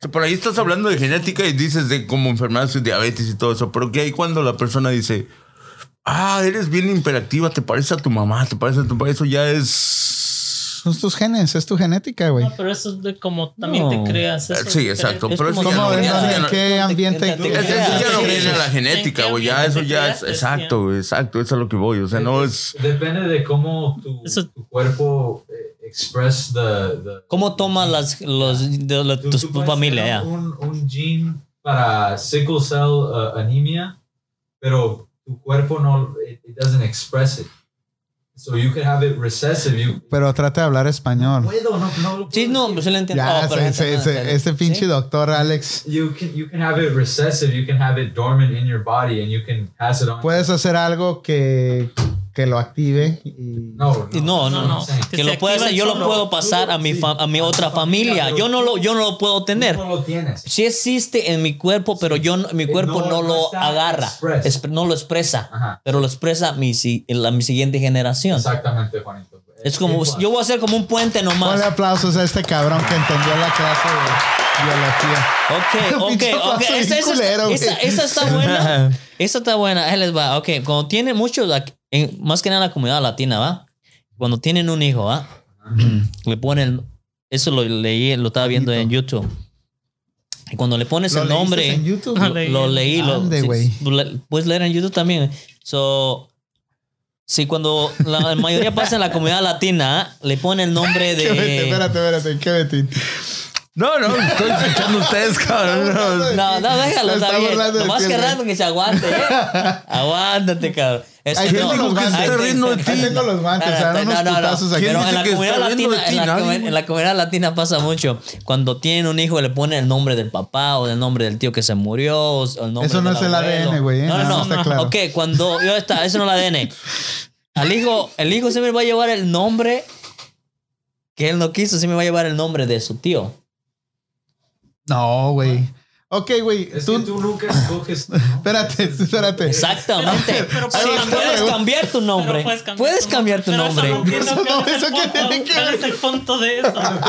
[SPEAKER 5] tu-
[SPEAKER 2] Por ahí estás hablando de genética y dices de como enfermedades y diabetes y todo eso, pero que hay cuando la persona dice, ah, eres bien imperactiva, te parece a tu mamá, te parece a tu papá, eso ya es...
[SPEAKER 1] Son tus genes, es tu genética, güey.
[SPEAKER 4] No, pero eso es de como también
[SPEAKER 3] No.
[SPEAKER 4] te creas. eso
[SPEAKER 2] Sí,
[SPEAKER 4] es
[SPEAKER 2] exacto.
[SPEAKER 4] diferente.
[SPEAKER 2] Pero eso
[SPEAKER 3] como
[SPEAKER 2] ya no
[SPEAKER 1] ¿Cómo
[SPEAKER 3] que
[SPEAKER 1] ves?
[SPEAKER 2] eso ya
[SPEAKER 1] ¿En
[SPEAKER 2] no-
[SPEAKER 1] qué ambiente?
[SPEAKER 3] Te-
[SPEAKER 1] tú-
[SPEAKER 2] eso- eso ya no viene a la genética, güey. Ya eso ya es exacto, güey, exacto. Eso es a lo que voy. O sea, no es.
[SPEAKER 5] Depende de cómo tu,
[SPEAKER 4] Eso-
[SPEAKER 5] tu cuerpo eh, express the, the-
[SPEAKER 3] ¿Cómo tomas las, los, de, la-
[SPEAKER 5] Tú-
[SPEAKER 3] tus-
[SPEAKER 5] tú
[SPEAKER 3] tu
[SPEAKER 5] puedes
[SPEAKER 3] familia? ya?
[SPEAKER 5] tener Un, un gene para sickle cell uh, anemia, pero tu cuerpo no, it, it doesn't express it. So you can have it recessive. You,
[SPEAKER 1] Pero trata de hablar español.
[SPEAKER 5] puedo, no, no lo
[SPEAKER 3] Sí,
[SPEAKER 5] puedo
[SPEAKER 3] no,
[SPEAKER 5] decir.
[SPEAKER 3] pues sí lo entiendo.
[SPEAKER 1] Ya,
[SPEAKER 3] Oh, pero
[SPEAKER 1] se-
[SPEAKER 3] no
[SPEAKER 1] se-
[SPEAKER 3] entiendo,
[SPEAKER 1] se-
[SPEAKER 3] entiendo.
[SPEAKER 1] ese pinche
[SPEAKER 3] Sí.
[SPEAKER 1] doctor Alex.
[SPEAKER 5] You can, you can have it recessive, you can have it dormant in your body and you can pass it on.
[SPEAKER 1] Puedes hacer algo que, que lo active y
[SPEAKER 5] no,
[SPEAKER 3] Y No, no, no.
[SPEAKER 5] sí.
[SPEAKER 3] Que
[SPEAKER 4] Que
[SPEAKER 3] lo
[SPEAKER 4] se
[SPEAKER 3] puedes,
[SPEAKER 4] activa
[SPEAKER 3] yo lo
[SPEAKER 4] solo.
[SPEAKER 3] puedo pasar a mi, fa- a mi otra familia. Yo no lo, yo no lo puedo tener.
[SPEAKER 5] Tú no lo tienes.
[SPEAKER 3] Sí existe en mi cuerpo, pero yo no- mi
[SPEAKER 5] Eh,
[SPEAKER 3] cuerpo
[SPEAKER 5] no-
[SPEAKER 3] no,
[SPEAKER 5] no
[SPEAKER 3] lo
[SPEAKER 5] está
[SPEAKER 3] agarra,
[SPEAKER 5] express.
[SPEAKER 3] Expre- no lo expresa,
[SPEAKER 5] Ajá.
[SPEAKER 3] pero lo expresa mi, si- la, mi siguiente generación.
[SPEAKER 5] Exactamente, Juanito.
[SPEAKER 3] Es como, yo voy a ser como un puente nomás.
[SPEAKER 1] Ponle aplausos a este cabrón que entendió la clase de biología.
[SPEAKER 3] Ok, ok,
[SPEAKER 1] Pinche
[SPEAKER 3] ok.
[SPEAKER 1] paso
[SPEAKER 3] Esa,
[SPEAKER 1] bien
[SPEAKER 3] esa-
[SPEAKER 1] culero, güey.
[SPEAKER 3] esa- esa está buena. Esa está buena. Ahí les va. Ok, cuando tienen muchos, aquí- en- más que nada en la comunidad latina, ¿va? Cuando tienen un hijo, ¿va? Le ponen, eso lo leí, lo estaba viendo en YouTube. Y cuando le pones
[SPEAKER 1] ¿Lo
[SPEAKER 3] el
[SPEAKER 1] leíste
[SPEAKER 3] nombre...
[SPEAKER 1] en YouTube?
[SPEAKER 4] Ajá.
[SPEAKER 3] lo,
[SPEAKER 4] leí
[SPEAKER 3] lo
[SPEAKER 4] en-
[SPEAKER 3] leí. Lo,
[SPEAKER 1] Ande,
[SPEAKER 3] sí,
[SPEAKER 1] güey.
[SPEAKER 3] le- puedes leer en YouTube también. So, sí, cuando la mayoría pasa en la comunidad latina, ¿ah? le pone el nombre
[SPEAKER 1] ¿Qué Betín?
[SPEAKER 3] de.
[SPEAKER 1] Espérate, espérate, ¿qué Betín?
[SPEAKER 2] No, no, estoy escuchando a ustedes, cabrón. no.
[SPEAKER 3] No, no, déjalo,
[SPEAKER 1] Se
[SPEAKER 3] está
[SPEAKER 1] está
[SPEAKER 3] bien.
[SPEAKER 1] burlando de
[SPEAKER 3] Nomás
[SPEAKER 1] ti,
[SPEAKER 3] que
[SPEAKER 1] güey.
[SPEAKER 3] rato que se aguante, ¿eh? Aguántate, cabrón. Eso
[SPEAKER 1] Ahí
[SPEAKER 2] ¿Quién
[SPEAKER 1] tengo
[SPEAKER 3] no.
[SPEAKER 2] dijo
[SPEAKER 1] los
[SPEAKER 2] que se está
[SPEAKER 1] guantes.
[SPEAKER 2] riendo de
[SPEAKER 1] Ahí
[SPEAKER 2] ti?
[SPEAKER 1] tengo los guantes, se dan
[SPEAKER 3] Espérate,
[SPEAKER 1] unos putazos aquí.
[SPEAKER 3] Pero en la
[SPEAKER 2] dice que
[SPEAKER 3] comunidad
[SPEAKER 2] está riendo
[SPEAKER 3] latina,
[SPEAKER 2] de ti?
[SPEAKER 3] en la,
[SPEAKER 2] Nadie,
[SPEAKER 3] comu-
[SPEAKER 2] güey.
[SPEAKER 3] en la comunidad latina pasa mucho. Cuando tienen un hijo, le ponen el nombre del papá o el nombre del tío que se murió. o el nombre
[SPEAKER 1] Eso no
[SPEAKER 3] del
[SPEAKER 1] es el
[SPEAKER 3] abuelo.
[SPEAKER 1] ADN, güey, ¿eh?
[SPEAKER 3] No, no,
[SPEAKER 1] Eso
[SPEAKER 3] no.
[SPEAKER 1] está claro.
[SPEAKER 3] Ok, cuando yo está, eso no es el ADN. Al hijo, el hijo siempre va a llevar el nombre que él no quiso, siempre va a llevar el nombre de su tío.
[SPEAKER 1] No, güey. Ok, güey.
[SPEAKER 5] Es que
[SPEAKER 1] Tú,
[SPEAKER 5] tú nunca escoges. ¿no?
[SPEAKER 1] espérate, espérate.
[SPEAKER 3] Exactamente.
[SPEAKER 4] Pero- pero
[SPEAKER 3] Sí,
[SPEAKER 4] puedes
[SPEAKER 3] puedes
[SPEAKER 1] cambiar-
[SPEAKER 3] cambiar tu nombre.
[SPEAKER 4] Pero puedes cambiar
[SPEAKER 3] Puedes
[SPEAKER 4] tu
[SPEAKER 3] cambiar tu
[SPEAKER 4] Pero eso
[SPEAKER 3] nombre.
[SPEAKER 4] no entiendo
[SPEAKER 1] Eso no,
[SPEAKER 4] cuál es el
[SPEAKER 1] eso que
[SPEAKER 4] punto,
[SPEAKER 1] tiene que
[SPEAKER 4] cuál
[SPEAKER 1] ver.
[SPEAKER 4] es el punto de eso.
[SPEAKER 5] ¿Cuál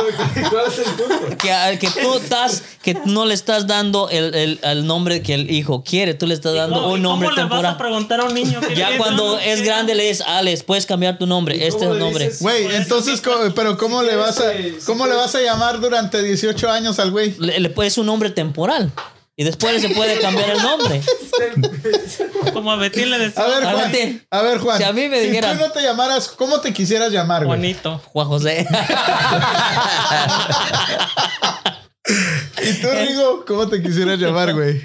[SPEAKER 5] es el punto?
[SPEAKER 3] que, que tú estás que tú no le estás dando el, el, el nombre que el hijo quiere tú le estás dando
[SPEAKER 4] ¿Cómo-
[SPEAKER 3] un nombre
[SPEAKER 4] ¿Cómo le vas a
[SPEAKER 3] temporal
[SPEAKER 4] preguntar a un niño? que
[SPEAKER 3] ya
[SPEAKER 4] le-
[SPEAKER 3] cuando
[SPEAKER 4] no,
[SPEAKER 3] es
[SPEAKER 4] que-
[SPEAKER 3] grande le dices Alex puedes cambiar tu nombre este es
[SPEAKER 5] cómo
[SPEAKER 3] el
[SPEAKER 5] le
[SPEAKER 3] nombre
[SPEAKER 5] dices?
[SPEAKER 1] Güey, entonces, co- pero ¿cómo le vas a cómo le vas a llamar durante 18 años al güey?
[SPEAKER 3] le, le puedes un nombre temporal y después le se puede cambiar el nombre
[SPEAKER 4] Como a Betín le decía.
[SPEAKER 1] A ver,
[SPEAKER 3] A
[SPEAKER 1] Juan.
[SPEAKER 3] ver,
[SPEAKER 1] A ver, Juan.
[SPEAKER 3] si a mí me dijeran-
[SPEAKER 1] Si tú no te llamaras, ¿cómo te quisieras llamar, güey?
[SPEAKER 4] Juanito.
[SPEAKER 3] Juan José
[SPEAKER 1] Y tú, Rigo, ¿cómo te quisieras llamar, güey?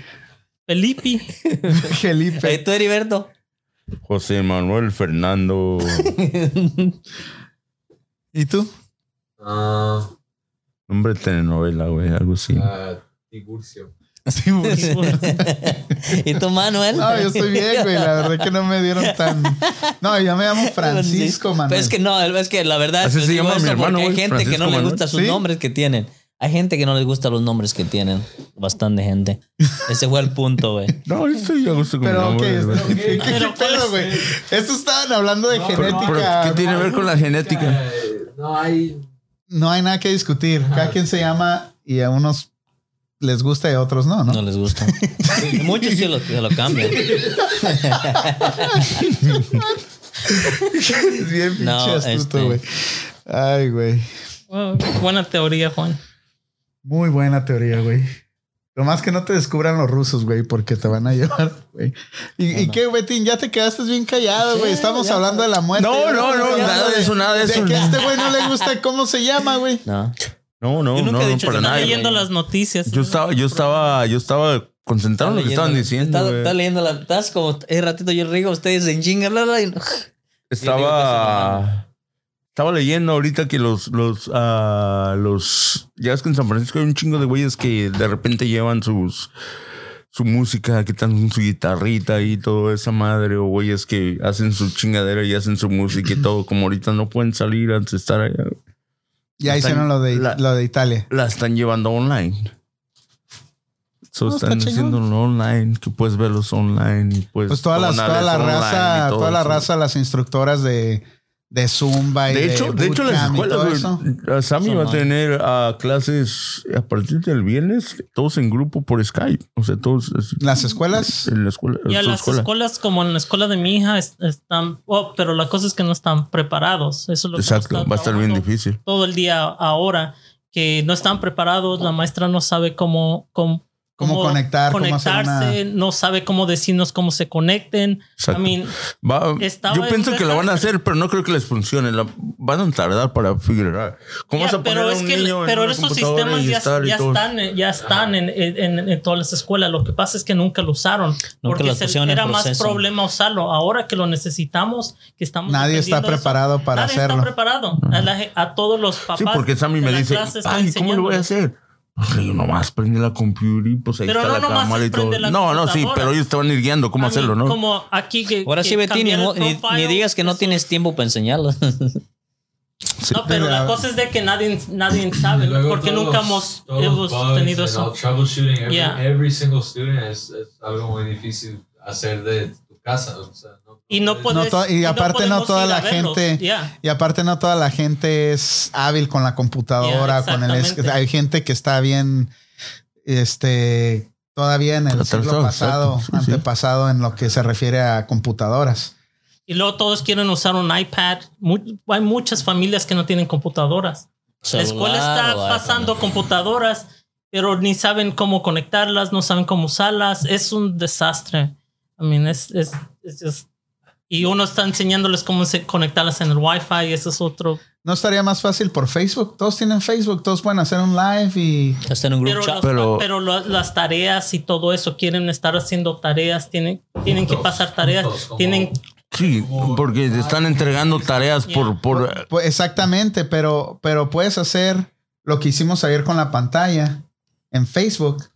[SPEAKER 4] Felipe.
[SPEAKER 3] ¿Y
[SPEAKER 1] Felipe.
[SPEAKER 3] tú Heriberto
[SPEAKER 2] José Manuel Fernando.
[SPEAKER 1] ¿Y tú?
[SPEAKER 5] Ah,
[SPEAKER 2] Hombre, telenovela, güey, algo así.
[SPEAKER 5] ah, Tiburcio.
[SPEAKER 1] Sí, güey.
[SPEAKER 3] y tú Manuel
[SPEAKER 1] No, yo estoy bien, güey. La verdad que no me dieron tan. No, yo me llamo Francisco, Manuel.
[SPEAKER 3] Pero Pues es que no, es que la verdad
[SPEAKER 2] Así
[SPEAKER 3] les
[SPEAKER 2] se
[SPEAKER 3] digo
[SPEAKER 2] llama mi
[SPEAKER 3] eso
[SPEAKER 2] hermano,
[SPEAKER 3] porque hay
[SPEAKER 2] güey,
[SPEAKER 3] gente que
[SPEAKER 2] Francisco
[SPEAKER 3] no le
[SPEAKER 2] Manuel.
[SPEAKER 3] gusta sus
[SPEAKER 1] ¿Sí?
[SPEAKER 3] nombres que tienen. Hay gente que no les gusta los nombres que tienen. Bastante gente. Ese fue el punto, güey.
[SPEAKER 2] No, yo estoy a gusto con mi
[SPEAKER 1] Pero, ok,
[SPEAKER 2] nombre, güey.
[SPEAKER 1] ¿qué, qué- qué
[SPEAKER 4] Pero, ¿cuál
[SPEAKER 1] pedo,
[SPEAKER 4] es?
[SPEAKER 1] güey? Esto estaban hablando de
[SPEAKER 5] No,
[SPEAKER 2] Pero, pero,
[SPEAKER 1] genética.
[SPEAKER 2] ¿qué tiene que ver con la genética?
[SPEAKER 5] Eh, no hay.
[SPEAKER 1] No hay nada que discutir. Cada quien se llama y a unos les gusta y a otros no, ¿no?
[SPEAKER 3] No les gusta. Muchos sí lo, se lo cambian.
[SPEAKER 1] es bien pinche
[SPEAKER 3] No, este-
[SPEAKER 1] astuto, güey. Ay, güey.
[SPEAKER 4] Wow, Buena teoría, Juan.
[SPEAKER 1] Muy buena teoría, güey. Lo más que no te descubran los rusos, güey, porque te van a llevar, güey. ¿Y, y qué, Betín? Ya te quedaste bien callado, güey. Estamos hablando de la muerte.
[SPEAKER 2] No, no, no,
[SPEAKER 1] Estamos
[SPEAKER 2] nada de eso, nada de eso.
[SPEAKER 1] De que a este güey no le gusta cómo se llama, güey.
[SPEAKER 3] No.
[SPEAKER 2] No, no,
[SPEAKER 3] Yo
[SPEAKER 2] no,
[SPEAKER 3] nunca he
[SPEAKER 2] no,
[SPEAKER 3] dicho
[SPEAKER 2] para
[SPEAKER 3] que
[SPEAKER 4] Están
[SPEAKER 2] nada.
[SPEAKER 3] nadie,
[SPEAKER 4] leyendo
[SPEAKER 3] güey.
[SPEAKER 4] las noticias.
[SPEAKER 2] Yo estaba, yo estaba, yo estaba concentrado en lo que estaban diciendo.
[SPEAKER 3] Estás
[SPEAKER 2] güey.
[SPEAKER 3] está leyendo la. Estás eh, como. El ratito yo rigo ustedes en chinga. bla, bla, y-
[SPEAKER 2] Estaba. Estaba leyendo ahorita que los, los, ah, los, ya es que en San Francisco hay un chingo de güeyes que de repente llevan sus, su música, que están su guitarrita y toda esa madre, o güeyes que hacen su chingadera y hacen su música y todo, como ahorita no pueden salir antes de estar allá,
[SPEAKER 1] Ya
[SPEAKER 2] Están-
[SPEAKER 1] hicieron lo de,
[SPEAKER 2] la-
[SPEAKER 1] lo de Italia.
[SPEAKER 2] la están llevando online. So,
[SPEAKER 1] No, está
[SPEAKER 2] están
[SPEAKER 1] chingón.
[SPEAKER 2] haciéndolo online, que puedes verlos online. y puedes
[SPEAKER 1] Pues todas las, toda
[SPEAKER 2] tonales
[SPEAKER 1] la
[SPEAKER 2] online y
[SPEAKER 1] raza,
[SPEAKER 2] todo
[SPEAKER 1] toda la
[SPEAKER 2] eso.
[SPEAKER 1] raza, las instructoras de, de Zumba y
[SPEAKER 2] De
[SPEAKER 1] de
[SPEAKER 2] hecho, de hecho las
[SPEAKER 1] bootcamp y todo
[SPEAKER 2] escuelas,
[SPEAKER 1] eso.
[SPEAKER 2] güey, Sammy
[SPEAKER 3] Son
[SPEAKER 2] va a
[SPEAKER 3] online.
[SPEAKER 2] tener ah, clases a partir del viernes, todos en grupo por Skype. O sea, todos es-
[SPEAKER 1] Las escuelas.
[SPEAKER 2] en la escuela.
[SPEAKER 4] Y a
[SPEAKER 2] en su
[SPEAKER 4] las
[SPEAKER 2] escuela.
[SPEAKER 4] escuelas, como en la escuela de mi hija, es- están. oh, pero la cosa es que no están preparados. Eso es lo que nos
[SPEAKER 2] Exacto,
[SPEAKER 4] está
[SPEAKER 2] va a estar bien
[SPEAKER 4] trabajando
[SPEAKER 2] difícil.
[SPEAKER 4] Todo el día ahora, que no están preparados, la maestra no sabe cómo. cómo
[SPEAKER 1] Cómo conectar, cómo hacer
[SPEAKER 4] conectarse, no sabe cómo decirnos cómo se conecten.
[SPEAKER 2] Exacto.
[SPEAKER 4] I mean,
[SPEAKER 2] Va-
[SPEAKER 4] Estaba
[SPEAKER 2] yo
[SPEAKER 4] en
[SPEAKER 2] pienso
[SPEAKER 4] un
[SPEAKER 2] que la van a
[SPEAKER 4] desastre.
[SPEAKER 2] hacer, pero no creo que les funcione. La- van a tardar para figurar. ¿Cómo
[SPEAKER 4] ya,
[SPEAKER 2] vas a poner
[SPEAKER 4] pero
[SPEAKER 2] a
[SPEAKER 4] es
[SPEAKER 2] un
[SPEAKER 4] que
[SPEAKER 2] niño en
[SPEAKER 4] pero
[SPEAKER 2] una
[SPEAKER 4] esos
[SPEAKER 2] computadora
[SPEAKER 4] sistemas
[SPEAKER 2] y
[SPEAKER 4] ya,
[SPEAKER 2] estar y
[SPEAKER 4] ya
[SPEAKER 2] todo?
[SPEAKER 4] están, eh, ya están en, en- en- en todas las escuelas. Lo que pasa es que nunca lo usaron. porque
[SPEAKER 3] las
[SPEAKER 4] se-
[SPEAKER 3] pusieron en
[SPEAKER 4] era más
[SPEAKER 3] proceso.
[SPEAKER 4] problema usarlo. Ahora que lo necesitamos, que estamos.
[SPEAKER 1] Nadie está
[SPEAKER 4] dependiendo de eso,
[SPEAKER 1] preparado para
[SPEAKER 4] Nadie
[SPEAKER 1] hacerlo.
[SPEAKER 4] está preparado. A, la ge- a todos los papás.
[SPEAKER 2] Sí, porque Sammy
[SPEAKER 4] de
[SPEAKER 2] me
[SPEAKER 4] la
[SPEAKER 2] dice,
[SPEAKER 4] clase están
[SPEAKER 2] ay, ¿cómo lo voy a hacer? Pues le digo, nomás prende la computer y pues ahí
[SPEAKER 4] Pero
[SPEAKER 2] está
[SPEAKER 4] no
[SPEAKER 2] la
[SPEAKER 4] nomás
[SPEAKER 2] cámara
[SPEAKER 4] es
[SPEAKER 2] y todo.
[SPEAKER 4] prende la
[SPEAKER 2] No, no, sí,
[SPEAKER 4] computadora.
[SPEAKER 2] pero ellos te van a ir guiando cómo
[SPEAKER 4] A mí,
[SPEAKER 2] hacerlo, ¿no?
[SPEAKER 4] Como aquí que.
[SPEAKER 3] Ahora
[SPEAKER 4] que
[SPEAKER 3] sí, Betty, ni,
[SPEAKER 4] cambiar
[SPEAKER 3] mo-
[SPEAKER 4] el
[SPEAKER 3] ni-
[SPEAKER 4] profile,
[SPEAKER 3] ni digas que no
[SPEAKER 4] eso-
[SPEAKER 3] tienes tiempo para enseñarlas.
[SPEAKER 2] Sí.
[SPEAKER 4] No, pero la
[SPEAKER 1] Mira.
[SPEAKER 4] cosa es de que nadie, nadie sabe.
[SPEAKER 5] Y luego
[SPEAKER 4] porque
[SPEAKER 5] todos-
[SPEAKER 4] nunca hemos,
[SPEAKER 5] todos
[SPEAKER 4] hemos
[SPEAKER 5] bugs
[SPEAKER 4] tenido
[SPEAKER 5] and
[SPEAKER 4] eso.
[SPEAKER 5] all Troubleshooting every,
[SPEAKER 4] Yeah.
[SPEAKER 5] every single student es, es algo muy difícil hacer de tu casa. o sea, no-
[SPEAKER 4] Y no
[SPEAKER 1] No
[SPEAKER 4] puedes.
[SPEAKER 1] to- y aparte no
[SPEAKER 4] podemos
[SPEAKER 1] toda
[SPEAKER 4] ir a
[SPEAKER 1] la
[SPEAKER 4] verlos.
[SPEAKER 1] gente-
[SPEAKER 4] Ya.
[SPEAKER 1] Y aparte no toda la gente es hábil con la computadora,
[SPEAKER 4] Ya,
[SPEAKER 1] con el es-
[SPEAKER 4] exactamente.
[SPEAKER 1] hay gente que está bien este todavía en el
[SPEAKER 2] Atrasado,
[SPEAKER 1] siglo pasado,
[SPEAKER 2] exacto, sí, sí.
[SPEAKER 1] antepasado en lo que se refiere a computadoras.
[SPEAKER 4] Y luego todos quieren usar un iPad. Mu- hay muchas familias que no tienen computadoras. La escuela está pasando computadoras, pero ni saben cómo conectarlas, no saben cómo usarlas. Es un desastre. I mean, es, es, es just- Y uno está enseñándoles cómo se- conectarlas en el Wi-Fi y eso es otro.
[SPEAKER 1] No estaría más fácil por Facebook. Todos tienen Facebook, todos pueden hacer un live y
[SPEAKER 3] Está en un
[SPEAKER 4] Pero,
[SPEAKER 3] group
[SPEAKER 4] los-
[SPEAKER 3] chat.
[SPEAKER 2] pero-
[SPEAKER 4] pero lo- las tareas y todo eso, quieren estar haciendo tareas, tienen, tienen que
[SPEAKER 5] Juntos,
[SPEAKER 4] pasar tareas,
[SPEAKER 5] juntos, como-
[SPEAKER 4] tienen
[SPEAKER 2] Sí, porque te están entregando tareas por, por
[SPEAKER 1] Pues exactamente, pero, pero puedes hacer lo que hicimos ayer con la pantalla en Facebook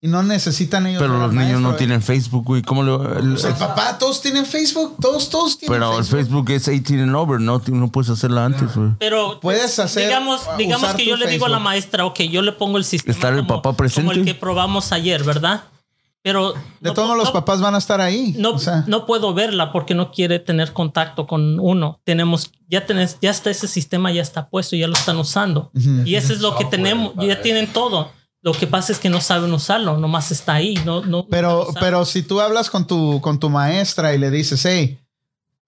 [SPEAKER 1] y no necesitan ellos.
[SPEAKER 2] pero
[SPEAKER 1] ver al
[SPEAKER 2] los niños no
[SPEAKER 1] maestro. eh.
[SPEAKER 2] tienen Facebook, güey. ¿Cómo lo el-
[SPEAKER 1] Pues el papá, todos tienen Facebook, todos, todos tienen
[SPEAKER 2] Pero el
[SPEAKER 1] Facebook.
[SPEAKER 2] Facebook es 18 and over, no, Tú no puedes hacerla antes, güey.
[SPEAKER 4] Pero
[SPEAKER 1] Puedes hacer- uh,
[SPEAKER 4] digamos,
[SPEAKER 1] usar
[SPEAKER 4] digamos que
[SPEAKER 1] tu
[SPEAKER 4] yo le digo a la
[SPEAKER 1] Facebook.
[SPEAKER 4] maestra, ok, yo le pongo el sistema.
[SPEAKER 2] Estar el papá
[SPEAKER 4] Como
[SPEAKER 2] presente.
[SPEAKER 4] el que probamos ayer, ¿verdad? Pero.
[SPEAKER 1] De todos modos, los
[SPEAKER 4] no,
[SPEAKER 1] papás van a estar ahí.
[SPEAKER 4] no,
[SPEAKER 1] o sea,
[SPEAKER 4] no puedo verla porque no quiere tener contacto con uno. Tenemos, ya tenés, ya está ese sistema, ya está puesto, ya lo están usando.
[SPEAKER 1] Ujú.
[SPEAKER 4] Y eso es lo que
[SPEAKER 5] Software
[SPEAKER 4] tenemos,
[SPEAKER 5] para
[SPEAKER 4] ya
[SPEAKER 5] eso.
[SPEAKER 4] tienen todo. Lo que pasa es que no saben usarlo, nomás está ahí. No, no, no
[SPEAKER 1] pero,
[SPEAKER 4] saben usarlo.
[SPEAKER 1] pero si tú hablas con tu, con tu maestra y le dices, hey,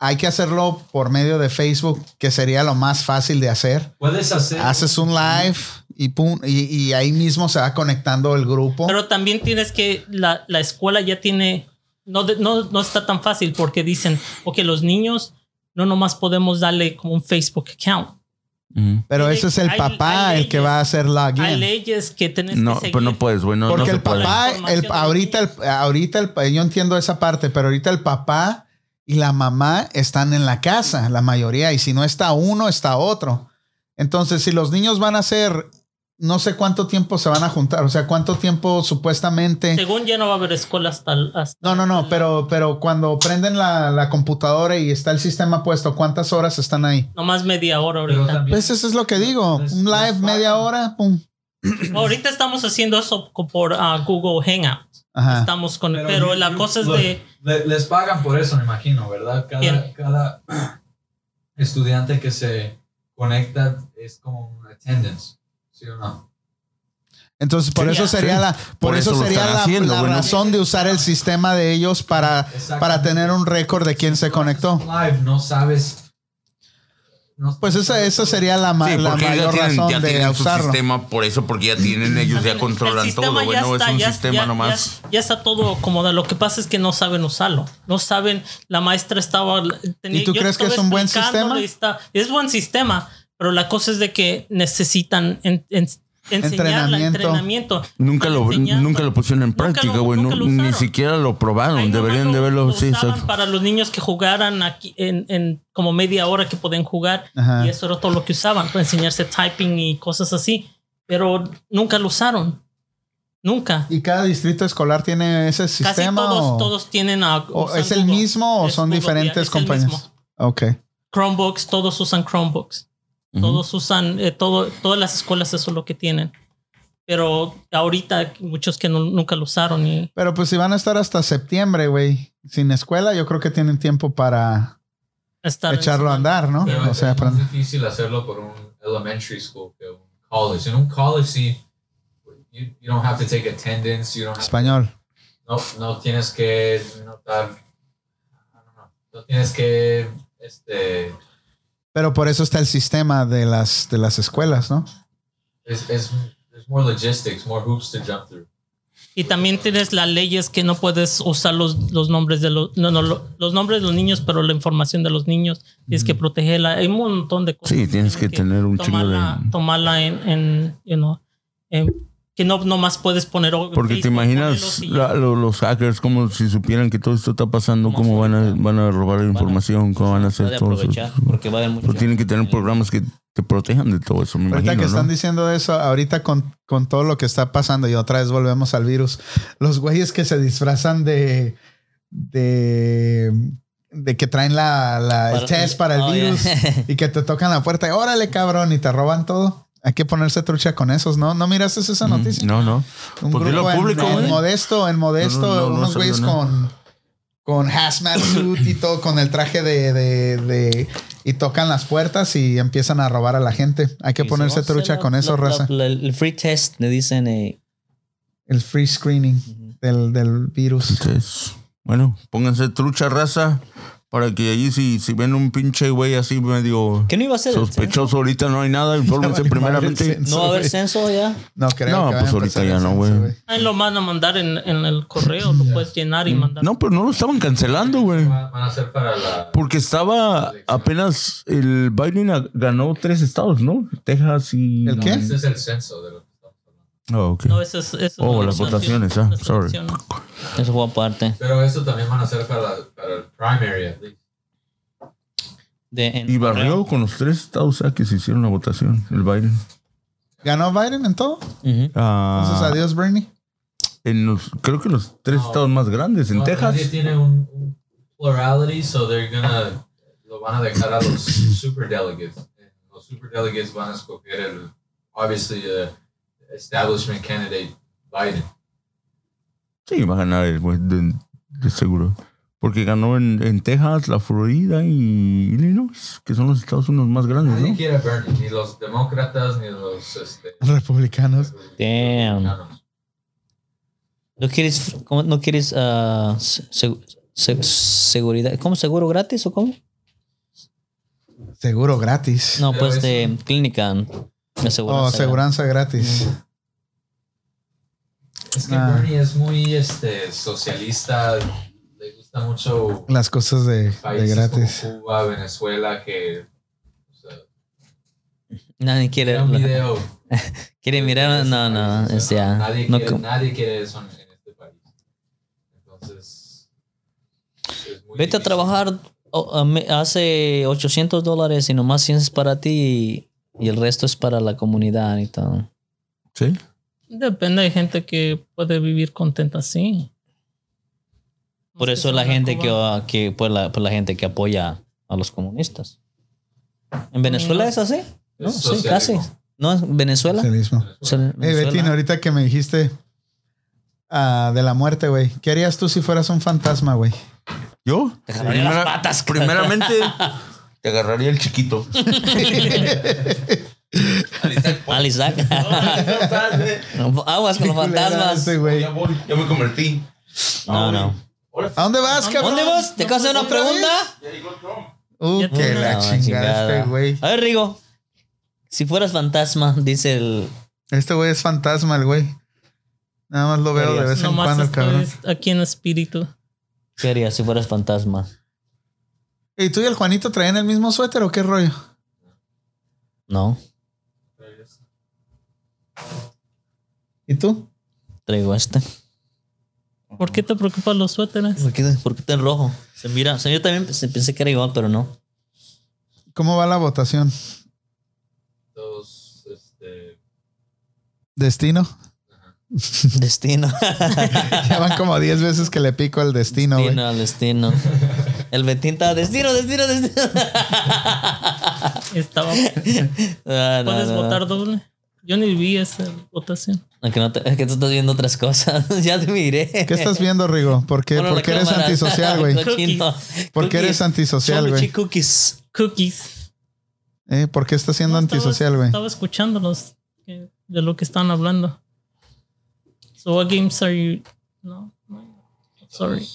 [SPEAKER 1] hay que hacerlo por medio de Facebook, que sería lo más fácil de hacer.
[SPEAKER 5] Puedes hacer.
[SPEAKER 1] Haces un live y, pum, y, y ahí mismo se va conectando el grupo.
[SPEAKER 4] Pero también tienes que, la, la escuela ya tiene, no, de- no, no está tan fácil porque dicen, ok, los niños no nomás podemos darle como un Facebook account.
[SPEAKER 2] Ujú.
[SPEAKER 1] Pero
[SPEAKER 4] Hay
[SPEAKER 1] ese
[SPEAKER 4] le-
[SPEAKER 1] es el
[SPEAKER 4] hay-
[SPEAKER 1] papá
[SPEAKER 4] hay
[SPEAKER 1] el que
[SPEAKER 4] leyes.
[SPEAKER 1] va a hacer login.
[SPEAKER 4] Hay leyes que tienes
[SPEAKER 2] No,
[SPEAKER 4] que seguir.
[SPEAKER 2] pero no puedes, güey. No, no
[SPEAKER 1] Porque
[SPEAKER 2] se
[SPEAKER 1] el
[SPEAKER 2] puede.
[SPEAKER 1] papá,
[SPEAKER 4] información
[SPEAKER 1] el,
[SPEAKER 4] de los
[SPEAKER 1] ahorita, el, ahorita el- eh, yo entiendo esa parte, pero ahorita el papá y la mamá están en la casa, la mayoría, y si no está uno, está otro. Entonces, si los niños van a ser, no sé cuánto tiempo se van a juntar, o sea, cuánto tiempo supuestamente...
[SPEAKER 4] Según ya no va a haber escuela hasta... hasta
[SPEAKER 1] No, no, no, pero, pero cuando prenden la, la computadora y está el sistema puesto, ¿cuántas horas están ahí?
[SPEAKER 4] Nomás media hora
[SPEAKER 5] pero
[SPEAKER 4] ahorita.
[SPEAKER 5] también-
[SPEAKER 1] Pues eso es lo que digo,
[SPEAKER 5] Es-
[SPEAKER 1] un
[SPEAKER 5] es
[SPEAKER 1] live
[SPEAKER 5] fácil.
[SPEAKER 1] media hora, pum.
[SPEAKER 4] Pues, Ahorita estamos haciendo eso co- por ah, Google Hangout.
[SPEAKER 1] Ajá.
[SPEAKER 4] Estamos con... Pero,
[SPEAKER 5] you-
[SPEAKER 4] la
[SPEAKER 5] you-
[SPEAKER 4] cosa es
[SPEAKER 5] look,
[SPEAKER 4] de...
[SPEAKER 5] pues, le- les pagan por eso, me imagino, ¿verdad? Cada,
[SPEAKER 4] Bien.
[SPEAKER 5] cada estudiante que se conecta es como un attendance, ¿sí o no?
[SPEAKER 1] Entonces, por
[SPEAKER 4] Sí,
[SPEAKER 1] eso
[SPEAKER 4] ya.
[SPEAKER 1] sería
[SPEAKER 2] Sí.
[SPEAKER 1] la, por
[SPEAKER 2] Por
[SPEAKER 1] eso,
[SPEAKER 2] eso lo
[SPEAKER 1] sería
[SPEAKER 2] están
[SPEAKER 1] la,
[SPEAKER 2] haciendo,
[SPEAKER 1] la
[SPEAKER 2] güey, ¿no?
[SPEAKER 1] razón de usar el sistema de ellos para,
[SPEAKER 5] Exactamente.
[SPEAKER 1] para tener un récord de quién se conectó.
[SPEAKER 5] Live, no sabes. no-
[SPEAKER 1] Pues esa, esa sería la, ma-
[SPEAKER 2] Sí,
[SPEAKER 1] la
[SPEAKER 2] porque ya
[SPEAKER 1] mayor
[SPEAKER 2] tienen, ya
[SPEAKER 1] razón de
[SPEAKER 2] tienen su
[SPEAKER 1] usarlo.
[SPEAKER 2] sistema por eso, porque ya tienen ellos, ya controlan
[SPEAKER 4] El
[SPEAKER 2] todo,
[SPEAKER 4] sistema
[SPEAKER 2] güey.
[SPEAKER 4] ya
[SPEAKER 2] No es
[SPEAKER 4] está,
[SPEAKER 2] un
[SPEAKER 4] ya-
[SPEAKER 2] sistema
[SPEAKER 4] ya-
[SPEAKER 2] nomás.
[SPEAKER 4] Ya, ya está todo acomodado. Lo que pasa es que no saben usarlo. No saben, la maestra estaba... eh, tenía-
[SPEAKER 1] ¿Y tú
[SPEAKER 4] yo
[SPEAKER 1] crees que es
[SPEAKER 4] estaba
[SPEAKER 1] un buen
[SPEAKER 4] explicándole,
[SPEAKER 1] sistema?
[SPEAKER 4] está- es buen sistema, pero la cosa es de que necesitan en- en- enseñarla,
[SPEAKER 1] Entrenamiento.
[SPEAKER 4] entrenamiento.
[SPEAKER 2] Nunca lo,
[SPEAKER 4] Enseñando.
[SPEAKER 2] nunca lo pusieron en
[SPEAKER 4] Nunca lo-
[SPEAKER 2] práctica, güey.
[SPEAKER 4] nunca
[SPEAKER 2] nu-
[SPEAKER 4] lo
[SPEAKER 2] Ni
[SPEAKER 4] usaron.
[SPEAKER 2] siquiera lo probaron.
[SPEAKER 4] Ahí nomás
[SPEAKER 2] Deberían
[SPEAKER 4] lo-
[SPEAKER 2] de verlo.
[SPEAKER 4] lo
[SPEAKER 2] Sí,
[SPEAKER 4] usaban
[SPEAKER 2] exacto.
[SPEAKER 4] para los niños que jugaran aquí en, en como media hora que podían jugar
[SPEAKER 1] Ajá.
[SPEAKER 4] y eso era todo lo que usaban para enseñarse typing y cosas así pero nunca lo usaron nunca
[SPEAKER 1] ¿Y cada distrito escolar tiene ese sistema?
[SPEAKER 4] casi todos
[SPEAKER 1] o,
[SPEAKER 4] todos tienen a-
[SPEAKER 1] o
[SPEAKER 4] usan
[SPEAKER 1] ¿Es el
[SPEAKER 4] Google.
[SPEAKER 1] mismo o
[SPEAKER 4] Es
[SPEAKER 1] son
[SPEAKER 4] Google, ya,
[SPEAKER 1] diferentes
[SPEAKER 4] es el
[SPEAKER 1] compañías?
[SPEAKER 4] mismo.
[SPEAKER 1] Ok.
[SPEAKER 4] Chromebooks todos usan Chromebooks
[SPEAKER 2] Ujú.
[SPEAKER 4] Todos usan, eh, todo, todas las escuelas eso es lo que tienen. Pero ahorita muchos que no- nunca lo usaron. Y,
[SPEAKER 1] Pero pues si van a estar hasta septiembre, güey, sin escuela, yo creo que tienen tiempo para
[SPEAKER 4] estar
[SPEAKER 1] echarlo a andar, ¿no?
[SPEAKER 5] Pero
[SPEAKER 1] O sea,
[SPEAKER 5] es más
[SPEAKER 1] aprende-
[SPEAKER 5] difícil hacerlo por un elementary school que un college. En un college sí, you, you don't have to take attendance, you don't have
[SPEAKER 1] español.
[SPEAKER 5] no, no tienes que notar, no, no, no tienes que, este,
[SPEAKER 1] Pero por eso está el sistema de las, de las escuelas, ¿no?
[SPEAKER 5] es, es, there's more logistics, more hoops to jump through.
[SPEAKER 4] Y también tienes las leyes que no puedes usar los, los nombres de los, no, no, lo- los nombres de los niños, pero la información de los niños tienes que protegerla. Hay un montón de cosas.
[SPEAKER 2] Sí, tienes que tener un chingo de-
[SPEAKER 4] tomarla, Tomarla en, en, you know, en- que no nomás puedes poner. oh,
[SPEAKER 2] Porque te
[SPEAKER 4] Facebook,
[SPEAKER 2] imaginas
[SPEAKER 4] ponerlos y-
[SPEAKER 2] la- lo- los hackers, como si supieran que todo esto está pasando,
[SPEAKER 3] Como
[SPEAKER 2] cómo van a,
[SPEAKER 3] ahorita.
[SPEAKER 2] van a robar información, cómo van a
[SPEAKER 3] Se ha
[SPEAKER 2] hacer
[SPEAKER 3] de
[SPEAKER 2] todo eso.
[SPEAKER 3] aprovechar porque va a haber mucho.
[SPEAKER 2] Pero tienen que tener programas que te protejan de todo eso, me
[SPEAKER 1] ahorita
[SPEAKER 2] imagino,
[SPEAKER 1] que están
[SPEAKER 2] ¿no?
[SPEAKER 1] diciendo eso, ahorita con, con todo lo que está pasando y otra vez volvemos al virus, los güeyes que se disfrazan de... de de que traen la, la- el
[SPEAKER 3] Para-
[SPEAKER 1] test para el
[SPEAKER 3] Oh, yeah.
[SPEAKER 1] virus y que te tocan la puerta y órale cabrón y te roban todo. Hay que ponerse trucha con esos, ¿no? ¿No miraste esa
[SPEAKER 2] Mm,
[SPEAKER 1] noticia?
[SPEAKER 2] No, no.
[SPEAKER 1] Un
[SPEAKER 2] Pues dilo
[SPEAKER 1] grupo en-
[SPEAKER 2] público,
[SPEAKER 1] en,
[SPEAKER 2] güey.
[SPEAKER 1] modesto, en modesto,
[SPEAKER 2] No, no, no, no
[SPEAKER 1] unos
[SPEAKER 2] salió
[SPEAKER 1] güeyes
[SPEAKER 2] nada.
[SPEAKER 1] con con hazmat suit y todo, con el traje de, de- de- y tocan las puertas y empiezan a robar a la gente. Hay que
[SPEAKER 3] Y si
[SPEAKER 1] ponerse
[SPEAKER 3] no, se
[SPEAKER 1] trucha
[SPEAKER 3] la-
[SPEAKER 1] con eso,
[SPEAKER 3] la- la-
[SPEAKER 1] raza.
[SPEAKER 3] la- el free test le dicen. eh,
[SPEAKER 1] El free screening del, del virus.
[SPEAKER 2] Entonces, bueno, pónganse trucha raza para que allí si, si ven un pinche güey así medio
[SPEAKER 3] ¿Qué no iba a ser? el censo?
[SPEAKER 2] sospechoso, ahorita no hay nada, infórmense
[SPEAKER 1] valió madre el
[SPEAKER 2] primeramente.
[SPEAKER 1] censo.
[SPEAKER 3] No va a haber
[SPEAKER 1] güey.
[SPEAKER 3] censo ya.
[SPEAKER 1] No creo
[SPEAKER 2] No,
[SPEAKER 1] que vaya
[SPEAKER 2] pues
[SPEAKER 1] a
[SPEAKER 2] ahorita
[SPEAKER 1] empezar
[SPEAKER 2] ya
[SPEAKER 1] el
[SPEAKER 2] no,
[SPEAKER 1] censo,
[SPEAKER 2] güey.
[SPEAKER 4] Ahí lo van a mandar en, en el correo, lo puedes llenar y
[SPEAKER 2] Mm.
[SPEAKER 4] mandar.
[SPEAKER 2] No, pero no lo estaban cancelando, güey.
[SPEAKER 5] Van van a ser para la...
[SPEAKER 2] Porque estaba apenas el Biden a- ganó tres estados, ¿no? Texas y.
[SPEAKER 1] ¿El
[SPEAKER 5] No,
[SPEAKER 1] qué?
[SPEAKER 5] Este es el censo de lo que estamos hablando.
[SPEAKER 2] Ah, ok.
[SPEAKER 4] No, eso es- eso
[SPEAKER 2] Oh,
[SPEAKER 4] es
[SPEAKER 2] las
[SPEAKER 4] las
[SPEAKER 2] votaciones, ah,
[SPEAKER 4] las
[SPEAKER 2] sorry.
[SPEAKER 4] elecciones.
[SPEAKER 3] Eso fue aparte.
[SPEAKER 5] Pero eso también van a ser para, la- para el primary, at least.
[SPEAKER 3] De, en-
[SPEAKER 2] Y barrió con los tres estados, o sea, que se hicieron la votación, el Biden.
[SPEAKER 1] ¿Ganó Biden en todo?
[SPEAKER 3] Ujú.
[SPEAKER 2] Ah,
[SPEAKER 1] Entonces, adiós, Bernie.
[SPEAKER 2] en los, creo que los tres
[SPEAKER 5] No.
[SPEAKER 2] estados más grandes, en
[SPEAKER 5] No, Nadie
[SPEAKER 2] Texas.
[SPEAKER 5] tiene un, un plurality, so they're gonna lo van a dejar a los superdelegates. Los superdelegates van a escoger el obviously the establishment candidate Biden.
[SPEAKER 2] Sí, va a ganar el güey, de, de seguro. Porque ganó en, en Texas, la Florida y Illinois, que son los estados unos más grandes,
[SPEAKER 5] Nadie
[SPEAKER 2] ¿no?
[SPEAKER 5] quiere a Bernie, ni los demócratas ni los este,
[SPEAKER 1] Republicanos.
[SPEAKER 3] Damn.
[SPEAKER 5] republicanos.
[SPEAKER 3] ¿No quieres, cómo- no quieres ah, se- se- se- seguridad? ¿Cómo? ¿Seguro gratis o cómo?
[SPEAKER 1] Seguro gratis.
[SPEAKER 3] No,
[SPEAKER 5] Pero
[SPEAKER 3] pues
[SPEAKER 5] es-
[SPEAKER 3] de clínica.
[SPEAKER 1] o
[SPEAKER 3] Aseguranza.
[SPEAKER 1] aseguranza gratis.
[SPEAKER 5] Es que
[SPEAKER 1] Ah.
[SPEAKER 5] Bernie es muy este socialista, le gusta mucho
[SPEAKER 1] Las cosas de, de
[SPEAKER 5] países
[SPEAKER 1] gratis.
[SPEAKER 5] como Cuba, Venezuela, que o sea,
[SPEAKER 3] Nadie quiere.
[SPEAKER 5] era un video
[SPEAKER 3] Quiere mirar. No, no.
[SPEAKER 5] O sea,
[SPEAKER 3] es ya.
[SPEAKER 5] nadie,
[SPEAKER 3] No
[SPEAKER 5] quiere,
[SPEAKER 3] com-
[SPEAKER 5] nadie quiere eso en, en este país. Entonces. es muy
[SPEAKER 3] Vete a
[SPEAKER 5] difícil.
[SPEAKER 3] trabajar, o- a me- hace 800 dólares y nomás 100 es para ti y, y el resto es para la comunidad y todo.
[SPEAKER 2] Sí.
[SPEAKER 4] Depende, hay gente que puede vivir contenta así.
[SPEAKER 3] Por eso la gente que, ah, que por la, por la gente que apoya a los comunistas. ¿En Venezuela es así? No,
[SPEAKER 5] Es
[SPEAKER 3] sí, casi.
[SPEAKER 5] socialismo.
[SPEAKER 3] ¿No en Venezuela?
[SPEAKER 1] Socialismo.
[SPEAKER 3] O sea, en
[SPEAKER 1] Hey,
[SPEAKER 3] Venezuela-
[SPEAKER 1] Betín, ahorita que me dijiste ah, de la muerte, güey. ¿Qué harías tú si fueras un fantasma, güey?
[SPEAKER 2] ¿Yo?
[SPEAKER 3] Te agarraría las patas.
[SPEAKER 2] Primeramente, te agarraría el chiquito.
[SPEAKER 3] Al Isaac. Aguas con los fantasmas.
[SPEAKER 1] Ese, güey.
[SPEAKER 2] Ya voy, ya me convertí.
[SPEAKER 3] No, no.
[SPEAKER 1] ¿A dónde vas, cabrón?
[SPEAKER 3] ¿Dónde vas? ¿Te acabo de hacer una
[SPEAKER 1] ¿Otra vez?
[SPEAKER 3] pregunta?
[SPEAKER 1] Uh,
[SPEAKER 4] Ya
[SPEAKER 1] que
[SPEAKER 4] te-
[SPEAKER 1] la
[SPEAKER 3] No,
[SPEAKER 1] chingada,
[SPEAKER 3] chingada.
[SPEAKER 1] este güey.
[SPEAKER 3] A ver, Rigo. Si fueras fantasma, dice el,
[SPEAKER 1] Este güey es fantasma, el güey. Nada más lo veo de
[SPEAKER 3] Harías.
[SPEAKER 1] vez en
[SPEAKER 4] Nomás
[SPEAKER 1] cuando, el
[SPEAKER 4] estoy
[SPEAKER 1] cabrón.
[SPEAKER 4] aquí en espíritu.
[SPEAKER 3] ¿Qué harías si fueras fantasma?
[SPEAKER 1] ¿Y tú y el Juanito traían el mismo suéter o qué rollo?
[SPEAKER 3] No.
[SPEAKER 1] ¿Y tú?
[SPEAKER 3] Traigo este.
[SPEAKER 4] ¿Por qué te preocupan los suéteres?
[SPEAKER 3] ¿Por qué, por qué está en rojo? Se mira. o sea, yo también pensé, pensé que era igual, pero no.
[SPEAKER 1] ¿Cómo va la votación?
[SPEAKER 5] Dos, este,
[SPEAKER 1] ¿Destino?
[SPEAKER 3] Destino.
[SPEAKER 1] Ya van como 10 veces que le pico el destino, güey.
[SPEAKER 3] destino, al destino. El Betín estaba destino, destino, destino.
[SPEAKER 4] Estaba,
[SPEAKER 3] Ah, no,
[SPEAKER 4] ¿Puedes
[SPEAKER 3] no, no.
[SPEAKER 4] votar doble? Yo ni vi esa votación.
[SPEAKER 3] Es que, no te- es que tú estás viendo otras cosas. ya te miré.
[SPEAKER 1] ¿Qué estás viendo, Rigo? ¿Por qué,
[SPEAKER 3] Ponlo en
[SPEAKER 1] por
[SPEAKER 3] la
[SPEAKER 1] qué eres
[SPEAKER 3] cámara.
[SPEAKER 1] antisocial, güey?
[SPEAKER 3] Cochino.
[SPEAKER 1] ¿Por qué eres
[SPEAKER 3] Cookies.
[SPEAKER 1] antisocial,
[SPEAKER 3] Chumuchi
[SPEAKER 1] güey?
[SPEAKER 3] cookies.
[SPEAKER 4] Cookies.
[SPEAKER 1] Eh, ¿Por qué estás siendo
[SPEAKER 4] No, estaba-
[SPEAKER 1] antisocial, güey?
[SPEAKER 4] Estaba escuchándolos eh, de lo que estaban hablando. So what games are you? No, no. Sorry.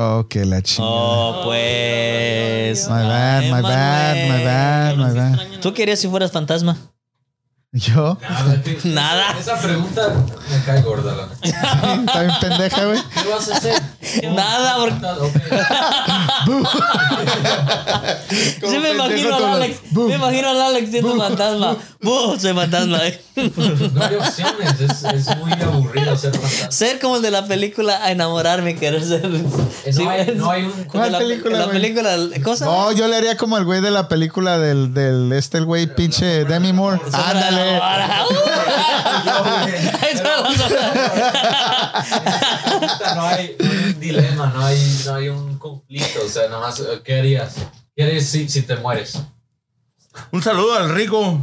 [SPEAKER 1] Oh, que la chingada.
[SPEAKER 3] Oh, pues.
[SPEAKER 1] My bad,
[SPEAKER 3] Ay,
[SPEAKER 1] my bad, my
[SPEAKER 3] Manuel.
[SPEAKER 1] bad, my bad.
[SPEAKER 3] ¿Tú querías si fueras fantasma?
[SPEAKER 1] Yo,
[SPEAKER 5] nada, que-
[SPEAKER 3] Nada.
[SPEAKER 5] Esa pregunta me cae gorda, la neta.
[SPEAKER 1] está bien pendeja, güey.
[SPEAKER 5] ¿Qué vas a hacer?
[SPEAKER 3] Nada, porque
[SPEAKER 5] Ok.
[SPEAKER 3] yo me
[SPEAKER 1] pendejo
[SPEAKER 3] imagino
[SPEAKER 1] todo.
[SPEAKER 3] al Alex. Me imagino al Alex siendo fantasma. Buh, soy fantasma. eh.
[SPEAKER 5] No hay opciones, es, es muy aburrido ser fantasma.
[SPEAKER 3] Ser como el de la película a enamorarme, querer ser. Sí,
[SPEAKER 5] No hay,
[SPEAKER 3] ¿ves?
[SPEAKER 5] no hay un.
[SPEAKER 3] Como
[SPEAKER 1] ¿Cuál
[SPEAKER 3] la,
[SPEAKER 1] película,
[SPEAKER 3] La
[SPEAKER 1] güey?
[SPEAKER 3] película, cosa.
[SPEAKER 1] No, yo le haría como el güey de la película del, del este, el güey pinche Demi Moore. Ándale.
[SPEAKER 5] no hay un dilema, no hay, no hay un conflicto. O sea, nomás, ¿qué harías? ¿Qué harías si, si te mueres?
[SPEAKER 2] Un saludo al Rigo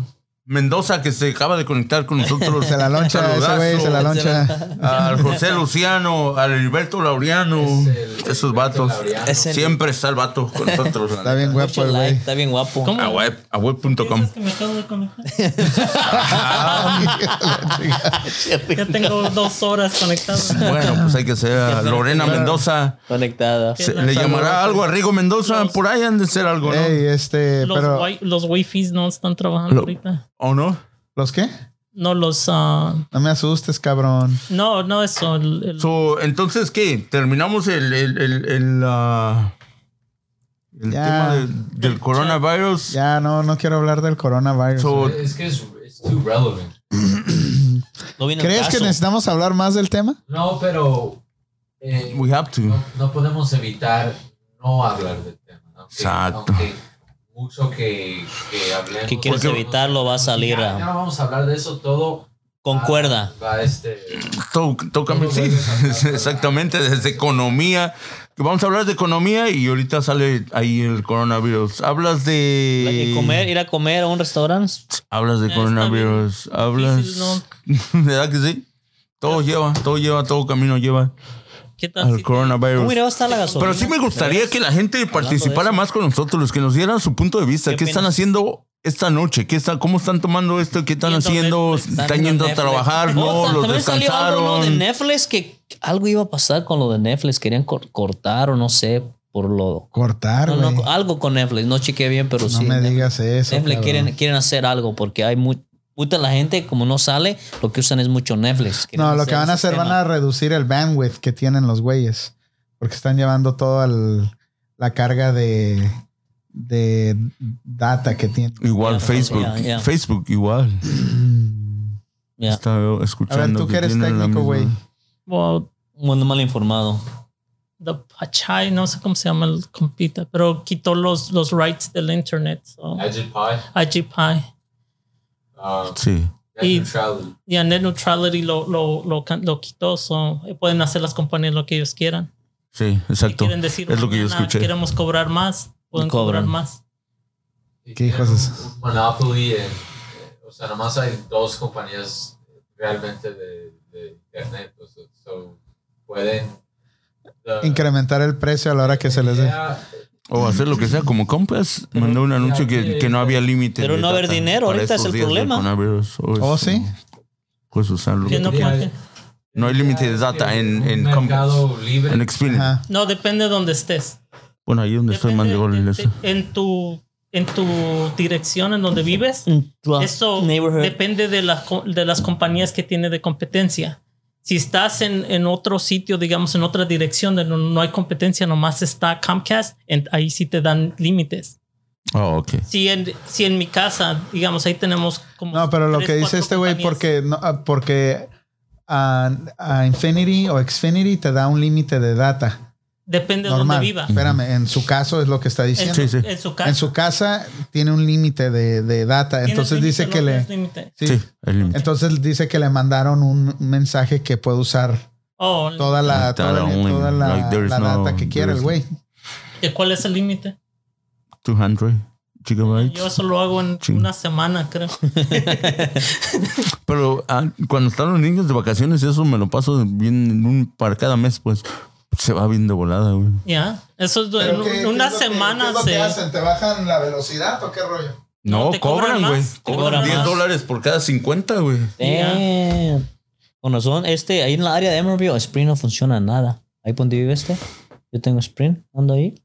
[SPEAKER 2] Mendoza que se acaba de conectar con nosotros.
[SPEAKER 1] Se la loncha, ese
[SPEAKER 2] Saludazo.
[SPEAKER 1] güey, se la loncha.
[SPEAKER 2] Al José Luciano, al Heriberto Laureano.
[SPEAKER 5] Es el-
[SPEAKER 2] esos
[SPEAKER 5] Alberto
[SPEAKER 2] vatos.
[SPEAKER 5] Laureano.
[SPEAKER 3] Es el-
[SPEAKER 2] Siempre está el vato con nosotros. la
[SPEAKER 1] Está bien guapo
[SPEAKER 3] Mucho
[SPEAKER 1] el
[SPEAKER 3] like,
[SPEAKER 1] güey.
[SPEAKER 3] está bien guapo.
[SPEAKER 4] ¿Cómo?
[SPEAKER 2] neta. A web, a web.com.
[SPEAKER 4] ¿Piensas que me acabo de conectar? Ya tengo dos horas conectadas.
[SPEAKER 2] Bueno, pues hay que ser Lorena Mendoza.
[SPEAKER 3] Conectada.
[SPEAKER 2] Se- ¿Le llamará algo a Rigo Mendoza? Por ahí han de ser algo, ¿no?
[SPEAKER 1] Ey, este,
[SPEAKER 4] Los,
[SPEAKER 1] pero.
[SPEAKER 4] wi- los wifis no están trabajando
[SPEAKER 2] Lo-
[SPEAKER 4] ahorita.
[SPEAKER 2] ¿O no?
[SPEAKER 1] ¿Los qué?
[SPEAKER 4] No los. ah,
[SPEAKER 1] No me asustes, cabrón.
[SPEAKER 4] no, no eso. el- el-
[SPEAKER 2] So, entonces, ¿qué? ¿Terminamos el, el, el, el, ah, el
[SPEAKER 1] Ya.
[SPEAKER 2] tema de- del coronavirus?
[SPEAKER 1] Ya, no, no quiero hablar del coronavirus.
[SPEAKER 2] So,
[SPEAKER 5] Es que es it's too relevant.
[SPEAKER 3] No vino el
[SPEAKER 1] ¿Crees que
[SPEAKER 3] caso.
[SPEAKER 1] necesitamos hablar más del tema?
[SPEAKER 5] No, pero eh,
[SPEAKER 2] we have to.
[SPEAKER 5] no, no podemos evitar no hablar del tema. aunque-
[SPEAKER 2] Exacto.
[SPEAKER 5] aunque mucho que, que hablemos.
[SPEAKER 3] Que quieres
[SPEAKER 5] Porque-
[SPEAKER 3] evitarlo, va a salir
[SPEAKER 5] Ya,
[SPEAKER 3] a-
[SPEAKER 5] ya no vamos a hablar de eso todo.
[SPEAKER 3] Concuerda.
[SPEAKER 5] Va, va este.
[SPEAKER 2] To- Tócame, sí. Exactamente, desde economía. Vamos a hablar de economía y ahorita sale ahí el coronavirus. Hablas de.
[SPEAKER 3] Y comer, ir a comer a un restaurante.
[SPEAKER 2] Hablas de
[SPEAKER 4] Está
[SPEAKER 2] coronavirus. Hablas.
[SPEAKER 4] Difícil, ¿no?
[SPEAKER 2] ¿Verdad que sí? Todo lleva, todo lleva, todo camino lleva
[SPEAKER 4] ¿Qué tal?
[SPEAKER 2] al
[SPEAKER 4] si te-
[SPEAKER 3] ¿Cómo irá
[SPEAKER 2] coronavirus.
[SPEAKER 3] a estar la gasolina?
[SPEAKER 2] Pues- Pero sí me gustaría que la gente participara más con nosotros, que nos dieran su punto de vista.
[SPEAKER 3] ¿Qué
[SPEAKER 2] ¿Qué están
[SPEAKER 3] opinas?
[SPEAKER 2] haciendo esta noche? ¿Qué están, ¿Cómo están tomando esto? ¿Qué están
[SPEAKER 4] Viendo
[SPEAKER 2] haciendo?
[SPEAKER 4] Netflix,
[SPEAKER 2] ¿Están yendo a trabajar?
[SPEAKER 3] Oh,
[SPEAKER 2] ¿No? ¿Los
[SPEAKER 3] también salió algo ¿no? de
[SPEAKER 2] descansaron?
[SPEAKER 3] Netflix que algo iba a pasar con lo de Netflix. Querían cor- cortar o no sé por lo.
[SPEAKER 1] Cortar,
[SPEAKER 3] No,
[SPEAKER 1] güey.
[SPEAKER 3] no,
[SPEAKER 1] No,
[SPEAKER 3] algo con Netflix. No chequeé bien, pero sí.
[SPEAKER 1] me
[SPEAKER 3] Netflix-
[SPEAKER 1] digas eso.
[SPEAKER 3] Netflix
[SPEAKER 1] cabrón.
[SPEAKER 3] quieren, quieren hacer algo porque hay muy. Puta, la gente, como no sale, lo que usan es mucho Netflix. Quieren
[SPEAKER 1] No, lo que van a
[SPEAKER 3] el
[SPEAKER 1] hacer, van
[SPEAKER 3] sistema.
[SPEAKER 1] a reducir el bandwidth que tienen los güeyes. Porque están llevando toda el- la carga de, de data que tienen.
[SPEAKER 2] Igual
[SPEAKER 3] Ya,
[SPEAKER 2] Facebook.
[SPEAKER 3] ya, ya.
[SPEAKER 2] Facebook igual.
[SPEAKER 3] Ya.
[SPEAKER 2] Está
[SPEAKER 1] A
[SPEAKER 2] escuchando.
[SPEAKER 1] ver, tú que eres
[SPEAKER 2] tienen la
[SPEAKER 1] técnico, güey.
[SPEAKER 2] misma-
[SPEAKER 4] Well,
[SPEAKER 3] Mundo mal informado.
[SPEAKER 4] the Pachai, no sé cómo se llama el compita, pero quitó los, los rights del internet. So.
[SPEAKER 5] Agitpie.
[SPEAKER 4] IGPI.
[SPEAKER 5] Uh,
[SPEAKER 2] Sí.
[SPEAKER 4] Y-
[SPEAKER 5] neutrality.
[SPEAKER 4] Y a net neutrality lo, lo, lo, can- lo quitó. So. eh, Pueden hacer las compañías lo que ellos quieran.
[SPEAKER 2] Sí,
[SPEAKER 4] Si
[SPEAKER 2] exacto.
[SPEAKER 4] quieren decir,
[SPEAKER 2] es lo que yo
[SPEAKER 4] "Mañana
[SPEAKER 2] escuché.
[SPEAKER 4] Queremos cobrar más, pueden
[SPEAKER 3] Cobran.
[SPEAKER 4] cobrar más.
[SPEAKER 1] ¿Qué hijos es?
[SPEAKER 5] Un Monopoly. en- eh, o sea, nomás hay dos compañías realmente de, de internet. O sea, so, pueden. the-
[SPEAKER 1] Incrementar el precio a la hora que se les dé.
[SPEAKER 5] Yeah,
[SPEAKER 2] O hacer lo que sea, como Compass mandó un anuncio que, que no había límite.
[SPEAKER 3] Pero
[SPEAKER 2] de
[SPEAKER 3] no haber
[SPEAKER 2] data
[SPEAKER 3] dinero,
[SPEAKER 2] para
[SPEAKER 3] ahorita es
[SPEAKER 2] estos
[SPEAKER 3] el
[SPEAKER 2] días del
[SPEAKER 3] problema.
[SPEAKER 2] coronavirus. O
[SPEAKER 1] Oh,
[SPEAKER 2] eso.
[SPEAKER 1] sí.
[SPEAKER 2] Puedes usarlo.
[SPEAKER 4] Que no, pueden-
[SPEAKER 2] No hay límite de data
[SPEAKER 5] que
[SPEAKER 2] en-
[SPEAKER 5] un
[SPEAKER 2] en
[SPEAKER 5] mercado libre.
[SPEAKER 2] En Xfinity.
[SPEAKER 1] Ajá.
[SPEAKER 4] no, depende de donde estés.
[SPEAKER 2] Bueno, ahí donde estoy
[SPEAKER 4] Depende
[SPEAKER 2] mandando
[SPEAKER 4] de-
[SPEAKER 2] el eso.
[SPEAKER 4] de- en, tu, en tu dirección, en donde vives. Eso
[SPEAKER 3] Neighborhood.
[SPEAKER 4] depende de, las co- de las compañías que tiene de competencia. Si estás en, en otro sitio, digamos, en otra dirección donde no, no hay competencia, nomás está Comcast, en- ahí sí te dan límites.
[SPEAKER 2] Oh, ok.
[SPEAKER 4] Si en, si en mi casa, digamos, ahí tenemos como.
[SPEAKER 1] No, pero lo
[SPEAKER 4] tres,
[SPEAKER 1] que dice
[SPEAKER 4] cuatro
[SPEAKER 1] este güey,
[SPEAKER 4] compañías.
[SPEAKER 1] porque, no, ah, porque a, a Infinity o Xfinity te da un límite de data.
[SPEAKER 4] Depende de
[SPEAKER 1] normal.
[SPEAKER 4] donde viva.
[SPEAKER 1] Espérame, en su caso es lo que está
[SPEAKER 4] En,
[SPEAKER 1] diciendo.
[SPEAKER 2] Sí, sí.
[SPEAKER 4] en su casa.
[SPEAKER 1] En su casa tiene un límite de, de data.
[SPEAKER 4] Tiene
[SPEAKER 1] Entonces
[SPEAKER 4] límite,
[SPEAKER 1] dice
[SPEAKER 4] no
[SPEAKER 1] que le.
[SPEAKER 4] tienes límite.
[SPEAKER 1] sí.
[SPEAKER 2] Sí, el límite.
[SPEAKER 1] Entonces dice que le mandaron un mensaje que puede usar
[SPEAKER 4] Oh,
[SPEAKER 1] toda la,
[SPEAKER 2] Data
[SPEAKER 1] toda,
[SPEAKER 2] only.
[SPEAKER 1] toda la,
[SPEAKER 2] Like, there is
[SPEAKER 1] la data
[SPEAKER 2] no-
[SPEAKER 1] que quiera
[SPEAKER 2] there
[SPEAKER 1] el
[SPEAKER 2] is-
[SPEAKER 1] güey.
[SPEAKER 4] ¿de cuál es el límite?
[SPEAKER 2] 200 gigabytes.
[SPEAKER 4] Yo eso lo hago en
[SPEAKER 2] Sí.
[SPEAKER 4] una semana, creo.
[SPEAKER 2] Pero ah, cuando están los niños de vacaciones, eso me lo paso bien en un, para cada mes, pues se va bien de volada, güey.
[SPEAKER 4] Ya, eso es du- en un- una semana. se-
[SPEAKER 1] ¿Te bajan la velocidad o qué rollo?
[SPEAKER 2] No,
[SPEAKER 4] No, te cobran
[SPEAKER 2] cobran, güey.
[SPEAKER 4] más, te
[SPEAKER 2] Cobran
[SPEAKER 4] cobran
[SPEAKER 2] 10
[SPEAKER 3] más.
[SPEAKER 2] dólares por cada 50, güey.
[SPEAKER 3] Damn. Bueno, son este, ahí en la área de Emerville, Sprint no funciona nada. Ahí por donde vive este. Yo tengo Sprint, ando ahí.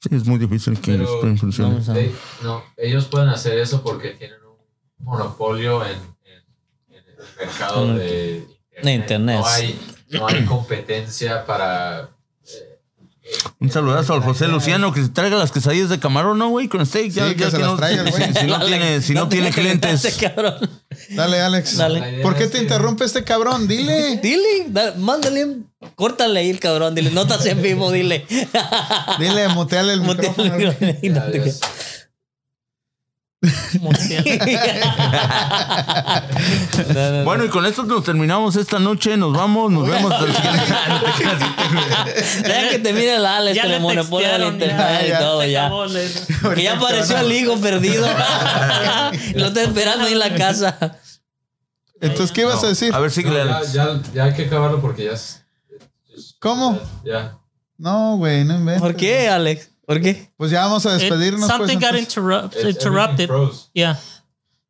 [SPEAKER 2] Sí, es muy difícil que
[SPEAKER 5] Pero-
[SPEAKER 2] Spring funcione.
[SPEAKER 3] Vamos a-
[SPEAKER 5] They- no, ellos pueden hacer eso porque tienen un monopolio en, en- en el mercado
[SPEAKER 3] En el-
[SPEAKER 5] de internet.
[SPEAKER 3] de internet.
[SPEAKER 5] No hay, no hay competencia para... eh,
[SPEAKER 2] Un saludazo al José Luciano que se traiga las quesadillas de camarón, ¿no, güey? Con steak.
[SPEAKER 1] Sí, que se las traiga el güey.
[SPEAKER 2] si, si no tiene, si no tiene clientes.
[SPEAKER 3] cabrón.
[SPEAKER 1] Dale, Alex.
[SPEAKER 3] Dale.
[SPEAKER 5] la idea
[SPEAKER 1] ¿Por qué
[SPEAKER 5] es
[SPEAKER 1] te
[SPEAKER 5] que-
[SPEAKER 1] interrumpe este cabrón? Dile.
[SPEAKER 3] Dile, da- mándale, un- córtale ahí el cabrón, dile, no estás en vivo, dile.
[SPEAKER 1] Dile, muteale el
[SPEAKER 3] Monte-
[SPEAKER 1] micrófono. al güey.
[SPEAKER 3] Y no te-
[SPEAKER 5] Adiós.
[SPEAKER 4] Mundial.
[SPEAKER 3] No, no, no.
[SPEAKER 2] Bueno, y con esto nos terminamos esta noche. Nos vamos, nos vemos hasta el siguiente.
[SPEAKER 3] Deja que te mire el Alex
[SPEAKER 4] Ya
[SPEAKER 3] que le
[SPEAKER 4] le
[SPEAKER 3] este, monopolio al
[SPEAKER 4] textearon,
[SPEAKER 3] internet
[SPEAKER 1] ya,
[SPEAKER 3] y
[SPEAKER 1] ya.
[SPEAKER 3] todo,
[SPEAKER 4] Se
[SPEAKER 3] ya.
[SPEAKER 4] acabó, le-
[SPEAKER 3] Que ya apareció el higo perdido. Lo está esperando ahí en la casa.
[SPEAKER 1] Entonces, ¿qué ibas a decir?
[SPEAKER 2] A ver, sí,
[SPEAKER 5] No, ya,
[SPEAKER 2] Alex.
[SPEAKER 5] ya- ya hay que acabarlo porque ya es...
[SPEAKER 1] ¿Cómo?
[SPEAKER 5] Ya.
[SPEAKER 1] No, güey, no inventes.
[SPEAKER 3] ¿Por qué, Alex? ¿Por qué?
[SPEAKER 1] Pues ya vamos a
[SPEAKER 4] It-
[SPEAKER 1] despedirnos. pues,
[SPEAKER 4] something got
[SPEAKER 1] entonces.
[SPEAKER 4] interrupt-
[SPEAKER 5] It's- everything
[SPEAKER 4] interrupted.
[SPEAKER 5] froze.
[SPEAKER 4] Yeah.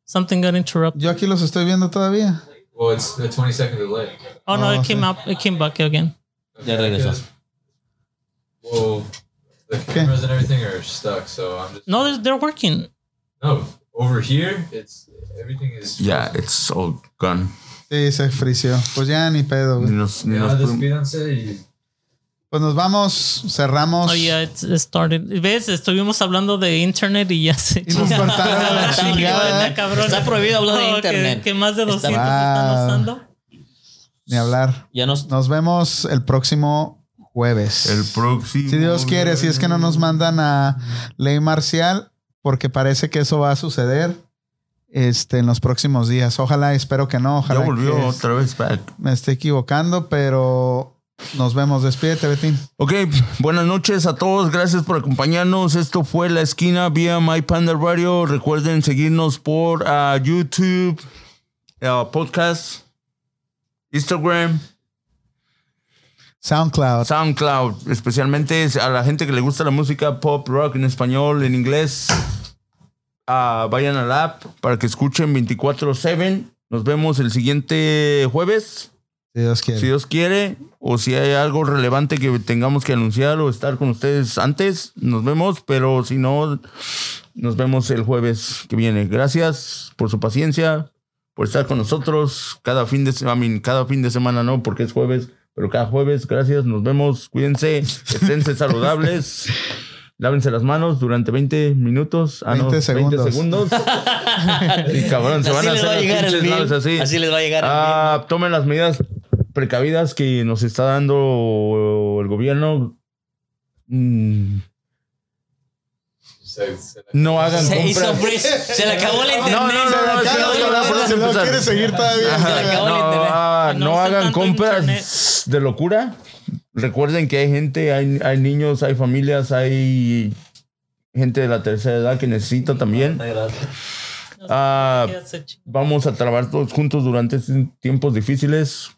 [SPEAKER 4] Something got interrupted.
[SPEAKER 1] Yo aquí los estoy viendo todavía.
[SPEAKER 5] Well, it's the 20 second delay.
[SPEAKER 4] Oh, no,
[SPEAKER 1] Oh,
[SPEAKER 4] it came up. It came back again.
[SPEAKER 3] Ya regresó.
[SPEAKER 5] Well, the cameras and everything are stuck, so I'm just...
[SPEAKER 4] No, they're, they're working.
[SPEAKER 5] No, over here, it's... Everything is...
[SPEAKER 2] Ya, it's all gone.
[SPEAKER 1] Sí, se frició. Pues ya ni pedo,
[SPEAKER 2] Ni
[SPEAKER 1] güey.
[SPEAKER 2] nos- ni
[SPEAKER 5] Ya,
[SPEAKER 2] nos pudimos-
[SPEAKER 5] despídanse y...
[SPEAKER 1] Pues nos vamos, cerramos.
[SPEAKER 4] Oh, yeah, it's, it started. ¿Ves? Estuvimos hablando de internet y ya se.
[SPEAKER 1] Y nos cortaron la
[SPEAKER 4] Está
[SPEAKER 1] chingada.
[SPEAKER 4] prohibido, cabrón.
[SPEAKER 3] Está prohibido hablar de
[SPEAKER 4] No, que-
[SPEAKER 3] internet.
[SPEAKER 4] Que, más de
[SPEAKER 3] Está-
[SPEAKER 4] 200 están
[SPEAKER 1] Wow.
[SPEAKER 4] usando.
[SPEAKER 1] Ni hablar.
[SPEAKER 3] Ya no.
[SPEAKER 1] Nos vemos el próximo jueves.
[SPEAKER 2] El próximo.
[SPEAKER 1] si Dios quiere, si es que no nos mandan a ley marcial, porque parece que eso va a suceder este, en los próximos días. Ojalá, espero que no.
[SPEAKER 2] Ya
[SPEAKER 1] Ojalá
[SPEAKER 2] volvió
[SPEAKER 1] que
[SPEAKER 2] otra vez back.
[SPEAKER 1] me esté equivocando, pero nos vemos. Despídete, Betín.
[SPEAKER 2] Ok, buenas noches a todos. Gracias por acompañarnos. Esto fue La Esquina vía My Panda Radio. Recuerden seguirnos por ah, YouTube, ah, podcast, Instagram,
[SPEAKER 1] SoundCloud.
[SPEAKER 2] SoundCloud. Especialmente a la gente que le gusta la música pop, rock en español, en inglés. Ah, vayan al app para que escuchen 24-7. Nos vemos el siguiente jueves.
[SPEAKER 1] Si Dios quiere.
[SPEAKER 2] Si Dios quiere, o si hay algo relevante que tengamos que anunciar o estar con ustedes antes, nos vemos, pero si no, nos vemos el jueves que viene. Gracias por su paciencia, por estar con nosotros cada fin de semana, cada fin de semana no, porque es jueves, pero cada jueves, gracias, nos vemos, cuídense, esténse saludables. Lávense las manos durante 20 minutos. Ah, no,
[SPEAKER 1] 20
[SPEAKER 2] 20 segundos. Sí, cabrón, se
[SPEAKER 3] Así
[SPEAKER 2] van a
[SPEAKER 3] les
[SPEAKER 2] hacer
[SPEAKER 3] va a
[SPEAKER 2] las
[SPEAKER 3] llegar el
[SPEAKER 2] pinches
[SPEAKER 3] bill.
[SPEAKER 2] naves
[SPEAKER 3] Así.
[SPEAKER 2] así.
[SPEAKER 3] les va a llegar el bill.
[SPEAKER 2] Ah, tomen las medidas precavidas que nos está dando el gobierno. Mm,
[SPEAKER 5] se- se la-
[SPEAKER 2] No hagan
[SPEAKER 3] Se hizo
[SPEAKER 2] compras.
[SPEAKER 3] freeze. Se le acabó el internet.
[SPEAKER 2] no, no,
[SPEAKER 1] Se le
[SPEAKER 2] no,
[SPEAKER 1] acaba,
[SPEAKER 2] sí,
[SPEAKER 1] güey,
[SPEAKER 2] no, no,
[SPEAKER 1] pero
[SPEAKER 2] no,
[SPEAKER 1] si
[SPEAKER 2] no,
[SPEAKER 1] no
[SPEAKER 2] no,
[SPEAKER 1] quiere
[SPEAKER 2] no,
[SPEAKER 1] seguir todavía.
[SPEAKER 2] Ajá.
[SPEAKER 3] acabó el
[SPEAKER 2] No,
[SPEAKER 3] internet.
[SPEAKER 2] ah,
[SPEAKER 4] No
[SPEAKER 2] no
[SPEAKER 4] usen
[SPEAKER 2] hagan
[SPEAKER 4] tanto
[SPEAKER 2] compras de locura. Recuerden que hay gente, hay, hay niños, hay familias, hay gente de la tercera edad que necesita también. Ah,
[SPEAKER 4] Ya se chingó.
[SPEAKER 2] vamos a trabajar todos juntos durante estos tiempos difíciles.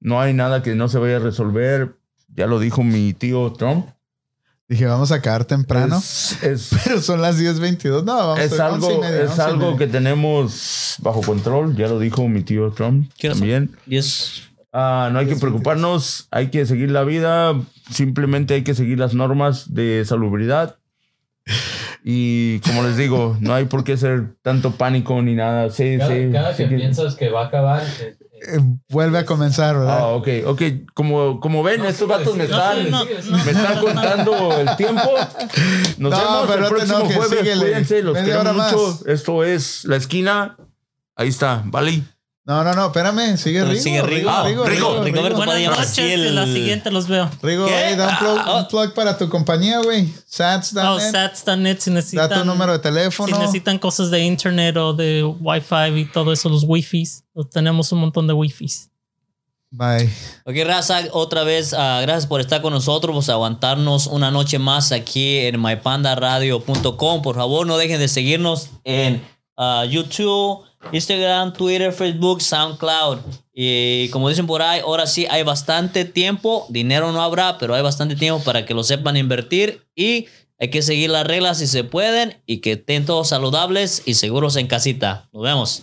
[SPEAKER 2] No hay nada que no se vaya a resolver. Ya lo dijo mi tío Trump.
[SPEAKER 1] Dije, vamos a acabar temprano.
[SPEAKER 2] Es, es-
[SPEAKER 1] Pero son las 10.22. No, vamos
[SPEAKER 2] es
[SPEAKER 1] a
[SPEAKER 2] algo, es algo que tenemos bajo control. Ya lo dijo mi tío Trump
[SPEAKER 3] ¿Qué hora son?
[SPEAKER 2] también.
[SPEAKER 3] Dios.
[SPEAKER 2] Ah, no hay que preocuparnos, hay que seguir la vida, simplemente hay que seguir las normas de salubridad. Y como les digo, no hay por qué ser tanto pánico ni nada. Sí,
[SPEAKER 5] Cada,
[SPEAKER 2] sí,
[SPEAKER 5] cada
[SPEAKER 2] sí
[SPEAKER 5] que
[SPEAKER 2] que-
[SPEAKER 5] piensas que va a acabar, eh, eh,
[SPEAKER 1] eh, vuelve a comenzar,
[SPEAKER 2] Ah,
[SPEAKER 1] ¿verdad?
[SPEAKER 2] ok, ok. Como, como ven,
[SPEAKER 5] No,
[SPEAKER 2] estos vatos me
[SPEAKER 5] no,
[SPEAKER 2] están,
[SPEAKER 4] no, no.
[SPEAKER 2] me están contando el tiempo. Nos
[SPEAKER 1] No,
[SPEAKER 2] vemos
[SPEAKER 1] pero
[SPEAKER 2] el
[SPEAKER 1] no te
[SPEAKER 2] próximo
[SPEAKER 1] enojes,
[SPEAKER 2] jueves.
[SPEAKER 1] síguele.
[SPEAKER 2] Cuídense, los
[SPEAKER 1] Media
[SPEAKER 2] queremos
[SPEAKER 1] hora
[SPEAKER 2] mucho.
[SPEAKER 1] más.
[SPEAKER 2] Esto es La Esquina. Ahí está, vale.
[SPEAKER 1] No, no, no, espérame, sigue
[SPEAKER 3] Pero
[SPEAKER 1] Rigo.
[SPEAKER 3] sigue Rigo. Ah, Rigo, Rigoberto
[SPEAKER 1] Rigo.
[SPEAKER 3] Padilla
[SPEAKER 4] Buenas noches,
[SPEAKER 3] Maciel.
[SPEAKER 4] en la siguiente los veo.
[SPEAKER 1] Rigo,
[SPEAKER 3] ¿Qué?
[SPEAKER 1] ahí da un plug,
[SPEAKER 3] Ah,
[SPEAKER 1] un plug para tu compañía, güey. Sats,
[SPEAKER 4] Oh,
[SPEAKER 1] dame.
[SPEAKER 4] Sats.net si necesitan.
[SPEAKER 1] da tu número de teléfono.
[SPEAKER 4] Si necesitan cosas de internet o de wifi y todo eso, los wifis, tenemos un montón de wifis.
[SPEAKER 1] Bye.
[SPEAKER 3] Ok, Raza, otra vez, ah, gracias por estar con nosotros, por aguantarnos una noche más aquí en mypandaradio.com. Por favor, no dejen de seguirnos en ah, YouTube, Instagram, Twitter, Facebook, SoundCloud. Y como dicen por ahí, ahora sí hay bastante tiempo, dinero no habrá, pero hay bastante tiempo para que lo sepan invertir y hay que seguir las reglas si se pueden y que estén todos saludables y seguros en casita. Nos vemos.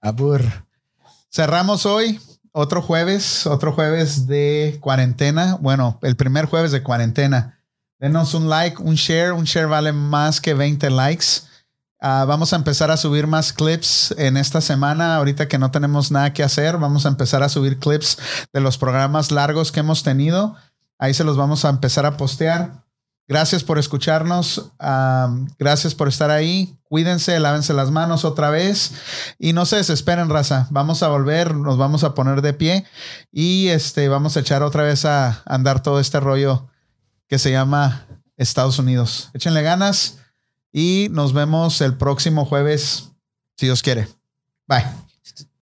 [SPEAKER 1] Abur. Cerramos hoy, otro jueves, otro jueves de cuarentena. Bueno, el primer jueves de cuarentena. Denos un like, un share. Un share vale más que 20 likes. Ah, vamos a empezar a subir más clips en esta semana. Ahorita que no tenemos nada que hacer, vamos a empezar a subir clips de los programas largos que hemos tenido. Ahí se los vamos a empezar a postear. Gracias por escucharnos. ah, gracias por estar ahí. Cuídense, lávense las manos otra vez. Y no se desesperen, raza. Vamos a volver, nos vamos a poner de pie y este vamos a echar otra vez a andar todo este rollo que se llama Estados Unidos. Échenle ganas y nos vemos el próximo jueves, si Dios quiere. Bye.